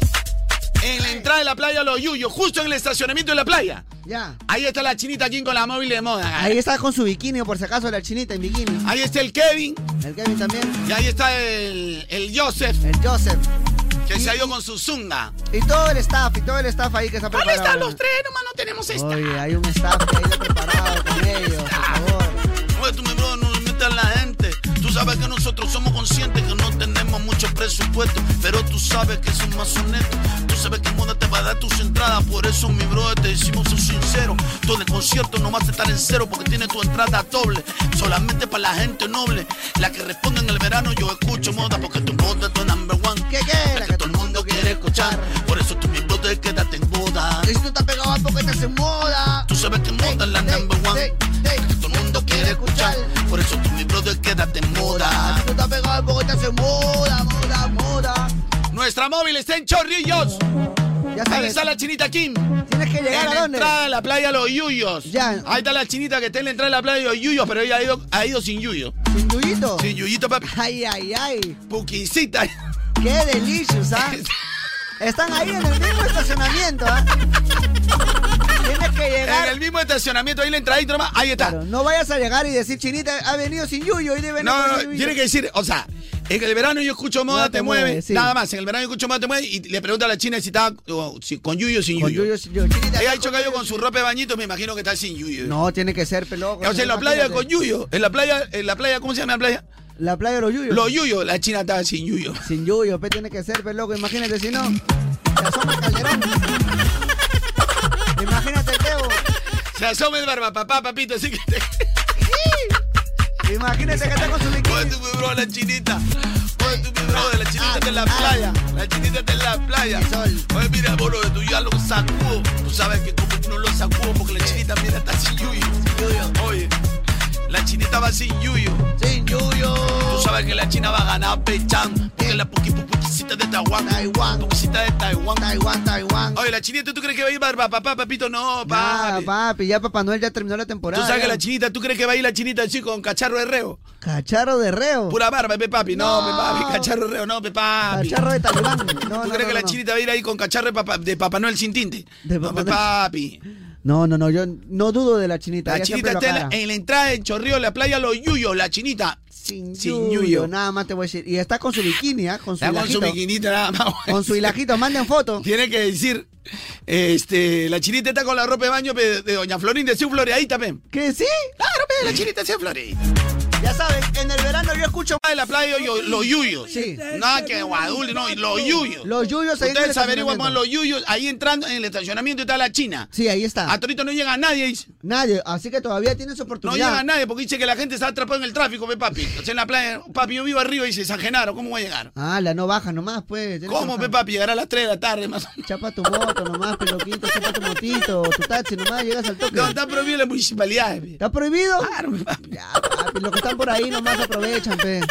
[SPEAKER 5] En la entrada de la playa Los Yuyos, justo en el estacionamiento de la playa.
[SPEAKER 6] Ya.
[SPEAKER 5] Ahí está la chinita aquí con la móvil de moda.
[SPEAKER 2] Ahí está con su bikini, por si acaso, la chinita en bikini.
[SPEAKER 5] Ahí está el Kevin
[SPEAKER 2] El Kevin también.
[SPEAKER 5] y ahí está el, el Joseph
[SPEAKER 2] El Joseph.
[SPEAKER 5] que se ha ido con su zunga.
[SPEAKER 2] Y todo el staff, y todo el staff ahí que está
[SPEAKER 5] ¿Dónde
[SPEAKER 2] preparado.
[SPEAKER 5] están los tres? Nomás no tenemos esta.
[SPEAKER 2] Oye, hay un staff que ahí lo ha preparado con ellos, por favor.
[SPEAKER 5] Oye, tú, mi bro, no limites a la gente. Tú sabes que nosotros somos conscientes que no tenemos mucho presupuesto, pero tú sabes que son más honestos. Tú sabes que moda te va a dar tus entradas, por eso, mi bro, te decimos ser sincero. Todo el concierto no vas a estar en cero porque tiene tu entrada doble, solamente para la gente noble. La que responde en el verano, yo escucho moda porque tu moda es tu number one.
[SPEAKER 6] ¿Qué, qué?
[SPEAKER 5] La que todo el mundo quiere escuchar, por eso tú, mi bro, te quédate en boda.
[SPEAKER 6] Y si tú estás pegado porque estás en moda.
[SPEAKER 5] Tú sabes que este moda es la number one. Que todo el mundo quiere escuchar. Por eso tú, mi brother, quédate en moda.
[SPEAKER 6] Si tú estás pegado porque estás en moda, moda, moda.
[SPEAKER 5] Nuestra móvil está en Chorrillos.
[SPEAKER 6] Ya
[SPEAKER 5] Ahí
[SPEAKER 6] sabes.
[SPEAKER 5] está la chinita Kim.
[SPEAKER 6] Tienes que
[SPEAKER 5] En
[SPEAKER 6] llegar a
[SPEAKER 5] la
[SPEAKER 6] dónde.
[SPEAKER 5] entrada de la playa Los Yuyos.
[SPEAKER 6] Ya.
[SPEAKER 5] Ahí está la chinita que está en la entrada de la playa de Los Yuyos, pero ella ha ido, ha ido sin Yuyo.
[SPEAKER 6] Sin yuyito.
[SPEAKER 5] Sin Yuyito, papi.
[SPEAKER 6] Ay, ay, ay.
[SPEAKER 5] Puquincita.
[SPEAKER 6] Qué delicious,
[SPEAKER 5] *laughs*
[SPEAKER 6] ¿ah? Están ahí en el mismo estacionamiento, ¿ah? Tienes que
[SPEAKER 5] En
[SPEAKER 6] llegar.
[SPEAKER 5] el mismo estacionamiento, ahí la entradita nomás. Ahí está.
[SPEAKER 6] No vayas a llegar y decir, Chinita, ha venido sin yuyo. Hoy debe
[SPEAKER 5] No, no, no, tiene que decir, o sea, en el verano yo escucho moda, te, mueve,
[SPEAKER 6] sí.
[SPEAKER 5] nada más, en el verano yo escucho moda, te mueve, y le pregunta a la china si está o, si- con yuyo o sin
[SPEAKER 2] Con
[SPEAKER 5] yuyo.
[SPEAKER 2] Yuyo, sin Yuyo. Chinita,
[SPEAKER 5] Ella ha dicho que ha ido con su ropa de bañito, me imagino que está sin yuyo.
[SPEAKER 2] No, tiene que ser, peloco.
[SPEAKER 5] o sea, en la playa con yuyo, en la playa, en la playa, ¿cómo se llama la playa?
[SPEAKER 2] La playa de los yuyos.
[SPEAKER 5] Los yuyos, la china estaba sin yuyo.
[SPEAKER 2] Sin yuyo, pe, tiene que ser, pe, loco. Imagínate si no.
[SPEAKER 6] Imagínate el tebo.
[SPEAKER 5] Se asoma el barba, papá, papito, así que te...
[SPEAKER 6] Imagínate que está con su
[SPEAKER 5] bikini. tu mi bro la chinita. Oye, tu mi bro
[SPEAKER 6] Ah,
[SPEAKER 5] la chinita está en la playa. La chinita está en la playa. Oye, mira, bro, tú ya lo sacudo. Tú sabes que como yo no lo sacudo porque la chinita mira está sin yuyo. Oye. La chinita va sin yuyo.
[SPEAKER 6] Sin yuyo.
[SPEAKER 5] Tú sabes que la china va a ganar Pechán. Porque la puqui puquisita de Taiwán.
[SPEAKER 6] Taiwán.
[SPEAKER 5] Puquisita de Taiwán.
[SPEAKER 6] Taiwán, Taiwán.
[SPEAKER 5] Oye, la chinita, ¿tú crees que va a ir barba, papá, papito? No,
[SPEAKER 2] Ah,
[SPEAKER 5] *laughs* papi.
[SPEAKER 2] papi, ya Papá Noel ya terminó la temporada.
[SPEAKER 5] Tú sabes que
[SPEAKER 2] ya.
[SPEAKER 5] la chinita, ¿tú crees que va a ir la chinita así con cacharro de reo?
[SPEAKER 2] Cacharro de reo.
[SPEAKER 5] Pura barba, pe papi. No, pe papi, cacharro de reo, no, pe papi.
[SPEAKER 2] Cacharro
[SPEAKER 5] *laughs*
[SPEAKER 2] de Talibán.
[SPEAKER 5] ¿Tú crees que la chinita va a ir ahí con cacharro de, papa- de Papá Noel sin tinte? no, pe papi.
[SPEAKER 2] No, no, no, yo no dudo de la chinita.
[SPEAKER 5] La
[SPEAKER 2] ella
[SPEAKER 5] chinita está
[SPEAKER 2] siempre lo
[SPEAKER 5] en la,
[SPEAKER 2] aclara.
[SPEAKER 5] en la entrada del chorrío, la playa, los yuyos, la chinita. Sin,
[SPEAKER 2] Yuyo,
[SPEAKER 5] yuyo.
[SPEAKER 2] Nada más te voy a decir. Y está con su bikini, ¿ah? Con su
[SPEAKER 5] Está con su
[SPEAKER 2] hilajito.
[SPEAKER 5] biquinita nada más. güey.
[SPEAKER 2] Con su hilajito, manden foto.
[SPEAKER 5] *laughs* Tiene que decir, este, la chinita está con la ropa de baño pe, de Doña Florinda, sí, floreadita, pe.
[SPEAKER 2] ¿Qué sí?
[SPEAKER 5] Claro, pe, la chinita sí, floreadita.
[SPEAKER 6] Ya sabes, en el verano yo escucho
[SPEAKER 5] más de la playa yo- los yuyos.
[SPEAKER 2] Sí.
[SPEAKER 5] Nada que guadule, no, y los yuyos.
[SPEAKER 2] Los yuyos ahí en el
[SPEAKER 5] Ustedes averiguan
[SPEAKER 2] estacionamiento.
[SPEAKER 5] con los yuyos, ahí entrando en el estacionamiento está la china.
[SPEAKER 2] Sí, ahí está.
[SPEAKER 5] A Torito no llega nadie, dice.
[SPEAKER 2] Nadie, así que todavía tienes
[SPEAKER 5] No
[SPEAKER 2] oportunidad.
[SPEAKER 5] llega nadie porque dice que la gente está atrapada en el tráfico, pe, papi. O sea, en la playa, papi, yo vivo arriba y dice, San Genaro, ¿cómo voy a llegar?
[SPEAKER 2] Ah, la no baja nomás, pues. tienes
[SPEAKER 5] ¿Cómo,
[SPEAKER 2] que
[SPEAKER 5] pe,
[SPEAKER 2] bajar.
[SPEAKER 5] papi? Llegará a las 3 de la tarde más o menos.
[SPEAKER 2] *laughs* Chapa tu moto nomás, peloquito, chapa tu motito, tu taxi nomás, llegas al toque.
[SPEAKER 5] No, está prohibido en la municipalidad, pe.
[SPEAKER 2] ¿Está prohibido?
[SPEAKER 5] Claro, pe, papi.
[SPEAKER 2] Papi, Los que están por ahí nomás aprovechan, pe.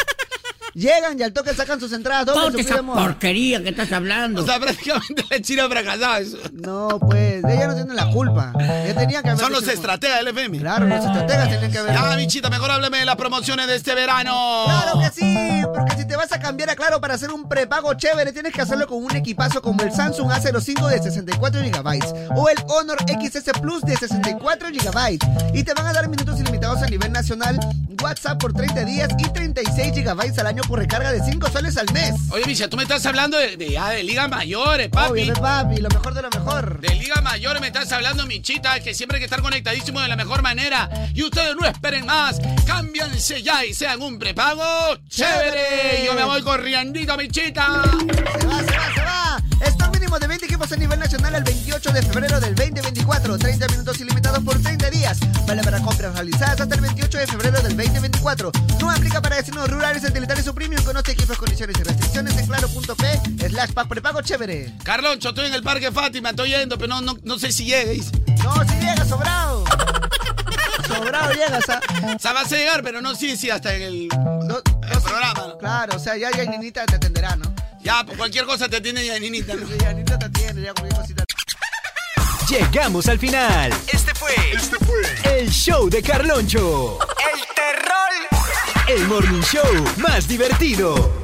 [SPEAKER 2] Llegan y al toque sacan sus entradas dobles. su cuidemos.
[SPEAKER 5] porquería que estás hablando. O sea, prácticamente la China fracasada. eso.
[SPEAKER 2] No, pues, ella no tiene la culpa. Ya tenían que haber
[SPEAKER 5] Son los
[SPEAKER 2] hecho-
[SPEAKER 5] estrategas del FM.
[SPEAKER 2] Claro, los estrategas tenían que haber.
[SPEAKER 5] Ya, bichita, mejor háblame de las promociones de este verano.
[SPEAKER 2] Claro que sí, porque si te vas a cambiar a Claro para hacer un prepago chévere, tienes que hacerlo con un equipazo como el Samsung A05 de 64 GB o el Honor XS Plus de 64 GB. Y te van a dar minutos ilimitados a nivel nacional, WhatsApp por 30 días y 36 GB al año por recarga de 5 soles al mes.
[SPEAKER 5] Oye, bicha, tú me estás hablando de, de, ya de ligas mayores, papi.
[SPEAKER 2] Obvio, Pues, papi, lo mejor de lo mejor.
[SPEAKER 5] De Liga Mayor me estás hablando, Michita, que siempre hay que estar conectadísimo de la mejor manera. Y ustedes no esperen más. Cámbianse ya y sean un prepago chévere. Yo me voy corriendito, Michita.
[SPEAKER 2] Se va, se va, se va. Stock mínimo de 20 equipos a nivel nacional el 28 de febrero del 2024. 30 minutos ilimitados por 30 días. Vale para compras realizadas hasta el 28 de febrero del 2024. No aplica para destinos rurales, satelitales o premium. Conoce equipos, condiciones y restricciones en claro.p slash pack prepago chévere.
[SPEAKER 5] Carloncho, estoy en el Parque Fátima, estoy yendo, pero no, no, no sé si llegues.
[SPEAKER 2] No, si llega
[SPEAKER 5] *laughs*
[SPEAKER 2] sobrado. Sobrado llegas, ¿ah?
[SPEAKER 5] O sea, vas a llegar, pero no sé si hasta en el, el programa. ¿no?
[SPEAKER 2] Claro, o sea, ya ya Ninita te atenderá, ¿no?
[SPEAKER 5] Ya, por cualquier cosa te tiene ya, ninita. ¿no?
[SPEAKER 2] Ninita te atiende, ya cualquier cosita.
[SPEAKER 15] Llegamos al final. Este fue, este fue el show de Carloncho. El terror. El morning show más divertido.